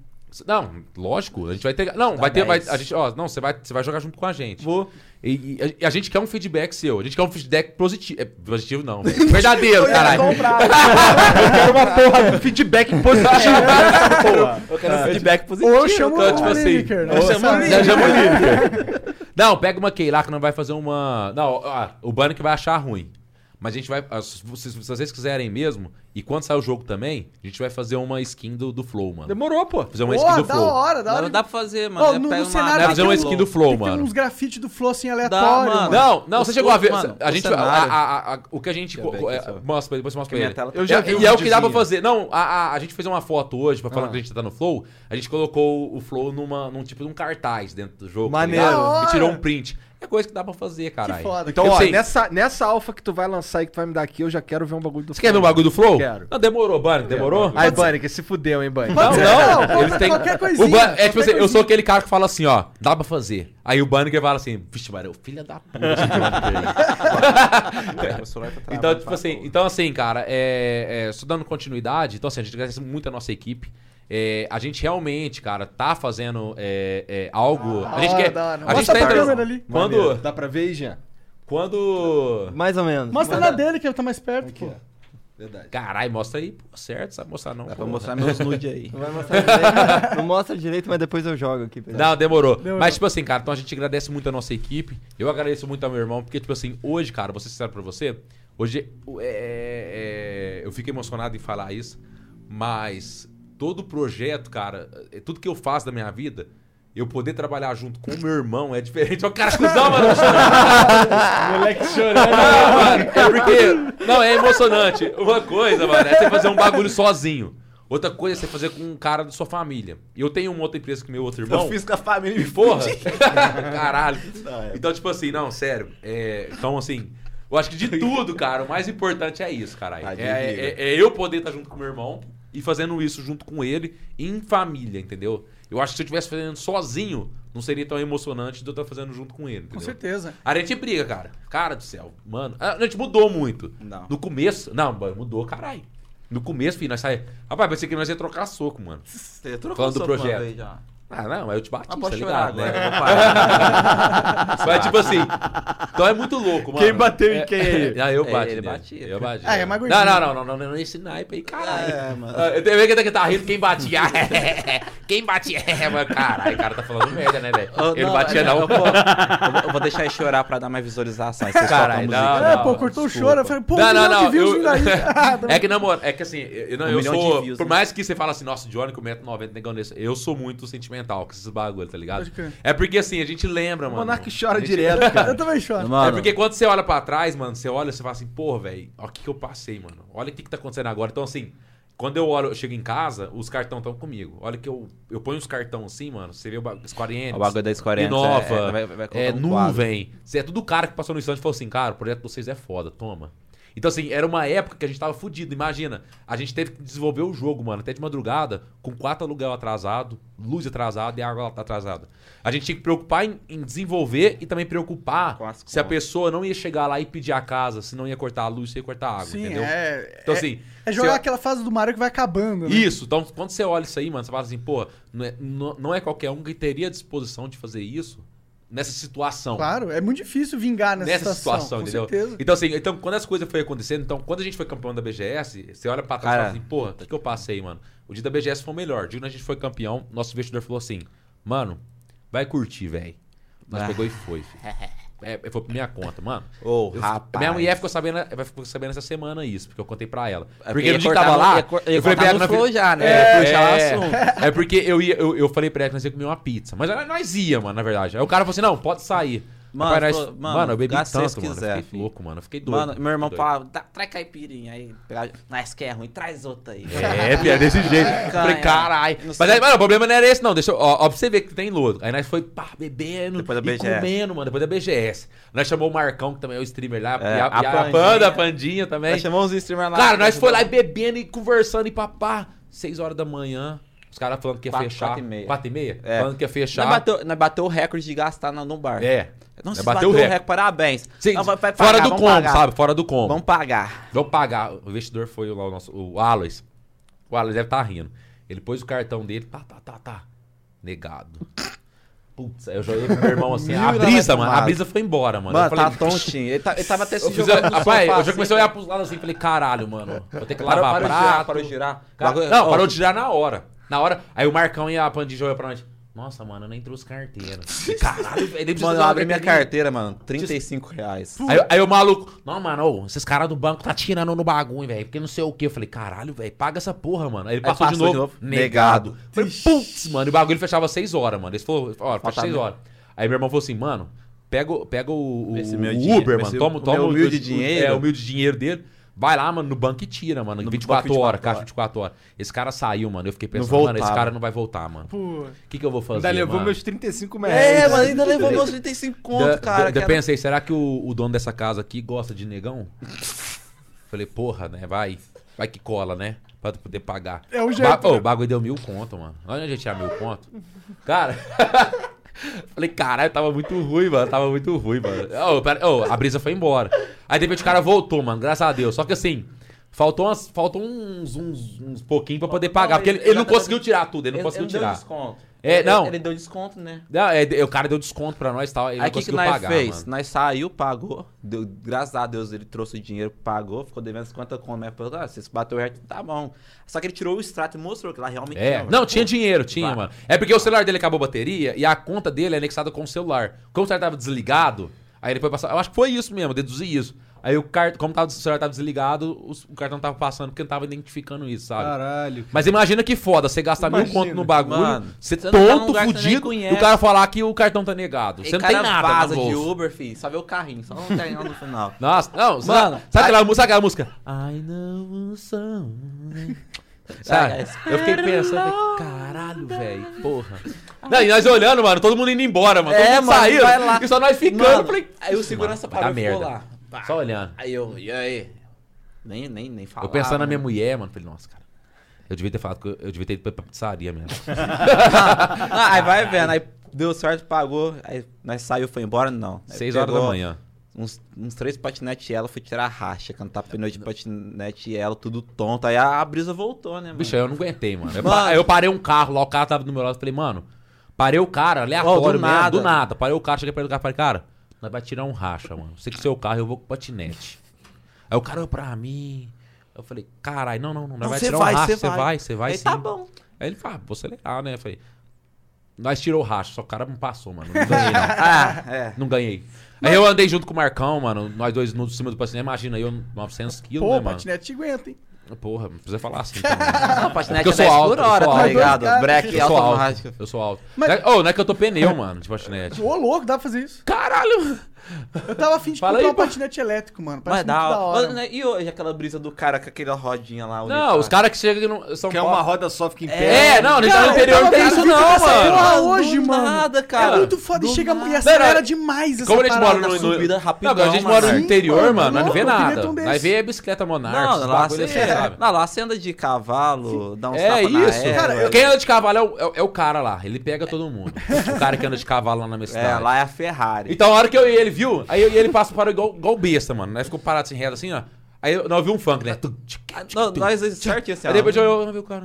Speaker 3: Não, lógico, a gente vai ter. Não, vai ter. vai- a gente, ó, não, você vai, você vai jogar junto com a gente.
Speaker 5: Vou.
Speaker 3: E, e a- e a, gente quer um feedback seu. A gente quer um feedback positivo. É, positivo não. velho. Verdadeiro, caralho.
Speaker 5: Feedback positivo.
Speaker 4: Eu quero feedback positivo.
Speaker 2: Ou eu chamo
Speaker 3: então, tipo
Speaker 2: o
Speaker 3: assim,
Speaker 2: Lineker, né?
Speaker 3: eu chamo-
Speaker 2: Sabe?
Speaker 3: eu chamo o Lineker. Não, pega uma Key lá que não vai fazer uma. Não, ó, o Banner que vai achar ruim. Mas a gente vai. ah, Se, vocês- se vocês quiserem mesmo, e quando sair o jogo também, a gente vai fazer uma skin do, do Flow, mano.
Speaker 1: Demorou, pô.
Speaker 3: Fazer uma skin
Speaker 2: Pô,
Speaker 3: do
Speaker 2: da
Speaker 3: Flow.
Speaker 2: hora, da
Speaker 4: Mano,
Speaker 2: hora.
Speaker 4: não dá pra fazer,
Speaker 2: Ó,
Speaker 4: mano.
Speaker 2: no- no
Speaker 4: Pega
Speaker 2: cenário
Speaker 3: Vai
Speaker 2: tem
Speaker 3: fazer
Speaker 2: que
Speaker 3: uma
Speaker 2: ter
Speaker 3: skin do Flow,
Speaker 2: Tem que ter
Speaker 3: mano.
Speaker 2: uns grafites do Flow assim aleatório,
Speaker 4: mano.
Speaker 2: mano.
Speaker 3: Não, não,
Speaker 4: O
Speaker 3: você chegou a ver.
Speaker 4: mano,
Speaker 3: a
Speaker 4: o
Speaker 3: gente.
Speaker 4: cenário.
Speaker 3: a- a- a- o que a gente.
Speaker 4: Deixa eu ver aqui
Speaker 3: é,
Speaker 4: só.
Speaker 3: mostra, depois mostra
Speaker 4: Que
Speaker 3: pra
Speaker 4: minha
Speaker 3: ele.
Speaker 4: tela tá-
Speaker 3: Eu já
Speaker 4: É,
Speaker 3: vi
Speaker 4: o
Speaker 3: e é o que dá pra
Speaker 4: videozinho.
Speaker 3: fazer. Não, a, a, a gente fez uma foto hoje pra falar que a gente tá no Flow. A gente colocou o Flow numa, num tipo de um cartaz dentro do jogo. tá
Speaker 1: Maneiro.
Speaker 3: ligado?
Speaker 2: Da hora.
Speaker 3: E tirou um print. É coisa que dá pra fazer,
Speaker 2: Que
Speaker 3: caralho.
Speaker 2: foda.
Speaker 1: Então,
Speaker 3: Eu
Speaker 1: ó,
Speaker 3: sei.
Speaker 1: nessa, nessa alfa que tu vai lançar e que tu vai me dar aqui, eu já quero ver um bagulho do
Speaker 3: Você quer ver o bagulho do Flow?
Speaker 1: Quero.
Speaker 3: Não, demorou, Bunny. Demorou?
Speaker 1: Ai, Bunny, se fudeu, hein, Bunny.
Speaker 3: Não,
Speaker 2: ser,
Speaker 3: não,
Speaker 2: não,
Speaker 3: eles têm.
Speaker 2: qualquer
Speaker 3: o
Speaker 2: coisinha,
Speaker 3: Ban- É
Speaker 2: qualquer
Speaker 3: tipo assim, eu sou
Speaker 2: coisinha.
Speaker 3: aquele cara que fala assim, ó, dá pra fazer. Aí o Bunny fala assim, vixe, mano, filha da puta. esse Bunniker aí."
Speaker 4: É, o celular tá
Speaker 3: Então,
Speaker 4: travado,
Speaker 3: tipo
Speaker 4: tá
Speaker 3: assim,
Speaker 4: bom.
Speaker 3: então, assim, cara, é, é, só dando continuidade, então assim, a gente agradece muito a nossa equipe. É, a gente realmente, cara, tá fazendo é, é, algo. a
Speaker 2: da
Speaker 3: gente
Speaker 2: hora,
Speaker 3: quer.
Speaker 2: Ah, da hora.
Speaker 3: A gente
Speaker 2: Mostra
Speaker 3: tá
Speaker 2: pra
Speaker 3: entrando-
Speaker 2: câmera ali.
Speaker 3: Quando.
Speaker 1: Dá pra ver aí, Jean?
Speaker 3: Quando.
Speaker 5: Mais ou menos.
Speaker 2: Mostra na dele que ele tá mais perto, pô.
Speaker 1: Verdade.
Speaker 3: Caralho, mostra aí, pô, certo, sabe mostrar não.
Speaker 4: Dá pra
Speaker 3: porra.
Speaker 4: mostrar meus nude aí.
Speaker 5: Não vai mostrar direito. Não mostra direito, mas depois eu jogo aqui. pra-
Speaker 3: Não, demorou.
Speaker 2: Demorou.
Speaker 3: Mas, tipo assim, cara, então a gente agradece muito a nossa equipe. Eu agradeço muito ao meu irmão, porque, tipo assim, hoje, cara, vou ser sincero pra você, hoje o- é, é, eu fico emocionado em falar isso, mas todo projeto, cara, é, tudo que eu faço da minha vida, eu poder trabalhar junto com o meu irmão é diferente. Olha o cara cuzão, mano.
Speaker 1: Moleque chorando.
Speaker 3: Não, mano, é porque. Não, é emocionante. Uma coisa, mano, é você fazer um bagulho sozinho. Outra coisa é você fazer com um cara da sua família. E eu tenho uma outra empresa com meu outro irmão.
Speaker 4: com a família é. e me
Speaker 3: Porra! Caralho. Então, tipo assim, não, sério. é, então, assim, eu acho que de tudo, cara, o mais importante é isso, caralho.
Speaker 4: Ah, de
Speaker 3: É, é- é eu poder estar junto com meu irmão e fazendo isso junto com ele em família, entendeu? Eu acho que se eu estivesse fazendo sozinho, não seria tão emocionante de eu estar fazendo junto com ele,
Speaker 2: Com
Speaker 3: entendeu?
Speaker 2: certeza.
Speaker 3: A gente briga, cara. Cara do céu, mano. Ah, A gente mudou muito.
Speaker 4: Não.
Speaker 3: No começo. Não, mano, mudou, caralho. No começo, filho, nós saímos. Rapaz, pensei que nós ia trocar soco, mano.
Speaker 4: Você trocou
Speaker 3: Falando do
Speaker 4: soco uma
Speaker 3: projeto.
Speaker 4: vez já.
Speaker 3: Ah, não, aí eu te bati,
Speaker 4: Ah,
Speaker 3: tá
Speaker 4: posso chorar
Speaker 3: ligado,
Speaker 4: agora.
Speaker 3: né?
Speaker 4: eu vou parar.
Speaker 3: Mas tipo assim, então é muito louco, mano.
Speaker 5: Quem bateu em quem aí?
Speaker 3: É, ah, eu
Speaker 4: É,
Speaker 3: bati.
Speaker 4: ele
Speaker 3: nele.
Speaker 4: batia.
Speaker 3: Eu bati.
Speaker 2: Ah, é mais gordinho.
Speaker 3: Não, não, não, não, não, não, não, esse naipe aí, caralho.
Speaker 4: É, mano.
Speaker 3: Ah, Eu tenho que tá, que tá rindo quem batia. quem batia. Mas, caralho, o cara tá falando merda, né, velho?
Speaker 4: Eu-
Speaker 3: Ele batia,
Speaker 4: Eu
Speaker 3: não.
Speaker 4: vou, eu vou- eu vou deixar ele chorar pra dar mais visualização. aí vocês tocam a
Speaker 3: Caralho,
Speaker 4: música. né?
Speaker 3: não,
Speaker 2: É,
Speaker 3: não,
Speaker 2: pô, cortou o
Speaker 3: desculpa.
Speaker 2: choro. Eu falei, pô,
Speaker 3: não, não,
Speaker 2: um milhão de
Speaker 3: não.
Speaker 2: views
Speaker 3: eu-
Speaker 2: vindo aí. Ah, tá
Speaker 3: é que, na moral, é que assim, eu, não,
Speaker 4: Um
Speaker 3: eu
Speaker 4: milhão de
Speaker 3: sou.
Speaker 4: views,
Speaker 3: por
Speaker 4: né?
Speaker 3: mais que você fala assim, nossa, Johnny com 1,90m, negão desse. Eu sou muito sentimental com esses bagulho, tá ligado?
Speaker 2: Pode crer.
Speaker 3: É porque assim, a gente lembra, mano.
Speaker 1: Monark
Speaker 3: A
Speaker 1: chora
Speaker 3: gente-
Speaker 1: direto, cara.
Speaker 2: Eu também choro.
Speaker 4: Mano,
Speaker 3: É porque quando você olha pra trás, mano, você olha, você fala assim, porra, velho, olha o que, que eu passei, mano. Olha o que, que tá acontecendo agora. Então, assim, quando eu olho, eu chego em casa, os cartão estão comigo. Olha que eu. Eu ponho os cartão assim, mano. Você vê o bagulho. Square Enix,
Speaker 4: o bagulho da Square Enix
Speaker 3: Inova,
Speaker 4: é- é- vai- vai colocar
Speaker 3: é,
Speaker 4: um quadro.
Speaker 3: nuvem. Você é tudo cara que passou no instante e falou assim, cara, o projeto de vocês é foda, toma. Então, assim, era uma época que a gente tava fudido, imagina. A gente teve que desenvolver o jogo, mano, até de madrugada, com quatro aluguel atrasado, luz atrasada e água atrasada. A gente tinha que preocupar em, em desenvolver e também preocupar
Speaker 4: Com as
Speaker 3: se a
Speaker 4: contas.
Speaker 3: pessoa não ia chegar lá e pedir a casa, se não ia cortar a luz, se ia cortar a água,
Speaker 2: Sim,
Speaker 3: entendeu?
Speaker 2: é.
Speaker 3: Então,
Speaker 2: é-
Speaker 3: assim,
Speaker 2: É jogar
Speaker 3: se-
Speaker 2: aquela fase do Mario que vai acabando, né?
Speaker 3: isso, então quando você olha isso aí, mano, você fala assim, pô, não é, não, não é qualquer um que teria disposição de fazer isso nessa situação.
Speaker 2: Claro, é muito difícil vingar nessa,
Speaker 3: Nessa situação,
Speaker 2: com
Speaker 3: entendeu?
Speaker 2: certeza.
Speaker 3: Então, assim, então, quando as coisas foram acontecendo, então, quando a gente foi campeão da BGS, você olha pra trás e
Speaker 4: Cara.
Speaker 3: fala assim, porra, o que, que eu passei, mano? O dia da BGS foi o melhor. O dia que a gente foi campeão, nosso investidor falou assim, mano, vai curtir, velho. Nós
Speaker 4: Ah.
Speaker 3: pegou e foi, filho. É, foi pra minha conta, mano.
Speaker 4: Ô,
Speaker 3: Eu-
Speaker 4: rapaz.
Speaker 3: Minha mulher ficou sabendo, ela ficou sabendo essa semana isso, porque eu contei pra ela.
Speaker 4: É
Speaker 3: Porque
Speaker 4: ia
Speaker 3: no dia que
Speaker 4: cortar
Speaker 3: tava
Speaker 4: no-
Speaker 3: lá,
Speaker 4: ia cor- ia
Speaker 3: eu falei pra
Speaker 4: cortar
Speaker 3: ela
Speaker 4: no
Speaker 3: que nós-
Speaker 4: flow já, né? Ia puxar o
Speaker 3: É,
Speaker 4: assunto.
Speaker 3: é, é porque eu, ia, eu, eu falei pra ela que nós ia comer uma pizza, mas ela- nós ia, mano, na verdade. Aí o cara falou assim, não, pode sair.
Speaker 4: Mano,
Speaker 3: Rapaz, nós-
Speaker 4: falou, mano,
Speaker 3: eu bebi
Speaker 4: gasta se
Speaker 3: tanto, mano, eu
Speaker 4: quiser,
Speaker 3: fiquei
Speaker 4: filho.
Speaker 3: louco, mano, eu fiquei doido.
Speaker 4: Mano, meu irmão
Speaker 3: Fiquei
Speaker 4: falava, "Dá- traz caipirinha aí. Pegava, Mas que é ruim, traz outra aí.
Speaker 3: doido. É, filho, é desse jeito. Eu Falei,
Speaker 4: Canha.
Speaker 3: caralho.
Speaker 4: Não
Speaker 3: Mas
Speaker 4: sei.
Speaker 3: aí, mano, o problema não era esse, não. Deixa eu, ó, ó, pra você ver que tem lodo. Aí nós foi, pá, bebendo
Speaker 4: Depois da
Speaker 3: e
Speaker 4: BGS.
Speaker 3: comendo, mano, depois da BGS. Nós chamou o Marcão, que também é o streamer lá,
Speaker 4: É,
Speaker 3: e a,
Speaker 4: a
Speaker 3: e a
Speaker 4: Pandinha.
Speaker 3: Panda, a Pandinha também.
Speaker 4: Nós chamamos os streamers lá.
Speaker 3: Cara, nós foi lá e bebendo e conversando e papá. Seis horas da manhã. Os caras falando que ia
Speaker 4: Quatro-
Speaker 3: fechar.
Speaker 4: quatro e meia.
Speaker 3: Quatro e meia?
Speaker 4: É.
Speaker 3: Falando que ia
Speaker 4: Nós
Speaker 3: fechar.
Speaker 4: bateu, nós bateu o recorde de gastar no, no bar.
Speaker 3: É. Nós
Speaker 4: Nossa,
Speaker 3: bateu
Speaker 4: bateu,
Speaker 3: o
Speaker 4: o
Speaker 3: recorde.
Speaker 4: recorde, parabéns.
Speaker 3: Sim,
Speaker 4: Não, vai- vai
Speaker 3: fora
Speaker 4: pagar,
Speaker 3: do
Speaker 4: vamos
Speaker 3: combo,
Speaker 4: pagar.
Speaker 3: sabe? Fora do combo.
Speaker 4: Vamos pagar.
Speaker 3: Vamos pagar. O investidor foi lá o nosso. O Aloys. O Aloys deve estar rindo. Ele Ele pôs o cartão dele, tá, tá, tá, tá. Negado. Putz, aí eu joguei pro meu irmão assim. A brisa, mano. A brisa foi embora, mano.
Speaker 4: Mano,
Speaker 3: eu falei,
Speaker 4: tá tontinho. Ele, tá- ele tava até
Speaker 3: eu
Speaker 4: se
Speaker 3: fiz,
Speaker 4: jogando no
Speaker 3: rapaz,
Speaker 4: sofá,
Speaker 3: eu já
Speaker 4: assim.
Speaker 3: comecei a olhar pros lados assim, falei, caralho, mano, vou ter que
Speaker 4: Parou-
Speaker 3: lavar
Speaker 4: parou de
Speaker 3: prato.
Speaker 4: girar, parou de girar.
Speaker 3: Cara,
Speaker 4: Bagulho-
Speaker 3: não,
Speaker 4: ó,
Speaker 3: parou de girar na hora. Na hora, aí o Marcão e a Pandinha olhou pra nós. Nossa, mano, eu nem trouxe carteira. Falei, Caralho, velho, nem precisa
Speaker 4: Mano, eu
Speaker 3: levar
Speaker 4: abri minha
Speaker 3: carteirinha.
Speaker 4: carteira, mano. 35 reais.
Speaker 3: Aí, aí o maluco, não, mano, ô, esses caras do banco tá tirando no bagulho, velho, porque não sei o que. Eu falei, caralho, velho, paga essa porra, mano. Aí ele passou, de,
Speaker 4: passou
Speaker 3: novo,
Speaker 4: de novo,
Speaker 3: negado. Falei, putz, mano, e o bagulho fechava 6 horas, mano. Eles falou, ó, fecha
Speaker 4: tá
Speaker 3: 6 horas. Aí meu irmão falou assim, mano, pega, o- pega o, o,
Speaker 4: Esse
Speaker 3: o
Speaker 4: meu dinheiro,
Speaker 3: Uber,
Speaker 4: esse
Speaker 3: mano, toma,
Speaker 4: o
Speaker 3: toma
Speaker 4: meu
Speaker 3: o-
Speaker 4: humilde
Speaker 3: o-
Speaker 4: dinheiro.
Speaker 3: É, o humilde dinheiro dele. Vai lá, mano, no banco e tira, mano.
Speaker 4: No
Speaker 3: em
Speaker 4: banco,
Speaker 3: 24,
Speaker 4: 24
Speaker 3: horas, caixa 24 horas. Esse cara saiu, mano. Eu fiquei
Speaker 4: Não
Speaker 3: pensando, mano,
Speaker 4: voltava.
Speaker 3: esse cara não vai voltar, mano.
Speaker 2: Pô,
Speaker 3: O que, que eu vou fazer?
Speaker 5: Ainda levou
Speaker 3: mano?
Speaker 5: meus 35 reais.
Speaker 4: É, mano, ainda levou meus 35
Speaker 3: Da-
Speaker 4: conto, cara.
Speaker 3: da- Eu
Speaker 4: que é era-
Speaker 3: pensei, será que o, o dono dessa casa aqui gosta de negão? Falei, porra, né? Vai. Vai que cola, né? Pra tu poder pagar.
Speaker 2: É o jeito,
Speaker 3: Ba- ô,
Speaker 2: né?
Speaker 3: O bagulho deu mil conto, mano. Olha onde a gente tinha mil conto. Cara. Falei, caralho, tava muito ruim, mano. Tava muito ruim, mano. Ô, pera- ô, a brisa foi embora. Aí de repente o cara voltou, mano. Graças a Deus. Só que assim. Faltou, umas- faltou uns, uns, uns pouquinho pra poder pagar.
Speaker 4: Não,
Speaker 3: porque ele,
Speaker 4: ele-
Speaker 3: ele não
Speaker 4: ele-
Speaker 3: conseguiu tirar tudo, ele não conseguiu tirar.
Speaker 4: desconto.
Speaker 3: É,
Speaker 4: Ele-
Speaker 3: não.
Speaker 4: Ele deu desconto, né?
Speaker 3: Não, é, de- o cara deu desconto pra nós e tal. Ele
Speaker 4: Aí
Speaker 3: não
Speaker 4: o que, que
Speaker 3: conseguiu
Speaker 4: nós
Speaker 3: pagar.
Speaker 4: fez?
Speaker 3: mano.
Speaker 4: Nós saiu, pagou. Deu, graças a Deus ele trouxe o dinheiro, pagou, ficou devendo 50 conto. Mas falou, ah, vocês bateu o reto, tá bom. Só que ele tirou o extrato e mostrou que lá realmente
Speaker 3: É,
Speaker 4: mano.
Speaker 3: não, tinha dinheiro, tinha,
Speaker 4: Vai.
Speaker 3: mano. É porque o celular dele acabou a bateria e a conta dele é anexada com o celular. Como o celular tava desligado, aí ele foi passar. Eu acho que foi isso mesmo, deduzi isso. Aí o cartão, como tava, o celular tava desligado, os- o cartão tava passando porque não tava identificando isso, sabe?
Speaker 5: Caralho.
Speaker 3: Mas imagina que foda, você gastar mil
Speaker 5: Imagina,
Speaker 3: conto no bagulho,
Speaker 4: mano.
Speaker 3: você
Speaker 4: Você não tá num
Speaker 3: tonto,
Speaker 4: lugar que você nem
Speaker 3: fudido, e
Speaker 4: conhece.
Speaker 3: o cara falar que o cartão tá negado.
Speaker 4: E
Speaker 3: Você não
Speaker 4: cara
Speaker 3: tem nada no
Speaker 4: vaza de
Speaker 3: bolso.
Speaker 4: Uber, filho. Só vê o carrinho, só não tem nada no final.
Speaker 3: Nossa, não, mano,
Speaker 4: Mano, Ah.
Speaker 3: sabe, aquela, mu- sabe aquela música? I know someone. Sabe?
Speaker 4: Sabe?
Speaker 3: Ah, Eu fiquei pensando, falei, caralho, velho, porra. Não, e nós olhando, mano, todo mundo indo embora, mano.
Speaker 4: É,
Speaker 3: todo mundo
Speaker 4: mano,
Speaker 3: saiu.
Speaker 4: vai lá.
Speaker 3: E só nós ficando,
Speaker 4: Mano,
Speaker 3: eu falei.
Speaker 4: aí o segurança
Speaker 3: mano, vai
Speaker 4: parou
Speaker 3: dar
Speaker 4: e ficou
Speaker 3: merda.
Speaker 4: lá. Pá.
Speaker 3: Só olhando.
Speaker 4: Aí eu, e aí? Nem, nem, nem falava.
Speaker 3: eu pensando na minha
Speaker 4: né?
Speaker 3: mulher, mano, falei, nossa, cara. Eu devia ter falado que eu, eu devia ter ido pra pra pizzaria mesmo.
Speaker 4: Ah, aí vai vendo, aí deu certo, pagou. Aí nós saiu, foi embora, não. Aí
Speaker 3: Seis horas da
Speaker 4: pegou
Speaker 3: manhã.
Speaker 4: Uns, uns três patinetes e ela foi tirar racha,
Speaker 3: É,
Speaker 4: cantar pneu de patinete e ela, tudo tonto. Aí a, a brisa voltou, né, mano?
Speaker 3: Bicho, eu não aguentei, mano. Eu,
Speaker 4: Mano.
Speaker 3: pa- eu parei um carro lá, o carro tava do meu lado. eu Falei, mano, parei o cara, aleatório,
Speaker 4: Ó, do
Speaker 3: mesmo,
Speaker 4: nada.
Speaker 3: do nada. Parei o cara, cheguei perto do carro, falei, cara, nós vai tirar um racha, mano. Você que seu carro, eu vou com o patinete. Aí o cara olhou pra mim. Eu falei, caralho, não, não, não, nós
Speaker 4: Não,
Speaker 3: vai
Speaker 4: cê
Speaker 3: tirar
Speaker 4: vai,
Speaker 3: um racha,
Speaker 4: cê
Speaker 3: você
Speaker 4: vai.
Speaker 3: vai, você vai
Speaker 4: aí
Speaker 3: sim.
Speaker 4: tá bom.
Speaker 3: Aí ele falou, ah, vou acelerar, né? Eu falei, nós tirou o racha, só que o cara não passou, mano. Não ganhei, não.
Speaker 4: Ah, é.
Speaker 3: Não ganhei. Aí eu andei junto com o Marcão, mano, nós dois no cima do patinete. Imagina, eu 900 quilos,
Speaker 2: pô,
Speaker 3: né,
Speaker 2: o
Speaker 3: mano?
Speaker 2: patinete te aguenta, hein?
Speaker 3: Porra, não precisa falar assim. Também.
Speaker 4: Não, patinete
Speaker 3: Porque eu sou
Speaker 4: é 10
Speaker 3: alto,
Speaker 4: por
Speaker 3: eu sou
Speaker 4: hora, tá
Speaker 3: alto.
Speaker 4: ligado?
Speaker 2: Cara,
Speaker 4: Breque
Speaker 3: eu sou
Speaker 4: automático.
Speaker 3: alto. Eu sou alto.
Speaker 2: Mas-
Speaker 3: Não é- oh, não é que eu tô pneu, mano, de patinete.
Speaker 2: Ô, louco, dá pra fazer isso.
Speaker 3: Caralho!
Speaker 2: Eu tava afim de
Speaker 3: Fala
Speaker 2: comprar
Speaker 3: aí,
Speaker 2: um
Speaker 3: pô.
Speaker 2: patinete elétrico, mano.
Speaker 4: Mas
Speaker 2: Parece
Speaker 4: dá.
Speaker 2: muito da hora.
Speaker 4: Mas, né, E hoje aquela brisa do cara com aquela rodinha lá?
Speaker 3: Não, os caras que chegam no São
Speaker 1: é
Speaker 5: Quer uma
Speaker 3: Paulo...
Speaker 5: roda só fica em pé.
Speaker 3: É, não, no
Speaker 2: Cara, eu
Speaker 3: interior
Speaker 2: tava
Speaker 3: não tem
Speaker 2: vendo
Speaker 3: isso
Speaker 2: vídeo
Speaker 3: não,
Speaker 2: dessa
Speaker 4: é um
Speaker 3: mano.
Speaker 2: porra hoje, mano.
Speaker 4: Nada, cara.
Speaker 2: É muito foda. E
Speaker 4: Do
Speaker 2: chega e
Speaker 4: nada.
Speaker 2: acelera
Speaker 3: Não, não.
Speaker 2: demais essa
Speaker 3: Como é a gente
Speaker 2: parada.
Speaker 3: mora no, no...
Speaker 4: subida rapidão,
Speaker 3: não, mas a gente mora no
Speaker 2: mano.
Speaker 3: interior,
Speaker 2: Sim,
Speaker 3: mano, nós não vê
Speaker 2: mano, eu queria
Speaker 3: nada.
Speaker 2: um desse.
Speaker 3: Nós vê a bicicleta Monarch,
Speaker 4: Não,
Speaker 3: esses
Speaker 4: lá,
Speaker 3: bagulho assim,
Speaker 4: é,
Speaker 3: sabe?
Speaker 4: não, lá você anda de cavalo, dá um
Speaker 3: É isso.
Speaker 2: Cara, eu-
Speaker 3: Quem anda de cavalo é o, é o- é o cara lá. Ele pega todo mundo. o cara que anda de cavalo lá na minha cidade.
Speaker 4: É, lá é a Ferrari.
Speaker 3: Então a hora que eu e ele viu, aí eu e ele passa para igual, igual besta, mano. Nós ficou parado assim, reto assim, ó. Aí eu, não, eu vi um funk, né? Tum, tchic,
Speaker 4: Ah, não, nós certinho assim, ó.
Speaker 3: tipo, Aí depois eu olhei o cara.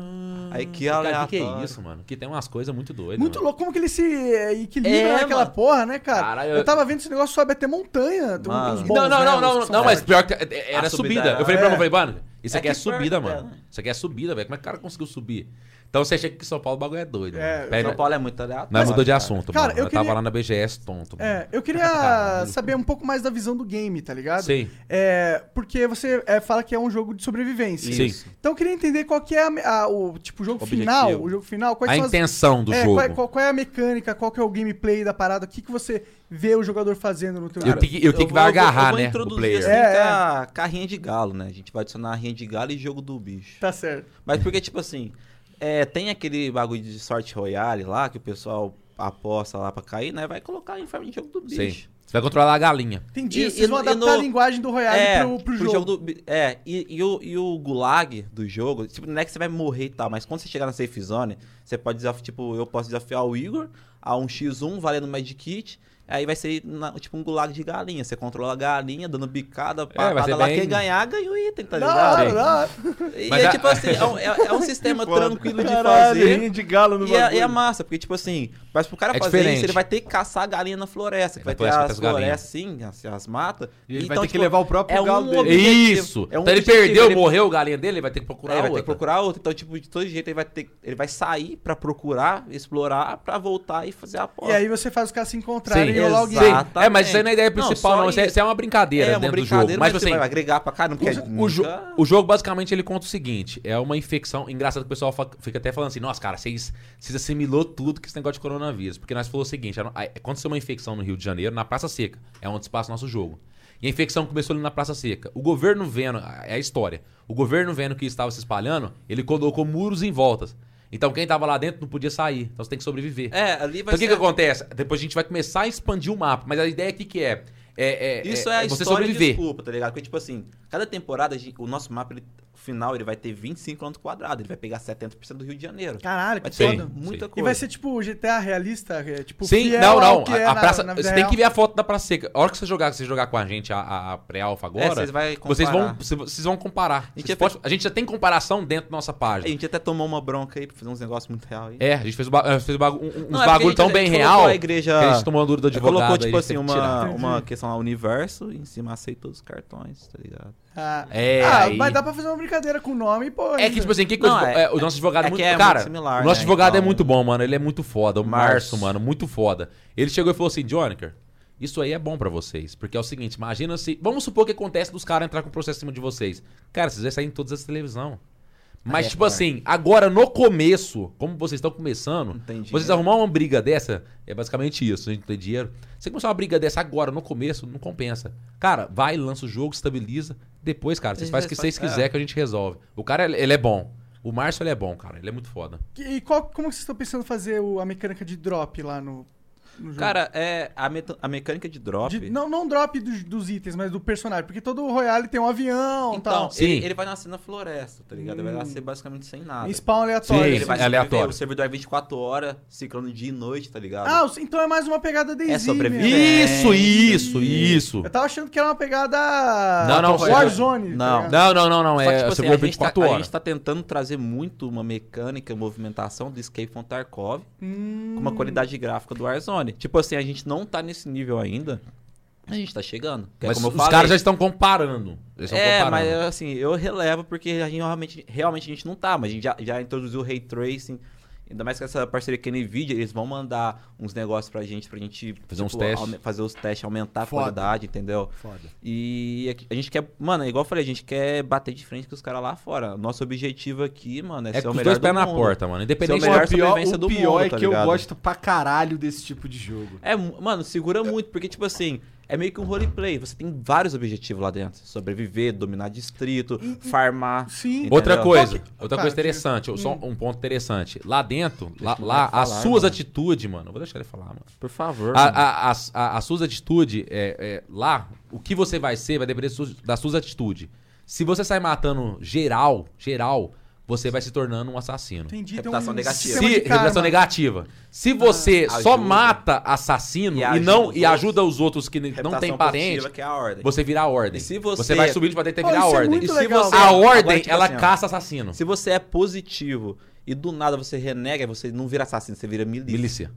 Speaker 4: Aí que
Speaker 3: cara, que, que é
Speaker 4: aleatório.
Speaker 3: isso, mano? Que tem umas coisas muito doidas.
Speaker 2: Muito
Speaker 3: mano.
Speaker 2: louco como que ele se é, equilibra
Speaker 4: É,
Speaker 2: naquela
Speaker 4: mano.
Speaker 2: porra, né, cara?
Speaker 3: Caralho,
Speaker 2: eu...
Speaker 3: eu-
Speaker 2: tava vendo esse negócio sobe até montanha. Tem
Speaker 4: Mano.
Speaker 2: uns bons,
Speaker 3: Não, não,
Speaker 2: né,
Speaker 3: não, não,
Speaker 2: uns
Speaker 3: não,
Speaker 2: que são
Speaker 3: não, mas
Speaker 2: fortes.
Speaker 3: pior que é- é- era
Speaker 4: A subida
Speaker 3: subida.
Speaker 4: era-
Speaker 3: Eu falei pra
Speaker 2: é.
Speaker 3: mim, eu falei, mano, isso
Speaker 4: É
Speaker 3: aqui é,
Speaker 4: que
Speaker 3: subida,
Speaker 4: perto,
Speaker 3: mano.
Speaker 4: é.
Speaker 3: Isso aqui é subida, velho. Como é que o cara conseguiu subir? Então você chega que em São Paulo o bagulho é doido.
Speaker 2: É,
Speaker 3: mano. Pera-
Speaker 4: São Paulo é muito aleatório.
Speaker 3: Nós mudou de
Speaker 4: cara.
Speaker 3: assunto,
Speaker 2: Cara,
Speaker 3: mano.
Speaker 2: eu
Speaker 3: Eu, tava
Speaker 2: queria-
Speaker 3: lá na BGS tonto. mano.
Speaker 2: É, eu queria saber um pouco mais da visão do game, tá ligado?
Speaker 3: Sim.
Speaker 2: É, porque você é, fala que é um jogo de sobrevivência.
Speaker 3: Sim.
Speaker 2: Então eu queria entender qual que é a me- a- o tipo o jogo
Speaker 4: Objetivo.
Speaker 2: final, o jogo final, quais
Speaker 3: A
Speaker 2: são as-
Speaker 3: intenção do
Speaker 2: é,
Speaker 3: jogo.
Speaker 2: Qual, é- qual- qual é a mecânica, qual que é o gameplay da parada, o que, que você vê o jogador fazendo no teu
Speaker 3: Eu
Speaker 2: jogo?
Speaker 3: tenho que, eu tenho que
Speaker 4: vou-
Speaker 3: vai
Speaker 4: vou-
Speaker 3: agarrar,
Speaker 4: eu vou
Speaker 3: né? O
Speaker 4: introduzir,
Speaker 3: player.
Speaker 4: assim,
Speaker 2: É,
Speaker 4: que
Speaker 2: é.
Speaker 4: a carrinha de galo, né? A gente vai adicionar a rinha de galo e jogo do bicho.
Speaker 2: Tá certo.
Speaker 4: Mas porque, tipo assim, é, tem aquele bagulho de sorte royale lá que o pessoal aposta lá pra cair, né? Vai colocar em forma de jogo do
Speaker 3: Sim.
Speaker 4: bicho.
Speaker 3: Você vai controlar a galinha.
Speaker 2: Entendi,
Speaker 4: E-
Speaker 2: vocês
Speaker 4: e
Speaker 2: vão
Speaker 4: no- e
Speaker 2: adaptar a
Speaker 4: no-
Speaker 2: linguagem do Royale
Speaker 4: é,
Speaker 2: pro, pro jogo.
Speaker 4: jogo. do- é, e, e o, e o gulag do jogo, tipo, não é que você vai morrer e tal, mas quando você chegar na safe zone, você pode desafiar, tipo, eu posso desafiar o Igor a um X1 valendo Magic Kit, aí vai ser, na- tipo, um gulag de galinha. Você controla a galinha, dando bicada,
Speaker 3: É, vai ser
Speaker 4: patada lá,
Speaker 3: bem-
Speaker 4: quem ganhar, ganha o item, tá
Speaker 2: Da hora,
Speaker 4: ligado?
Speaker 2: da hora.
Speaker 4: E
Speaker 3: Mas
Speaker 4: é
Speaker 3: a-
Speaker 4: tipo assim, é um, é- é um sistema tranquilo de
Speaker 5: Caralho,
Speaker 4: fazer.
Speaker 5: rinha de galo no
Speaker 4: E é,
Speaker 5: bagulho.
Speaker 4: e é massa, porque, tipo assim, mas pro cara
Speaker 3: É
Speaker 4: fazer
Speaker 3: diferente.
Speaker 4: isso, ele vai ter que caçar a galinha na floresta. Que
Speaker 3: Vai
Speaker 4: vai
Speaker 3: ter
Speaker 4: ter
Speaker 3: que caçar
Speaker 4: as
Speaker 3: as galinhas.
Speaker 4: florestas, sim, as, as matas.
Speaker 1: E ele vai ter que levar o próprio
Speaker 4: é
Speaker 1: galo
Speaker 4: um
Speaker 1: dele.
Speaker 4: objetivo.
Speaker 3: Isso.
Speaker 4: É um
Speaker 3: então ele
Speaker 4: objetivo,
Speaker 3: perdeu,
Speaker 4: ele-
Speaker 3: morreu a galinha dele, ele vai ter que
Speaker 4: É,
Speaker 3: procurar
Speaker 4: vai ter
Speaker 3: outra.
Speaker 4: que procurar outro. Então, tipo, de todo jeito ele vai ter. Ele vai sair pra procurar, explorar, pra voltar e fazer a aposta.
Speaker 2: E aí você faz os caras se encontrarem e rolar alguém.
Speaker 4: exato.
Speaker 3: Sim. É, mas isso aí não é a ideia
Speaker 4: Não,
Speaker 3: principal,
Speaker 4: só
Speaker 3: não. Isso é,
Speaker 4: isso.
Speaker 3: isso é uma brincadeira
Speaker 4: é uma
Speaker 3: dentro do
Speaker 4: brincadeira,
Speaker 3: jogo.
Speaker 4: mas
Speaker 3: Mas,
Speaker 4: você
Speaker 3: assim,
Speaker 4: vai agregar pra caramba, porque
Speaker 3: O, jo- o jogo basicamente ele conta o seguinte: é uma infecção. Engraçado que o pessoal fa- fica até falando assim, nossa, cara, vocês, vocês assimilou tudo que esse negócio de coronavírus. Porque nós falou o seguinte: era- um, aí aconteceu uma infecção no Rio de Janeiro, na Praça Seca, é onde se passa o nosso jogo. E a infecção começou ali na Praça Seca. O governo vendo, é a história. O governo vendo que estava se espalhando, ele colocou muros em voltas. Então quem estava lá dentro não podia sair. Então você tem que sobreviver.
Speaker 4: É, ali
Speaker 3: Então o
Speaker 4: vai
Speaker 3: que,
Speaker 4: ser-
Speaker 3: que acontece? Depois a gente vai começar a expandir o mapa, mas a ideia aqui que é. é- é-
Speaker 4: Isso
Speaker 3: é-
Speaker 4: é, a
Speaker 3: é você
Speaker 4: história
Speaker 3: sobreviver.
Speaker 4: de desculpa, tá ligado? Porque, tipo assim, cada temporada, a gente- o nosso mapa, ele, final, ele vai ter 25 km quadrados. Ele vai pegar 70% do Rio de Janeiro.
Speaker 2: Caralho, que
Speaker 4: Vai
Speaker 3: Sim,
Speaker 4: ter
Speaker 2: foda.
Speaker 4: muita
Speaker 3: sim.
Speaker 2: E
Speaker 4: coisa.
Speaker 2: vai ser tipo GTA realista, é, tipo
Speaker 3: Sim,
Speaker 2: fiel
Speaker 3: não,
Speaker 2: ao
Speaker 3: não.
Speaker 2: que
Speaker 3: A,
Speaker 2: é
Speaker 3: a
Speaker 2: na-
Speaker 3: praça,
Speaker 2: na vida
Speaker 3: você tem
Speaker 2: real.
Speaker 3: que ver a foto da praça seca. A hora que você jogar, que você jogar com a gente a, a, a pré-alfa
Speaker 4: É,
Speaker 3: agora,
Speaker 4: vocês vai
Speaker 3: vocês, vão,
Speaker 4: comparar.
Speaker 3: vocês vão- vocês vão comparar.
Speaker 4: A gente é
Speaker 3: Vocês
Speaker 4: já
Speaker 3: pode- A gente já tem comparação dentro da nossa
Speaker 4: A
Speaker 3: página.
Speaker 4: gente até tomou uma bronca aí pra fazer uns negócios muito real aí.
Speaker 3: É, a gente fez, o ba- eh, fez o bagu- um- um-
Speaker 4: Não,
Speaker 3: uns
Speaker 4: é porque a
Speaker 3: bagulho
Speaker 4: gente-
Speaker 3: tão
Speaker 4: a
Speaker 3: bem
Speaker 4: gente
Speaker 3: real
Speaker 4: colocou
Speaker 3: que
Speaker 4: a igreja-
Speaker 3: a gente tomou uma dura do advogado.
Speaker 4: colocou,
Speaker 3: aí
Speaker 4: tipo
Speaker 3: a gente
Speaker 4: assim,
Speaker 3: teve que tirar.
Speaker 4: uma,
Speaker 2: Entendi.
Speaker 4: uma questão ao universo, em cima aceita os cartões, tá ligado?
Speaker 2: Ah,
Speaker 3: É,
Speaker 2: ah,
Speaker 3: aí-
Speaker 2: mas dá pra fazer uma brincadeira com o nome, pô.
Speaker 3: É
Speaker 2: ainda.
Speaker 3: que, tipo assim, que que
Speaker 4: Não,
Speaker 3: o, advo-
Speaker 4: é-
Speaker 3: é, o nosso advogado
Speaker 4: é
Speaker 3: muito,
Speaker 4: que é muito
Speaker 3: cara,
Speaker 4: similar,
Speaker 3: O nosso
Speaker 4: né?
Speaker 3: advogado é
Speaker 4: Então-
Speaker 3: muito bom, mano. Ele é muito foda. O Março,
Speaker 4: Março.
Speaker 3: mano, muito foda. Ele chegou e falou assim: Jonaker, isso aí é bom pra vocês. Porque é o seguinte, imagina se. Vamos supor que acontece dos caras entrar com o processo em cima de vocês. Cara, vocês vão sair em todas as televisão. Mas,
Speaker 4: É,
Speaker 3: tipo
Speaker 4: claro.
Speaker 3: assim, agora no começo, como vocês estão começando,
Speaker 4: Entendi.
Speaker 3: vocês arrumar uma briga dessa, é basicamente isso, a gente não tem dinheiro. Você começar uma briga dessa agora, no começo, não compensa. Cara, vai, lança o jogo, estabiliza. Depois, cara, vocês
Speaker 4: Eles
Speaker 3: fazem o que
Speaker 4: respondem-
Speaker 3: vocês quiserem que a gente resolve. O cara, ele ele é bom. O Márcio, ele é bom, cara. Ele é muito foda.
Speaker 2: Que- E qual, como vocês estão pensando fazer o- a mecânica de drop lá no, no jogo?
Speaker 4: Cara, é a, meto- a mecânica de drop.
Speaker 2: Uhum. De- não, não drop dos, dos itens, mas do personagem. Porque todo Royale tem um avião e
Speaker 4: então,
Speaker 2: tal.
Speaker 3: Sim.
Speaker 4: ele, ele vai nascer na floresta, tá ligado? Ele vai nascer basicamente sem nada.
Speaker 2: E spawn
Speaker 3: Sim,
Speaker 2: aleatório. assim.
Speaker 3: Sim,
Speaker 4: ele vai
Speaker 3: é
Speaker 4: sobreviver,
Speaker 3: aleatório.
Speaker 4: O servidor é 24 horas, ciclando dia e noite, tá ligado?
Speaker 2: Ah, os- então é mais uma pegada Daisy.
Speaker 4: sobreviver.
Speaker 2: mesmo.
Speaker 4: Bem,
Speaker 3: Isso, isso, isso.
Speaker 2: Eu tava achando que era uma pegada.
Speaker 3: Tipo- Não, não,
Speaker 2: Warzone.
Speaker 4: não.
Speaker 2: tá ligado?
Speaker 3: Não, não, não, não.
Speaker 4: Só que,
Speaker 3: É
Speaker 4: tipo
Speaker 3: tipo
Speaker 4: assim,
Speaker 3: servidor
Speaker 4: a, gente tá,
Speaker 3: 24
Speaker 4: a
Speaker 3: horas.
Speaker 4: gente tá tentando trazer muito uma mecânica, movimentação do Escape from Tarkov
Speaker 2: Hum.
Speaker 4: com uma qualidade gráfica do Warzone. Tipo assim, a gente não tá nesse nível ainda. A gente tá chegando. Que é
Speaker 3: Mas
Speaker 4: como eu
Speaker 3: os
Speaker 4: falei.
Speaker 3: caras já estão comparando. Eles estão
Speaker 4: É, mas
Speaker 3: comparando.
Speaker 4: assim, eu relevo porque a gente realmente, realmente a gente não tá, mas a gente já, já introduziu o Ray Tracing. Ainda mais com essa parceria com a NVIDIA, eles vão mandar uns negócios pra gente, pra gente tipo,
Speaker 3: Fazer uns testes.
Speaker 4: aume- fazer os testes, aumentar a
Speaker 1: Foda.
Speaker 4: qualidade, entendeu?
Speaker 1: Foda.
Speaker 4: E a- a gente quer, mano, é igual eu falei, a gente quer bater de frente com os caras lá fora. Nosso objetivo aqui, mano, é,
Speaker 3: É
Speaker 4: ser
Speaker 3: com
Speaker 4: o
Speaker 3: os
Speaker 4: melhor
Speaker 3: dois
Speaker 4: do
Speaker 3: pés na
Speaker 4: mundo.
Speaker 3: porta, mano. Independente
Speaker 4: Ser é o melhor
Speaker 1: o pior,
Speaker 4: sobrevivência
Speaker 1: o
Speaker 4: do
Speaker 1: pior
Speaker 4: mundo,
Speaker 1: é
Speaker 4: tá
Speaker 1: que eu
Speaker 4: ligado?
Speaker 1: gosto pra caralho desse tipo de jogo.
Speaker 4: É, mu- mano, segura muito, porque, tipo assim, é meio que um roleplay. Você tem vários objetivos lá dentro. Sobreviver, dominar distrito,
Speaker 1: Uhum.
Speaker 4: farmar.
Speaker 2: Sim.
Speaker 4: Entendeu?
Speaker 3: Outra coisa, outra
Speaker 4: Tá,
Speaker 2: Cara,
Speaker 3: coisa
Speaker 2: diga.
Speaker 3: interessante, só um ponto interessante. Lá dentro, lá,
Speaker 4: o
Speaker 3: lá,
Speaker 4: moleque
Speaker 3: as
Speaker 4: Hum. falar,
Speaker 3: suas
Speaker 4: mano.
Speaker 3: atitudes, mano. Vou deixar ele falar, mano.
Speaker 4: Por favor.
Speaker 3: A,
Speaker 4: mano.
Speaker 3: a, as- a- as suas atitudes, é, é, lá, o que você vai ser vai depender su- das suas atitudes. Se você sair matando geral, geral, você vai se tornando um assassino.
Speaker 2: Entendi. tem
Speaker 4: Reputação
Speaker 2: um
Speaker 4: negativa. Ah,
Speaker 2: sistema
Speaker 3: Se,
Speaker 2: de karma.
Speaker 3: revelação negativa. Se você só
Speaker 4: Ajuda.
Speaker 3: mata assassino
Speaker 4: E
Speaker 3: e,
Speaker 4: ajuda
Speaker 3: não
Speaker 4: os
Speaker 3: e
Speaker 4: outros.
Speaker 3: ajuda os outros que n- não
Speaker 4: Reputação
Speaker 3: tem
Speaker 4: positiva,
Speaker 3: parente,
Speaker 4: que é a ordem.
Speaker 3: você vira a ordem.
Speaker 4: E se você-
Speaker 3: vai subindo pra tentar
Speaker 2: Pô,
Speaker 3: virar a
Speaker 2: isso é
Speaker 3: ordem.
Speaker 2: muito
Speaker 4: E se
Speaker 2: legal.
Speaker 4: você-
Speaker 3: A
Speaker 2: cara.
Speaker 3: ordem,
Speaker 4: Agora, tipo
Speaker 3: ela
Speaker 4: assim, ó.
Speaker 3: caça assassino.
Speaker 4: Se você é positivo e do nada você renega, você não vira assassino, você vira milícia.
Speaker 3: Milícia.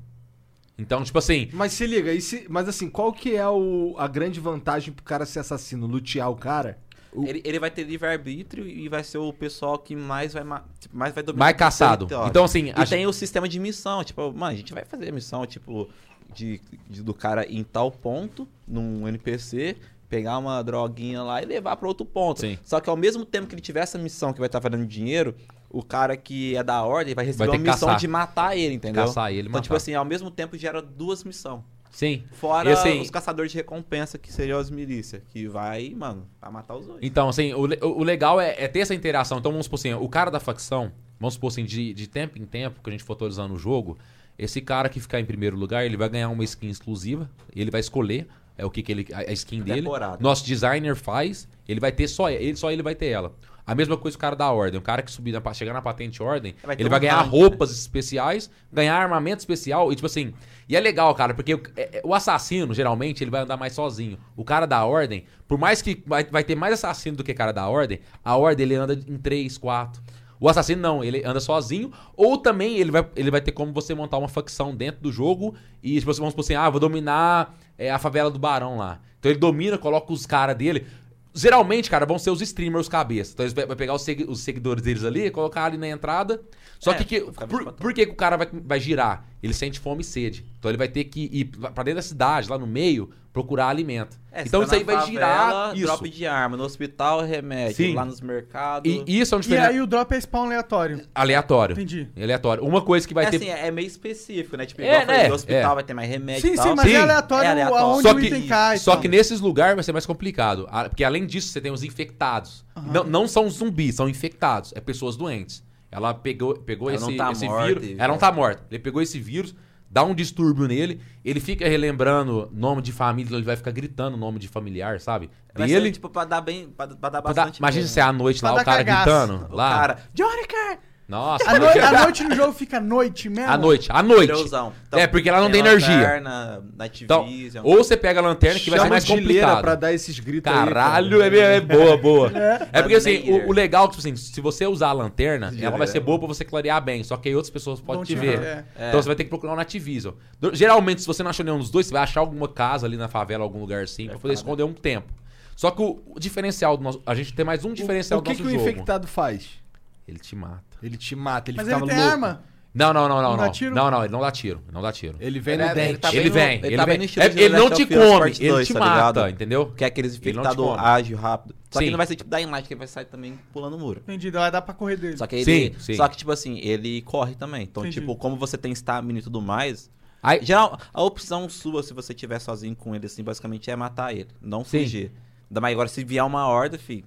Speaker 3: Então, tipo assim,
Speaker 1: Mas se liga, e se- mas assim, qual que é o- a grande vantagem pro cara ser assassino? Lutear o cara? O-
Speaker 4: Ele, ele vai ter livre-arbítrio e vai ser o pessoal que mais vai, ma- tipo, mais vai dominar.
Speaker 3: mais
Speaker 4: o
Speaker 3: caçado.
Speaker 4: território.
Speaker 3: Então, assim,
Speaker 4: e
Speaker 3: a gente-
Speaker 4: tem o sistema de missão. Tipo, mano, a gente vai fazer a missão, tipo, de, de- do cara ir em tal ponto, num NPC, pegar uma droguinha lá e levar pra outro ponto.
Speaker 3: Sim.
Speaker 4: Só que ao mesmo tempo que ele tiver essa missão que vai estar valendo dinheiro, o cara que é da ordem vai receber
Speaker 3: Vai ter
Speaker 4: uma
Speaker 3: que
Speaker 4: missão
Speaker 3: caçar.
Speaker 4: de matar ele, entendeu?
Speaker 3: caçar ele,
Speaker 4: então,
Speaker 3: matar.
Speaker 4: tipo assim, ao mesmo tempo gera duas missões.
Speaker 3: Sim.
Speaker 4: Fora
Speaker 3: E assim-
Speaker 4: os caçadores de recompensa, que seriam as milícias, que vai, mano, vai matar os dois.
Speaker 3: Então, assim, o, le- o legal é, é ter essa interação. Então, vamos supor assim, o cara da facção, vamos supor assim, de, de tempo em tempo, que a gente for atualizando o jogo, esse cara que ficar em primeiro lugar, ele vai ganhar uma skin exclusiva, ele vai escolher é o que, que ele a a skin dele.
Speaker 4: Decorado.
Speaker 3: Nosso designer faz, ele vai ter só ele, só ele vai ter ela. A mesma coisa o cara da ordem, o cara que subir na pa- chegar na patente ordem,
Speaker 4: Vai ter
Speaker 3: ele
Speaker 4: um
Speaker 3: vai ganhar
Speaker 4: rank, né?
Speaker 3: roupas especiais, ganhar armamento especial e tipo assim, e é legal, cara, porque o, é- é- o assassino geralmente ele vai andar mais sozinho. O cara da ordem, por mais que vai, vai ter mais assassino do que cara da ordem, a ordem ele anda em três, quatro. O assassino não, ele anda sozinho, ou também ele vai, ele vai ter como você montar uma facção dentro do jogo e se você vamos supor assim, ah, vou dominar é, a favela do Barão lá. Então ele domina, coloca os caras dele. Geralmente, cara, vão ser os streamers cabeça. Então eles vai vai pegar os, segui- os seguidores deles ali, colocar ali na entrada. Só
Speaker 4: É,
Speaker 3: que, que-
Speaker 4: vai ficar
Speaker 3: por,
Speaker 4: muito
Speaker 3: por que, que o cara vai, vai girar? Ele sente fome e sede. Então ele vai ter que ir pra dentro da cidade, lá no meio, procurar alimento.
Speaker 4: É,
Speaker 3: então
Speaker 4: você
Speaker 3: isso
Speaker 4: tá
Speaker 3: aí
Speaker 4: na
Speaker 3: vai
Speaker 4: favela,
Speaker 3: girar isso.
Speaker 4: Drop de arma. No hospital, é remédio.
Speaker 3: Sim.
Speaker 4: Lá nos mercados.
Speaker 3: E isso é um
Speaker 2: E
Speaker 3: diferen-
Speaker 2: aí o drop é spawn aleatório.
Speaker 3: aleatório.
Speaker 2: Entendi.
Speaker 3: Aleatório. Uma coisa que vai
Speaker 4: é,
Speaker 3: ter.
Speaker 4: assim, é meio específico, né? Tipo,
Speaker 3: É,
Speaker 4: igual eu falei,
Speaker 3: né?
Speaker 4: no hospital
Speaker 3: É.
Speaker 4: vai ter mais remédio
Speaker 2: Sim,
Speaker 4: e tal.
Speaker 2: sim, mas
Speaker 3: Sim,
Speaker 2: é aleatório,
Speaker 4: é aleatório.
Speaker 2: aonde
Speaker 3: Só
Speaker 2: o
Speaker 3: que-
Speaker 2: item cai.
Speaker 3: Só
Speaker 2: então.
Speaker 3: que nesses lugares vai ser mais complicado. Ah, Porque além disso, você tem os infectados. Não, não são zumbis, são infectados. É pessoas doentes. Ela pegou, pegou
Speaker 4: Ela
Speaker 3: esse,
Speaker 4: não tá
Speaker 3: esse
Speaker 4: morta,
Speaker 3: vírus.
Speaker 4: e-
Speaker 3: Ela não tá morta. Ele pegou esse vírus, dá um distúrbio nele. Ele fica relembrando nome de família, então ele vai ficar gritando nome de familiar, sabe?
Speaker 4: Vai
Speaker 3: é Dele.
Speaker 4: ser, tipo, pra dar bem... Pra, pra dar
Speaker 3: pra dar-
Speaker 4: bastante...
Speaker 3: imagina
Speaker 4: mesmo.
Speaker 3: se é à noite
Speaker 2: Pra
Speaker 3: lá,
Speaker 2: dar
Speaker 3: o cara
Speaker 2: cagaço.
Speaker 3: gritando.
Speaker 4: O
Speaker 3: Lá.
Speaker 4: cara... Johnny Car!
Speaker 3: Nossa, é?
Speaker 2: A noite, a noite no jogo fica noite mesmo?
Speaker 3: à noite. À noite.
Speaker 4: Heróizão.
Speaker 3: É, porque ela não tem
Speaker 4: Então, lanterna,
Speaker 3: Então,
Speaker 4: Nativision.
Speaker 3: ou você pega a lanterna que vai ser
Speaker 1: Chama
Speaker 3: mais
Speaker 1: o Dileira
Speaker 3: complicado.
Speaker 1: pra dar esses
Speaker 4: Tá
Speaker 1: gritos aí, cara.
Speaker 3: Caralho, é, mesmo, é boa, boa. É, porque assim,
Speaker 4: Layer.
Speaker 3: o, o legal, tipo assim, se você usar a lanterna, ela
Speaker 4: é.
Speaker 3: vai ser boa pra você clarear bem, só que aí outras pessoas
Speaker 2: Vão
Speaker 3: podem
Speaker 2: te
Speaker 3: te ver.
Speaker 2: ver, é.
Speaker 3: Então você vai ter que procurar um Nativision. Do- Geralmente, se você não achou nenhum dos dois, você vai achar alguma casa ali na favela, algum lugar assim,
Speaker 4: É
Speaker 3: pra poder esconder um tempo. Só que o, o diferencial do nosso. A gente tem mais um diferencial
Speaker 1: o que,
Speaker 3: do
Speaker 1: que
Speaker 3: nosso
Speaker 1: o
Speaker 3: jogo.
Speaker 1: infectado faz?
Speaker 3: Ele te mata.
Speaker 1: Ele te mata, ele
Speaker 2: Mas
Speaker 1: ficava
Speaker 2: ele tem
Speaker 1: louco.
Speaker 2: arma?
Speaker 3: Não, não, não, não.
Speaker 2: Não
Speaker 3: Não,
Speaker 2: dá tiro?
Speaker 3: não, não, ele não dá tiro. Não dá tiro.
Speaker 1: Ele vem
Speaker 4: Ele
Speaker 1: no
Speaker 4: é-
Speaker 1: dente.
Speaker 4: ele tá
Speaker 3: ele
Speaker 4: bem no-
Speaker 3: vem,
Speaker 4: ele
Speaker 3: ele
Speaker 4: tá
Speaker 3: vem.
Speaker 4: bem no estilo
Speaker 3: É-
Speaker 4: de
Speaker 3: ele não
Speaker 4: Last
Speaker 3: te
Speaker 4: of Us
Speaker 3: come,
Speaker 4: Part
Speaker 3: ele
Speaker 4: 2,
Speaker 3: te
Speaker 4: tá
Speaker 3: mata,
Speaker 4: ligado?
Speaker 3: entendeu?
Speaker 4: Que é aqueles
Speaker 3: Ele não te
Speaker 4: infectados
Speaker 3: come.
Speaker 4: ágil, rápido. Só que
Speaker 3: Sim.
Speaker 4: ele não vai ser tipo da imagem, que ele vai sair também pulando o muro.
Speaker 2: Entendi, dá dá pra correr dele.
Speaker 4: Só que ele.
Speaker 3: Sim, sim.
Speaker 4: Só que, tipo assim, ele corre também. Então,
Speaker 2: Entendi.
Speaker 4: tipo, como você tem stamina e tudo mais.
Speaker 3: Aí,
Speaker 4: Geral, a opção sua, se você estiver sozinho com ele, assim, basicamente é matar ele. Não
Speaker 3: Sim.
Speaker 4: fugir. Ainda mais agora, se vier uma horda, filho.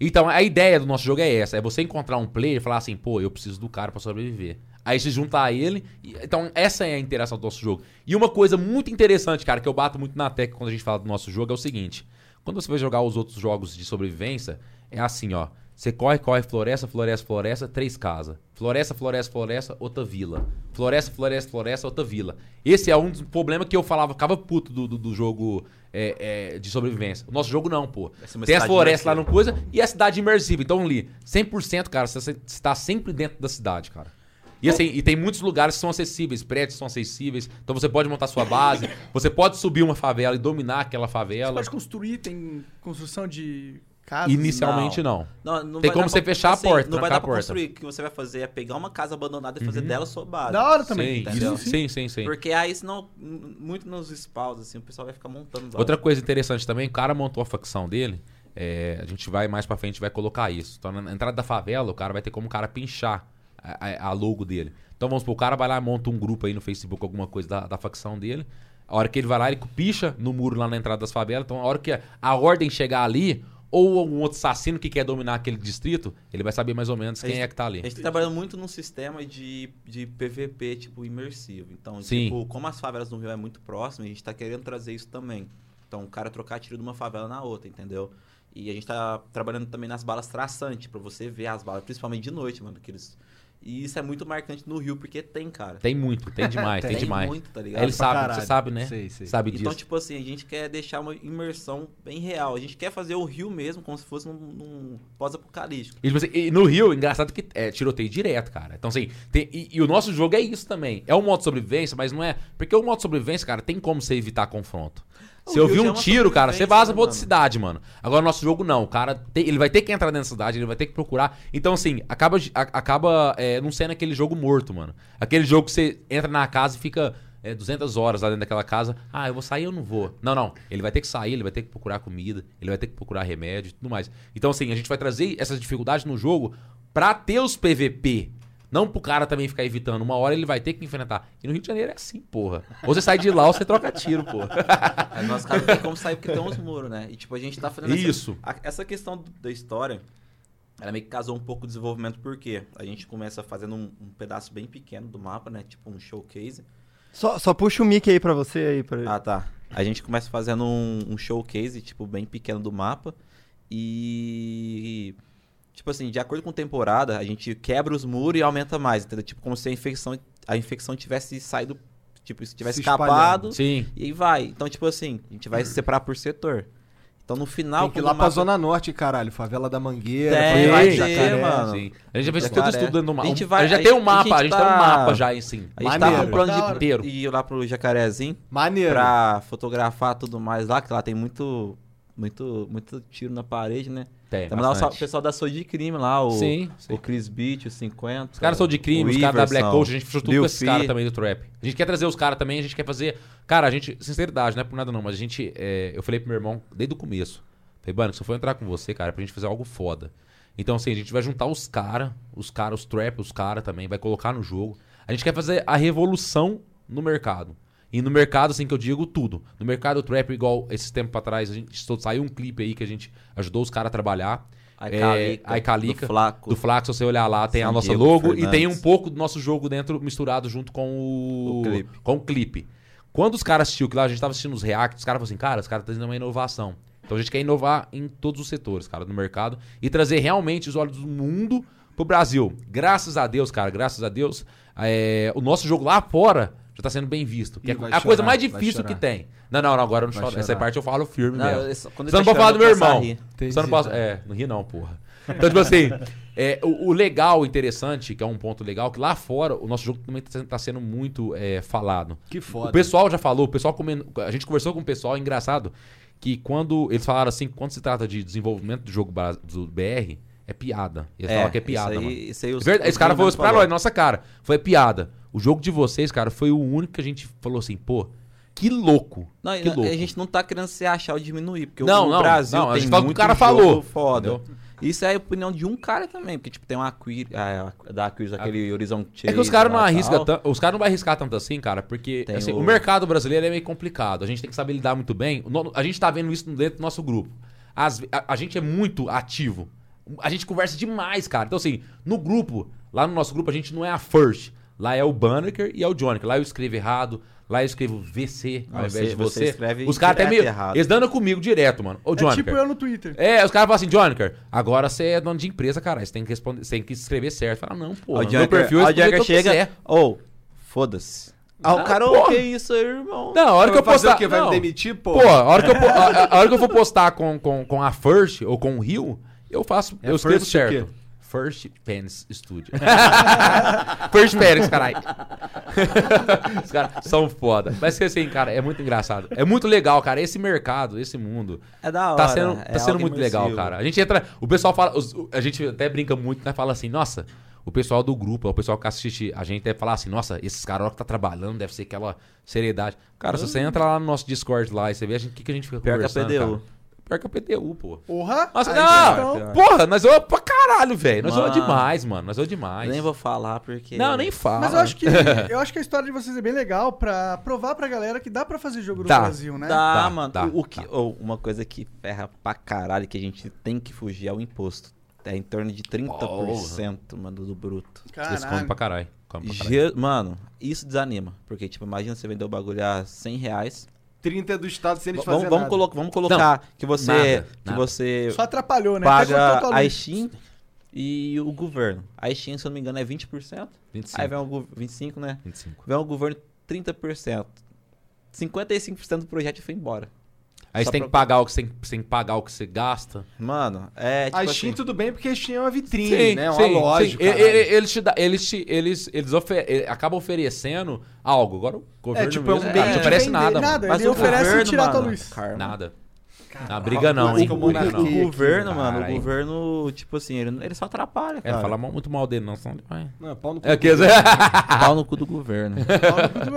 Speaker 3: Então, a ideia do nosso jogo é essa: é você encontrar um player e falar assim, pô, eu preciso do cara pra sobreviver. Aí se juntar a ele. e- Então, essa é a interação do nosso jogo. E uma coisa muito interessante, cara, que eu bato muito na tecla quando a gente fala do nosso jogo é o seguinte: quando você vai jogar os outros jogos de sobrevivência, é assim, ó. Você corre, corre, floresta, floresta, floresta, três casas. Floresta, floresta, floresta, outra vila. Floresta, floresta, floresta, outra vila. Esse é um dos problemas que eu falava, ficava puto do, do, do jogo é, é, de sobrevivência. O nosso jogo não, pô.
Speaker 4: Essa é uma
Speaker 3: Tem as
Speaker 4: cidade
Speaker 3: florestas lá no
Speaker 4: imersiva.
Speaker 3: coisa e a cidade imersiva. Então, Li, 100%, cara, você você está sempre dentro da cidade, cara. E assim, e tem muitos lugares que são acessíveis, prédios que são acessíveis. Então você pode montar sua base, você pode subir uma favela e dominar aquela
Speaker 2: Você
Speaker 3: favela.
Speaker 2: pode construir, tem construção de casa.
Speaker 3: Inicialmente não.
Speaker 4: Não, não
Speaker 3: Tem
Speaker 4: vai
Speaker 3: como
Speaker 4: dar
Speaker 3: você
Speaker 4: pra- assim,
Speaker 3: fechar a porta,
Speaker 4: Não
Speaker 3: trancar
Speaker 4: vai dar
Speaker 3: a
Speaker 4: pra
Speaker 3: porta.
Speaker 4: construir. O que você vai fazer é pegar uma casa abandonada e fazer dela sua base.
Speaker 2: Da hora
Speaker 3: Sim,
Speaker 2: também.
Speaker 4: entendeu?
Speaker 3: isso- sim, sim, sim.
Speaker 4: Porque aí, senão, m- muito nos spawns, assim, o pessoal vai ficar montando. os
Speaker 3: Outra coisa interessante também, o cara montou a facção dele. é, a gente vai mais pra frente vai colocar isso. Então, na entrada da favela, o cara vai ter como o cara pinchar a, a- a logo dele. Então vamos supor, o cara vai lá, monta um grupo aí no Facebook, alguma coisa da, da facção dele. A hora que ele vai lá, ele picha no muro lá na entrada das favelas. Então, a hora que a, a ordem chegar ali, ou algum outro assassino que quer dominar aquele distrito, ele vai saber mais ou menos quem
Speaker 4: Eles-
Speaker 3: é que tá ali.
Speaker 4: A gente tá trabalhando muito num sistema de, de PVP, tipo, imersivo. Então,
Speaker 3: Sim.
Speaker 4: tipo, como as favelas no Rio é muito próximo, a gente tá querendo trazer isso também. Então, o cara trocar tiro de uma favela na outra, entendeu? E a gente tá trabalhando também nas balas traçantes, pra você ver as balas, principalmente de noite, mano. Que eles... E isso é muito marcante no Rio, porque tem, cara.
Speaker 3: Tem muito, tem demais, tem, demais.
Speaker 4: muito, tá ligado?
Speaker 3: Aí ele
Speaker 1: pra
Speaker 3: sabe,
Speaker 1: caralho.
Speaker 3: você sabe, né?
Speaker 1: Sei, sei.
Speaker 3: Sabe
Speaker 4: Então,
Speaker 3: disso.
Speaker 4: tipo assim, a gente quer deixar uma imersão bem real. A gente quer fazer o Rio mesmo, como se fosse num, num pós-apocalíptico.
Speaker 3: E, tipo assim, e no Rio, engraçado que é tiroteio direto, cara. Então, assim, tem- e, e o nosso jogo é isso também. É um modo de sobrevivência, mas não é. Porque o modo de sobrevivência, cara, tem como você evitar confronto.
Speaker 4: O
Speaker 3: Se eu vi
Speaker 4: Rio já é
Speaker 3: um
Speaker 4: uma
Speaker 3: tiro, cara, você vaza
Speaker 4: sobrevivência,
Speaker 3: pra outra
Speaker 4: né,
Speaker 3: cidade, mano. Agora, o nosso jogo não. O cara, tem- ele vai ter que entrar dentro da cidade, ele vai ter que procurar. Então, assim, acaba, de- a- acaba é, não sendo aquele jogo morto, mano. Aquele jogo que você entra na casa e fica é, 200 horas lá dentro daquela casa. Ah, eu vou sair, eu não vou. Não, não. Ele vai ter que sair, ele vai ter que procurar comida, ele vai ter que procurar remédio e tudo mais. Então, assim, a gente vai trazer essas dificuldades no jogo pra ter os PVP. Não pro cara também ficar evitando. Uma hora ele vai ter que enfrentar. E no Rio de Janeiro é assim, porra. Ou você sai de lá ou você troca tiro, porra.
Speaker 4: Aí nós, cara, não tem como sair porque tem uns muros, né? E tipo, a gente tá fazendo essa-
Speaker 3: Isso.
Speaker 4: a- Essa, questão do- da história, ela meio que casou um pouco o desenvolvimento, porque a gente começa fazendo um, um pedaço bem pequeno do mapa, né? Tipo um showcase.
Speaker 5: Só, só puxa o mic aí pra você aí. Pra...
Speaker 4: Ah, tá. A gente começa fazendo um, um showcase, tipo, bem pequeno do mapa. E. Tipo assim, de acordo com temporada, a gente quebra os muros e aumenta mais, entendeu? Tipo, como se a infecção, a infecção tivesse saído. Tipo, se tivesse
Speaker 1: Se espalhando.
Speaker 4: escapado.
Speaker 3: Sim.
Speaker 4: E aí vai. Então, tipo assim, a gente vai separar por setor. Então, no final.
Speaker 1: Tem que ir
Speaker 4: quando
Speaker 1: lá
Speaker 4: o
Speaker 1: pra
Speaker 4: mapa-
Speaker 1: Zona Norte, caralho. Favela da Mangueira,
Speaker 3: É,
Speaker 4: Tem,
Speaker 1: favela
Speaker 4: vai
Speaker 1: de
Speaker 4: ter,
Speaker 1: Jacaré.
Speaker 4: mano.
Speaker 3: Sim. A gente já fez
Speaker 4: Jacaré.
Speaker 3: todo estudo dentro do mapa.
Speaker 4: A gente vai-
Speaker 3: já
Speaker 4: a
Speaker 3: tem um
Speaker 4: gente-
Speaker 3: mapa, a gente, tem um
Speaker 4: tá- É
Speaker 3: mapa já, Tá aí, sim.
Speaker 4: A gente tava
Speaker 1: Maneiro.
Speaker 4: com plano
Speaker 2: Da hora.
Speaker 4: de inteiro. E ir lá pro Jacarezinho
Speaker 1: Maneiro.
Speaker 4: pra fotografar tudo mais lá, que lá tem muito. Muito, muito tiro na parede, né?
Speaker 3: Tem,
Speaker 4: Também lá o sal- o
Speaker 3: bastante.
Speaker 4: pessoal da Soul de Crime lá, o,
Speaker 3: Sim, sim.
Speaker 4: o Chris Beach, o 50.
Speaker 3: Os caras são de crime, os caras da Black Coach, a gente fechou tudo com esses caras
Speaker 4: cara
Speaker 3: também do trap. A gente quer trazer os caras também, a gente quer fazer. Cara, a gente, sinceridade, não é por nada não, mas a gente. é, eu falei pro meu irmão desde o começo. Falei, mano, se eu for entrar com você, cara, é pra gente fazer algo foda. Então, assim, a gente vai juntar os caras, os caras, os trap, os caras também, vai colocar no jogo. A gente quer fazer a revolução no mercado. E no mercado, assim, que eu digo tudo. No mercado trap, igual esses tempos atrás, a gente só- saiu um clipe aí que a gente ajudou os caras a trabalhar. É, Ai Calica,
Speaker 4: Do Flaco.
Speaker 3: do Flaco, se você olhar lá, tem a
Speaker 4: San
Speaker 3: nossa
Speaker 4: Diego
Speaker 3: logo e
Speaker 4: Fernandes.
Speaker 3: tem um pouco do nosso jogo dentro misturado junto com o,
Speaker 4: O clipe.
Speaker 3: com o clipe. Quando os caras assistiam que lá a gente tava assistindo os reacts, os caras falaram assim, cara, os caras estão fazendo uma inovação. Então a gente quer inovar em todos os setores, cara, do mercado e trazer realmente os olhos do mundo pro Brasil. Graças a Deus, cara, graças a Deus, é, o nosso jogo lá fora já tá sendo bem visto. Que
Speaker 1: Ih,
Speaker 3: é
Speaker 1: vai
Speaker 3: a coisa
Speaker 1: chorar,
Speaker 3: mais
Speaker 1: vai
Speaker 3: difícil que
Speaker 1: chorar.
Speaker 3: tem. Não, não, não, agora eu não
Speaker 1: Vai
Speaker 3: choro. Essa
Speaker 1: chorar.
Speaker 3: parte eu falo firme mesmo.
Speaker 4: esse- quando
Speaker 3: Você
Speaker 4: ele
Speaker 3: não pode
Speaker 4: tá
Speaker 3: falar do meu
Speaker 4: chorando, eu
Speaker 3: irmão.
Speaker 4: começo a rir.
Speaker 3: Só não posso. É, não ri não, porra. Então, tipo assim, é, o, o legal, interessante, que é um ponto legal, que lá fora o nosso jogo também tá, tá sendo muito é, falado.
Speaker 1: Que
Speaker 3: O
Speaker 1: foda.
Speaker 3: pessoal já falou, o pessoal comendo. A gente conversou com o pessoal, é engraçado, que quando. Eles falaram assim, quando se trata de desenvolvimento do jogo bra- do BR, é piada. Eles falaram que é piada,
Speaker 4: isso aí,
Speaker 3: mano.
Speaker 4: Isso aí
Speaker 3: É
Speaker 4: os-
Speaker 3: verdade,
Speaker 4: os
Speaker 3: Esse cara falou
Speaker 4: meninos
Speaker 3: isso pra nós, nossa cara. Foi piada. O jogo de vocês, cara, foi o único que a gente falou assim, pô, que louco.
Speaker 4: Não,
Speaker 3: que louco.
Speaker 4: a gente não tá querendo se achar ou diminuir, porque
Speaker 3: Não,
Speaker 4: o
Speaker 3: não,
Speaker 4: Brasil
Speaker 3: não, a
Speaker 4: tem
Speaker 3: gente fala que o
Speaker 4: muito
Speaker 3: cara
Speaker 4: jogo
Speaker 3: falou,
Speaker 4: foda. Isso é a opinião de um cara também, porque tipo, tem uma Aquiris, ah, é, a- da Aquiris, aquele Horizon
Speaker 3: É que os caras não arriscam
Speaker 4: tanto.
Speaker 3: tanto. Os caras não vão arriscar tanto assim, cara, porque
Speaker 4: Tem
Speaker 3: assim, o...
Speaker 4: o-
Speaker 3: mercado brasileiro é meio complicado. A gente tem que saber lidar muito bem. O no- A gente tá vendo isso dentro do nosso grupo. Às ve- a... a gente é muito ativo. A gente conversa demais, cara. Então, assim, no grupo, lá no nosso grupo, a gente não é a first. Lá é o Banneker e é o Johnny. Lá eu escrevo errado. Lá eu escrevo VC ao
Speaker 4: Ah,
Speaker 3: invés
Speaker 4: você-
Speaker 3: de
Speaker 4: você
Speaker 3: você.
Speaker 4: escreve
Speaker 3: os caras até
Speaker 4: direto
Speaker 3: meio.
Speaker 4: errado.
Speaker 3: Eles dando comigo direto, mano. Ô,
Speaker 2: É
Speaker 3: Johnny.
Speaker 2: tipo eu no Twitter.
Speaker 3: É, os caras falam assim, Johnker, agora você é dono de empresa, cara. Você tem que responder, você tem que escrever certo. Fala, não, pô,
Speaker 4: O
Speaker 3: no meu perfil
Speaker 4: Junker,
Speaker 3: eu
Speaker 4: o
Speaker 3: escrevi
Speaker 4: Junker
Speaker 3: tudo que quiser.
Speaker 4: chega, ou, foda-se. Ah,
Speaker 3: Ah,
Speaker 4: o
Speaker 5: é um
Speaker 4: cara,
Speaker 3: porra. Tá
Speaker 4: ô, que isso aí, irmão?
Speaker 3: Não, a hora que eu
Speaker 1: fazer
Speaker 3: postar.
Speaker 1: o quê? Vai
Speaker 3: não.
Speaker 1: me demitir, pô?
Speaker 3: Pô, a hora que eu, po- a, a- a hora que eu for postar com, com, com a First ou com o Rio, eu faço.
Speaker 1: É
Speaker 3: eu escrevo
Speaker 1: First o quê?
Speaker 3: certo. First Pens Studio. First Pens, caralho. Os caras são foda. Mas assim, cara, é muito engraçado. É muito legal, cara. Esse mercado, esse mundo.
Speaker 4: É da hora.
Speaker 3: Tá sendo, tá
Speaker 4: é
Speaker 3: sendo
Speaker 4: algo
Speaker 3: muito legal,
Speaker 4: imersivo.
Speaker 3: cara. A gente entra. O pessoal fala. os- o- a gente até brinca muito, né? Fala assim, nossa, o pessoal do grupo, é o pessoal que assiste, a gente deve falar assim, nossa, esses caras que tá trabalhando, deve ser aquela seriedade. Cara, se você entra lá no nosso Discord lá e você vê a gente, o que, que a gente fica
Speaker 4: Uhum. Pior que é a
Speaker 3: conversando.
Speaker 4: PDU.
Speaker 3: cara? Pior que é a PDU, pô.
Speaker 2: Porra!
Speaker 3: Nossa,
Speaker 2: aí
Speaker 3: não!
Speaker 2: então-
Speaker 3: Porra, nós vamos pra caralho, velho. Nós vamos
Speaker 4: Tá. Mano.
Speaker 3: demais, mano. Nós vamos demais.
Speaker 4: Eu Nem vou falar, porque... é
Speaker 3: Não, nem fala.
Speaker 2: Mas eu acho, que, eu acho que a história de vocês é bem legal pra provar pra galera que dá pra fazer jogo no
Speaker 3: Dá.
Speaker 2: Brasil, né?
Speaker 4: Dá,
Speaker 3: Dá,
Speaker 4: mano.
Speaker 3: dá,
Speaker 4: o, o que,
Speaker 3: dá.
Speaker 4: ou uma coisa que ferra pra caralho que a gente tem que fugir é o imposto. É em torno de 30%, mano, do bruto.
Speaker 3: Eles comem pra caralho. Comem pra caralho.
Speaker 4: Je- Mano, isso desanima. Porque, tipo, imagina você vender o bagulho a 100 reais.
Speaker 1: 30 é do Estado sem eles
Speaker 4: Vamos,
Speaker 1: fazerem
Speaker 4: vamos
Speaker 1: nada.
Speaker 4: colo- vamos colocar que você,
Speaker 3: nada,
Speaker 4: que
Speaker 3: nada.
Speaker 4: você
Speaker 2: Só atrapalhou, né? Até cortou
Speaker 4: paga
Speaker 2: tua
Speaker 4: a
Speaker 2: luz.
Speaker 4: Steam e o governo. A Steam, se eu não me engano, é 20%. Aí
Speaker 3: 25.
Speaker 4: vem o gov- 25%, né?
Speaker 3: 25.
Speaker 4: Vem o governo 30%. 55% do projeto foi embora.
Speaker 3: Aí você
Speaker 4: Só
Speaker 3: tem que
Speaker 4: pra-
Speaker 3: pagar o que você tem, você tem que pagar o que você gasta.
Speaker 4: Mano, é tipo
Speaker 1: A
Speaker 4: assim,
Speaker 1: Steam tudo bem, porque a Steam é uma vitrine, né? É Uma
Speaker 3: sim,
Speaker 1: loja,
Speaker 3: sim. E-
Speaker 1: caralho.
Speaker 3: e- Eles, te dá- eles, te- eles, eles ofe- eh, acabam oferecendo algo. Agora o governo
Speaker 1: É, tipo, é um
Speaker 3: mesmo,
Speaker 1: meio
Speaker 3: cara, não
Speaker 1: de é.
Speaker 3: oferece
Speaker 2: vender
Speaker 3: nada,
Speaker 2: nada.
Speaker 3: mano.
Speaker 2: Ele
Speaker 4: o
Speaker 2: oferece
Speaker 4: governo,
Speaker 2: tirar tua
Speaker 4: mano,
Speaker 2: luz.
Speaker 4: karma.
Speaker 3: Nada. Ah, briga não,
Speaker 1: coisa
Speaker 3: hein?
Speaker 1: que eu
Speaker 3: Briga
Speaker 1: monarquia
Speaker 3: não.
Speaker 1: aqui,
Speaker 4: O governo, mano,
Speaker 3: Caralho.
Speaker 4: o governo, tipo assim, ele, ele só atrapalha,
Speaker 3: É, não
Speaker 4: cara.
Speaker 3: fala mal- muito mal dele, não. Senão ele vai...
Speaker 1: Não, pau no cu.
Speaker 3: É, quer dizer...
Speaker 4: Pau no cu do governo.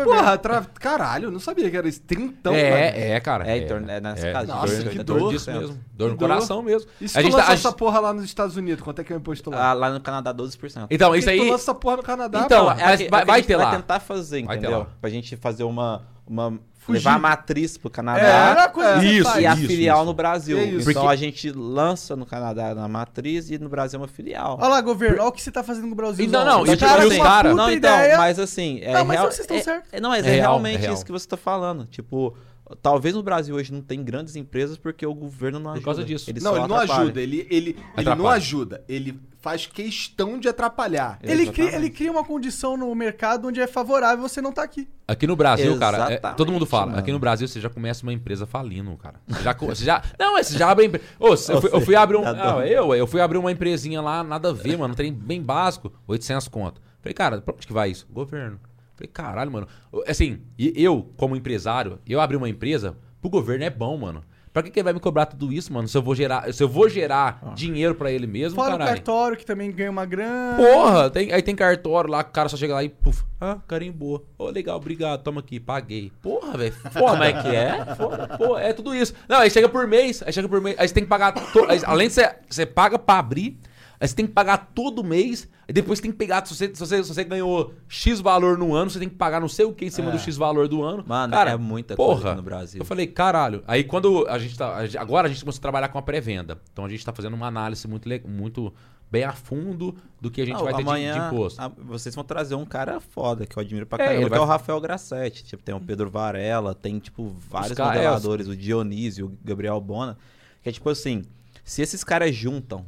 Speaker 1: Porra, tra- caralho, eu não sabia que era esse trintão, mano.
Speaker 3: é, é, cara.
Speaker 4: É, em torno- é nessa casa,
Speaker 1: Nossa,
Speaker 3: dor,
Speaker 1: que
Speaker 3: dor
Speaker 1: dor,
Speaker 3: disso
Speaker 4: cara.
Speaker 3: mesmo. Dor no
Speaker 1: Que dor.
Speaker 3: coração mesmo.
Speaker 1: E se
Speaker 3: A
Speaker 1: tu
Speaker 3: gente
Speaker 1: lançar
Speaker 3: tá... a
Speaker 1: essa
Speaker 3: gente-
Speaker 1: porra lá nos Estados Unidos, quanto é que é o imposto lá?
Speaker 4: Ah, lá no Canadá, 12%.
Speaker 3: Então,
Speaker 1: Por
Speaker 3: isso
Speaker 1: que que Tu
Speaker 3: aí...
Speaker 1: lança essa porra no Canadá,
Speaker 3: Então,
Speaker 1: mano?
Speaker 3: mas
Speaker 4: é que-
Speaker 3: vai-
Speaker 4: que
Speaker 3: vai
Speaker 4: a gente
Speaker 3: ter lá.
Speaker 4: Vai tentar fazer,
Speaker 3: Vai ter
Speaker 4: entendeu?
Speaker 3: lá.
Speaker 4: Pra gente fazer uma... uma
Speaker 1: Fugir.
Speaker 4: levar a matriz pro Canadá.
Speaker 3: é.
Speaker 2: Era É a coisa que você
Speaker 3: Isso,
Speaker 2: faz.
Speaker 4: e a
Speaker 3: isso,
Speaker 4: filial
Speaker 3: isso.
Speaker 4: no Brasil.
Speaker 1: É isso.
Speaker 4: Então
Speaker 3: Porque-
Speaker 4: a gente lança no Canadá na matriz e no Brasil é uma filial.
Speaker 2: Olha lá, governo, olha o que você tá fazendo com o Brasil.
Speaker 3: Então,
Speaker 2: Olha,
Speaker 3: não,
Speaker 2: os
Speaker 3: e tipo,
Speaker 2: caras
Speaker 3: e
Speaker 2: com
Speaker 3: os
Speaker 2: uma
Speaker 3: caras-
Speaker 2: puta
Speaker 4: Não, então,
Speaker 2: ideia.
Speaker 4: mas assim, é
Speaker 2: Não, mas
Speaker 4: real-
Speaker 2: vocês estão
Speaker 4: é-
Speaker 2: certos.
Speaker 4: é- não, mas
Speaker 3: É
Speaker 4: é,
Speaker 3: real,
Speaker 4: realmente
Speaker 3: é real.
Speaker 4: isso que você tá falando. Tipo, Talvez no Brasil hoje não tem grandes empresas porque o governo não
Speaker 3: Por
Speaker 4: ajuda.
Speaker 3: causa disso.
Speaker 4: Ele
Speaker 5: não,
Speaker 4: só
Speaker 5: ele não
Speaker 4: atrapalha.
Speaker 5: ajuda, ele, ele, ele não
Speaker 3: Atrapalha.
Speaker 5: ajuda. Ele faz questão de atrapalhar.
Speaker 2: Ele cria, ele
Speaker 4: Exatamente.
Speaker 2: cria uma condição no mercado onde é favorável você não tá aqui.
Speaker 3: Aqui no Brasil, cara, é-
Speaker 4: Exatamente,
Speaker 3: todo mundo fala.
Speaker 4: mano.
Speaker 3: Aqui no Brasil você já começa uma empresa falindo, cara. Você já, co- você já- não, é, você já abre a empresa. Ô, você- eu, fui, eu fui abrir um.
Speaker 4: Tá
Speaker 3: não,
Speaker 4: doido.
Speaker 3: eu, eu fui abrir uma empresinha lá, nada a ver, mano. Um trem bem básico, 800 conto. Falei, cara, pra onde que vai isso? Governo. Falei, caralho, mano. Eu- Assim, e eu, como empresário, eu abri uma empresa, pro governo é bom, mano. Pra que, que ele vai me cobrar tudo isso, mano? Se eu vou gerar, se eu vou gerar
Speaker 4: Ah.
Speaker 3: dinheiro pra ele mesmo,
Speaker 2: Fora o
Speaker 3: caralho.
Speaker 2: cartório, que também ganha uma grana.
Speaker 3: Porra, tem- aí tem cartório lá, que o cara só chega lá e puf, ah, carimbou. Ô, legal, obrigado, toma aqui, paguei. Porra, velho, foda. Como é que é? Foda, pô, é tudo isso. Não, aí chega por mês, aí chega por mês, aí você tem que pagar, to- aí, além de você, você paga pra abrir, aí você tem que pagar todo mês, aí depois você tem que pegar, se você, se você, se você ganhou X valor no ano, você tem que pagar não sei o que em cima do X valor do ano.
Speaker 4: É. Mano,
Speaker 3: Cara,
Speaker 4: é muita coisa
Speaker 3: Porra,
Speaker 4: no Brasil.
Speaker 3: eu falei, caralho. Aí quando a gente tá. a gente- Agora a gente começou a trabalhar com a pré-venda. Então a gente tá fazendo uma análise muito, le- muito bem a fundo do que a gente
Speaker 4: Ah,
Speaker 3: vai ter de-
Speaker 4: amanhã,
Speaker 3: de, imposto.
Speaker 4: a- vocês vão trazer um cara foda, que eu admiro pra
Speaker 3: É,
Speaker 4: caramba,
Speaker 3: ele
Speaker 4: que
Speaker 3: vai-
Speaker 4: é o Rafael Grassetti. Tipo, tem o Pedro Varela, tem, tipo, vários
Speaker 3: caras-
Speaker 4: modeladores, o Dionísio, o Gabriel Bona. Que é tipo assim, se esses caras juntam,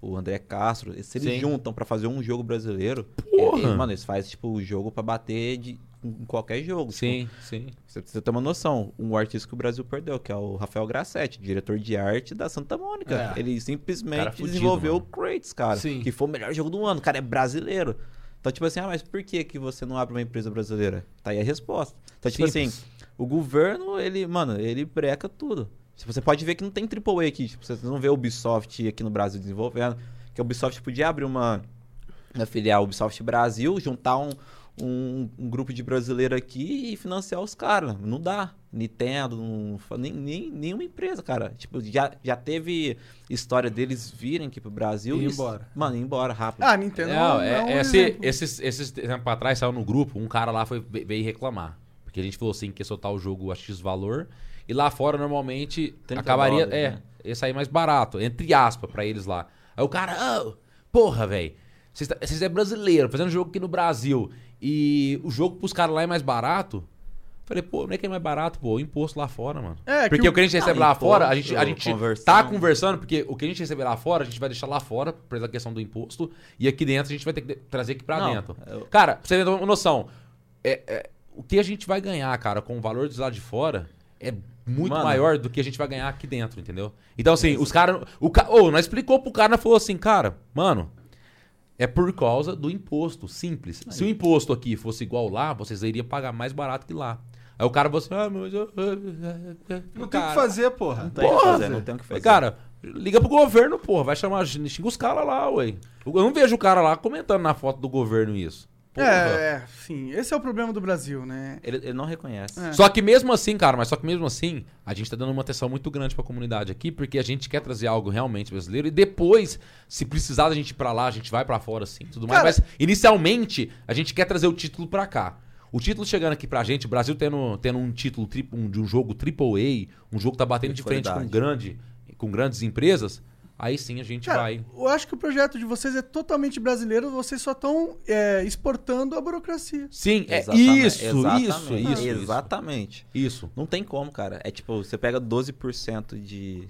Speaker 4: o André Castro, se eles
Speaker 5: Sim.
Speaker 4: juntam pra fazer um jogo brasileiro,
Speaker 3: Porra!
Speaker 4: ele- mano, eles fazem, tipo, o jogo pra bater de, em qualquer jogo. tipo,
Speaker 3: Sim, sim.
Speaker 4: Você precisa ter uma noção. Um artista que o Brasil perdeu, que é o Rafael Grassetti, diretor de arte da Santa Mônica.
Speaker 5: É.
Speaker 4: Ele
Speaker 3: Cara
Speaker 4: simplesmente
Speaker 3: fudido,
Speaker 4: desenvolveu
Speaker 3: mano.
Speaker 4: o Crates, cara.
Speaker 5: Sim.
Speaker 4: Que foi o melhor jogo do ano. O cara é brasileiro. Então, tipo assim, ah, mas por que, que você não abre uma empresa brasileira? Tá aí a resposta. Então, tipo
Speaker 3: Simples.
Speaker 4: assim, o governo, ele, mano, ele breca tudo. Se Você pode ver que não tem AAA aqui. Tipo, você não vê Ubisoft aqui no Brasil desenvolvendo. Que a Ubisoft podia abrir uma, uma filial Ubisoft Brasil, juntar um, um, um grupo de brasileiro aqui e financiar os caras. Não dá. Nintendo, não fa- nem, nem- nenhuma empresa, cara. Tipo, já, já teve história deles virem aqui pro Brasil
Speaker 5: E ir
Speaker 4: s-
Speaker 5: embora.
Speaker 4: Mano, ir embora rápido.
Speaker 2: Ah, Nintendo
Speaker 3: Não,
Speaker 2: é,
Speaker 3: é,
Speaker 2: um
Speaker 3: é esse,
Speaker 2: exemplo.
Speaker 3: esses, esses tempo atrás saiu no grupo, um cara lá foi, veio reclamar. Porque a gente falou assim que ia soltar o jogo a X valor. E lá fora, normalmente,
Speaker 4: 30
Speaker 3: acabaria.
Speaker 4: dólares,
Speaker 3: é,
Speaker 4: né?
Speaker 3: ia sair mais barato, entre aspas, pra eles lá. Aí o cara, "Ah, porra, velho. Vocês tá- vocês é brasileiro, fazendo jogo aqui no Brasil. E o jogo pros caras lá é mais barato. Falei, pô, não é que é mais barato, pô, o imposto lá fora, mano.
Speaker 2: É,
Speaker 3: porque
Speaker 2: que
Speaker 3: o que a gente recebe lá
Speaker 4: imposto,
Speaker 3: fora, a gente, a gente
Speaker 4: conversão.
Speaker 3: tá conversando, porque o que a gente receber lá fora, a gente vai deixar lá fora, por essa questão do imposto, e aqui dentro a gente vai ter que de- trazer aqui pra
Speaker 4: Não,
Speaker 3: dentro.
Speaker 4: eu-
Speaker 3: Cara, pra você ter uma noção, é- é, o que a gente vai ganhar, cara, com o valor dos lados de fora, é muito
Speaker 4: Mano.
Speaker 3: maior do que a gente vai ganhar aqui dentro, entendeu? Então, assim, os caras. O ca... Ô, nós explicou pro cara, nós falou assim, cara, mano. É por causa do imposto, simples. Se o imposto aqui fosse igual lá, vocês iriam pagar mais barato que lá. Aí o cara falou assim, ah, mas eu...
Speaker 5: Não tem o que fazer, porra.
Speaker 4: Não tem o que
Speaker 3: porra,
Speaker 4: fazer, não tem o que fazer.
Speaker 3: Cara, liga pro governo, porra. Vai chamar, xinga os caras lá, ué. Eu não vejo o cara lá comentando na foto do governo isso. Porra.
Speaker 2: É, é, sim. Esse é o problema do Brasil, né?
Speaker 4: ele, ele não reconhece.
Speaker 2: É.
Speaker 3: Só que mesmo assim, cara, mas só que mesmo assim, a gente tá dando uma atenção muito grande pra comunidade aqui, porque a gente quer trazer algo realmente brasileiro e depois, se precisar da gente ir pra lá, a gente vai pra fora assim, tudo mais.
Speaker 2: Cara-
Speaker 3: Mas inicialmente, a gente quer trazer o título pra cá. O título chegando aqui pra gente, o Brasil tendo, tendo um título tri- um- de um jogo AAA, um jogo que tá batendo
Speaker 4: De
Speaker 3: de frente com,
Speaker 4: qualidade.
Speaker 3: grande, com grandes empresas, aí sim a gente
Speaker 2: Cara,
Speaker 3: vai.
Speaker 2: eu acho que o projeto de vocês é totalmente brasileiro, vocês só estão exportando a burocracia.
Speaker 3: Sim, é
Speaker 4: Exatamente,
Speaker 3: isso,
Speaker 4: exatamente,
Speaker 3: isso, isso, isso.
Speaker 4: Exatamente.
Speaker 3: Isso.
Speaker 4: Não tem como, cara. É tipo, você pega 12% de, de-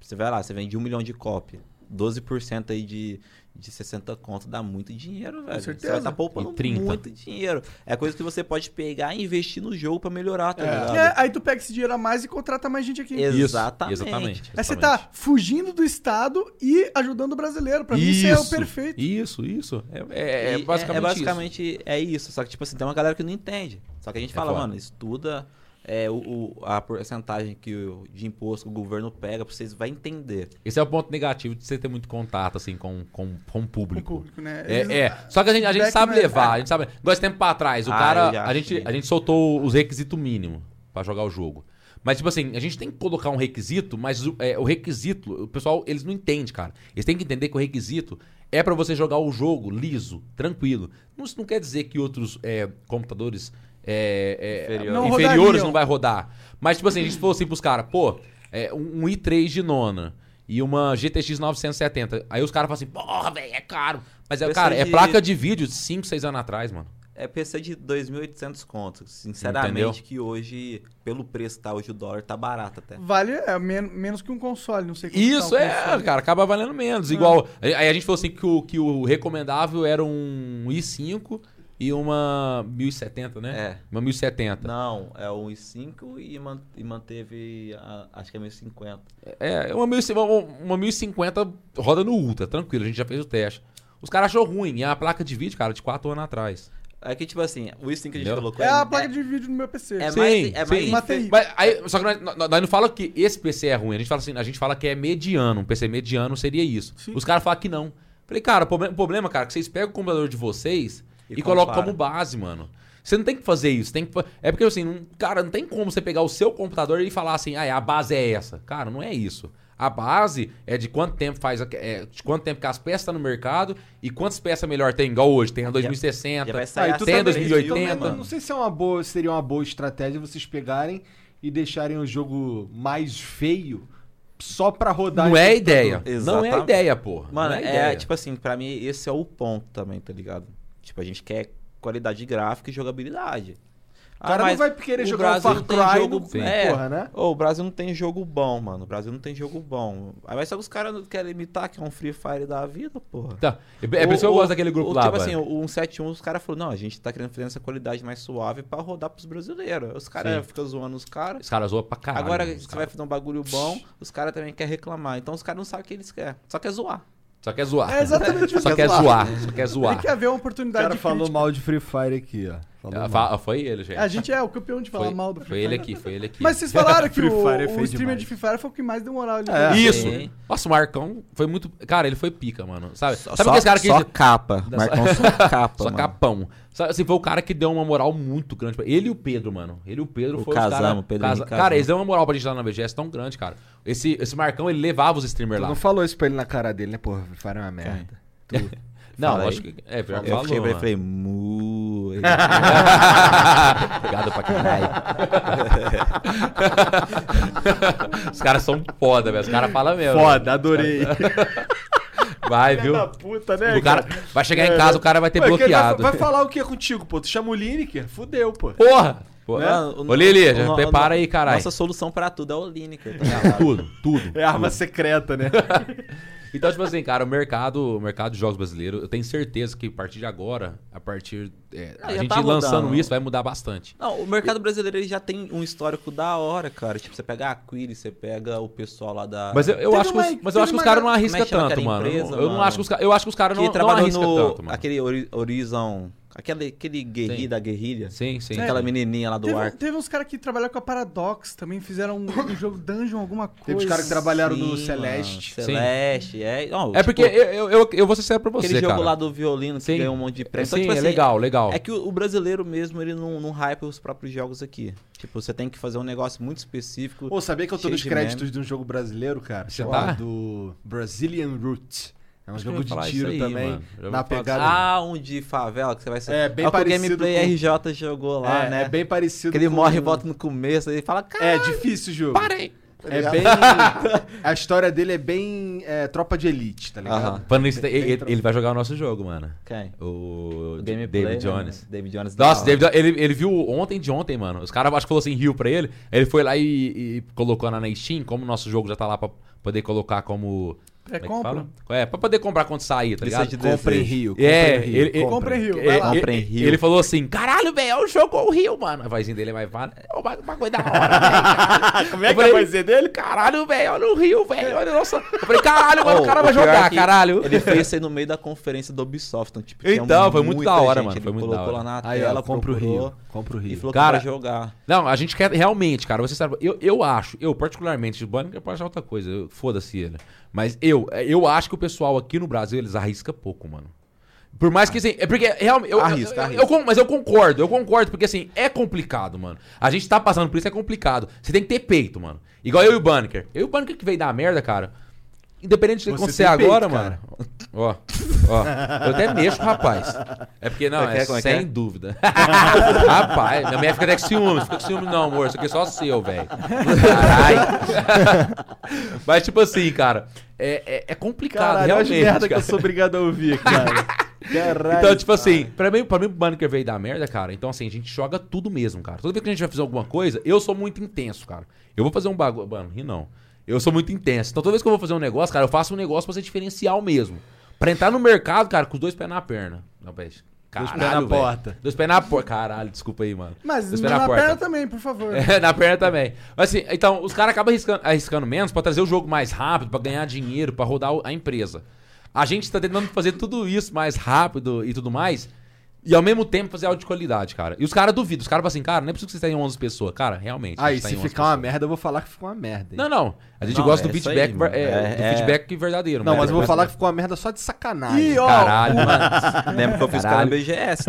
Speaker 4: Você vai lá, você vende um milhão de cópia. 12% aí de, de 60 conto dá muito dinheiro, velho. Você
Speaker 2: certeza.
Speaker 4: vai estar poupando
Speaker 3: E 30.
Speaker 4: muito dinheiro. É coisa que você pode pegar e investir no jogo pra melhorar, tá
Speaker 5: É.
Speaker 4: ligado?
Speaker 2: É, aí tu pega esse dinheiro a mais e contrata mais gente aqui.
Speaker 4: Ex-
Speaker 3: Isso,
Speaker 4: Exatamente.
Speaker 3: Exatamente.
Speaker 2: Aí você tá fugindo do Estado e ajudando o brasileiro. Pra mim isso é o perfeito.
Speaker 3: Isso, isso. É, é- é
Speaker 4: E
Speaker 3: basicamente,
Speaker 4: é basicamente é isso. Só que, tipo assim, tem uma galera que não entende. Só que a gente
Speaker 3: É
Speaker 4: fala,
Speaker 3: foda.
Speaker 4: mano, estuda é, o, o- a porcentagem que o, de imposto que o governo pega pra vocês vai entender.
Speaker 3: isso. Esse é o ponto negativo de você ter muito contato assim com, com, com o
Speaker 2: pro
Speaker 3: público.
Speaker 2: público, né? Eles-
Speaker 3: É, é. Só que a gente, a gente
Speaker 2: Feedback
Speaker 3: sabe
Speaker 2: não é-
Speaker 3: levar, a gente sabe. Igual esse tempo pra trás, o
Speaker 4: Ah, eu
Speaker 3: cara.
Speaker 4: já
Speaker 3: A gente,
Speaker 4: achei.
Speaker 3: a gente soltou os requisitos mínimos pra jogar o jogo. Mas, tipo assim, a gente tem que colocar um requisito, mas o, é, o requisito, o pessoal, eles não entendem, cara. Eles têm que entender que o requisito é pra você jogar o jogo liso, tranquilo. Não, isso não quer dizer que outros é, computadores é, é,
Speaker 4: Inferiores.
Speaker 2: Não
Speaker 3: inferiores
Speaker 2: rodariam.
Speaker 3: não vai rodar. Mas, tipo assim, a gente falou assim pros caras, pô, é, um, um i3 de nona e uma GTX 970. Aí os caras falam assim, porra, velho, é caro. Mas, é,
Speaker 4: Preço
Speaker 3: cara, é
Speaker 4: de-
Speaker 3: placa de vídeo de 5, 6 anos atrás, mano.
Speaker 4: É PC de 2.800 contos. Sinceramente,
Speaker 3: Entendeu?
Speaker 4: que hoje, pelo preço que tá hoje, o dólar tá barato até.
Speaker 2: Vale é, men- menos que um console, não sei
Speaker 4: Então,
Speaker 2: quanto tá
Speaker 3: Isso,
Speaker 2: um
Speaker 3: é,
Speaker 2: console.
Speaker 3: cara, acaba valendo menos.
Speaker 4: É.
Speaker 3: Igual. Aí a gente falou assim que o, que o recomendável era um i5 e uma 1070, né?
Speaker 4: É.
Speaker 3: Uma 1070.
Speaker 4: Não, é 1,5 e, man- e manteve, a- acho que é 1,050.
Speaker 3: É, uma 1050, uma 1050 roda no Ultra, tranquilo, a gente já fez o teste. Os caras achou ruim, e a placa de vídeo, cara, de 4 anos atrás.
Speaker 4: É que, tipo assim, o 1,5 que a gente
Speaker 3: Entendeu?
Speaker 4: colocou...
Speaker 2: É a placa de vídeo no meu PC.
Speaker 4: É
Speaker 3: Sim,
Speaker 4: mais, é
Speaker 3: sim.
Speaker 4: mais
Speaker 2: Matei.
Speaker 4: infe-
Speaker 3: Mas aí, só que nós, nós- nós não falamos que esse PC é ruim, a gente fala assim, a gente fala que é mediano, um PC mediano seria isso.
Speaker 2: Sim.
Speaker 3: Os caras falam que não. Falei, cara, o proble- o problema, cara, é que vocês pegam o computador de vocês e,
Speaker 4: E
Speaker 3: colocam
Speaker 4: compara.
Speaker 3: como base, mano. Você não tem que fazer isso, tem que. fa- É porque assim, não- cara, não tem como você pegar o seu computador e falar assim, ah, a base é essa. Cara, não é isso. A base é de quanto tempo faz, a- é, de quanto tempo que as peças estão no mercado e quantas peças melhor tem, igual hoje, tem a 2060.
Speaker 4: Já vai
Speaker 1: Ah,
Speaker 4: sair
Speaker 1: e
Speaker 4: a
Speaker 1: tu
Speaker 3: 100,
Speaker 1: também-
Speaker 3: 2080.
Speaker 1: também Não sei se é uma boa, seria uma boa estratégia vocês pegarem e deixarem o jogo mais feio só pra rodar.
Speaker 3: Não
Speaker 1: em
Speaker 3: é a
Speaker 1: computador.
Speaker 3: ideia. Não é a
Speaker 4: Exatamente.
Speaker 3: ideia, porra.
Speaker 4: Mano,
Speaker 3: não
Speaker 4: é,
Speaker 3: ideia.
Speaker 4: tipo assim, pra mim esse é o ponto também, tá ligado? Tipo, a gente quer qualidade gráfica e jogabilidade.
Speaker 1: O
Speaker 4: Ah,
Speaker 3: Ah,
Speaker 1: cara não vai querer jogar um Far Cry jogo,
Speaker 4: jogo... É,
Speaker 1: porra, né?
Speaker 4: Ô, o Brasil não tem jogo bom, mano. O Brasil não tem jogo bom. Aí vai só que os caras não querem imitar que é um Free Fire da vida, porra.
Speaker 3: Tá. É é por isso que eu
Speaker 4: O-
Speaker 3: gosto daquele grupo
Speaker 4: o,
Speaker 3: lá,
Speaker 4: Tipo
Speaker 3: mano.
Speaker 4: assim, o 171, os caras falaram, não, a gente tá querendo fazer essa qualidade mais suave pra rodar pros brasileiros. Os caras
Speaker 3: Sim.
Speaker 4: ficam zoando os caras.
Speaker 3: Os caras zoam pra caralho.
Speaker 4: Agora
Speaker 3: mano, os
Speaker 4: você
Speaker 3: caras.
Speaker 4: vai fazer um bagulho bom, os caras também querem reclamar. Então os caras não sabem o que eles querem. Só quer zoar.
Speaker 3: Só quer zoar.
Speaker 2: É exatamente isso.
Speaker 3: Só quer zoar. Só quer
Speaker 2: Tem
Speaker 3: zoar.
Speaker 2: que haver uma
Speaker 5: O
Speaker 2: oportunidade
Speaker 5: cara
Speaker 2: de
Speaker 5: falou
Speaker 2: crítica.
Speaker 5: mal de Free Fire aqui, ó. Falou
Speaker 3: Ah,
Speaker 5: mal.
Speaker 3: fa- ah, Foi ele, gente.
Speaker 2: A gente é o campeão de falar
Speaker 3: Foi-
Speaker 2: mal do Free
Speaker 3: Foi
Speaker 2: Fire.
Speaker 3: ele aqui, foi ele aqui.
Speaker 2: Mas vocês falaram que
Speaker 5: Free
Speaker 2: o,
Speaker 5: Fire é
Speaker 2: o
Speaker 5: feio
Speaker 2: streamer
Speaker 5: demais.
Speaker 2: de Free Fire foi o que mais deu moral ali.
Speaker 5: É.
Speaker 3: Isso.
Speaker 4: Sim.
Speaker 3: Nossa, o Marcão foi muito. Cara, ele foi pica, mano. Sabe,
Speaker 4: Só-
Speaker 3: sabe
Speaker 4: só-
Speaker 3: aqueles caras que.
Speaker 4: Só capa. Marcão só capa,
Speaker 3: Só
Speaker 4: mano.
Speaker 3: capão. Sabe, assim, foi o cara que deu uma moral muito grande. Pra... Ele e o Pedro, mano. Ele e o Pedro
Speaker 4: O
Speaker 3: foram os
Speaker 4: Kazama,
Speaker 3: cara...
Speaker 4: o Pedro Henrique Kazama.
Speaker 3: Cara, eles deu uma moral pra gente lá na VGS tão grande, cara. Esse, esse Marcão, ele levava os streamers
Speaker 5: Tu
Speaker 3: lá.
Speaker 5: não falou isso pra ele na cara dele, né? Porra, Free Fire é uma merda.
Speaker 3: Não,
Speaker 4: Fala aí.
Speaker 3: acho que. É, já
Speaker 4: Eu
Speaker 3: falou.
Speaker 4: fiquei pra ele e
Speaker 3: mano.
Speaker 4: falei, mu.
Speaker 3: Obrigado pra caralho. Os caras são foda, velho. Os caras falam mesmo.
Speaker 5: Foda, adorei.
Speaker 3: Vai, viu?
Speaker 5: puta,
Speaker 3: O cara vai chegar em casa, o cara vai ter
Speaker 1: né, É. Ué, que ele
Speaker 3: bloqueado.
Speaker 1: Vai, vai falar o que contigo, pô? Tu chama o Lineker? Fudeu, pô.
Speaker 3: Porra! Pô,
Speaker 4: Né?
Speaker 3: Ô, Lili,
Speaker 4: O
Speaker 3: já
Speaker 4: no-
Speaker 3: prepara
Speaker 4: o no-
Speaker 3: aí, caralho.
Speaker 4: Nossa solução pra tudo é o Lineker.
Speaker 3: Não,
Speaker 4: tá ligado?
Speaker 3: tudo, tudo.
Speaker 5: É arma secreta, né?
Speaker 3: Então, tipo assim, cara, o mercado, o mercado de jogos brasileiro, eu tenho certeza que a partir de agora, a partir. é,
Speaker 4: Ah,
Speaker 3: a
Speaker 4: já
Speaker 3: gente
Speaker 4: tá
Speaker 3: lançando
Speaker 4: mudando.
Speaker 3: isso vai mudar bastante.
Speaker 4: Não, o mercado brasileiro ele já tem um histórico da hora, cara. Tipo, você pega a Aquiles, você pega o pessoal lá da.
Speaker 3: Mas eu, eu
Speaker 4: Ah, Teve
Speaker 3: acho que os,
Speaker 4: uma-
Speaker 3: mas eu acho que os
Speaker 4: teve uma-
Speaker 3: caras não
Speaker 4: como é que
Speaker 3: arriscam
Speaker 4: chama
Speaker 3: tanto,
Speaker 4: aquela
Speaker 3: mano.
Speaker 4: empresa,
Speaker 3: eu, não acho que os, ca- eu acho que os caras
Speaker 4: que
Speaker 3: não, não
Speaker 4: trabalhou
Speaker 3: arriscam
Speaker 4: no
Speaker 3: tanto, mano.
Speaker 4: aquele Ori- Horizon, aquele aquele guerri
Speaker 3: Sim.
Speaker 4: da guerrilha,
Speaker 3: Sim, sim.
Speaker 4: aquela
Speaker 3: sim.
Speaker 4: menininha lá do
Speaker 1: um
Speaker 2: Teve, um
Speaker 4: arco.
Speaker 2: teve uns caras que trabalharam com a Paradox também, fizeram um, um jogo dungeon, alguma coisa.
Speaker 1: Teve os caras que trabalharam no
Speaker 4: Sim,
Speaker 1: Celeste.
Speaker 4: mano, Celeste, é. Não,
Speaker 3: É
Speaker 4: tipo,
Speaker 3: porque eu, eu, eu, eu vou ser sério pra você,
Speaker 4: aquele jogo
Speaker 3: cara.
Speaker 4: lá do violino que
Speaker 3: Sim.
Speaker 4: ganhou um monte de prêmio.
Speaker 3: sim,
Speaker 4: Então, tipo
Speaker 3: é
Speaker 4: assim,
Speaker 3: legal, legal.
Speaker 4: É que o o brasileiro mesmo, ele não, não hype os próprios jogos aqui. Tipo, você tem que fazer um negócio muito específico.
Speaker 1: Pô, sabia que eu tô
Speaker 4: Cheio
Speaker 1: nos
Speaker 4: de
Speaker 1: créditos de um jogo brasileiro, cara?
Speaker 3: Você
Speaker 1: Chamado
Speaker 3: tá?
Speaker 1: Do Brazilian Root. É um
Speaker 3: Acho que eu
Speaker 1: jogo
Speaker 3: ia
Speaker 1: de
Speaker 3: falar
Speaker 1: tiro
Speaker 3: isso aí,
Speaker 1: também.
Speaker 3: mano. Já
Speaker 1: Na
Speaker 3: ouvi falar
Speaker 1: pegada.
Speaker 4: Ah, um de favela que você vai ser.
Speaker 1: É, bem
Speaker 4: Olha o que
Speaker 1: parecido
Speaker 4: O gameplay
Speaker 1: com-
Speaker 4: RJ jogou lá,
Speaker 1: é,
Speaker 4: né?
Speaker 1: é bem parecido.
Speaker 4: Que ele
Speaker 1: com-
Speaker 4: morre e volta no começo, ele fala, cara.
Speaker 1: É, difícil o jogo.
Speaker 3: Parei.
Speaker 1: É bem. A história dele é bem é, tropa de elite, tá ligado?
Speaker 4: Aham.
Speaker 3: Falando isso, ele,
Speaker 1: Entra-
Speaker 3: ele vai jogar o nosso jogo, mano.
Speaker 4: Quem?
Speaker 3: O,
Speaker 4: O
Speaker 3: David
Speaker 4: né, Ah.
Speaker 3: Jones.
Speaker 4: mano? David Jones. da
Speaker 3: Nossa,
Speaker 4: hora.
Speaker 3: David, ele, ele viu ontem de ontem, mano. Os caras acho que falou assim, Rio pra ele. Ele foi lá e, e colocou na na Steam, como o nosso jogo já tá lá pra poder colocar como. como é que
Speaker 2: Pré-compra.
Speaker 3: fala? É, pra poder comprar quando sair, tá
Speaker 4: Lista
Speaker 3: ligado?
Speaker 4: de
Speaker 5: Compre em
Speaker 4: desejo.
Speaker 5: Rio.
Speaker 3: É,
Speaker 5: compra em Rio,
Speaker 3: ele- ele-
Speaker 2: Compra em Rio,
Speaker 3: É,
Speaker 2: vai lá.
Speaker 3: ele-
Speaker 4: Compra em Rio.
Speaker 3: Ele falou assim: caralho, velho, é o jogo ou o Rio, mano. A vozinha dele é mais vara. É uma, uma coisa da hora, velho. Como é que é a vozinha dele? Caralho, velho, olha o Rio, velho. Olha, nossa. Eu falei, caralho, mano,
Speaker 4: Oh,
Speaker 3: o cara vai
Speaker 4: pior
Speaker 3: jogar,
Speaker 4: que
Speaker 3: caralho.
Speaker 4: Ele fez isso aí no meio da conferência do Ubisoft. Então, tipo, tinha
Speaker 3: Então, foi muito
Speaker 4: muita
Speaker 3: da hora,
Speaker 4: gente.
Speaker 3: mano,
Speaker 4: Ele
Speaker 3: foi muito
Speaker 4: colocou
Speaker 3: da hora.
Speaker 4: lá na
Speaker 5: Aí,
Speaker 4: tela,
Speaker 5: ó, compra o
Speaker 4: procurou
Speaker 5: Rio. Compra o
Speaker 4: E
Speaker 5: Rio.
Speaker 4: falou
Speaker 3: Cara,
Speaker 4: que vai jogar.
Speaker 3: Não, a gente quer realmente, cara. Você sabe, eu, eu acho, eu particularmente, o Bunker pode achar outra coisa, eu- foda-se ele. Mas eu, eu acho que o pessoal aqui no Brasil, eles arrisca pouco, mano. Por mais que assim, é porque realmente. Eu,
Speaker 4: Arrisca,
Speaker 3: eu- eu-
Speaker 4: arrisca.
Speaker 3: eu con- mas eu concordo, eu concordo, porque assim, é complicado, mano. A gente tá passando por isso, é complicado. Você tem que ter peito, mano. Igual eu e o Bunker. Eu e o Bunker que veio da merda, cara. Independente do que
Speaker 1: Você
Speaker 3: acontecer
Speaker 1: tem
Speaker 3: agora,
Speaker 1: peito,
Speaker 3: mano. Ó, ó. Eu até mexo, rapaz. É porque, não,
Speaker 4: Como é que
Speaker 3: é,
Speaker 4: é? Como é que
Speaker 3: sem
Speaker 4: é?
Speaker 3: dúvida. rapaz, minha mulher fica até com ciúme. Fica com ciúme, não, amor. Isso aqui é só seu, velho. Caralho. Mas, tipo assim, cara, é, é, é complicado,
Speaker 5: Caralho, olha as
Speaker 3: realmente.
Speaker 5: merda que
Speaker 3: cara.
Speaker 5: eu sou obrigado a ouvir, cara. Caralho.
Speaker 3: Então, tipo assim, pra mim, pra mim o bunker veio da merda, cara. Então, assim, a gente joga tudo mesmo, cara. Toda vez que a gente vai fazer alguma coisa, eu sou muito intenso, cara. Eu vou fazer um bagulho. Mano, ri não. Eu sou muito intenso. Então, toda vez que eu vou fazer um negócio, cara, eu faço um negócio pra ser diferencial mesmo. Pra entrar no mercado, cara, com os dois pés na perna. Não, pés. Caralho,
Speaker 5: pés na
Speaker 3: velho.
Speaker 5: porta.
Speaker 3: Dois pés na porta. Caralho, desculpa aí, mano.
Speaker 2: Mas
Speaker 3: dois
Speaker 2: não
Speaker 3: pés na
Speaker 2: na
Speaker 3: porta.
Speaker 2: perna também, por favor.
Speaker 3: É, na perna também. Mas assim, então, os caras acabam arriscando, arriscando menos pra trazer o jogo mais rápido, pra ganhar dinheiro, pra rodar o- a empresa. A gente tá tentando fazer tudo isso mais rápido e tudo mais. E ao mesmo tempo fazer algo de qualidade, cara. E os caras duvidam. Os caras falam assim, cara, não é possível que vocês tenham 11 pessoas. Cara, realmente. a
Speaker 1: Aí,
Speaker 3: gente tá
Speaker 1: se
Speaker 3: em 11
Speaker 1: ficar uma
Speaker 3: pessoas.
Speaker 1: merda, eu vou falar que ficou uma merda. hein?
Speaker 3: Não, não. A gente
Speaker 4: Não,
Speaker 3: gosta
Speaker 4: é
Speaker 3: do
Speaker 4: isso
Speaker 3: feedback,
Speaker 4: aí,
Speaker 3: ver-
Speaker 4: mano.
Speaker 3: é,
Speaker 4: É,
Speaker 3: do
Speaker 4: é.
Speaker 3: feedback verdadeiro.
Speaker 1: Não,
Speaker 3: né?
Speaker 1: mas eu vou falar que ficou uma merda só de sacanagem.
Speaker 2: Ih, ó,
Speaker 3: Caralho, mano.
Speaker 4: Lembra que eu fiz com a
Speaker 3: Caralho.
Speaker 4: BGS,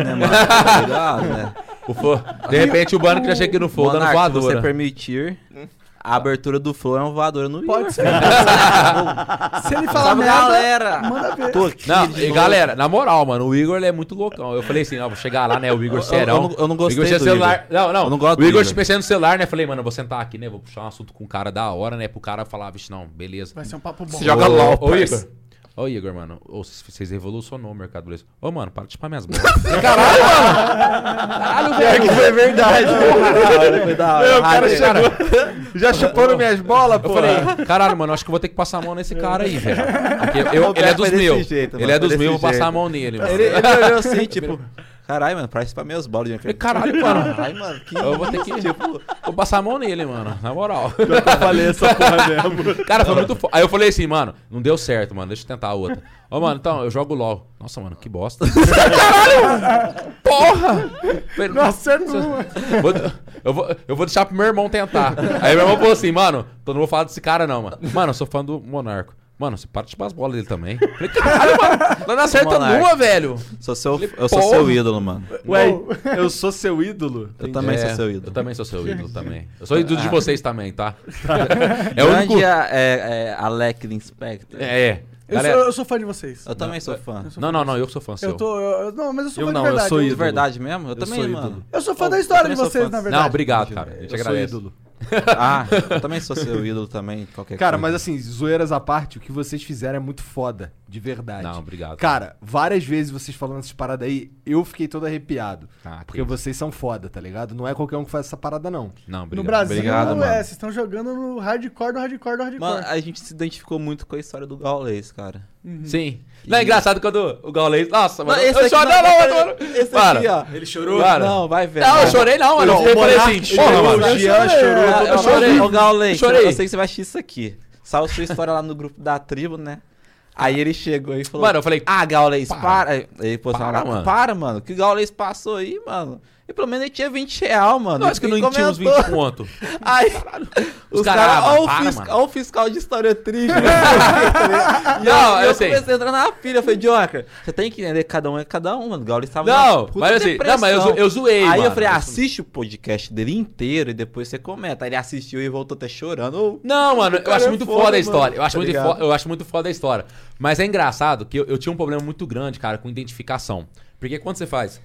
Speaker 4: né, mano? Tá ligado, né?
Speaker 3: O Flo- De repente o Bano que já chega aqui no Flow, dando
Speaker 4: Monark, se você
Speaker 3: voadora.
Speaker 4: permitir, a abertura do Flow é uma voadora no
Speaker 2: Pode
Speaker 4: Igor.
Speaker 2: ser. Se ele falar
Speaker 4: Salve,
Speaker 2: merda,
Speaker 4: galera!
Speaker 2: manda ver.
Speaker 4: Tô aqui
Speaker 3: Não,
Speaker 4: de
Speaker 3: e
Speaker 4: novo.
Speaker 3: galera, na moral, mano, o Igor ele é muito loucão. Eu falei assim, não, vou chegar lá, né? O Igor
Speaker 4: Eu-
Speaker 3: serão.
Speaker 4: eu não- eu não gostei
Speaker 3: O Igor tinha
Speaker 4: do
Speaker 3: celular. Não, não.
Speaker 4: Eu não gosto
Speaker 3: o
Speaker 4: do
Speaker 3: Igor
Speaker 4: Igor.
Speaker 3: pensei no celular, né? Falei, mano, eu vou sentar aqui, né? Vou puxar um assunto com o cara da hora, né? Pro cara falar, vixe, não, beleza.
Speaker 2: Vai ser um papo bom.
Speaker 5: Você joga
Speaker 3: Ô,
Speaker 5: LOL,
Speaker 3: Ô,
Speaker 5: parça.
Speaker 3: Igor. Ô, Igor, mano, ô, c- vocês revolucionou o mercado do Brasil. Ô, mano, para de chupar minhas mãos.
Speaker 5: Caralho,
Speaker 3: Caralho,
Speaker 5: pior que
Speaker 3: velho.
Speaker 5: foi É verdade.
Speaker 3: é
Speaker 5: Foi da hora.
Speaker 1: o cara
Speaker 3: Cara,
Speaker 1: chegou. Já chupando minhas bolas, pô.
Speaker 3: Eu falei, caralho, mano, acho que eu vou ter que passar a mão nesse cara aí, velho. Porque eu-
Speaker 5: Roberto
Speaker 3: ele é
Speaker 5: foi
Speaker 3: dos
Speaker 5: desse
Speaker 3: meus.
Speaker 5: jeito, mano,
Speaker 3: Ele é
Speaker 5: foi
Speaker 3: dos
Speaker 5: desse
Speaker 3: meus, vou
Speaker 5: jeito.
Speaker 3: passar a mão nele, mano.
Speaker 4: Ele, ele olhou assim, tipo, caralho, mano, parece pra é meus bolas. Eu
Speaker 3: Falei,
Speaker 4: falei,
Speaker 3: Caralho, mano.
Speaker 4: Caralho, mano, que
Speaker 3: Eu vou ter que. tipo, Vou passar a mão nele, mano. Na moral.
Speaker 5: Eu falei essa porra mesmo.
Speaker 3: Cara, foi muito foda. Aí eu falei assim, mano, não deu certo, mano. Deixa eu tentar a outra. Ô, mano, então, eu jogo LOL. Nossa, mano, que bosta. Caralho! Porra! Falei,
Speaker 2: Não acerta uma.
Speaker 3: vou- eu, vou, eu vou deixar pro meu irmão tentar. Aí meu irmão falou assim, mano, eu não vou falar desse cara, não, mano. Mano, eu sou fã do Monarco. Mano, você para de chupar as bolas dele também. Falei, caralho, mano, não acerta
Speaker 4: Monarco.
Speaker 3: numa, velho.
Speaker 4: Sou seu,
Speaker 3: Falei,
Speaker 4: eu sou
Speaker 3: porra.
Speaker 4: seu ídolo, mano.
Speaker 1: Ué, eu sou seu ídolo?
Speaker 4: Eu também
Speaker 3: É,
Speaker 4: sou seu
Speaker 3: Eu
Speaker 4: ídolo. Ah.
Speaker 3: também sou seu ídolo também. Eu sou ídolo de vocês também, tá? É o
Speaker 4: Grande
Speaker 3: único.
Speaker 4: a- é, é, Alec the Inspector.
Speaker 3: É.
Speaker 2: Eu sou,
Speaker 3: Galera,
Speaker 2: eu sou fã de vocês.
Speaker 4: Eu também sou fã.
Speaker 2: Eu sou
Speaker 3: Não,
Speaker 2: fã
Speaker 3: não,
Speaker 2: de
Speaker 3: não, eu que sou fã
Speaker 2: vocês.
Speaker 3: seu.
Speaker 2: Eu tô, eu, eu- não, mas eu sou
Speaker 1: Eu
Speaker 2: fã
Speaker 1: não,
Speaker 2: de
Speaker 1: eu
Speaker 2: verdade.
Speaker 1: sou
Speaker 4: De
Speaker 1: ídolo.
Speaker 4: verdade mesmo? Eu, também,
Speaker 1: sou
Speaker 4: mano.
Speaker 1: ídolo.
Speaker 2: Eu sou fã da história de
Speaker 4: também sou
Speaker 2: vocês,
Speaker 4: fã.
Speaker 2: na verdade.
Speaker 3: Não, obrigado, cara. Eu te
Speaker 1: Eu sou
Speaker 3: agradeço.
Speaker 1: ídolo.
Speaker 4: Ah, eu também sou seu ídolo também, qualquer
Speaker 1: Cara, mas
Speaker 4: coisa.
Speaker 1: assim, zoeiras à parte, o que vocês fizeram é muito foda, de verdade.
Speaker 3: Não, obrigado.
Speaker 1: Cara, várias vezes vocês falando essas paradas aí, eu fiquei todo arrepiado.
Speaker 3: Ah, que
Speaker 1: Porque
Speaker 3: isso.
Speaker 1: vocês são foda, tá ligado? Não é qualquer um que faz essa parada, não.
Speaker 3: Não, obrigado.
Speaker 2: No Brasil,
Speaker 4: obrigado, mano.
Speaker 2: é, vocês estão jogando no hardcore do hardcore do hardcore.
Speaker 4: Mano, a gente se identificou muito com a história do Gaulês, cara.
Speaker 3: Sim. Não, é engraçado quando o Gaulês. Nossa, mano.
Speaker 4: esse
Speaker 3: eu
Speaker 4: aqui
Speaker 3: chorei,
Speaker 4: não,
Speaker 3: não,
Speaker 4: cara,
Speaker 3: não, não,
Speaker 4: esse
Speaker 3: Para.
Speaker 4: aqui, ó.
Speaker 5: Ele chorou?
Speaker 3: Para.
Speaker 4: Não, vai, velho.
Speaker 3: Não, eu chorei não, mano. Eu falei assim, porra, mano.
Speaker 5: O Jean chorou.
Speaker 4: Ah,
Speaker 3: Eu
Speaker 4: eu
Speaker 3: chorei.
Speaker 4: chorei. Ô, Gaulês,
Speaker 3: Chorei.
Speaker 4: eu sei que você vai assistir isso aqui. Saiu sua história lá no grupo da tribo, né? Aí ele chegou e falou...
Speaker 3: Mano, eu falei,
Speaker 4: Ah, Gaulês,
Speaker 3: Para.
Speaker 4: para. Ele postou
Speaker 3: Para,
Speaker 4: para,
Speaker 3: mano.
Speaker 4: mano. Para, mano. Que o Gaulês passou aí, mano. E pelo menos ele tinha 20 real, mano.
Speaker 3: nós "Ah, que
Speaker 4: Ele
Speaker 3: não tinha uns um 20
Speaker 4: comentou.
Speaker 3: conto.
Speaker 4: Aí, os
Speaker 3: Os cara,
Speaker 4: caras,
Speaker 3: ah,
Speaker 4: ó, o
Speaker 3: para,
Speaker 4: fisca-
Speaker 3: mano.
Speaker 4: ó o fiscal de história triste.
Speaker 3: Não,
Speaker 4: e
Speaker 3: eu
Speaker 4: eu
Speaker 3: sei.
Speaker 4: comecei a entrar na pilha, eu falei, Joker, você tem que entender que cada um é cada um, mano. O Gaules tava
Speaker 3: Não,
Speaker 4: numa puta
Speaker 3: mas assim, não, mas eu zo-
Speaker 4: depressão.
Speaker 3: eu zoei,
Speaker 4: Aí
Speaker 3: mano.
Speaker 4: eu falei, "Ah,
Speaker 3: Eu
Speaker 4: assiste o podcast dele inteiro e depois você comenta. Aí ele assistiu e voltou até chorando. Ô,
Speaker 3: Não, mano, eu
Speaker 4: cara
Speaker 3: acho
Speaker 4: é
Speaker 3: muito
Speaker 4: foda,
Speaker 3: foda a
Speaker 4: mano.
Speaker 3: história. Eu acho,
Speaker 4: Tá
Speaker 3: muito
Speaker 4: ligado?
Speaker 3: foda, eu acho muito foda a história. Mas é engraçado que eu, eu tinha um problema muito grande, cara, com identificação. Porque quando você faz.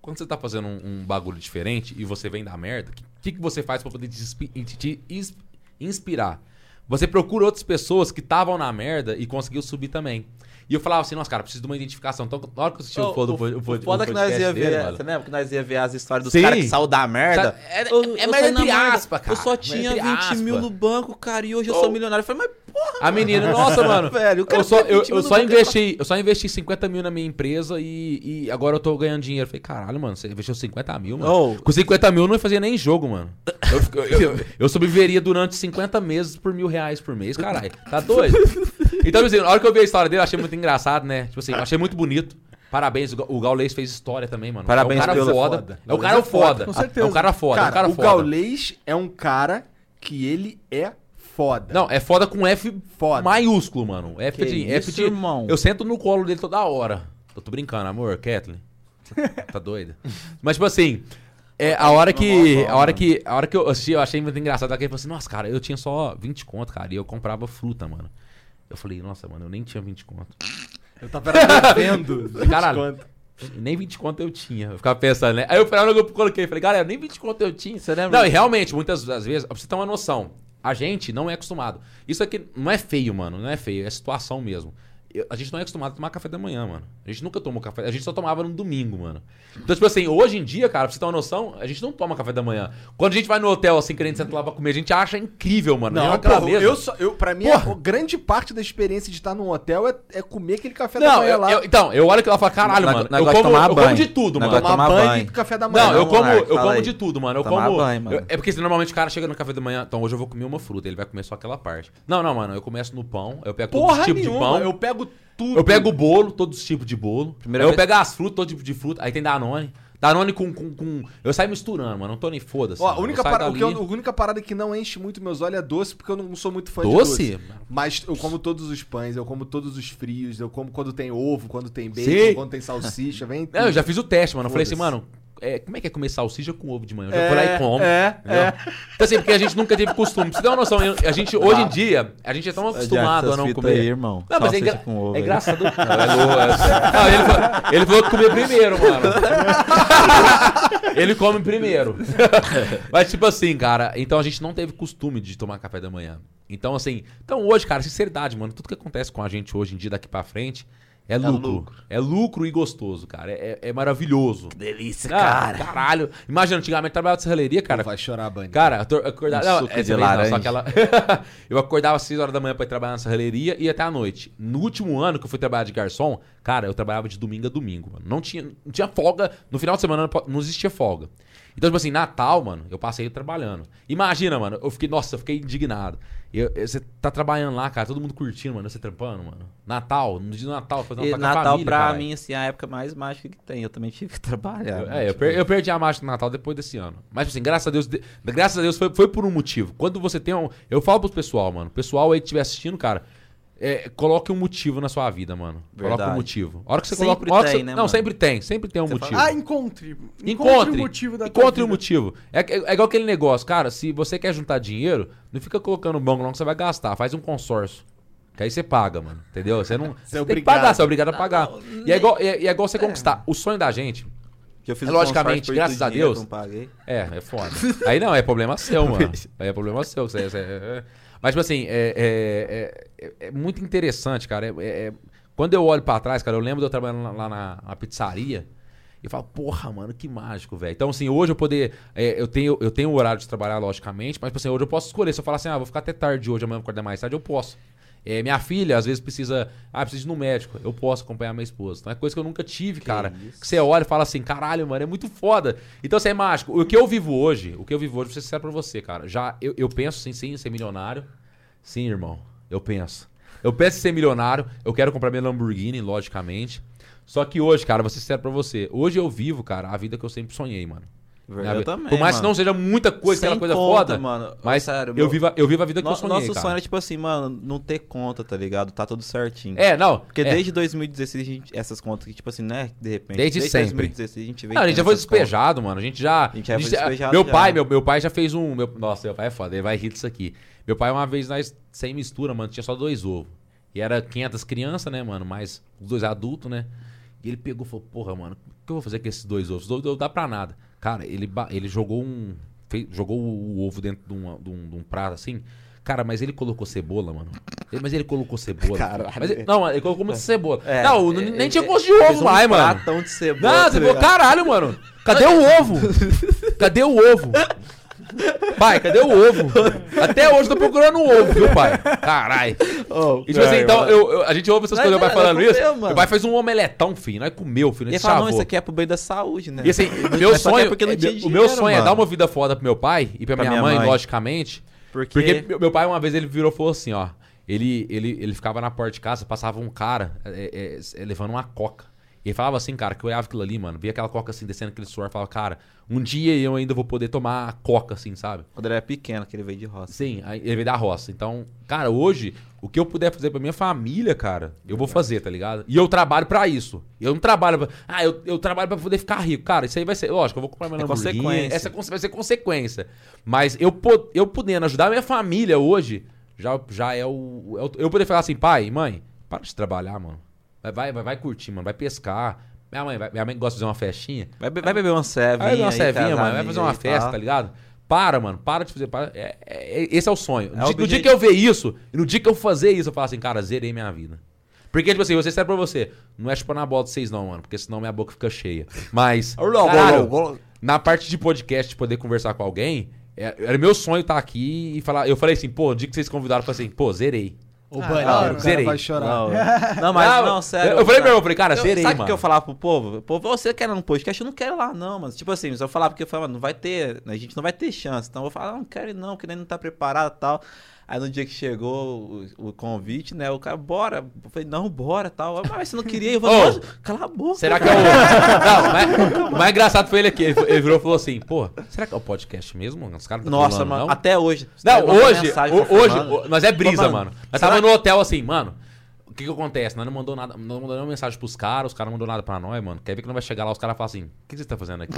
Speaker 3: Quando você tá fazendo um, um bagulho diferente e você vem da merda, o que, que, que você faz pra poder te, inspi- te- te ins- inspirar? Você procura outras pessoas que estavam na merda e conseguiu subir também. E eu falava assim, nossa, cara, preciso de uma identificação. Então, na hora que eu assisti o, foda do po-
Speaker 4: o
Speaker 3: po- o
Speaker 4: foda é que nós
Speaker 3: podcast
Speaker 4: ia
Speaker 3: dele,
Speaker 4: ver,
Speaker 3: mano,
Speaker 4: você lembra que nós ia ver as histórias dos
Speaker 3: Sim.
Speaker 4: caras que saiu da merda?
Speaker 3: Tá- é-
Speaker 4: Eu-
Speaker 3: é
Speaker 4: eu
Speaker 3: merda
Speaker 4: saí na
Speaker 3: entre
Speaker 4: merda.
Speaker 3: aspa, cara.
Speaker 4: Eu só
Speaker 3: Merda
Speaker 4: tinha
Speaker 3: entre
Speaker 4: 20 mil
Speaker 3: aspa.
Speaker 4: no banco, cara, e hoje eu
Speaker 3: Ô.
Speaker 4: sou milionário. Eu falei, mas porra,
Speaker 3: A menina, nossa, mano.
Speaker 4: Velho, o cara
Speaker 3: eu só,
Speaker 4: tem
Speaker 3: eu,
Speaker 4: 20
Speaker 3: eu
Speaker 4: mil no
Speaker 3: só
Speaker 4: banco,
Speaker 3: investi, eu só investi 50 mil na minha empresa e, e agora eu tô ganhando dinheiro. Eu Falei, caralho, mano, você investiu 50 mil, mano.
Speaker 4: Ô.
Speaker 3: Com 50 mil eu não fazia nem jogo, mano. Eu, fico- eu, eu, eu sobreviveria durante 50 meses por mil reais por mês, caralho. Tá doido? Então, assim, na hora que eu vi a história dele, eu achei muito engraçado, né? Tipo assim, eu achei muito bonito. Parabéns, o Ga- o Gaulês fez história também, mano.
Speaker 4: Parabéns
Speaker 3: é um cara
Speaker 4: pelo-
Speaker 3: foda.
Speaker 1: foda.
Speaker 3: É o cara foda.
Speaker 2: com
Speaker 3: É
Speaker 2: certeza.
Speaker 3: um cara foda, é um
Speaker 1: Cara,
Speaker 3: cara
Speaker 1: o
Speaker 3: foda.
Speaker 1: Gaulês é um cara que ele é foda.
Speaker 3: Não, é foda com F
Speaker 1: Foda.
Speaker 3: maiúsculo, mano. F
Speaker 4: Que
Speaker 3: de, F
Speaker 4: isso,
Speaker 3: de
Speaker 4: irmão?
Speaker 3: Eu sento no colo dele toda hora. Eu tô brincando, amor, Kathleen. Tá doida? Mas tipo assim, é, a hora que a hora que a hora que eu assisti, eu achei muito engraçado aquele falou assim: "Nossa, cara, eu tinha só 20 conto, cara, e eu comprava fruta, mano". Eu falei: "Nossa, mano, eu nem tinha 20 conto".
Speaker 1: Eu tava era vendo.
Speaker 3: Caralho. Nem 20 conto eu tinha. Eu ficava pensando, né? Aí eu falei, eu coloquei, falei, galera, nem 20 conto eu tinha.
Speaker 4: Você lembra?
Speaker 3: Não, e realmente, muitas das vezes, pra você ter uma noção, a gente não é acostumado. Isso aqui não é feio, mano, não é feio, é situação mesmo. eu- a gente não é acostumado a tomar café da manhã, mano. A gente nunca tomou café. A gente só tomava no domingo, mano. Então, tipo assim, hoje em dia, cara, pra você ter uma noção, a gente não toma café da manhã. Quando a gente vai no hotel, assim, querendo sentar lá pra comer, a gente acha incrível, mano.
Speaker 1: Não,
Speaker 3: aquela
Speaker 1: pô,
Speaker 3: mesa.
Speaker 1: eu só, eu, pra mim,
Speaker 3: Porra.
Speaker 1: a grande parte da experiência de estar num hotel é, é comer aquele café da
Speaker 3: Não,
Speaker 1: manhã
Speaker 3: eu-
Speaker 1: lá.
Speaker 3: eu- então, eu olho aquilo lá e falo, caralho,
Speaker 4: Na-
Speaker 3: mano. Eu
Speaker 4: negócio de
Speaker 3: como,
Speaker 4: tomar
Speaker 3: eu como
Speaker 4: banho.
Speaker 3: de tudo,
Speaker 4: Negócio
Speaker 3: mano.
Speaker 4: de tomar banho.
Speaker 1: e café da manhã.
Speaker 3: Não, eu
Speaker 4: Não,
Speaker 3: como,
Speaker 4: Monark,
Speaker 3: eu
Speaker 4: fala
Speaker 3: como
Speaker 4: aí.
Speaker 3: de tudo, mano. Eu
Speaker 4: Tomar
Speaker 3: como.
Speaker 4: banho, mano.
Speaker 3: eu- é porque assim, normalmente o cara chega no café da manhã. Então hoje eu vou comer uma fruta. Ele vai comer só aquela parte. Não, não, mano. Eu começo no pão. Eu pego todo
Speaker 1: Porra
Speaker 3: tipo de
Speaker 1: nenhuma,
Speaker 3: pão.
Speaker 1: eu pego tudo.
Speaker 3: Eu pego o bolo, todos os tipos de bolo.
Speaker 4: Primeira
Speaker 3: aí eu
Speaker 4: vez-
Speaker 3: pego as frutas, todo tipo de fruta. Aí tem Danone. Danone com. com, com... Eu saio misturando, mano. Não tô nem foda-se.
Speaker 1: Ó, a
Speaker 3: mano.
Speaker 1: única,
Speaker 3: Assim, Eu saio
Speaker 1: parada, o
Speaker 3: dali.
Speaker 1: que eu- a única parada que não enche muito meus olhos é doce, porque eu não sou muito fã de
Speaker 3: Doce?
Speaker 1: doce. Mas eu como todos os pães, eu como todos os frios, eu como quando tem ovo, quando tem bacon,
Speaker 3: Sim.
Speaker 1: quando tem salsicha, vem.
Speaker 3: Não, É, eu já fiz o teste, mano. Eu falei assim,
Speaker 1: Foda-se.
Speaker 3: mano. é, como é que é comer salsicha com ovo de manhã? Eu já vou lá e como.
Speaker 1: É,
Speaker 3: Entendeu? Então, assim, porque a gente nunca teve costume. Pra você ter uma noção, eu- a gente, hoje em dia, a gente é tão acostumado a não comer.
Speaker 4: Aí, irmão.
Speaker 3: Não, mas é,
Speaker 4: Salsicha
Speaker 3: engra...
Speaker 4: com ovo
Speaker 3: é
Speaker 4: aí.
Speaker 3: engraçado. Não, é louco, é- Não, ele, falou, ele falou que comia primeiro, mano. ele come primeiro. Mas, tipo assim, cara, então a gente não teve costume de tomar café da manhã. Então, assim, então hoje, cara, sinceridade, mano, tudo que acontece com a gente hoje em dia, daqui pra frente, é, lucro.
Speaker 4: lucro.
Speaker 3: É lucro e gostoso, cara. É, é- é maravilhoso.
Speaker 4: Delícia,
Speaker 3: Ah, Caralho. Imagina, antigamente eu trabalhava de serralheria, cara.
Speaker 1: Vai chorar, Bani.
Speaker 3: Cara, eu, tô- eu acordava.
Speaker 4: Um
Speaker 3: não,
Speaker 4: suco
Speaker 3: essa
Speaker 4: de
Speaker 3: vez não,
Speaker 4: laranja.
Speaker 3: só aquela- eu acordava às 6 horas da manhã pra ir trabalhar na serralheria e ia até à noite. No último ano que eu fui trabalhar de garçom, cara, eu trabalhava de domingo a domingo, mano. Não tinha, não tinha folga. No final de semana não po- não existia folga. Então, tipo assim, Natal, mano, eu passei trabalhando. Imagina, mano, eu fiquei, nossa, eu fiquei indignado. Eu- eu- Você tá trabalhando lá, cara, todo mundo curtindo, mano, você trampando, mano. Natal, no dia do Natal, fazendo
Speaker 4: E
Speaker 3: uma com a
Speaker 4: Natal, pra
Speaker 3: caralho.
Speaker 4: mim, assim, é a época mais mágica que tem. Eu também tive que trabalhar.
Speaker 3: Eu-
Speaker 4: né?
Speaker 3: é, eu,
Speaker 4: Tipo,
Speaker 3: per- eu perdi a marcha do Natal depois desse ano. Mas, assim, graças a Deus, de- graças a Deus foi, foi por um motivo. Quando você tem um. Eu falo pros pessoal, mano. Pessoal aí que estiver assistindo, cara. é, coloque um motivo na sua vida, mano. Coloque um
Speaker 4: Verdade.
Speaker 3: motivo. A hora que você
Speaker 4: Sempre
Speaker 3: coloca. a hora que
Speaker 4: tem,
Speaker 3: você-
Speaker 4: né,
Speaker 3: não,
Speaker 4: mano?
Speaker 3: sempre tem. Sempre tem um
Speaker 4: Você fala,
Speaker 3: motivo.
Speaker 2: Ah, encontre. Encontre,
Speaker 3: Encontre.
Speaker 2: o motivo da tua
Speaker 3: Encontre o
Speaker 2: vida.
Speaker 3: motivo. É, é- é igual aquele negócio, cara. Se você quer juntar dinheiro, não fica colocando banco não que você vai gastar. Faz um consórcio. Que aí você paga, mano. Entendeu? Você não. Você, tem que
Speaker 1: obrigado.
Speaker 3: pagar, você é obrigado a pagar. e, é igual, e é- e é igual você conquistar. O sonho da gente.
Speaker 4: que eu fiz
Speaker 3: é,
Speaker 4: um consórcio
Speaker 3: logicamente,
Speaker 4: por
Speaker 3: graças a
Speaker 4: dinheiro
Speaker 3: Deus.
Speaker 4: que eu não paguei.
Speaker 3: É, é foda. Aí não, é problema seu, mano. Aí é problema seu. Você, você- é- é. Mas, tipo assim, é, é- é- é- é muito interessante, cara. É- é- é- Quando eu olho pra trás, cara, eu lembro de eu trabalhando lá- lá na, na pizzaria. E eu falo, porra, mano, que mágico, velho. Então, assim, hoje eu poder. é, eu, tenho, eu tenho o horário de trabalhar, logicamente, mas, tipo assim, hoje eu posso escolher. Se eu falar assim, ah, vou ficar até tarde hoje, amanhã eu vou acordar mais tarde, eu posso. É, minha filha, às vezes, precisa. Ah, precisa ir no médico. Eu posso acompanhar minha esposa. Então é coisa que eu nunca tive, cara.
Speaker 4: isso.
Speaker 3: Que você olha e fala assim, caralho, mano, é muito foda. Então, assim, é mágico. O que eu vivo hoje, o que eu vivo hoje, você serve pra você, cara. Já, eu, eu penso sim, sim, em ser milionário. Sim, irmão. Eu penso. Eu penso em ser milionário. Eu quero comprar minha Lamborghini, logicamente. Só que hoje, cara, você serve pra você. Hoje eu vivo, cara, a vida que eu sempre sonhei, mano. Minha
Speaker 4: Eu
Speaker 3: vida-
Speaker 4: também,
Speaker 3: Por mais que
Speaker 4: mano.
Speaker 3: não seja muita coisa, aquela
Speaker 4: Sem
Speaker 3: coisa
Speaker 4: conta,
Speaker 3: foda.
Speaker 4: mano.
Speaker 3: Mas
Speaker 4: Sério,
Speaker 3: eu,
Speaker 4: meu-
Speaker 3: vivo a, eu vivo a vida que
Speaker 4: No-
Speaker 3: eu sonhei,
Speaker 4: Nosso
Speaker 3: cara.
Speaker 4: sonho é tipo assim, mano, não ter conta, tá ligado? Tá tudo certinho.
Speaker 3: É, não.
Speaker 4: Porque
Speaker 3: é.
Speaker 4: desde 2016, a gente- essas contas que, tipo assim, né? De repente.
Speaker 3: Desde sempre.
Speaker 4: 2016, a gente veio.
Speaker 3: Não, a gente já foi despejado, mano. A gente já.
Speaker 4: A gente já foi despejado
Speaker 3: Meu
Speaker 4: já,
Speaker 3: pai,
Speaker 4: né?
Speaker 3: meu, meu pai já fez um. meu- nossa, meu pai é foda, ele vai rir disso aqui. Meu pai, uma vez, nós, sem mistura, mano, tinha só dois ovos. E era 500 crianças, né, mano? Mais os dois adultos, né? E ele pegou e falou: Porra, mano, o que eu vou fazer com esses dois ovos? Não não dá pra nada. Cara, ele, ba- ele jogou um. fe- jogou o, o ovo dentro de, uma- de um, de um prato assim. Cara, mas ele colocou cebola, mano. Ele- mas ele colocou cebola.
Speaker 4: Caralho.
Speaker 3: Mas ele- não, ele colocou muita cebola.
Speaker 4: É,
Speaker 3: não,
Speaker 4: é,
Speaker 3: nem
Speaker 4: é,
Speaker 3: tinha
Speaker 4: é,
Speaker 3: gosto de ovo
Speaker 4: fez um
Speaker 3: lá, hein, mano.
Speaker 4: pratão de cebola.
Speaker 3: Não,
Speaker 4: tá
Speaker 3: você falou,
Speaker 4: ligado?
Speaker 3: caralho, mano. Cadê o ovo? Cadê o ovo? Pai, cadê o ovo? Até hoje eu tô procurando um ovo, viu, pai? Caralho.
Speaker 4: Ô,
Speaker 3: E tipo assim,
Speaker 4: cara,
Speaker 3: então,
Speaker 4: mano.
Speaker 3: eu, eu- a gente ouve essas
Speaker 4: Mas
Speaker 3: coisas, o
Speaker 4: é,
Speaker 3: pai falando
Speaker 4: comeu,
Speaker 3: isso.
Speaker 4: mano.
Speaker 3: Meu pai fez um omeletão, filho. Nós comeu, filho.
Speaker 4: Ele
Speaker 3: Nós
Speaker 4: fala, não, isso
Speaker 3: chavou.
Speaker 4: aqui é pro bem da saúde, né?
Speaker 3: E assim,
Speaker 4: Mas
Speaker 3: meu
Speaker 4: só que é
Speaker 3: sonho,
Speaker 4: porque não
Speaker 3: é-
Speaker 4: tinha
Speaker 3: o meu
Speaker 4: dinheiro,
Speaker 3: sonho é
Speaker 4: mano.
Speaker 3: dar uma vida foda pro meu pai e pra, minha, mãe, logicamente.
Speaker 4: Porque,
Speaker 3: Porque meu, meu pai, uma vez, ele virou e falou assim, ó. Ele, ele, ele ficava na porta de casa, passava um cara é, é, é, levando uma coca. E ele falava assim, cara, que eu olhava aquilo ali, mano. Via aquela coca assim, descendo aquele suor. Falava, cara, um dia eu ainda vou poder tomar coca, assim, sabe?
Speaker 4: quando ele era é pequeno, que ele veio de roça.
Speaker 3: Sim, aí ele veio da roça. Então, cara, hoje, o que eu puder fazer pra minha família, cara, eu vou fazer, tá ligado? E eu trabalho pra isso. Eu não trabalho pra. Ah, eu, eu trabalho pra poder ficar rico. Cara, isso aí vai ser. Lógico, eu vou comprar meu
Speaker 4: É
Speaker 3: Lamborghini.
Speaker 4: consequência.
Speaker 3: Essa conse- vai ser consequência. Mas eu, po- eu podendo ajudar a minha família hoje, já, já é o. é o- Eu poder falar assim, pai, mãe, para de trabalhar, mano. Vai, vai, vai, vai curtir, mano. Vai pescar. Minha mãe, vai- minha mãe gosta de fazer uma festinha.
Speaker 4: Vai, be- vai beber uma cevinha.
Speaker 3: Vai fazer uma
Speaker 4: aí,
Speaker 3: cevinha, mano.
Speaker 4: casar
Speaker 3: Vai fazer
Speaker 4: amiga
Speaker 3: uma
Speaker 4: e
Speaker 3: festa,
Speaker 4: tal.
Speaker 3: tá ligado? Para, mano. Para de fazer. Para. É, é- é- esse é o sonho. No, dia, no
Speaker 4: É o
Speaker 3: dia
Speaker 4: objetivo.
Speaker 3: que eu ver isso, e no dia que eu fazer isso, eu falo assim, cara, zerei minha vida. Porque, tipo assim, você serve pra você. Não é chupando a bola de vocês, não, mano. Porque senão minha boca fica cheia. Mas. caralho, na parte de podcast, poder conversar com alguém, é- era meu sonho estar aqui e falar. Eu falei assim, pô, o dia que vocês convidaram, eu falei assim, pô, zerei.
Speaker 1: O
Speaker 2: Ah,
Speaker 1: banheiro,
Speaker 2: não,
Speaker 1: o cara
Speaker 3: zerei.
Speaker 1: vai chorar.
Speaker 4: Não, é. não, mas
Speaker 3: Ah,
Speaker 4: não, sério.
Speaker 3: Eu, eu falei
Speaker 4: cara.
Speaker 3: pra ele, eu falei, cara,
Speaker 4: Eu-
Speaker 3: zerei,
Speaker 4: sabe o
Speaker 3: mano.
Speaker 4: que eu falava pro povo? Pô, você quer ir num podcast? Eu não quero ir lá, não, mas tipo assim, se eu falar porque eu falava, não vai ter, a gente não vai ter chance. Então eu falava, ah, não quero ir não, porque nem não tá preparado e tal. Aí no dia que chegou o, o convite, né, o cara, bora. Eu falei, não, bora tal. Eu, Mas você não queria, eu falei,
Speaker 3: Ô,
Speaker 4: "Nossa, cala a boca.
Speaker 3: Será que é o. Não, mas, o mais engraçado foi ele aqui. Ele, ele virou e falou assim, pô, será que é o podcast mesmo? Os caras não tá
Speaker 4: Nossa,
Speaker 3: falando,
Speaker 4: mano,
Speaker 3: não?
Speaker 4: até hoje.
Speaker 3: Não,
Speaker 4: Eu mandei
Speaker 3: hoje,
Speaker 4: mensagem
Speaker 3: ho- hoje,
Speaker 4: confirmando.
Speaker 3: ho- nós é brisa,
Speaker 4: Ô,
Speaker 3: mano.
Speaker 4: mano,
Speaker 3: Nós
Speaker 4: será
Speaker 3: tava no hotel assim, mano. O que que acontece? Nós não mandou nada, não mandou nenhuma mensagem pros caras, os caras não mandou nada pra nós, mano. Quer ver que não vai chegar lá, os caras falam assim: o que você tá fazendo aqui?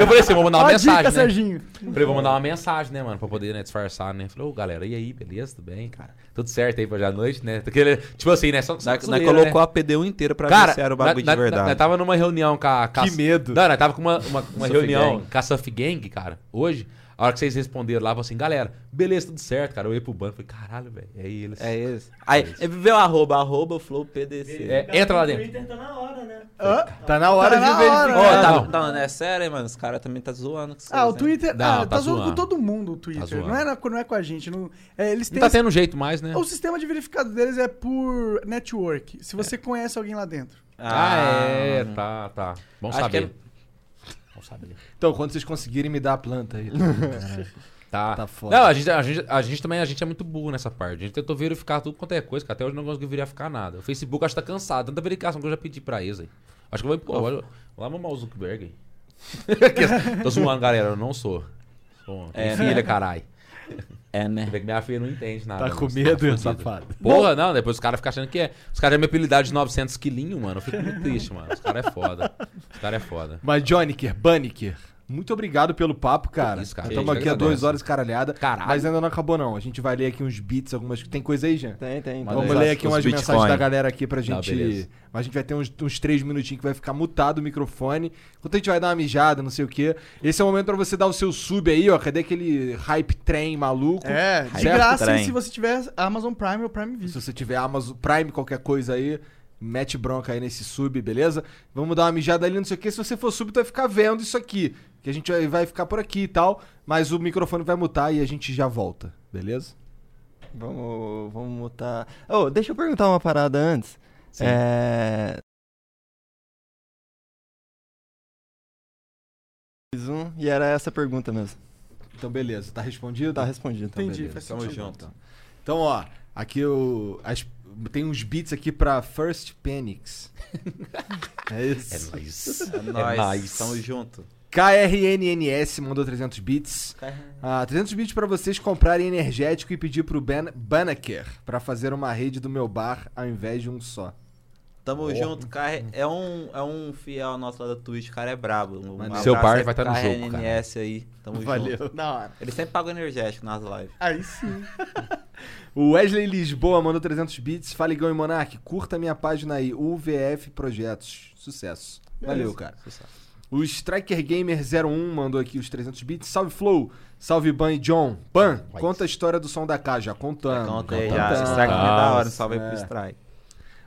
Speaker 3: eu falei assim: vou mandar uma
Speaker 2: Ó a
Speaker 3: mensagem.
Speaker 2: dica,
Speaker 3: né?
Speaker 2: Serginho.
Speaker 3: Falei, vou mandar uma mensagem, né, mano? Pra poder né, disfarçar, né? Falei, ô galera, e aí, beleza? Tudo bem, cara? Tudo certo aí pra hoje à noite, né? Aquele- tipo assim, né? Só, só
Speaker 4: Nós, nós
Speaker 3: zoeira, né?
Speaker 4: colocou a PD1 inteira pra ver se era o bagulho
Speaker 3: na-
Speaker 4: de
Speaker 3: na-
Speaker 4: verdade.
Speaker 3: Nós tava numa reunião com a. com a-
Speaker 5: Que medo.
Speaker 3: Não, nós tava com uma, uma, uma
Speaker 4: Surf
Speaker 3: reunião
Speaker 4: Gang.
Speaker 3: com a Surf Gang, cara, hoje. A hora que vocês responderam lá, falou assim, galera, beleza, tudo certo, cara. Eu ia pro banco e falei, caralho, velho, é eles.
Speaker 4: É isso. Aí, é viveu arroba, arroba flow PDC.
Speaker 3: É, entra lá dentro.
Speaker 6: Twitter tá na hora, né?
Speaker 2: Hã?
Speaker 5: Tá na hora
Speaker 2: Tá na
Speaker 5: de verificar.
Speaker 2: hora.
Speaker 4: Ô, tá,
Speaker 3: Não.
Speaker 4: tá, não, é sério, hein, mano. Os caras também tá zoando. com vocês,
Speaker 2: Ah, o
Speaker 4: hein?
Speaker 2: Twitter.
Speaker 3: Não,
Speaker 2: ah,
Speaker 3: tá
Speaker 2: tá, zoando com
Speaker 3: zoando.
Speaker 2: todo mundo o Twitter.
Speaker 3: zoando.
Speaker 2: não, é na- não é com a gente. Não, é, eles
Speaker 3: Não
Speaker 2: têm
Speaker 3: tá
Speaker 2: esse-
Speaker 3: tendo jeito mais, né?
Speaker 2: O sistema de verificado deles é por network. Se
Speaker 3: É.
Speaker 2: você conhece alguém lá dentro.
Speaker 3: Ah,
Speaker 4: né?
Speaker 3: é, tá, tá. Bom
Speaker 4: Acho que
Speaker 3: saber.
Speaker 4: é-
Speaker 3: Bom saber.
Speaker 1: Então, quando vocês conseguirem me dar a planta aí.
Speaker 3: Tá.
Speaker 1: Tá foda.
Speaker 3: Não, a gente, a, gente, a gente também a gente é muito burro nessa parte. A gente tentou verificar tudo quanto é coisa, que até hoje não conseguiu verificar nada. O Facebook acho que tá cansado. Tanta verificação que eu já pedi pra eles aí. Acho que eu vou. Pô, olha, lá mamar o Zuckerberg. hein? Tô zoando, galera. Eu não sou. Sou é,
Speaker 4: É,
Speaker 3: filha,
Speaker 4: né?
Speaker 3: caralho.
Speaker 4: É, né?
Speaker 3: Vê que minha filha não entende nada.
Speaker 1: Tá
Speaker 3: mano.
Speaker 1: com
Speaker 3: Você
Speaker 1: medo,
Speaker 3: fudido.
Speaker 1: safado.
Speaker 3: Porra, não. Depois os caras ficam achando que é. Os caras já me apelidaram de 900 quilinhos, mano. Eu fico muito triste, mano. Os caras é foda. Os caras é foda.
Speaker 1: Mas, Joniker, Banniker, muito obrigado pelo papo, cara.
Speaker 3: isso, cara.
Speaker 1: Estamos
Speaker 3: Que
Speaker 1: aqui há
Speaker 3: agradece.
Speaker 1: duas horas caralhada.
Speaker 3: Caralho.
Speaker 1: Mas ainda não acabou, não. A gente vai ler aqui uns beats, algumas. Tem coisa aí, Jean?
Speaker 5: Tem, tem.
Speaker 1: Vamos
Speaker 4: Manda aí.
Speaker 1: ler aqui
Speaker 4: Os
Speaker 1: umas
Speaker 4: Bitcoin.
Speaker 1: mensagens da galera aqui pra
Speaker 3: Tá,
Speaker 1: gente.
Speaker 3: beleza.
Speaker 1: Mas a gente vai ter uns, uns três minutinhos que vai ficar mutado o microfone. Enquanto a gente vai dar uma mijada, não sei o quê. Esse é o momento pra você dar o seu sub aí, ó. Cadê aquele hype trem maluco?
Speaker 2: É, de
Speaker 1: certo,
Speaker 2: graça
Speaker 4: trem.
Speaker 2: se você tiver Amazon Prime ou Prime Video.
Speaker 1: Se você tiver Amazon Prime, qualquer coisa aí, mete bronca aí nesse sub, beleza? Vamos dar uma mijada ali, não sei o que. Se você for sub, tu vai ficar vendo isso aqui. Que a gente vai- vai ficar por aqui e tal. Mas o microfone vai mutar e a gente já volta, beleza?
Speaker 5: Vamos, vamos mutar. Ô, deixa eu perguntar uma parada antes. É... Fiz um, e era essa pergunta mesmo.
Speaker 1: Então, beleza. Tá respondido?
Speaker 5: Tá respondido.
Speaker 1: Então,
Speaker 2: Entendi,
Speaker 1: beleza.
Speaker 2: faz
Speaker 1: Tamo
Speaker 2: sentido.
Speaker 1: junto. Então, ó, aqui o, as- tem uns beats aqui pra First Panics. é
Speaker 3: É
Speaker 1: isso.
Speaker 3: nóis.
Speaker 4: É nóis. Tamo junto.
Speaker 1: KRNNS mandou 300 bits. Ah, 300 bits pra vocês comprarem energético e pedir pro ben, Banneker pra fazer uma rede do meu bar ao invés de um só.
Speaker 4: Tamo
Speaker 3: Porra.
Speaker 4: junto, cara. É um, é um fiel nosso lá da Twitch, o cara é brabo. Um
Speaker 1: Maneiro.
Speaker 4: abraço
Speaker 3: Seu
Speaker 4: aí
Speaker 3: par
Speaker 4: pro
Speaker 3: vai tá no
Speaker 4: cara
Speaker 3: jogo, cara.
Speaker 4: NNS aí. Tamo junto.
Speaker 2: Da hora.
Speaker 4: Ele sempre paga o energético nas lives.
Speaker 2: Aí sim.
Speaker 1: O Wesley Lisboa mandou 300 bits. Faligão e Monark, curta minha página aí, UVF Projetos. Sucesso. Valeu, cara. O Striker Gamer 01 mandou aqui os 300 bits. Salve Flow, salve Ban e John. Ban,
Speaker 3: Vai.
Speaker 1: conta a história do som da K, já contando.
Speaker 4: Conta aí
Speaker 3: Então
Speaker 4: já.
Speaker 3: tá.
Speaker 4: Esse strike também é da hora. um Salve aí
Speaker 1: É.
Speaker 4: pro strike.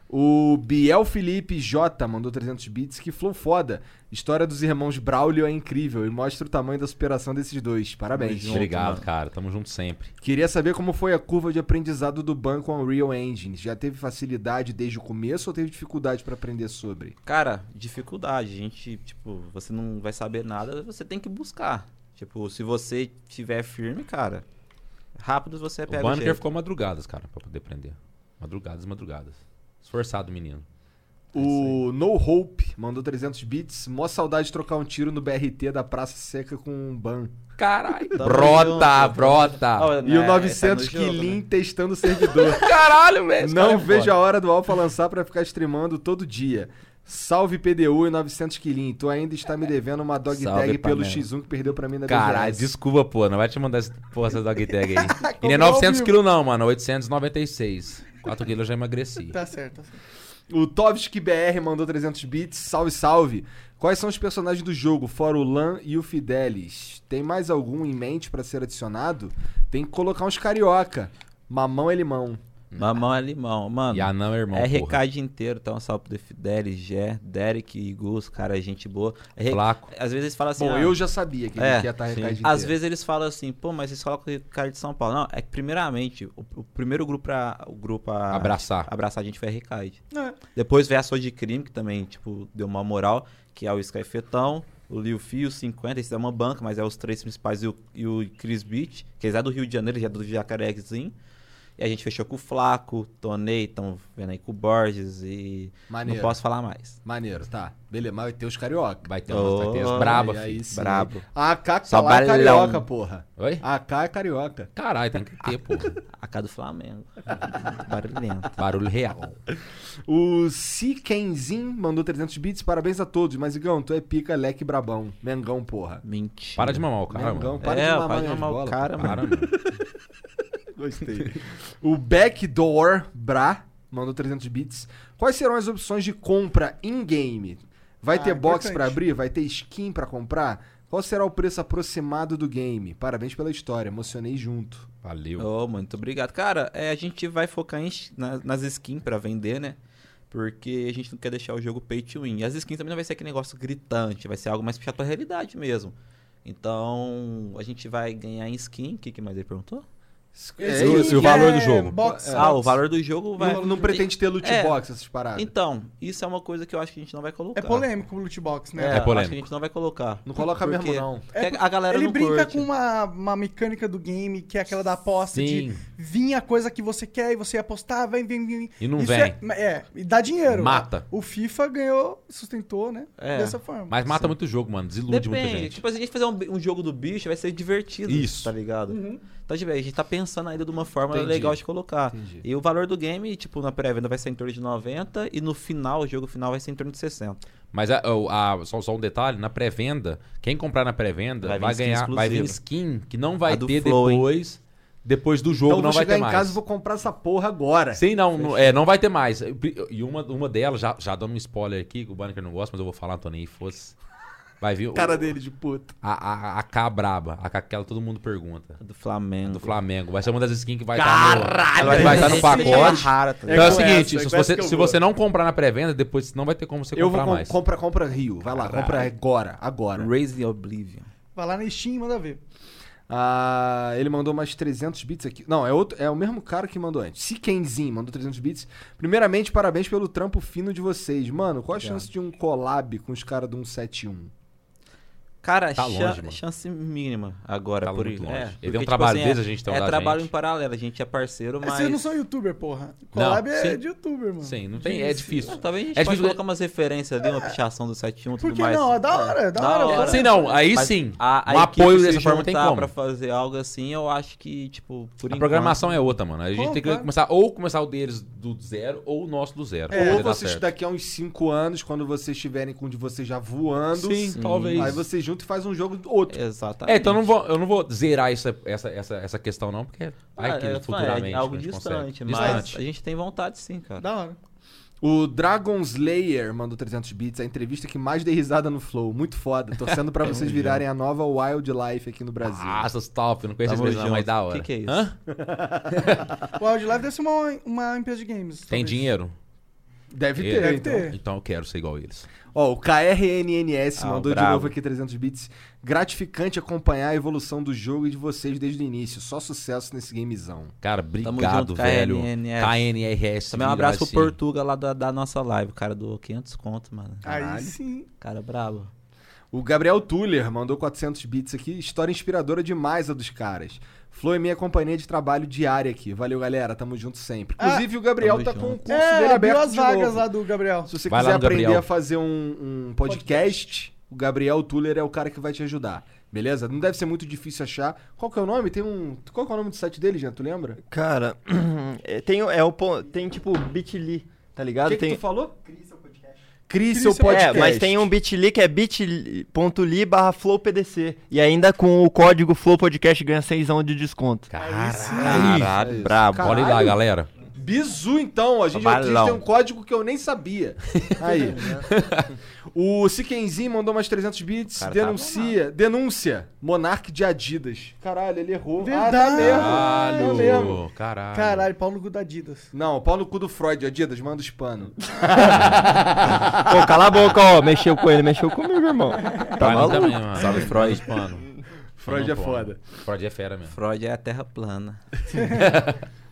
Speaker 1: O Biel Felipe J mandou 300 bits que flow foda. História dos irmãos Braulio é incrível e mostra o tamanho da superação desses dois. Parabéns.
Speaker 3: Obrigado, cara. Tamo junto sempre.
Speaker 1: Queria saber como foi a curva de aprendizado do banco Unreal Engine. Já teve facilidade desde o começo ou teve dificuldade pra aprender
Speaker 4: É
Speaker 1: sobre?
Speaker 4: Cara, dificuldade. A gente, tipo, você não vai saber nada, você tem que buscar. Tipo, se você tiver firme, cara, rápido você
Speaker 3: O
Speaker 4: pega o,
Speaker 3: Banneker
Speaker 4: jeito.
Speaker 3: ficou madrugadas, cara, pra poder prender. Madrugadas, madrugadas. Esforçado, menino.
Speaker 1: O No Hope mandou 300 bits. Mó saudade de trocar um tiro no BRT da Praça Seca com um ban.
Speaker 3: Caralho.
Speaker 4: Tamo
Speaker 3: Brota,
Speaker 4: junto.
Speaker 3: brota.
Speaker 4: Ah,
Speaker 1: E o
Speaker 4: né, tá
Speaker 1: 900
Speaker 4: no jogo, né?
Speaker 1: Kilin testando o servidor.
Speaker 3: Caralho,
Speaker 4: É,
Speaker 3: velho.
Speaker 1: Não vejo a hora do Alpha lançar pra ficar streamando todo dia. Salve PDU e 900 quilinhos. Tu ainda está me devendo uma dog
Speaker 4: Salve,
Speaker 1: tag pelo
Speaker 4: Pamela.
Speaker 1: X1 que perdeu pra mim na
Speaker 3: Caralho,
Speaker 1: BGS.
Speaker 3: desculpa, pô. Não vai te mandar esse- porra, essa dog tag aí. E não é
Speaker 2: Comprou ao
Speaker 3: 900
Speaker 2: vivo.
Speaker 3: quilos não, mano. 896. 4 quilos eu já emagreci.
Speaker 2: Tá certo, tá certo.
Speaker 1: O Tovski BR mandou 300 bits. Salve, salve. Quais são os personagens do jogo, fora o Lan e o Fidelis? Tem mais algum em mente pra ser adicionado? Tem que colocar uns carioca. Mamão é limão.
Speaker 4: Mamão é limão, mano.
Speaker 3: E a não é irmão,
Speaker 4: É
Speaker 3: porra.
Speaker 4: recado inteiro, então, um salve pro Defidel, Gé, Derek e Gus, cara, gente boa. É re-
Speaker 3: Flaco.
Speaker 4: Às vezes eles falam assim,
Speaker 1: Bom,
Speaker 4: ah,
Speaker 1: eu já sabia que
Speaker 4: É,
Speaker 1: ele ia tá estar
Speaker 4: sim.
Speaker 1: recadinho.
Speaker 4: Às vezes eles falam assim, pô, mas vocês colocam o cara de São Paulo. Não, é que primeiramente, o, o primeiro grupo a, o grupo a
Speaker 3: Abraçar.
Speaker 4: abraçar a gente foi a Recaid.
Speaker 2: É.
Speaker 4: Depois veio a Sou de Crime, que também, tipo, deu uma moral, que é o Sky Fetão, o Lil Fio, 50, esse é uma banca, mas é os três principais, e o, e o Chris Beach, que eles é do Rio de Janeiro, ele já é do Jacarezinho. E a gente fechou com o Flaco, Tonei, estão vendo aí com o Borges e.
Speaker 1: Maneiro.
Speaker 4: Não posso falar mais.
Speaker 1: Maneiro, tá. Beleza, mas vai ter os carioca.
Speaker 3: Vai ter
Speaker 4: Ô,
Speaker 3: umas oh,
Speaker 4: olha
Speaker 3: braba,
Speaker 1: aí,
Speaker 3: filho.
Speaker 1: sim.
Speaker 4: Brabo.
Speaker 1: A AK tá
Speaker 4: Só
Speaker 1: lá é
Speaker 4: barulhão.
Speaker 1: carioca, porra.
Speaker 3: Oi?
Speaker 1: A AK é carioca.
Speaker 3: Caralho, tem que ter, porra.
Speaker 4: A cara do Flamengo. Barulhento.
Speaker 3: Barulho real.
Speaker 1: O Siquenzin mandou 300 bits. Parabéns a todos. Mas, Igão, tu é pica, leque brabão. Mengão, porra.
Speaker 4: Mentira.
Speaker 3: Para de mamar o cara,
Speaker 1: Mengão,
Speaker 3: mano.
Speaker 1: para
Speaker 4: é,
Speaker 1: de
Speaker 4: para
Speaker 1: mamar
Speaker 4: de
Speaker 1: minhas
Speaker 4: mamar o
Speaker 1: bolas,
Speaker 4: cara,
Speaker 3: Para,
Speaker 4: mano.
Speaker 3: mano.
Speaker 1: Gostei. o Backdoor Bra mandou 300 bits. Quais serão as opções de compra in-game? Vai
Speaker 2: Ah,
Speaker 1: ter box
Speaker 2: importante.
Speaker 1: pra abrir? Vai ter skin pra comprar? Qual será o preço aproximado do game? Parabéns pela história, emocionei junto.
Speaker 3: Valeu.
Speaker 4: Ô, muito obrigado. Cara, é, a gente vai focar em, na- nas skins pra vender, né? Porque a gente não quer deixar o jogo pay to win. E as skins também não vai ser aquele negócio gritante, vai ser algo mais puxado pra realidade mesmo. Então, a gente vai ganhar em skin. O que, que mais ele perguntou?
Speaker 1: É,
Speaker 3: E o-
Speaker 1: isso.
Speaker 3: e o valor do jogo?
Speaker 2: Box,
Speaker 4: ah, o
Speaker 2: box.
Speaker 4: valor do jogo vai.
Speaker 1: É, Não, não pretende ter loot
Speaker 4: É.
Speaker 1: box, essas paradas.
Speaker 4: Então, isso é uma coisa que eu acho que a gente não vai colocar.
Speaker 2: É polêmico o loot box,
Speaker 4: tá. É, eu
Speaker 2: né?
Speaker 3: É polêmico.
Speaker 4: Acho que a gente não vai colocar.
Speaker 1: Não coloca
Speaker 4: Por
Speaker 1: mesmo,
Speaker 4: quê?
Speaker 1: não. Então
Speaker 4: Porque a galera
Speaker 2: Ele
Speaker 4: não
Speaker 2: brinca
Speaker 4: curte.
Speaker 2: com uma, uma mecânica do game, que é aquela da aposta
Speaker 3: Sim.
Speaker 2: de vir a coisa que você quer e você apostar, vem, vem, vem.
Speaker 3: E não
Speaker 2: Isso
Speaker 3: vem.
Speaker 2: É, é, e dá dinheiro.
Speaker 3: Mata.
Speaker 2: O FIFA ganhou, sustentou, né?
Speaker 4: É.
Speaker 2: Dessa forma.
Speaker 3: Mas mata muito o jogo, mano. Desilude
Speaker 4: Depende.
Speaker 3: muita gente.
Speaker 4: Tipo, se a gente fazer um, um jogo do bicho, vai ser divertido.
Speaker 3: Isso.
Speaker 4: Tá ligado?
Speaker 2: Uhum.
Speaker 4: Então, tipo, a gente tá pensando ainda de uma forma
Speaker 1: Entendi.
Speaker 4: legal de colocar.
Speaker 1: Entendi.
Speaker 4: E o valor do game, tipo, na pré-venda vai ser em torno de 90 e no final, o jogo final vai ser em torno de 60.
Speaker 3: Mas a- a- a- só, só um detalhe, na pré-venda, quem comprar na pré-venda vai,
Speaker 4: Vai vir skin
Speaker 3: ganhar, vai vir skin que não vai
Speaker 4: A do
Speaker 3: ter
Speaker 4: Flow, hein?
Speaker 3: depois, depois do jogo
Speaker 1: Então eu
Speaker 3: não
Speaker 1: vou
Speaker 3: vai
Speaker 1: chegar
Speaker 3: ter
Speaker 1: em
Speaker 3: mais.
Speaker 1: casa e vou comprar essa porra agora.
Speaker 3: Sim, não, não, é, não vai ter mais. E uma, uma delas, já, já dando um spoiler aqui, que o Banner não gosta, mas eu vou falar, Antônio, aí fosse. Vai vir o-
Speaker 1: Cara dele de puta.
Speaker 3: a, a, a K braba, a K que ela todo mundo pergunta.
Speaker 4: Do Flamengo.
Speaker 3: Do Flamengo. Vai ser uma das skins que vai estar no, vai tá no
Speaker 4: Ela é
Speaker 3: pacote.
Speaker 4: rara, tá
Speaker 3: Então é o
Speaker 1: com essa,
Speaker 3: seguinte,
Speaker 1: é
Speaker 3: se,
Speaker 1: com essa
Speaker 3: você,
Speaker 1: que eu
Speaker 3: se
Speaker 1: vou.
Speaker 3: você não comprar na pré-venda, depois não vai ter como você
Speaker 1: Eu vou
Speaker 3: comprar
Speaker 1: com-
Speaker 3: mais.
Speaker 1: compra, compra Rio. Vai lá, compra agora, agora.
Speaker 4: ligado? Raise the Oblivion.
Speaker 2: Vai lá na Steam e manda ver.
Speaker 1: Ah, ele mandou mais 300 bits aqui. Não, é, outro, é o mesmo cara que mandou antes. Siquenzin mandou 300 bits. Primeiramente, parabéns pelo trampo fino de vocês. Mano, qual a chance de um collab com os um caras do 171?
Speaker 4: Cara,
Speaker 3: Tá
Speaker 4: chan-
Speaker 3: longe, mano.
Speaker 4: chance mínima agora,
Speaker 3: Tá
Speaker 4: por
Speaker 3: muito
Speaker 4: isso.
Speaker 3: longe.
Speaker 4: É,
Speaker 3: Ele
Speaker 4: porque,
Speaker 3: tem um
Speaker 4: tipo
Speaker 3: trabalho
Speaker 4: assim,
Speaker 3: deles, a gente tem um
Speaker 4: É
Speaker 3: da
Speaker 4: trabalho
Speaker 3: gente.
Speaker 4: em paralelo, a gente é parceiro,
Speaker 2: Mas
Speaker 4: mas...
Speaker 2: vocês não são youtuber, porra. Collab é
Speaker 3: sim.
Speaker 2: de youtuber, mano.
Speaker 3: Sim, não tem, é difícil.
Speaker 4: Ah, talvez a gente
Speaker 3: É
Speaker 4: pode
Speaker 3: difícil-
Speaker 4: colocar umas referências ali, uma pichação do 71 e
Speaker 2: Por
Speaker 4: tudo
Speaker 2: que
Speaker 4: mais.
Speaker 2: não? É da hora, é da hora, pô.
Speaker 3: Sim, não, aí
Speaker 4: Mas
Speaker 3: sim.
Speaker 4: A, a
Speaker 3: um
Speaker 4: equipe
Speaker 3: apoio
Speaker 4: se
Speaker 3: dessa forma tem
Speaker 4: juntar
Speaker 3: como.
Speaker 4: pra fazer algo assim, eu acho que, tipo, por
Speaker 3: a programação é outra, mano. A gente
Speaker 2: Bom,
Speaker 3: tem que
Speaker 2: claro.
Speaker 3: começar ou começar o deles do zero ou o nosso do zero. pra
Speaker 1: É, Ou
Speaker 3: poder dar
Speaker 1: vocês
Speaker 3: É, certo.
Speaker 1: daqui a uns 5 anos, quando vocês estiverem com o de vocês já voando,
Speaker 3: Sim,
Speaker 4: Sim.
Speaker 3: talvez.
Speaker 1: aí vocês juntam e faz um jogo do outro.
Speaker 4: Exatamente.
Speaker 3: É, então eu não vou, eu não vou zerar essa, essa, essa, essa questão, não, porque vai
Speaker 4: Ah,
Speaker 3: que
Speaker 4: eu tô falando,
Speaker 3: futuramente.
Speaker 4: é algo
Speaker 3: a gente
Speaker 4: distante,
Speaker 3: consegue.
Speaker 4: mas
Speaker 3: Distante.
Speaker 4: a gente tem vontade sim, cara.
Speaker 2: Da hora.
Speaker 1: O Dragon Slayer mandou 300 bits, a entrevista que mais dei risada no Flow. Muito foda. Torcendo pra vocês virarem a nova Wildlife aqui no Brasil.
Speaker 3: É um Ah, essas top, eu não conheço
Speaker 4: Tamo
Speaker 3: esse não,
Speaker 4: junto.
Speaker 3: mas da hora.
Speaker 4: Que que é isso?
Speaker 3: Hã?
Speaker 2: O Wildlife deve ser uma, uma empresa de games.
Speaker 3: Tem
Speaker 2: talvez.
Speaker 3: dinheiro?
Speaker 1: Deve ter,
Speaker 3: Deve
Speaker 1: então.
Speaker 2: ter.
Speaker 3: Então eu quero ser igual a eles.
Speaker 1: Ó, o KRNNS
Speaker 4: Ah, o
Speaker 1: mandou de
Speaker 4: brabo.
Speaker 1: novo aqui 300 bits. Gratificante acompanhar a evolução do jogo e de vocês desde o início. Só sucesso nesse gamezão.
Speaker 3: Cara, obrigado,
Speaker 4: junto,
Speaker 3: um velho.
Speaker 4: KNRS.
Speaker 3: KNRS.
Speaker 4: Também um
Speaker 3: vira
Speaker 4: abraço pro
Speaker 3: assim.
Speaker 4: Portuga lá da, da nossa live, cara do 500 conto, mano.
Speaker 2: Aí sim.
Speaker 4: Cara brabo.
Speaker 1: O Gabriel Tuller mandou 400 bits aqui. História inspiradora demais a dos caras. Flo é minha companhia de trabalho diária aqui. Valeu, galera. Tamo junto sempre.
Speaker 2: Ah,
Speaker 1: Inclusive, o Gabriel
Speaker 4: tamo
Speaker 1: tá com o
Speaker 4: junto.
Speaker 1: curso
Speaker 2: É,
Speaker 1: dele
Speaker 2: abriu
Speaker 1: aberto
Speaker 2: as
Speaker 1: de
Speaker 2: vagas
Speaker 1: novo.
Speaker 2: lá do Gabriel.
Speaker 1: Se você
Speaker 3: Vai lá
Speaker 1: quiser
Speaker 3: no
Speaker 1: aprender
Speaker 3: Gabriel.
Speaker 1: a fazer um, um podcast, o Gabriel Tuller é o cara que vai te ajudar. Beleza? Não deve ser muito difícil achar. Qual que é o nome? Tem um. Qual que é o nome do site dele, Jean? Tu lembra?
Speaker 5: Cara, é, tem, o- é o, pon- tem tipo bit.ly, tá
Speaker 1: O
Speaker 5: ligado?
Speaker 1: que, que
Speaker 5: tem,
Speaker 1: tu falou? Crie seu podcast.
Speaker 2: Crie
Speaker 1: Crie seu
Speaker 2: seu-
Speaker 1: podcast.
Speaker 5: É, mas tem um bit.ly que é bit.ly barra flowpdc. E ainda com o código flowpodcast ganha 6 de desconto.
Speaker 1: é
Speaker 4: Caralho,
Speaker 1: isso.
Speaker 4: brabo.
Speaker 1: Cara-
Speaker 3: Olha lá,
Speaker 1: Caralho.
Speaker 3: galera.
Speaker 1: Bizu, então. A gente
Speaker 4: Balão.
Speaker 1: tem um código que eu nem sabia. Aí. O Siquenzinho mandou mais 300 bits.
Speaker 4: Cara, tá
Speaker 1: denuncia, denúncia. Monarque de Adidas. Caralho, ele errou. Ah, tá
Speaker 2: Verdade.
Speaker 1: mesmo. Tá mesmo.
Speaker 3: Caralho, caralho.
Speaker 2: Caralho, pau no cu da Adidas.
Speaker 1: Não, pau no cu do Freud, Adidas, manda os pano.
Speaker 5: Pô, cala a boca, ó. Mexeu com ele, mexeu comigo, irmão. Tá
Speaker 3: Pra mim
Speaker 5: maluco?
Speaker 3: também, mano.
Speaker 4: Salve, Freud.
Speaker 3: Mano.
Speaker 1: Freud é foda.
Speaker 3: Freud é fera mesmo.
Speaker 4: Freud é a terra plana.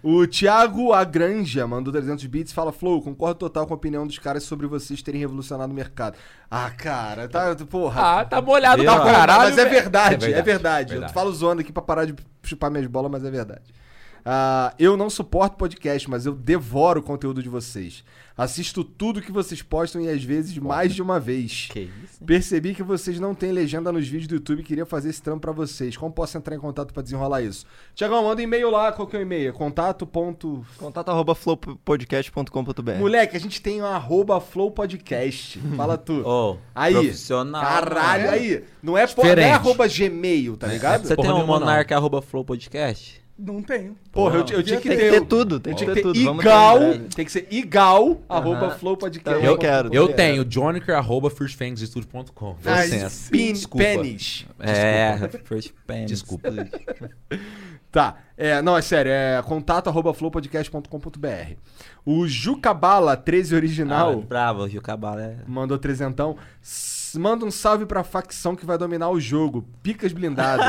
Speaker 1: O Thiago Agranja mandou 300 bits fala: Flow, concordo total com a opinião dos caras sobre vocês terem revolucionado o mercado. Ah, cara, tá. Porra.
Speaker 3: Ah, tá molhado
Speaker 1: Tá
Speaker 3: pra
Speaker 1: bom,
Speaker 3: caralho.
Speaker 1: mas é
Speaker 3: velho.
Speaker 1: verdade, é verdade. Eu
Speaker 3: verdade.
Speaker 1: falo zoando aqui pra parar de chupar minhas bolas, mas é verdade. Ah, eu não suporto podcast, mas eu devoro o conteúdo de vocês. Assisto tudo que vocês postam e às vezes mais de uma vez.
Speaker 4: Que isso?
Speaker 1: Percebi que vocês não têm legenda nos vídeos do YouTube e queria fazer esse trampo pra vocês. Como posso entrar em contato pra desenrolar isso? Tiagão, manda um e-mail lá, qual que é o e-mail? É Contato. Ponto...
Speaker 5: Contato arroba flowpodcast.com.br.
Speaker 1: Moleque, a gente tem um arroba Flow Podcast. Fala tu.
Speaker 4: Ô,
Speaker 1: Aí.
Speaker 4: profissional.
Speaker 1: Caralho,
Speaker 4: né?
Speaker 1: aí. Não é, po- não é
Speaker 4: Diferente.
Speaker 1: arroba Gmail, tá ligado?
Speaker 4: Você
Speaker 3: Porra
Speaker 4: tem um
Speaker 3: nenhuma, não.
Speaker 4: monarca arroba flow podcast?
Speaker 2: Não tenho.
Speaker 1: Porra, eu, eu tinha que
Speaker 5: Tem que ter
Speaker 1: ter.
Speaker 5: tudo, tem que
Speaker 1: Tinha
Speaker 5: ter
Speaker 1: que ter
Speaker 5: tudo. né? Vamos ter
Speaker 1: igual.
Speaker 5: em breve.
Speaker 1: Tem que ser igual arroba Flow Podcast.
Speaker 5: Eu quero.
Speaker 3: Eu
Speaker 1: é.
Speaker 3: tenho johnnicker.firstfangsstudio.com.
Speaker 4: Ah, Licença.
Speaker 1: Pin,
Speaker 4: Desculpa.
Speaker 1: pênis.
Speaker 4: É, first pen.
Speaker 3: Desculpa.
Speaker 1: Tá. É, não, é sério. É contato arroba flowpodcast.com.br. O Jucabala 13
Speaker 4: Ah,
Speaker 1: original.
Speaker 4: bravo, o Rio Cabala é...
Speaker 1: Mandou trezentão. S- Manda um salve pra facção que vai dominar o jogo. Picas blindadas.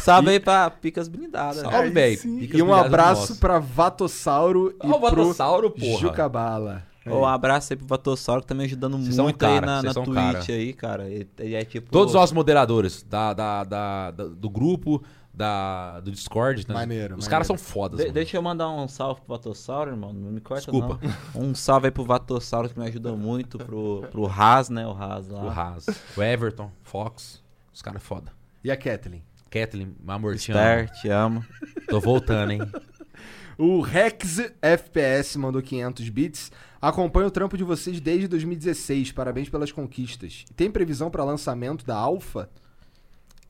Speaker 4: Salve aí pra Picas Blindadas. né?
Speaker 3: Salve,
Speaker 2: Aí
Speaker 3: velho.
Speaker 2: sim.
Speaker 1: e um abraço pra Vatossauro e
Speaker 3: Ó, o Vatossauro,
Speaker 1: pro
Speaker 3: porra.
Speaker 1: Jucabala.
Speaker 4: Ô, um abraço aí pro Vatossauro que tá me ajudando
Speaker 3: Vocês são
Speaker 4: muito
Speaker 3: um
Speaker 4: aí
Speaker 3: cara,
Speaker 4: na, na
Speaker 3: vocês são um
Speaker 4: Twitch
Speaker 3: cara.
Speaker 4: aí, cara. Ele, ele é tipo.
Speaker 3: Todos os moderadores da, da- da- da- do grupo, da, do Discord. Né?
Speaker 1: Maneiro,
Speaker 3: Os caras são
Speaker 1: maneiro.
Speaker 3: fodas,
Speaker 4: De-
Speaker 3: mano.
Speaker 4: deixa eu mandar um salve pro Vatossauro, irmão. Não me corta,
Speaker 3: Desculpa.
Speaker 4: não. Um salve aí pro Vatossauro que me ajuda muito. Pro, pro Haas, né? O Haas lá.
Speaker 3: O Haas, o Everton, Fox. Os caras é foda.
Speaker 1: E a Kathleen?
Speaker 3: Kathleen, meu amor, te amo.
Speaker 4: Star, te amo.
Speaker 3: Tô voltando, hein?
Speaker 1: O Rex FPS mandou 500 bits. Acompanho o trampo de vocês desde 2016. Parabéns pelas conquistas. Tem previsão pra lançamento da Alpha?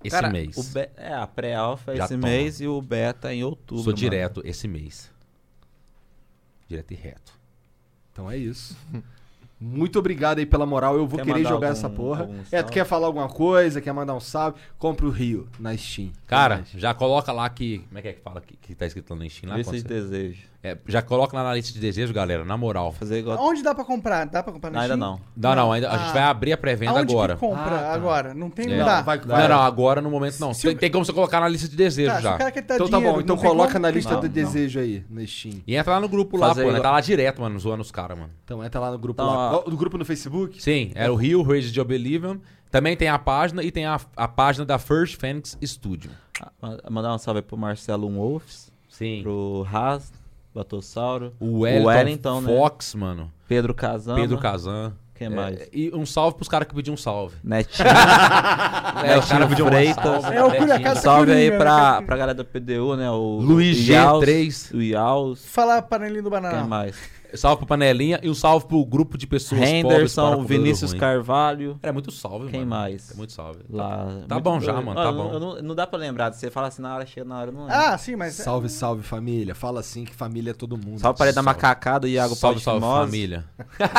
Speaker 3: Esse
Speaker 4: Cara,
Speaker 3: mês.
Speaker 4: o be- é, a pré-alfa é
Speaker 3: Já
Speaker 4: esse
Speaker 3: toma.
Speaker 4: mês e o beta é em outubro.
Speaker 3: Sou
Speaker 4: mano.
Speaker 3: direto esse mês. Direto e reto.
Speaker 1: Então é isso. Muito obrigado aí pela moral. Eu vou
Speaker 4: Quer
Speaker 1: querer
Speaker 4: mandar
Speaker 1: jogar
Speaker 4: algum-
Speaker 1: essa porra.
Speaker 4: algum
Speaker 1: É, tu
Speaker 4: salve?
Speaker 1: quer falar alguma coisa? Quer mandar um salve? Compre o Rio na Steam.
Speaker 3: Cara, já coloca lá que. Como é que é que fala que, que tá escrito lá no Steam? Lá,
Speaker 4: Lista
Speaker 3: quando
Speaker 4: de
Speaker 3: você-
Speaker 4: desejo.
Speaker 3: É, já coloca lá na lista de desejos, galera, na moral.
Speaker 4: Fazer igual.
Speaker 2: Onde dá pra comprar? Dá pra comprar na
Speaker 4: Não, ainda
Speaker 2: Steam?
Speaker 4: não.
Speaker 3: Não, não, ainda, a
Speaker 2: Ah.
Speaker 3: gente vai abrir a pré-venda
Speaker 2: Aonde
Speaker 3: agora.
Speaker 2: que compra
Speaker 1: Ah, tá.
Speaker 2: agora? Não tem,
Speaker 3: É.
Speaker 2: não dá.
Speaker 1: Não, vai-
Speaker 3: Não, não, agora no momento não.
Speaker 2: Se
Speaker 3: Tem,
Speaker 2: o-
Speaker 3: tem como você colocar na lista de desejos
Speaker 2: Tá, se
Speaker 3: já.
Speaker 2: o cara quer ter
Speaker 1: Então tá
Speaker 2: dinheiro,
Speaker 1: bom, então
Speaker 2: não tem
Speaker 1: coloca
Speaker 2: como-
Speaker 1: na lista
Speaker 4: Não,
Speaker 1: de
Speaker 4: não.
Speaker 1: desejo aí, na Steam.
Speaker 3: E entra lá no grupo lá,
Speaker 4: Fazer
Speaker 3: pô. né?
Speaker 4: igual-
Speaker 3: Tá lá direto, mano, zoando os caras, mano.
Speaker 1: Então entra lá no grupo
Speaker 4: Então,
Speaker 1: lá.
Speaker 4: ó.
Speaker 1: Qual- Do grupo no Facebook?
Speaker 3: Sim, era o Rio Rage de Oblivion. Também tem a página e tem a, a página da First Phoenix Studio.
Speaker 4: Ah, ma- Mandar um salve aí pro Marcelo Wolfs,
Speaker 3: Sim.
Speaker 4: pro Haas, Batossauro,
Speaker 3: O Wellington,
Speaker 4: O Wellington, né?
Speaker 3: Fox, mano.
Speaker 4: Pedro Casano.
Speaker 3: Pedro Kazan.
Speaker 4: Quem mais?
Speaker 3: É, e um salve pros caras que pediam um salve.
Speaker 4: Netinho.
Speaker 3: É, os caras pediam um
Speaker 4: Freitas.
Speaker 3: salve,
Speaker 2: É, o
Speaker 3: Netinho.
Speaker 2: Curiacas-
Speaker 4: Salve aí
Speaker 2: Curirinha,
Speaker 4: pra,
Speaker 2: né?
Speaker 4: pra galera do PDU, né? O
Speaker 3: Luiz
Speaker 4: o Yaus,
Speaker 3: G3.
Speaker 4: O Yaus.
Speaker 2: Falar panelinha do
Speaker 4: Quem
Speaker 2: banana.
Speaker 4: mais?
Speaker 3: Salve pro Panelinha e um salve pro grupo de pessoas pobres para
Speaker 4: Henderson,
Speaker 3: com
Speaker 4: Vinícius
Speaker 3: dedo ruim.
Speaker 4: Carvalho.
Speaker 3: Era muito salve,
Speaker 4: Quem
Speaker 3: mano.
Speaker 4: mais?
Speaker 3: É muito salve.
Speaker 4: Lá.
Speaker 3: Tá
Speaker 4: Muito-
Speaker 3: bom já,
Speaker 4: eu-
Speaker 3: mano,
Speaker 4: ó,
Speaker 3: tá
Speaker 4: eu não-
Speaker 3: bom.
Speaker 4: eu não, não dá pra lembrar. Você fala assim na hora, chega na hora, eu não lembro.
Speaker 2: Ah, sim, mas...
Speaker 1: Salve, salve família. Fala assim que família é todo mundo.
Speaker 4: Salve parede da
Speaker 3: Salve.
Speaker 4: macacada, Iago
Speaker 3: salve,
Speaker 4: Paulo
Speaker 3: salve,
Speaker 4: Fimose.
Speaker 3: família.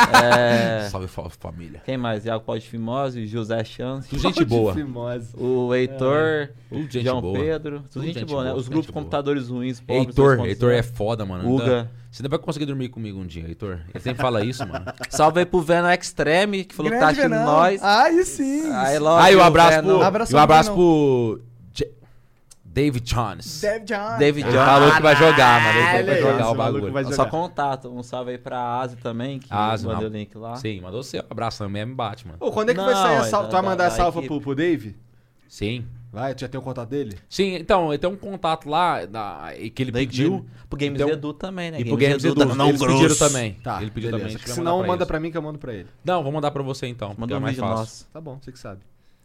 Speaker 4: É,
Speaker 3: Salve, salve, família.
Speaker 4: quem mais? Iago Paulo de Fimose, José Chance,
Speaker 3: Tudo gente boa.
Speaker 1: Fimose.
Speaker 4: o Heitor,
Speaker 3: É. Tudo gente
Speaker 4: João
Speaker 3: boa.
Speaker 4: Pedro. Tudo, gente, boa, né? Os
Speaker 3: gente
Speaker 4: grupos de
Speaker 3: boa.
Speaker 4: computadores ruins, pobres,
Speaker 3: Heitor,
Speaker 4: 2.0.
Speaker 3: Heitor é foda, mano.
Speaker 4: Uga.
Speaker 3: Ainda- Você ainda vai conseguir dormir comigo um dia, Heitor. Ele sempre fala isso, mano.
Speaker 4: Salve aí pro Venom Extreme, que falou
Speaker 2: Grande
Speaker 4: que tá achando
Speaker 2: Venão.
Speaker 4: nós.
Speaker 2: Aí sim.
Speaker 4: Aí, love
Speaker 3: Aí
Speaker 4: you,
Speaker 3: um abraço
Speaker 4: Venom.
Speaker 3: pro.
Speaker 2: Abração,
Speaker 3: e um abraço
Speaker 2: Venom.
Speaker 3: pro. J- David Jones.
Speaker 2: Deve já.
Speaker 4: David
Speaker 3: Ele
Speaker 4: Jones.
Speaker 3: falou que vai jogar, mano. Ele
Speaker 1: Caralho,
Speaker 3: vai jogar
Speaker 1: esse
Speaker 3: o
Speaker 1: maluco vai
Speaker 3: bagulho.
Speaker 1: jogar.
Speaker 4: Só contato. Um salve aí pra Asi também, que
Speaker 3: Asi,
Speaker 4: mandou
Speaker 3: não.
Speaker 4: o link lá.
Speaker 3: Sim, mandou você. Abraço também, me bate, mano.
Speaker 1: Ô, quando é que vai
Speaker 4: Não,
Speaker 1: sair a
Speaker 4: é
Speaker 1: salva?
Speaker 4: da-
Speaker 1: Tu vai
Speaker 4: da-
Speaker 1: mandar
Speaker 4: da
Speaker 1: salva
Speaker 4: equipe.
Speaker 1: pro, pro Dave?
Speaker 3: Sim.
Speaker 1: Vai, tu já tem o contato dele?
Speaker 3: Sim, então, ele tem um contato lá na- e que ele
Speaker 4: Daí-
Speaker 3: pediu.
Speaker 4: Pro Games
Speaker 3: Então-
Speaker 4: Edu também, né?
Speaker 3: E pro Games Edu, não eles pediram também.
Speaker 1: Tá,
Speaker 3: ele
Speaker 1: beleza.
Speaker 3: pediu também. a gente vai
Speaker 1: Se não,
Speaker 3: mandar pra
Speaker 1: manda
Speaker 3: eles.
Speaker 1: pra mim que eu mando pra ele.
Speaker 3: Não, vou mandar pra você então. porque
Speaker 4: Mandou
Speaker 3: é
Speaker 4: um
Speaker 3: mais
Speaker 4: vídeo
Speaker 3: fácil.
Speaker 4: nosso.
Speaker 1: Tá bom, você que sabe.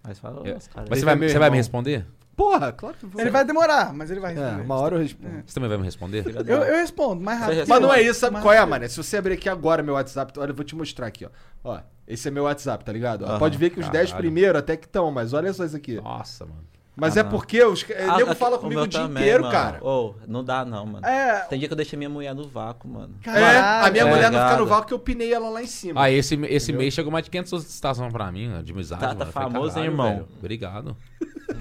Speaker 4: Mas fala,
Speaker 3: É.
Speaker 4: nossa, cara.
Speaker 3: Mas
Speaker 1: Ele
Speaker 3: você vai,
Speaker 1: é meu
Speaker 3: você vai me
Speaker 1: irmão.
Speaker 3: responder?
Speaker 1: Porra, claro que vou.
Speaker 2: Ele vai demorar, mas ele vai
Speaker 1: É,
Speaker 2: responder.
Speaker 1: uma hora eu respondo.
Speaker 3: Você também vai me responder?
Speaker 2: Eu, eu respondo, mais rápido.
Speaker 4: responde.
Speaker 1: Mas não é isso, sabe
Speaker 2: Mais
Speaker 1: qual é,
Speaker 2: rápido.
Speaker 1: mano? Se você abrir aqui agora meu WhatsApp, olha, eu vou te mostrar aqui, ó. Ó, esse é meu WhatsApp, tá ligado? Ó,
Speaker 4: Aham,
Speaker 1: pode ver que os 10
Speaker 3: caralho.
Speaker 1: primeiros até que estão, mas olha só isso aqui.
Speaker 3: Nossa, mano.
Speaker 1: Mas
Speaker 4: Ah,
Speaker 1: é
Speaker 4: não.
Speaker 1: porque os, é,
Speaker 4: Ah,
Speaker 1: nego
Speaker 4: aqui-
Speaker 1: fala
Speaker 4: o
Speaker 1: comigo
Speaker 4: meu
Speaker 1: o dia
Speaker 4: também,
Speaker 1: inteiro,
Speaker 4: mano.
Speaker 1: cara.
Speaker 4: Ô, não dá não, mano.
Speaker 2: É.
Speaker 4: Tem dia que eu deixei minha mulher no vácuo, mano.
Speaker 1: É, a minha mulher
Speaker 4: É,
Speaker 1: não fica
Speaker 4: ligado.
Speaker 1: no vácuo que eu pinei ela lá em cima.
Speaker 3: Ah, esse, esse mês chegou mais de 500 solicitações pra mim, né, de amizade.
Speaker 4: Tá- tá
Speaker 3: mano. Eu falei,
Speaker 4: famoso, hein,
Speaker 3: "Caralho,
Speaker 4: irmão?"
Speaker 3: velho, Obrigado.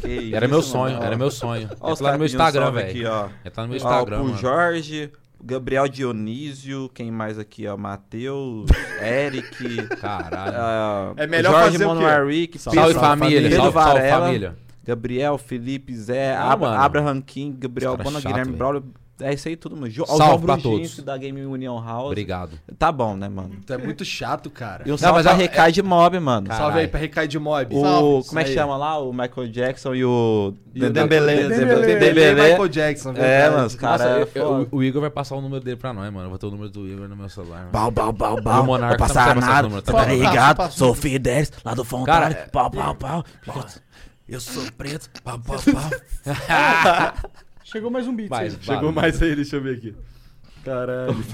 Speaker 4: Que
Speaker 3: Era meu
Speaker 4: isso, mano.
Speaker 3: sonho,
Speaker 4: Ó.
Speaker 3: era meu sonho.
Speaker 4: Ó,
Speaker 3: Entra lá
Speaker 4: os
Speaker 3: no meu
Speaker 4: caras pedindo
Speaker 3: Instagram,
Speaker 4: salve
Speaker 3: velho.
Speaker 4: aqui, ó.
Speaker 3: Entra no meu
Speaker 4: Ó,
Speaker 3: Instagram,
Speaker 4: o
Speaker 3: mano.
Speaker 4: Jorge, Gabriel Dionísio, quem mais aqui, ó? Matheus, Eric.
Speaker 3: Caralho.
Speaker 4: ah,
Speaker 1: É melhor
Speaker 4: Jorge
Speaker 1: fazer o quê?
Speaker 4: Monoaric,
Speaker 1: Salve,
Speaker 3: Salve
Speaker 4: Pedro-
Speaker 3: família,
Speaker 4: Pedro
Speaker 3: salve, salve
Speaker 4: Varela,
Speaker 3: família.
Speaker 4: Gabriel, Felipe, Zé,
Speaker 3: Ah,
Speaker 4: Abra-
Speaker 3: mano.
Speaker 4: Abraham King, Gabriel
Speaker 3: Os caras
Speaker 4: Bona,
Speaker 3: chato,
Speaker 4: Guilherme
Speaker 3: velho.
Speaker 4: Braulio. É isso aí tudo, mano. Jo- ó, o
Speaker 3: Salve
Speaker 4: João
Speaker 3: pra
Speaker 4: Brugensky
Speaker 3: todos.
Speaker 4: da Game Union House.
Speaker 3: Obrigado.
Speaker 4: Tá bom, né, mano?
Speaker 1: Tu é muito chato, cara.
Speaker 4: E um salve
Speaker 3: mas
Speaker 4: pra
Speaker 3: é-
Speaker 4: Recai de Mob, mano.
Speaker 3: Caralho.
Speaker 1: Salve aí pra Recai de Mob.
Speaker 4: O,
Speaker 1: Salve.
Speaker 4: como é que
Speaker 1: Isso aí.
Speaker 4: chama lá? O Michael Jackson e o...
Speaker 1: E o
Speaker 5: Dembélé.
Speaker 1: Dembélé. Dembélé e Michael Jackson.
Speaker 4: É,
Speaker 1: verdade.
Speaker 4: mano, os
Speaker 3: Nossa, eu-
Speaker 4: caras...
Speaker 3: eu- o, Igor vai passar o número dele pra nós, mano. Eu vou ter o número do Igor no meu celular. mano.
Speaker 6: Pau, pau, pau,
Speaker 3: E
Speaker 6: pau.
Speaker 3: o Monarca
Speaker 6: Vou passar
Speaker 3: também passa
Speaker 6: nada.
Speaker 3: esse número
Speaker 6: Você tá
Speaker 2: também.
Speaker 6: ligado?
Speaker 2: Passa, passa.
Speaker 6: sou Fidesz, lá do Fontana.
Speaker 3: Cara, é-
Speaker 6: pau, pau, pau. Eu sou preto. Pau, pau, pau.
Speaker 2: Chegou mais um beat.
Speaker 3: Vai,
Speaker 2: aí.
Speaker 1: Chegou
Speaker 3: vai.
Speaker 1: mais aí, deixa eu ver aqui. Caralho.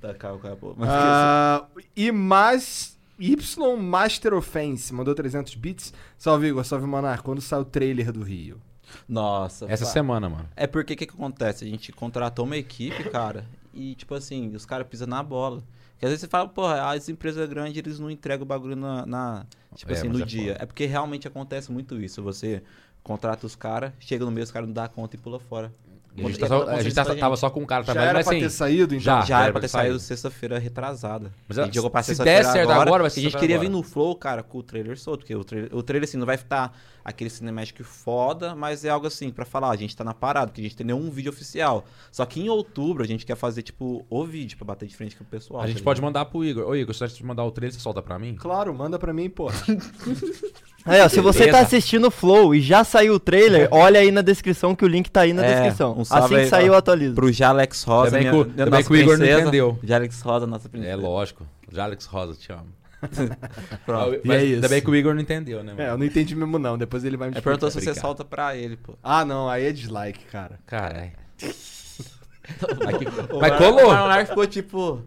Speaker 4: Tá, calma, calma, pô. Mas-
Speaker 1: Ah, e mais... Y Master Offense mandou 300 bits. Salve, Igor. Salve, Manar. Quando sai o trailer do Rio?
Speaker 4: Nossa.
Speaker 3: Essa
Speaker 4: pá.
Speaker 3: semana, mano.
Speaker 4: É porque o que, que acontece? A gente contratou uma equipe, cara, e tipo assim, os caras pisam na bola. Porque às vezes você fala, porra, as empresas grandes eles não entregam o bagulho na. na- tipo
Speaker 3: É,
Speaker 4: assim,
Speaker 3: mas
Speaker 4: no
Speaker 3: é
Speaker 4: dia.
Speaker 3: foda.
Speaker 4: É porque realmente acontece muito isso. Você contrata os caras, chega no meio, os caras não dão conta e pula fora.
Speaker 3: E A gente,
Speaker 4: Quando
Speaker 3: tá
Speaker 4: entra
Speaker 3: só-
Speaker 4: na
Speaker 3: a gente
Speaker 4: consciência
Speaker 3: tá-
Speaker 4: da
Speaker 3: tava
Speaker 4: gente,
Speaker 3: só com um cara
Speaker 1: Já
Speaker 3: trabalhando,
Speaker 1: era
Speaker 3: mas
Speaker 1: pra ter
Speaker 3: assim.
Speaker 1: saído, então?
Speaker 3: já,
Speaker 4: Já era pra
Speaker 3: ter
Speaker 4: ter saído sexta-feira retrasada.
Speaker 3: Mas,
Speaker 4: a
Speaker 3: ó,
Speaker 4: gente jogou pra
Speaker 3: se der
Speaker 4: sexta-feira
Speaker 3: certo agora, vai ser
Speaker 4: A gente
Speaker 3: sexta-feira
Speaker 4: queria
Speaker 3: agora.
Speaker 4: vir no flow, cara, com o trailer solto. Porque o trailer, o trailer assim, não vai estar aquele cinemático foda, mas é algo assim, pra falar, a gente tá na parada, porque a gente tem nenhum vídeo oficial. Só que em outubro a gente quer fazer, tipo, o vídeo pra bater de frente com o pessoal.
Speaker 3: A gente
Speaker 4: tá
Speaker 3: pode
Speaker 4: ligado?
Speaker 3: mandar pro Igor. Ô, Igor, se a gente mandar o trailer, você solta pra mim?
Speaker 1: né? Claro, manda pra mim, pô.
Speaker 5: Aí, ó, se você tá
Speaker 3: Beleza.
Speaker 5: assistindo o Flow e já saiu o trailer, olha aí na descrição que o link tá aí na
Speaker 4: É,
Speaker 5: descrição.
Speaker 4: um salve
Speaker 5: assim que
Speaker 4: aí,
Speaker 5: saiu,
Speaker 4: ó,
Speaker 5: eu atualizo.
Speaker 4: Pro Jalex Rosa.
Speaker 3: Ainda bem
Speaker 4: minha-
Speaker 3: que o-
Speaker 4: minha
Speaker 3: ainda bem que o
Speaker 4: nossa
Speaker 3: Igor não
Speaker 4: princesa.
Speaker 3: entendeu.
Speaker 4: Jalex Rosa, nossa princesa.
Speaker 3: É lógico. Jalex Rosa, te amo.
Speaker 4: Pronto.
Speaker 1: E é isso.
Speaker 3: Ainda bem que o Igor não entendeu, né,
Speaker 1: É,
Speaker 3: mano?
Speaker 1: eu não entendi mesmo, não. Depois ele vai me
Speaker 4: Ele É, perguntou se você
Speaker 3: Obrigado.
Speaker 4: solta pra ele, pô.
Speaker 1: Ah, não. Aí é dislike, cara.
Speaker 3: Caralho. Aqui- Mas colou.
Speaker 4: O Leonardo ficou tipo.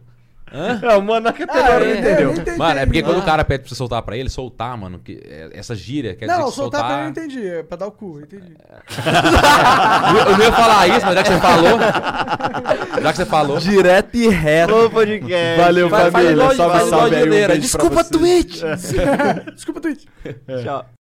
Speaker 1: É, o Monarca até
Speaker 2: Ah,
Speaker 1: agora
Speaker 2: é,
Speaker 1: não entendeu.
Speaker 3: Mano, é porque quando
Speaker 4: Ah.
Speaker 3: o cara pede pra você soltar pra ele, soltar, mano, que é- essa gíria quer
Speaker 2: Não,
Speaker 3: dizer
Speaker 2: não,
Speaker 3: que
Speaker 2: soltar pra eu
Speaker 3: soltar...
Speaker 2: entendi. É pra dar o cu, eu entendi.
Speaker 3: Eu, eu não ia falar isso, mas já que você falou... Já que você falou...
Speaker 5: Direto e reto. Flow Podcast.
Speaker 1: Valeu,
Speaker 4: Faz- faz
Speaker 1: família.
Speaker 4: igual-
Speaker 1: salve,
Speaker 4: faz igual
Speaker 1: salve aí. Um
Speaker 4: Juliana.
Speaker 1: beijo pra
Speaker 4: Desculpa,
Speaker 1: vocês.
Speaker 4: Twitch!
Speaker 2: Desculpa, Twitch.
Speaker 5: Tchau.